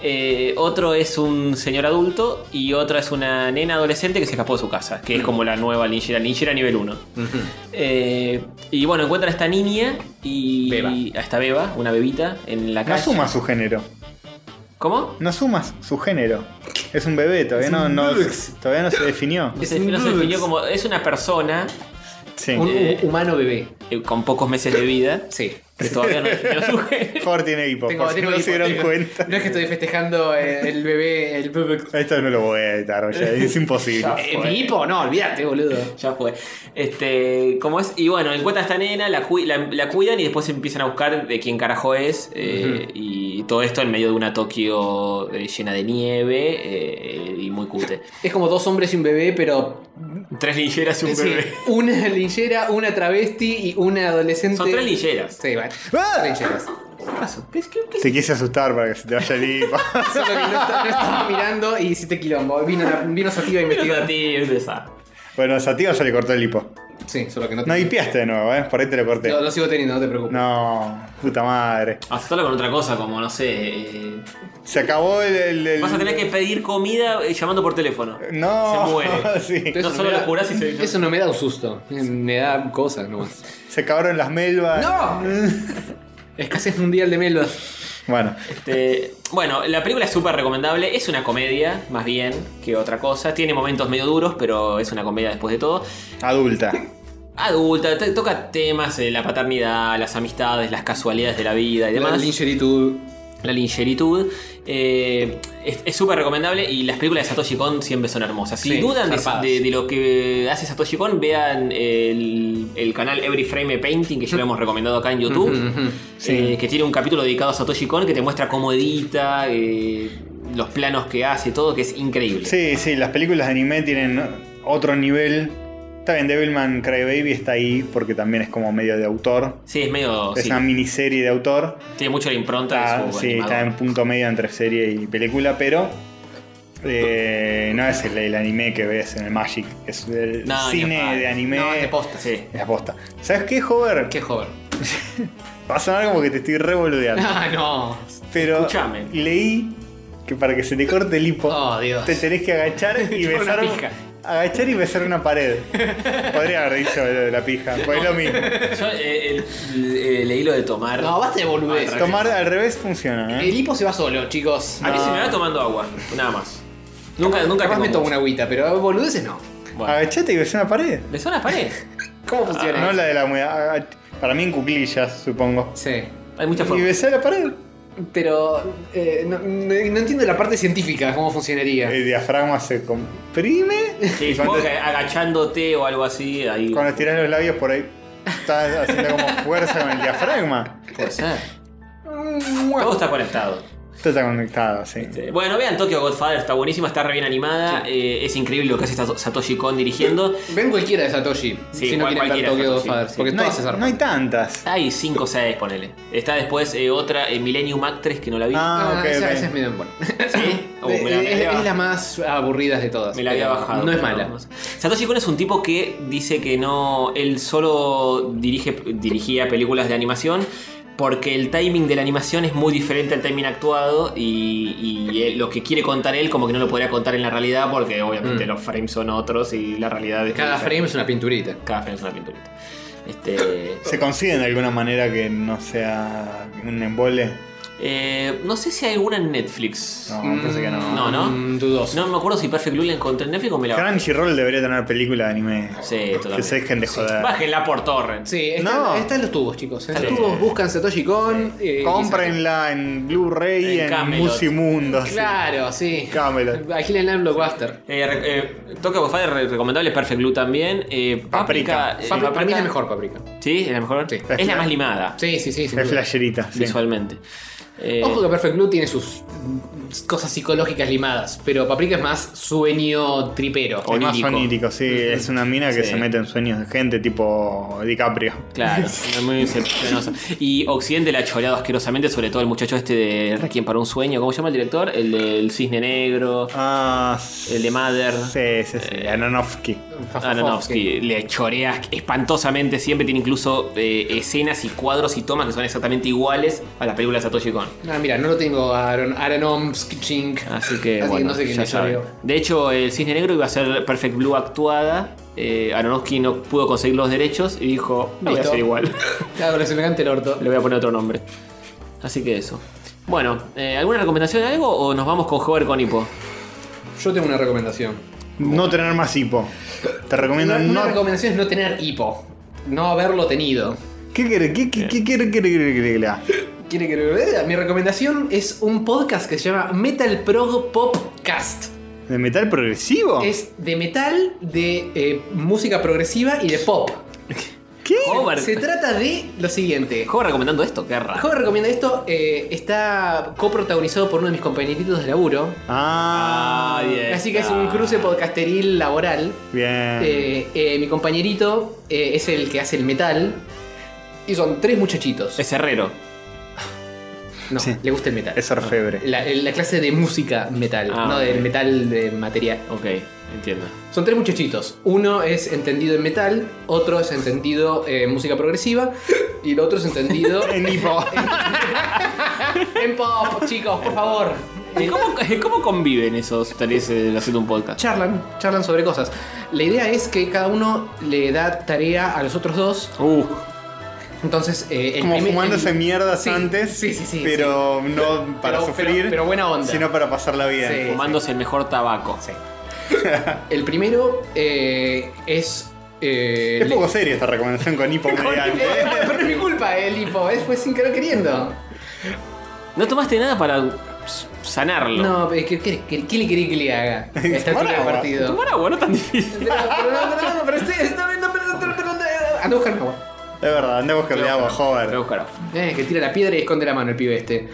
Speaker 2: Eh, otro es un señor adulto y otra es una nena adolescente que se escapó de su casa, que es como la nueva linchera, linchera nivel 1. y bueno, encuentran a esta niña y
Speaker 11: Beba.
Speaker 2: a esta beba, una bebita, en la
Speaker 1: No
Speaker 2: calle.
Speaker 1: suma su género.
Speaker 2: ¿Cómo?
Speaker 1: No sumas su género. Es un bebé, todavía, no, no- todavía no se definió.
Speaker 2: No se, no se definió como. Es una persona
Speaker 1: Sí.
Speaker 11: Un
Speaker 2: Eh,
Speaker 11: hu- humano bebé.
Speaker 2: eh, con pocos meses de vida.
Speaker 11: Sí.
Speaker 2: Que todavía no definió su
Speaker 1: (laughs)
Speaker 2: género.
Speaker 1: Jorge tiene hipo, por si
Speaker 11: tengo
Speaker 1: no
Speaker 11: hipo,
Speaker 1: se dieron
Speaker 11: tengo-
Speaker 1: cuenta.
Speaker 11: No es que estoy festejando eh, el bebé, el bebé.
Speaker 1: Esto no lo voy a editar, ya, es imposible.
Speaker 11: Eh, ¿Mi hipo? No, olvídate, boludo.
Speaker 2: Ya fue. Este, como es, y bueno, encuentran a esta nena, la, cui- la- la cuidan y después empiezan a buscar de quién carajo es. eh, Y todo esto en medio de una Tokio eh, llena de nieve eh, y muy cute.
Speaker 11: Es como dos hombres y un bebé, pero.
Speaker 2: (laughs) Tres lincheras y un
Speaker 11: Sí,
Speaker 2: bebé.
Speaker 11: una linchera, una travesti y una adolescente.
Speaker 2: Son tres lincheras.
Speaker 11: Sí, bueno,
Speaker 4: Trincheras.
Speaker 1: ¡Ah!
Speaker 4: Trincheras.
Speaker 2: ¿Qué, qué, qué?
Speaker 1: Se quise asustar para que se te vaya el hipo.
Speaker 4: Solo que no, está- no estaba mirando y hiciste quilombo. Vino, la- vino Sativa a
Speaker 2: Mira,
Speaker 4: investigar.
Speaker 2: tío, es esa.
Speaker 1: bueno, a Sativa ya le cortó el hipo.
Speaker 4: Sí, solo que no te.
Speaker 1: No hipiaste de nuevo, ¿eh? Por ahí te lo corté.
Speaker 4: Lo, lo sigo teniendo, no te preocupes.
Speaker 1: No, puta madre.
Speaker 2: Asustarlo con otra cosa, como no sé. eh,
Speaker 1: Se acabó el. el- el-
Speaker 2: Vas a tener que pedir comida eh, llamando por teléfono.
Speaker 1: No,
Speaker 2: Se muere.
Speaker 1: (laughs) sí.
Speaker 2: No solo
Speaker 4: me da-
Speaker 2: lo curás y se-
Speaker 4: Eso no me da un susto. Me da cosas nomás.
Speaker 1: Se acabaron las melvas.
Speaker 4: ¡No! Escasez mundial de melvas.
Speaker 1: Bueno,
Speaker 2: Este, bueno, la película es súper recomendable. Es una comedia, más bien, que otra cosa. Tiene momentos medio duros, pero es una comedia después de todo.
Speaker 1: adulta.
Speaker 2: Adulta, te- toca temas de la paternidad, las amistades, las casualidades de la vida y
Speaker 4: La
Speaker 2: demás.
Speaker 4: lingeritud.
Speaker 2: La lingeritud. Eh, es es súper recomendable y las películas de Satoshi Kon siempre son hermosas. Si
Speaker 4: Sí,
Speaker 2: dudan de,
Speaker 4: zarpadas.
Speaker 2: de- de lo que hace Satoshi Kon, vean el, el canal Every Frame a Painting, que ya lo hemos recomendado acá en YouTube. eh, que tiene un capítulo dedicado a Satoshi Kon que te muestra cómo edita, eh, los planos que hace, todo, que es increíble.
Speaker 1: Sí, sí, las películas de anime tienen otro nivel. Está bien, Devilman Crybaby está ahí porque también es como medio de autor.
Speaker 2: Sí, es
Speaker 4: Oh,
Speaker 2: medio.
Speaker 1: es
Speaker 2: sí,
Speaker 1: una miniserie de autor.
Speaker 2: tiene mucho la impronta
Speaker 1: Está,
Speaker 2: de su
Speaker 1: sí,
Speaker 2: animador.
Speaker 1: está en punto medio entre serie y película, pero eh, no es el, el anime que ves en el Magic. Es el
Speaker 2: No, ni a
Speaker 1: cine
Speaker 2: palo.
Speaker 1: de anime.
Speaker 4: No, es de posta.
Speaker 2: Sí.
Speaker 1: Es posta. ¿Sabes qué, Hover?
Speaker 4: Qué joven.
Speaker 2: (laughs)
Speaker 1: Va a sonar como que te estoy
Speaker 4: (laughs)
Speaker 1: revoludeando.
Speaker 4: Ah, no.
Speaker 1: pero
Speaker 2: Escuchame.
Speaker 1: leí que para que se te corte el hipo,
Speaker 4: Oh, Dios.
Speaker 1: te ¿eh? tenés que agachar
Speaker 4: (laughs)
Speaker 1: y
Speaker 4: Chupar una
Speaker 1: besar.
Speaker 4: pija.
Speaker 1: Agachar y besar una pared. Podría haber dicho lo de la pija, pues es lo mismo.
Speaker 2: Yo eh, el- eh, leí lo de tomar.
Speaker 4: No, basta de boludez.
Speaker 1: Tomar al revés funciona, ¿eh?
Speaker 4: El hipo se va solo, chicos.
Speaker 2: A mí se me va tomando agua, nada más. Nunca, nunca
Speaker 4: Capaz
Speaker 2: tengo
Speaker 4: me tomo una
Speaker 2: mucho.
Speaker 4: agüita, pero boludeces no.
Speaker 2: Bueno.
Speaker 1: Agachate y besar una pared.
Speaker 2: ¿Le son las paredes? Ah,
Speaker 4: ¿Cómo funciona?
Speaker 1: No la de la humedad. ah, Para mí en cuclillas, supongo.
Speaker 4: Sí.
Speaker 2: Hay muchas
Speaker 1: Y
Speaker 2: formas.
Speaker 1: besé la pared.
Speaker 4: Pero eh, no, no- no entiendo la parte científica, cómo funcionaría.
Speaker 1: El diafragma se comprime.
Speaker 2: Sí,
Speaker 1: y cuando,
Speaker 2: supongo que agachándote o algo así, ahí
Speaker 1: cuando tirás los labios por ahí, estás haciendo como fuerza con el diafragma.
Speaker 2: puede ser. Todo está conectado.
Speaker 1: Esto está conectado, sí.
Speaker 2: Este, Bueno, vean Tokyo Godfather, está buenísima, está re bien animada. eh, es increíble lo que hace Sato- Satoshi Kon dirigiendo.
Speaker 4: Ven cualquiera de Satoshi.
Speaker 2: Sí,
Speaker 4: si no
Speaker 2: cual-
Speaker 4: quieren ver
Speaker 2: cualquiera de
Speaker 4: Tokyo
Speaker 2: Satoshi,
Speaker 4: Godfather.
Speaker 2: sí.
Speaker 4: Porque
Speaker 1: No hay,
Speaker 4: todas se
Speaker 1: no
Speaker 4: zarpan.
Speaker 1: hay tantas.
Speaker 2: Hay 5 o 6, ponele. Está después eh, otra, eh, Millennium Actress, que no la vi.
Speaker 1: Ah, ok,
Speaker 4: esa,
Speaker 1: ok.
Speaker 4: esa es medio buena.
Speaker 2: ¿Sí?
Speaker 4: (laughs)
Speaker 2: Oh, me la- me la
Speaker 4: es,
Speaker 2: había-
Speaker 4: es la más aburrida de todas.
Speaker 2: Me la había
Speaker 4: pero
Speaker 2: bajado.
Speaker 4: No es
Speaker 2: pero
Speaker 4: mala.
Speaker 2: no sé. Satoshi Kon es un tipo que dice que no. Él solo dirige, dirigía películas de animación. Porque el timing de la animación es muy diferente al timing actuado. Y, y él- lo que quiere contar él, como que no lo podría contar en la realidad. Porque obviamente
Speaker 4: Mm.
Speaker 2: los frames son otros y la realidad es. muy
Speaker 4: Cada frame
Speaker 2: diferente.
Speaker 4: es una pinturita.
Speaker 2: Cada frame es una pinturita. Este.
Speaker 1: ¿Se consiguen de alguna manera que no sea un embole?
Speaker 2: eh, no sé si hay alguna en Netflix.
Speaker 1: No, me parece que no.
Speaker 2: No, no.
Speaker 4: Mm, dudoso.
Speaker 2: No me acuerdo si Perfect Blue la encontré en Netflix o me la
Speaker 1: Crunchyroll debería tener película de anime.
Speaker 2: Sí,
Speaker 1: Que
Speaker 2: totalmente.
Speaker 1: se dejen de joder.
Speaker 2: Bájenla por torrent.
Speaker 4: Sí, están,
Speaker 1: No.
Speaker 4: están los tubos, chicos. En
Speaker 2: Sí.
Speaker 4: los tubos buscan Satoshi Kon. eh, y
Speaker 1: Cómprenla en Blu-ray,
Speaker 2: En
Speaker 1: en,
Speaker 2: Camelot.
Speaker 1: Musimundo.
Speaker 4: sacan-
Speaker 1: sí.
Speaker 4: Claro, sí.
Speaker 1: Camelot.
Speaker 4: Alquilen en Blockbuster.
Speaker 2: Eh, re- eh, Tokyo Godfather re- recomendable, Perfect Blue también. Eh,
Speaker 1: Paprika.
Speaker 2: Paprika, eh,
Speaker 4: Papri- para mí es la
Speaker 2: Paprika-
Speaker 4: mejor paprika.
Speaker 2: Sí, es la mejor.
Speaker 4: Sí.
Speaker 2: Es la más limada
Speaker 4: Sí, sí, sí. sin
Speaker 1: Es
Speaker 4: duda.
Speaker 1: flasherita. sí.
Speaker 2: visualmente. Eh,
Speaker 4: Ojo que Perfect Blue tiene sus mm, cosas psicológicas limadas, pero Paprika es más sueño tripero.
Speaker 1: Es más
Speaker 2: Onírico.
Speaker 1: onírico, sí. Es una mina que
Speaker 2: Sí.
Speaker 1: se mete en sueños de gente tipo DiCaprio.
Speaker 2: Claro, es muy decepcionoso. Y Occidente la ha choreado asquerosamente, sobre todo el muchacho este de Requiem para un sueño. ¿Cómo se llama el director? El del Cisne Negro.
Speaker 1: Ah,
Speaker 2: El de Mother. Ah,
Speaker 1: Sí, sí, sí. Aronofsky.
Speaker 2: Aronofsky le chorea espantosamente, siempre tiene incluso eh, escenas y cuadros y tomas que son exactamente iguales a las películas de Satoshi Kon.
Speaker 4: Ah, mira, no lo tengo a Aaron, Aronofsky Chink.
Speaker 2: Así que,
Speaker 4: Así que
Speaker 2: bueno,
Speaker 4: no sé quién
Speaker 2: ya
Speaker 4: me choreó.
Speaker 2: saben. De hecho, el Cisne Negro iba a ser Perfect Blue actuada. Eh, Aronofsky no pudo conseguir los derechos y dijo, lo voy a
Speaker 4: Listo.
Speaker 2: hacer igual. (laughs)
Speaker 4: Claro, lo semejante el orto.
Speaker 2: Le voy a poner otro nombre. Así que eso. Bueno, eh, ¿alguna recomendación de algo o nos vamos con Hover con Hipo?
Speaker 4: Yo tengo una recomendación.
Speaker 1: No tener más hipo. Te recomiendo
Speaker 4: Una, una
Speaker 1: no.
Speaker 4: recomendación es no tener hipo. No haberlo tenido.
Speaker 1: ¿Qué quiere? ¿Qué qué- qué quiere? ¿Qué quiere? ¿Qué quiere?
Speaker 4: ¿Quiere que lo vea? Mi recomendación es un podcast que se llama Metal Prog Popcast.
Speaker 1: ¿De metal progresivo?
Speaker 4: Es de metal, de eh, música progresiva y de pop.
Speaker 1: ¿Qué?
Speaker 2: Hover.
Speaker 4: Se trata de lo siguiente.
Speaker 2: Hover recomendando esto, qué raro.
Speaker 4: Joven recomienda esto. eh, está coprotagonizado por uno de mis compañeritos de laburo.
Speaker 1: Ah,
Speaker 2: bien.
Speaker 4: Así que es un cruce podcasteril laboral.
Speaker 1: bien.
Speaker 4: Eh, eh, mi compañerito eh, es el que hace el metal. Y son tres muchachitos.
Speaker 2: Es herrero.
Speaker 4: No, le gusta el metal.
Speaker 1: Es orfebre.
Speaker 4: La, la clase de música metal,
Speaker 2: Ah,
Speaker 4: no
Speaker 2: ok.
Speaker 4: del metal de material.
Speaker 2: Ok, entiendo.
Speaker 4: Son tres muchachitos. Uno es entendido en metal, otro es entendido en música progresiva y el otro es entendido
Speaker 1: (laughs) En hipo.
Speaker 4: (laughs) en pop, chicos, por favor.
Speaker 2: ¿Y cómo, (laughs) cómo conviven esos tres eh, haciendo un podcast?
Speaker 4: Charlan, charlan sobre cosas. La idea es que cada uno le da tarea a los otros dos.
Speaker 2: Uh,
Speaker 4: Entonces, eh, el
Speaker 1: Como
Speaker 4: primer-
Speaker 1: fumándose
Speaker 4: el-
Speaker 1: mierdas
Speaker 4: Sí,
Speaker 1: antes,
Speaker 4: sí, sí, sí,
Speaker 1: pero no para
Speaker 4: Pero- pero-
Speaker 1: sufrir,
Speaker 4: pero buena onda.
Speaker 1: sino para pasarla bien.
Speaker 4: Sí.
Speaker 2: fumándose el mejor tabaco.
Speaker 4: Sí. El primero eh, es. eh,
Speaker 1: Es
Speaker 4: le- (laughs)
Speaker 1: poco seria esta recomendación con hipo
Speaker 4: Eh,
Speaker 1: mediante.
Speaker 4: pero no es mi culpa, el hipo, eh, fue sin querer queriendo.
Speaker 2: No tomaste nada para s- sanarlo.
Speaker 4: No, pero ¿qué, qué, qué- qué le quería que le haga? Está
Speaker 1: Tomar
Speaker 4: altura del
Speaker 1: agua.
Speaker 4: partido.
Speaker 2: Tomar agua no tan difícil.
Speaker 4: Pero, pero no, pero no, pero ustedes no ven, no, pero no, (laughs) pero no, pero no, Anda a buscar un agua.
Speaker 1: Es verdad, andemos con el agua,
Speaker 2: Voy a
Speaker 1: joder.
Speaker 2: buscar agua.
Speaker 4: Eh, que tira la piedra y esconde la mano el pibe este.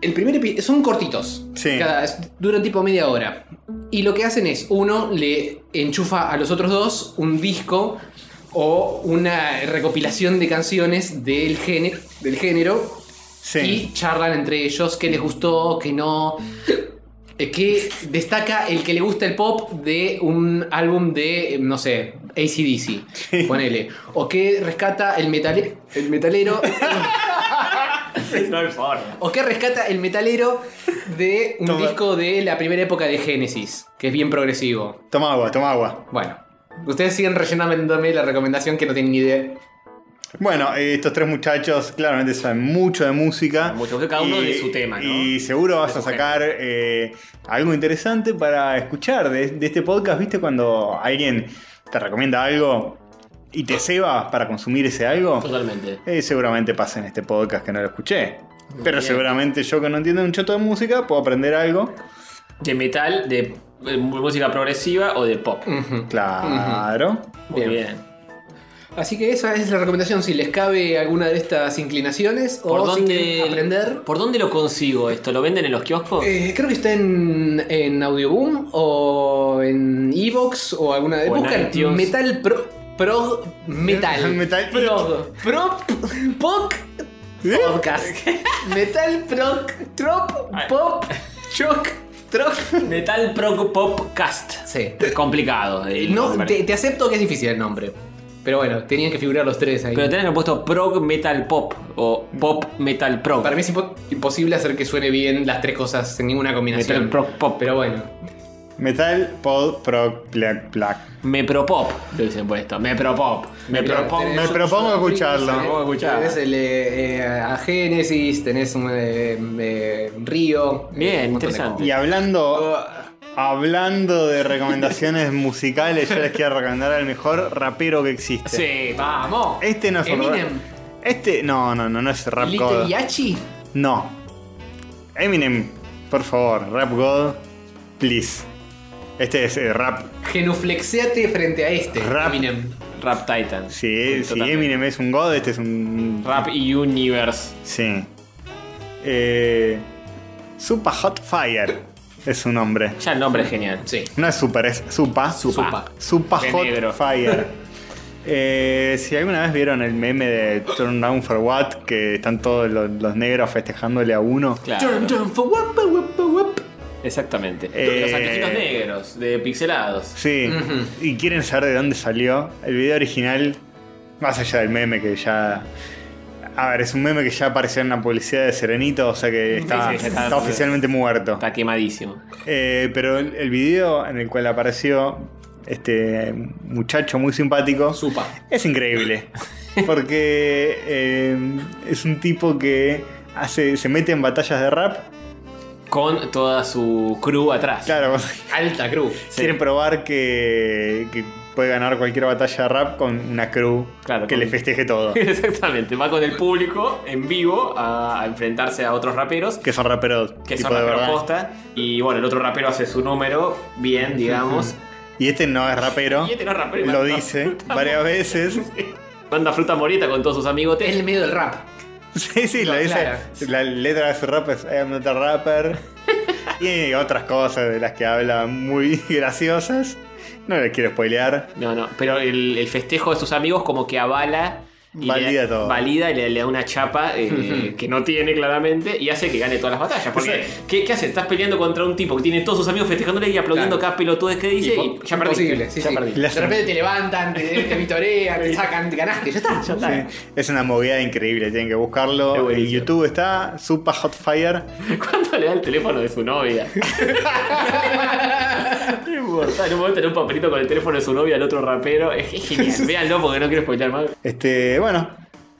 Speaker 4: El primer epi- son cortitos.
Speaker 1: Sí.
Speaker 4: Cada, es- duran tipo media hora. Y lo que hacen es, uno le enchufa a los otros dos un disco o una recopilación de canciones del, géne- del género
Speaker 1: Sí.
Speaker 4: y charlan entre ellos qué les gustó, qué no. Eh, Que destaca el que le gusta el pop de un álbum de, eh, no sé, ACDC, ponele. O que rescata el, metale- el metalero.
Speaker 16: No hay forma.
Speaker 4: o que rescata el metalero de un
Speaker 1: Toma.
Speaker 4: disco de la primera época de Genesis, que es bien progresivo.
Speaker 1: Toma agua, toma agua.
Speaker 4: Bueno, ustedes siguen rellenándome la recomendación que no tienen ni idea.
Speaker 1: Bueno, eh, estos tres muchachos claramente saben mucho de música.
Speaker 16: Mucho, cada uno de su tema, ¿no?
Speaker 1: Y seguro vas
Speaker 16: De
Speaker 1: a
Speaker 16: su
Speaker 1: sacar eh, algo interesante para escuchar de, de este podcast. ¿Viste cuando alguien te recomienda algo y te ceba para consumir ese algo?
Speaker 16: Totalmente.
Speaker 1: Eh, seguramente pasa en este podcast que no lo escuché. Pero
Speaker 4: bien.
Speaker 1: seguramente yo que no entiendo un choto de música puedo aprender algo.
Speaker 16: De metal, de eh, música progresiva o de pop.
Speaker 4: Ujú.
Speaker 1: Claro.
Speaker 16: Muy
Speaker 4: Mm, Bien.
Speaker 16: bien.
Speaker 4: Así que esa es la recomendación, si les cabe alguna de estas inclinaciones
Speaker 2: ¿Por
Speaker 4: o si
Speaker 2: dónde,
Speaker 4: quieren aprender.
Speaker 2: ¿Por dónde lo consigo esto? ¿Lo venden en los kioscos?
Speaker 4: Eh, creo que está en, en Audioboom o en Evox o alguna de...
Speaker 2: O en
Speaker 4: Buscan
Speaker 2: iTunes.
Speaker 4: Metal Pro... Pro
Speaker 2: (laughs)
Speaker 4: Metal.
Speaker 1: Metal
Speaker 4: Pro... Pro... Poc...
Speaker 2: ¿Eh?
Speaker 4: Podcast. metal Proc... Trop...
Speaker 2: Ah.
Speaker 4: Pop... Choc... Troc...
Speaker 2: Metal Pro Popcast.
Speaker 4: Sí.
Speaker 2: Complicado. el
Speaker 4: No,
Speaker 2: nombre.
Speaker 4: te, te acepto que es difícil el nombre. Pero bueno, tenían que figurar los tres ahí.
Speaker 2: Pero tenés que haber puesto Prog Metal Pop o Pop Metal Prog.
Speaker 4: Para mí es impo- imposible hacer que suene bien las tres cosas en ninguna combinación.
Speaker 2: Metal Proc Pop.
Speaker 4: Pero bueno.
Speaker 1: Metal, pod, proc, black, black.
Speaker 2: Me propop, lo dicen por esto. Me propop. Me
Speaker 4: Mira,
Speaker 2: propop.
Speaker 4: tenés-
Speaker 1: me propongo escucharlo.
Speaker 4: tenés-
Speaker 2: Propongo escucharlo.
Speaker 4: Tenés el eh, eh, a Génesis, tenés un eh, eh, Río.
Speaker 2: Bien,
Speaker 4: eh, un montón de
Speaker 2: interesante.
Speaker 1: Y hablando, hablando de
Speaker 4: (laughs)
Speaker 1: recomendaciones musicales, yo les quiero recomendar al mejor rapero que existe.
Speaker 2: Sí, vamos.
Speaker 4: ¡Vamos!
Speaker 1: Este no es un
Speaker 4: Eminem.
Speaker 1: rap- Este no, no, no, no es rap
Speaker 4: Little
Speaker 1: god.
Speaker 4: Yachi.
Speaker 1: No. Eminem, por favor, rap god, please. Este es eh, rap.
Speaker 4: Genuflexeate frente a este.
Speaker 1: Rap.
Speaker 4: Eminem.
Speaker 2: Rap Titan.
Speaker 1: Si, si
Speaker 2: Totalmente.
Speaker 1: Eminem es un god, este es un
Speaker 2: Rap Universe.
Speaker 1: Sí. Eh, Supa Hot Fire es su nombre.
Speaker 2: Ya el nombre es genial.
Speaker 4: Sí.
Speaker 1: No es super, es Supa.
Speaker 2: Supa.
Speaker 1: Supa
Speaker 2: De
Speaker 1: Hot
Speaker 2: negro.
Speaker 1: Fire. Eh, si alguna vez vieron el meme de Turn Down for What, que están todos los, los negros festejándole a uno.
Speaker 2: Claro.
Speaker 4: Turn down for what, what, what, what.
Speaker 2: Exactamente.
Speaker 1: Eh.
Speaker 2: Los anteojitos negros, de pixelados.
Speaker 1: Sí.
Speaker 4: Ujú.
Speaker 1: Y quieren saber de dónde salió. El video original, más allá del meme que ya. A ver, es un meme que ya apareció en una publicidad de Serenito, o sea que está,
Speaker 2: sí, sí, está-
Speaker 1: está oficialmente muerto.
Speaker 2: Está quemadísimo.
Speaker 1: Eh, pero el, el video en el cual apareció este muchacho muy simpático
Speaker 4: Supa.
Speaker 1: es
Speaker 2: (laughs)
Speaker 1: increíble. Porque eh, es un tipo que hace, se mete en batallas de rap.
Speaker 2: Con toda su crew atrás.
Speaker 1: Claro,
Speaker 4: Alta cruz.
Speaker 1: quiere probar que, que puede ganar cualquier batalla de rap con una crew
Speaker 2: Claro,
Speaker 1: que
Speaker 2: con-
Speaker 1: le festeje
Speaker 2: (laughs)
Speaker 1: todo.
Speaker 2: (laughs) Exactamente. Va con el público en vivo a a enfrentarse a otros raperos.
Speaker 1: que son raperos.
Speaker 2: Que
Speaker 1: tipo
Speaker 2: son
Speaker 1: de
Speaker 2: raperos
Speaker 1: verdad.
Speaker 2: posta. Y bueno, el otro rapero hace su número bien, digamos.
Speaker 1: Y este no es rapero.
Speaker 2: (laughs) Y este no es rapero, y
Speaker 1: Lo
Speaker 2: manda-
Speaker 1: dice varias
Speaker 2: (laughs)
Speaker 1: veces.
Speaker 2: Manda fruta morita con todos sus
Speaker 4: Es
Speaker 2: amigotes.
Speaker 4: el medio del rap.
Speaker 1: (laughs) Sí, sí,
Speaker 4: No,
Speaker 1: lo dice.
Speaker 4: claro.
Speaker 1: La letra de su rap es I am not a rapper.
Speaker 2: (laughs)
Speaker 1: y otras cosas de las que habla muy (laughs) graciosas. No le quiero spoilear.
Speaker 2: No, no, pero el, el festejo de sus amigos como que avala y
Speaker 1: Valida
Speaker 2: le,
Speaker 1: todo.
Speaker 2: Valida y le, le da una chapa
Speaker 4: (laughs)
Speaker 2: eh, que no tiene claramente y hace que gane todas las batallas. Porque, ¿qué, qué hace? Estás peleando contra un tipo que tiene todos sus amigos festejándole y aplaudiendo
Speaker 4: Claro.
Speaker 2: cada pelotudez que dice y, ya perdiste.
Speaker 4: Imposible, sí,
Speaker 2: ya
Speaker 4: sí.
Speaker 2: perdiste.
Speaker 4: De repente te levantan, te, te vitorean, te sacan, te ganaste, ya (laughs) está. Ya está.
Speaker 1: Sí, Es una movida increíble, tienen que buscarlo. En YouTube está Supa Hot Fire.
Speaker 2: (laughs) ¿Cuánto le da el teléfono de su novia?
Speaker 1: (laughs)
Speaker 2: no importa, en un momento tener un papelito con el teléfono de su novia al otro rapero. Es,
Speaker 1: (laughs)
Speaker 2: es genial. Véanlo porque no quiero spoilear más.
Speaker 1: Este, bueno,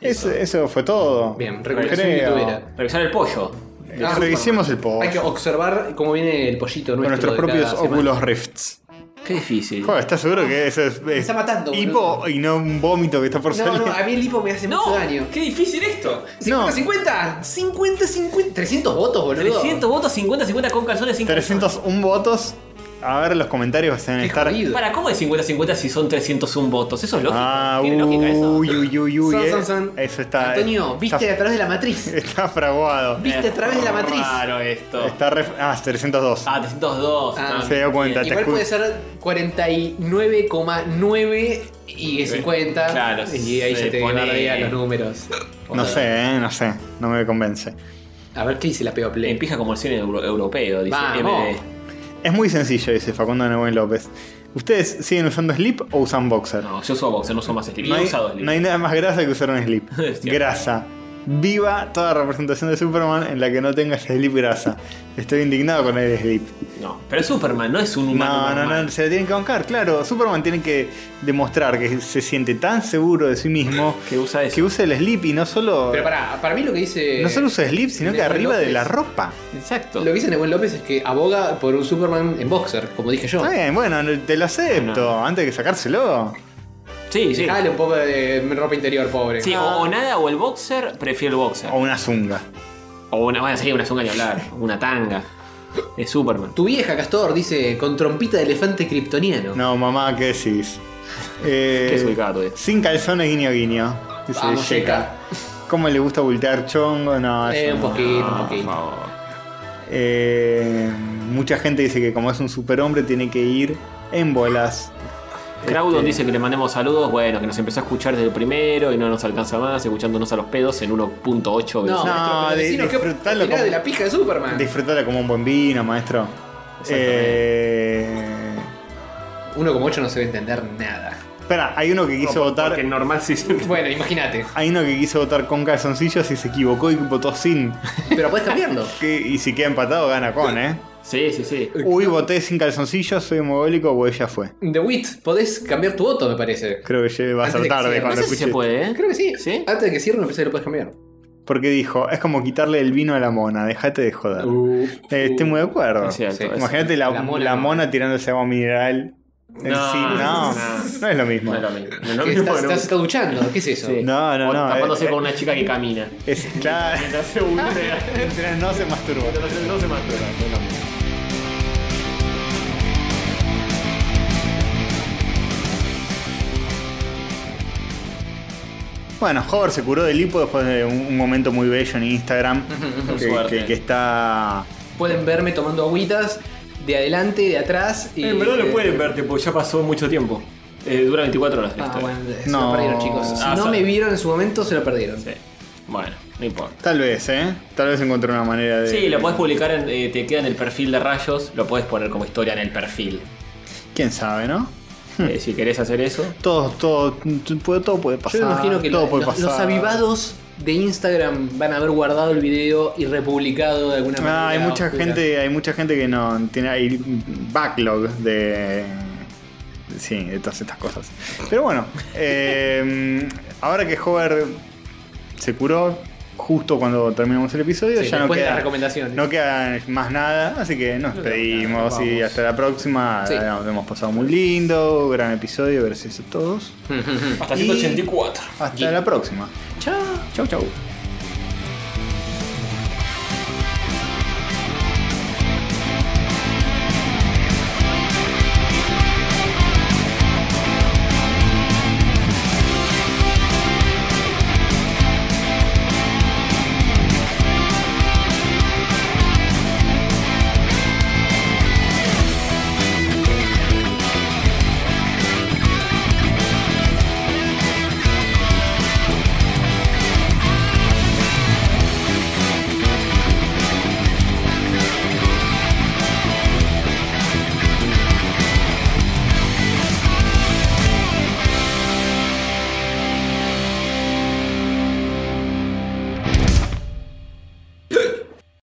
Speaker 1: es- eso, fue todo.
Speaker 4: Bien, recomendación
Speaker 1: creo.
Speaker 4: youtubera.
Speaker 2: Revisar el pollo.
Speaker 1: Eh, Revisemos el post
Speaker 4: Ah, Hay que observar cómo viene el pollito
Speaker 1: con
Speaker 4: nuestro.
Speaker 1: nuestros
Speaker 4: de cada
Speaker 1: propios
Speaker 4: semana.
Speaker 1: Oculus Rifts.
Speaker 2: Qué difícil.
Speaker 1: Joder, ¿estás seguro que eso es, es
Speaker 4: está matando, boludo.
Speaker 1: hipo y no un vómito que está por
Speaker 4: No,
Speaker 1: salir?
Speaker 4: no, a mí el hipo me hace mucho daño.
Speaker 2: qué difícil esto.
Speaker 1: No.
Speaker 4: 50, 50, 50. 300 votos, boludo.
Speaker 2: 300 votos, 50, 50 con calzones, 5
Speaker 1: 301 votos. A ver, los comentarios van a
Speaker 4: Qué
Speaker 1: estar.
Speaker 4: jodido.
Speaker 2: Para, ¿cómo es 50-50 si son 301 votos? Eso es lógico.
Speaker 1: Ah,
Speaker 2: ¿Tiene lógica eso?
Speaker 1: uy, uy, uy, uy.
Speaker 4: Son,
Speaker 1: eh.
Speaker 4: son, son.
Speaker 1: Eso está. eh,
Speaker 4: Antonio, viste a
Speaker 1: está,
Speaker 4: través de la matriz.
Speaker 1: (laughs) está fraguado.
Speaker 4: Viste a través de la matriz.
Speaker 2: Claro, esto.
Speaker 1: Está ref- Ah, 302.
Speaker 2: Ah, 302.
Speaker 4: Ah,
Speaker 1: se dio cuenta. te
Speaker 4: Igual
Speaker 1: escu-
Speaker 4: puede ser 49,9 y 50.
Speaker 2: Claro,
Speaker 4: y ahí
Speaker 2: se
Speaker 4: ya te
Speaker 2: pone-
Speaker 4: guardaría los números.
Speaker 1: No sé, eh, no sé. No me convence.
Speaker 4: A ver qué dice la peo play.
Speaker 2: Empija como el cine euro- europeo, dice
Speaker 4: Vamos.
Speaker 2: MD.
Speaker 1: Es muy sencillo, dice Facundo Nebuen López. ¿Ustedes siguen usando slip o usan boxer?
Speaker 2: No, yo soy boxer, no soy más slip.
Speaker 1: No
Speaker 2: he
Speaker 1: hay,
Speaker 2: usado slip.
Speaker 1: no hay nada más grasa que usar un slip.
Speaker 2: (laughs) Es cierto.
Speaker 1: grasa. Viva toda representación de Superman en la que no tengas slip grasa. Estoy indignado con el slip.
Speaker 2: No, pero Superman no es un humano.
Speaker 1: No, no,
Speaker 2: normal.
Speaker 1: no, se la tienen que bancar, claro. Superman tiene que demostrar que se siente tan seguro de sí mismo
Speaker 2: (laughs) Que usa eso.
Speaker 1: que usa el slip y no solo.
Speaker 4: Pero para, para mí lo que dice.
Speaker 1: no solo usa slip, sino que
Speaker 4: Nebuen
Speaker 1: arriba de
Speaker 4: López.
Speaker 1: la ropa.
Speaker 2: Exacto.
Speaker 4: Lo que dice Nebuen López es que aboga por un Superman en boxer, como dije yo.
Speaker 1: Está bien, bueno, te lo acepto. Antes que sacárselo.
Speaker 2: Sí, sí.
Speaker 4: Dale un poco de ropa interior, pobre.
Speaker 2: Sí, o, o nada, o el boxer, prefiero el boxer.
Speaker 1: O una zunga.
Speaker 2: O una, bueno, sería una zunga ni hablar. Una tanga. Es Superman.
Speaker 4: Tu vieja, Castor, dice con trompita de elefante kriptoniano.
Speaker 1: No, mamá, ¿qué decís? Eh,
Speaker 2: (laughs) Qué desubicado es. Ah,
Speaker 1: Sin calzones, guiño, guiño. Dice
Speaker 4: Vamos,
Speaker 1: Yeka. ¿Cómo le gusta voltear chongo? No,
Speaker 4: Eh,
Speaker 1: eso
Speaker 4: un
Speaker 1: no.
Speaker 4: poquito, un
Speaker 2: Por
Speaker 4: poquito.
Speaker 2: favor.
Speaker 1: Eh, mucha gente dice que como es un superhombre tiene que ir en bolas.
Speaker 2: Crowdon dice que le mandemos saludos. Bueno, que nos empezó a escuchar desde el primero y no nos alcanza más, escuchándonos a los pedos en 1.8 veces.
Speaker 4: No,
Speaker 1: No,
Speaker 4: no
Speaker 1: de-
Speaker 4: vecino, ¿qué
Speaker 1: disfrutalo
Speaker 4: opinás
Speaker 1: como-
Speaker 4: de la pija de
Speaker 2: Ah.
Speaker 4: Superman?
Speaker 1: Disfrutala como un buen vino, maestro. Eh,
Speaker 4: Uno como ocho no se va a entender nada. (laughs)
Speaker 1: espera, hay uno que quiso votar.
Speaker 2: Porque normal sí.
Speaker 4: Bueno, imagínate.
Speaker 1: Hay uno que quiso votar con calzoncillos y se equivocó y votó
Speaker 2: (laughs)
Speaker 1: sin.
Speaker 4: Pero puedes cambiarlo.
Speaker 1: Que- y si queda empatado, gana con, ¿eh?
Speaker 2: Sí, sí, sí.
Speaker 1: Uy, voté sin calzoncillos, soy homogólico o ella fue.
Speaker 4: The Wit, podés cambiar tu voto, me parece.
Speaker 1: Creo que ya va a
Speaker 4: Antes de
Speaker 1: ser
Speaker 4: que
Speaker 1: tarde
Speaker 4: cierre.
Speaker 2: No
Speaker 1: cuando
Speaker 2: sé si
Speaker 1: escuche.
Speaker 2: se puede, ¿eh?
Speaker 4: Creo que sí.
Speaker 2: ¿Sí?
Speaker 4: Antes de que cierre, me parece que lo puedes cambiar.
Speaker 1: Porque dijo, es como quitarle el vino a la mona, déjate de joder. Eh, estoy muy de acuerdo.
Speaker 2: Uh, Es cierto,
Speaker 4: Sí.
Speaker 2: es-
Speaker 1: Imagínate la,
Speaker 4: La
Speaker 1: la
Speaker 4: mona.
Speaker 1: mona, tirándose agua mineral. No, no,
Speaker 2: no.
Speaker 1: no es lo mismo.
Speaker 2: No es lo mismo. No es lo
Speaker 4: Que
Speaker 2: mismo,
Speaker 4: estás,
Speaker 2: no.
Speaker 4: estás- estás duchando, ¿qué es eso?
Speaker 2: Sí.
Speaker 1: No, no,
Speaker 2: O
Speaker 1: no,
Speaker 2: Tapándose
Speaker 1: eh,
Speaker 2: con una chica que camina.
Speaker 1: Es claro.
Speaker 2: Mientras se bucea.
Speaker 1: Mientras no se masturba.
Speaker 2: No se masturba.
Speaker 1: Bueno, Hover se curó del hipo después de un, un momento muy bello en Instagram. que,
Speaker 2: Suerte.
Speaker 1: que- que está.
Speaker 4: Pueden verme tomando agüitas de adelante, de atrás. Y,
Speaker 2: En verdad lo pueden verte, porque ya pasó mucho tiempo. Eh, dura 24 horas la
Speaker 4: Ah,
Speaker 2: historia.
Speaker 4: bueno, se
Speaker 1: No.
Speaker 4: lo perdieron, chicos. Si
Speaker 2: Ah,
Speaker 4: no
Speaker 2: sabe.
Speaker 4: me vieron en su momento, se lo perdieron.
Speaker 2: Sí. Bueno, no importa.
Speaker 1: Tal vez, ¿eh? Tal vez encontré una manera de.
Speaker 2: Sí, lo podés publicar, en, eh, te queda en el perfil de rayos, lo podés poner como historia en el perfil.
Speaker 1: Quién sabe, ¿no?
Speaker 2: Eh, si querés hacer eso.
Speaker 1: Todo, todo, puede, todo puede pasar.
Speaker 4: Yo me imagino que
Speaker 1: todo
Speaker 4: lo-
Speaker 1: puede
Speaker 4: los,
Speaker 1: pasar.
Speaker 4: los avivados de Instagram van a haber guardado el video y republicado de alguna manera.
Speaker 1: Ah, hay mucha
Speaker 4: oscura. (laughs)
Speaker 1: gente, hay mucha gente que no tiene ahí backlog de sí, de todas estas cosas. Pero
Speaker 4: (laughs)
Speaker 1: bueno, eh, ahora que Hover se curó justo cuando terminamos el episodio,
Speaker 4: Sí,
Speaker 1: ya no
Speaker 4: después de
Speaker 1: queda
Speaker 4: las recomendaciones.
Speaker 1: no queda más nada, así que nos despedimos y hasta la próxima. Eh,
Speaker 4: Sí.
Speaker 1: Nos hemos pasado muy lindo, gran episodio, gracias a todos.
Speaker 2: Hasta
Speaker 1: Y-
Speaker 2: 184.
Speaker 1: Hasta la próxima.
Speaker 4: Chao.
Speaker 1: Chau chau.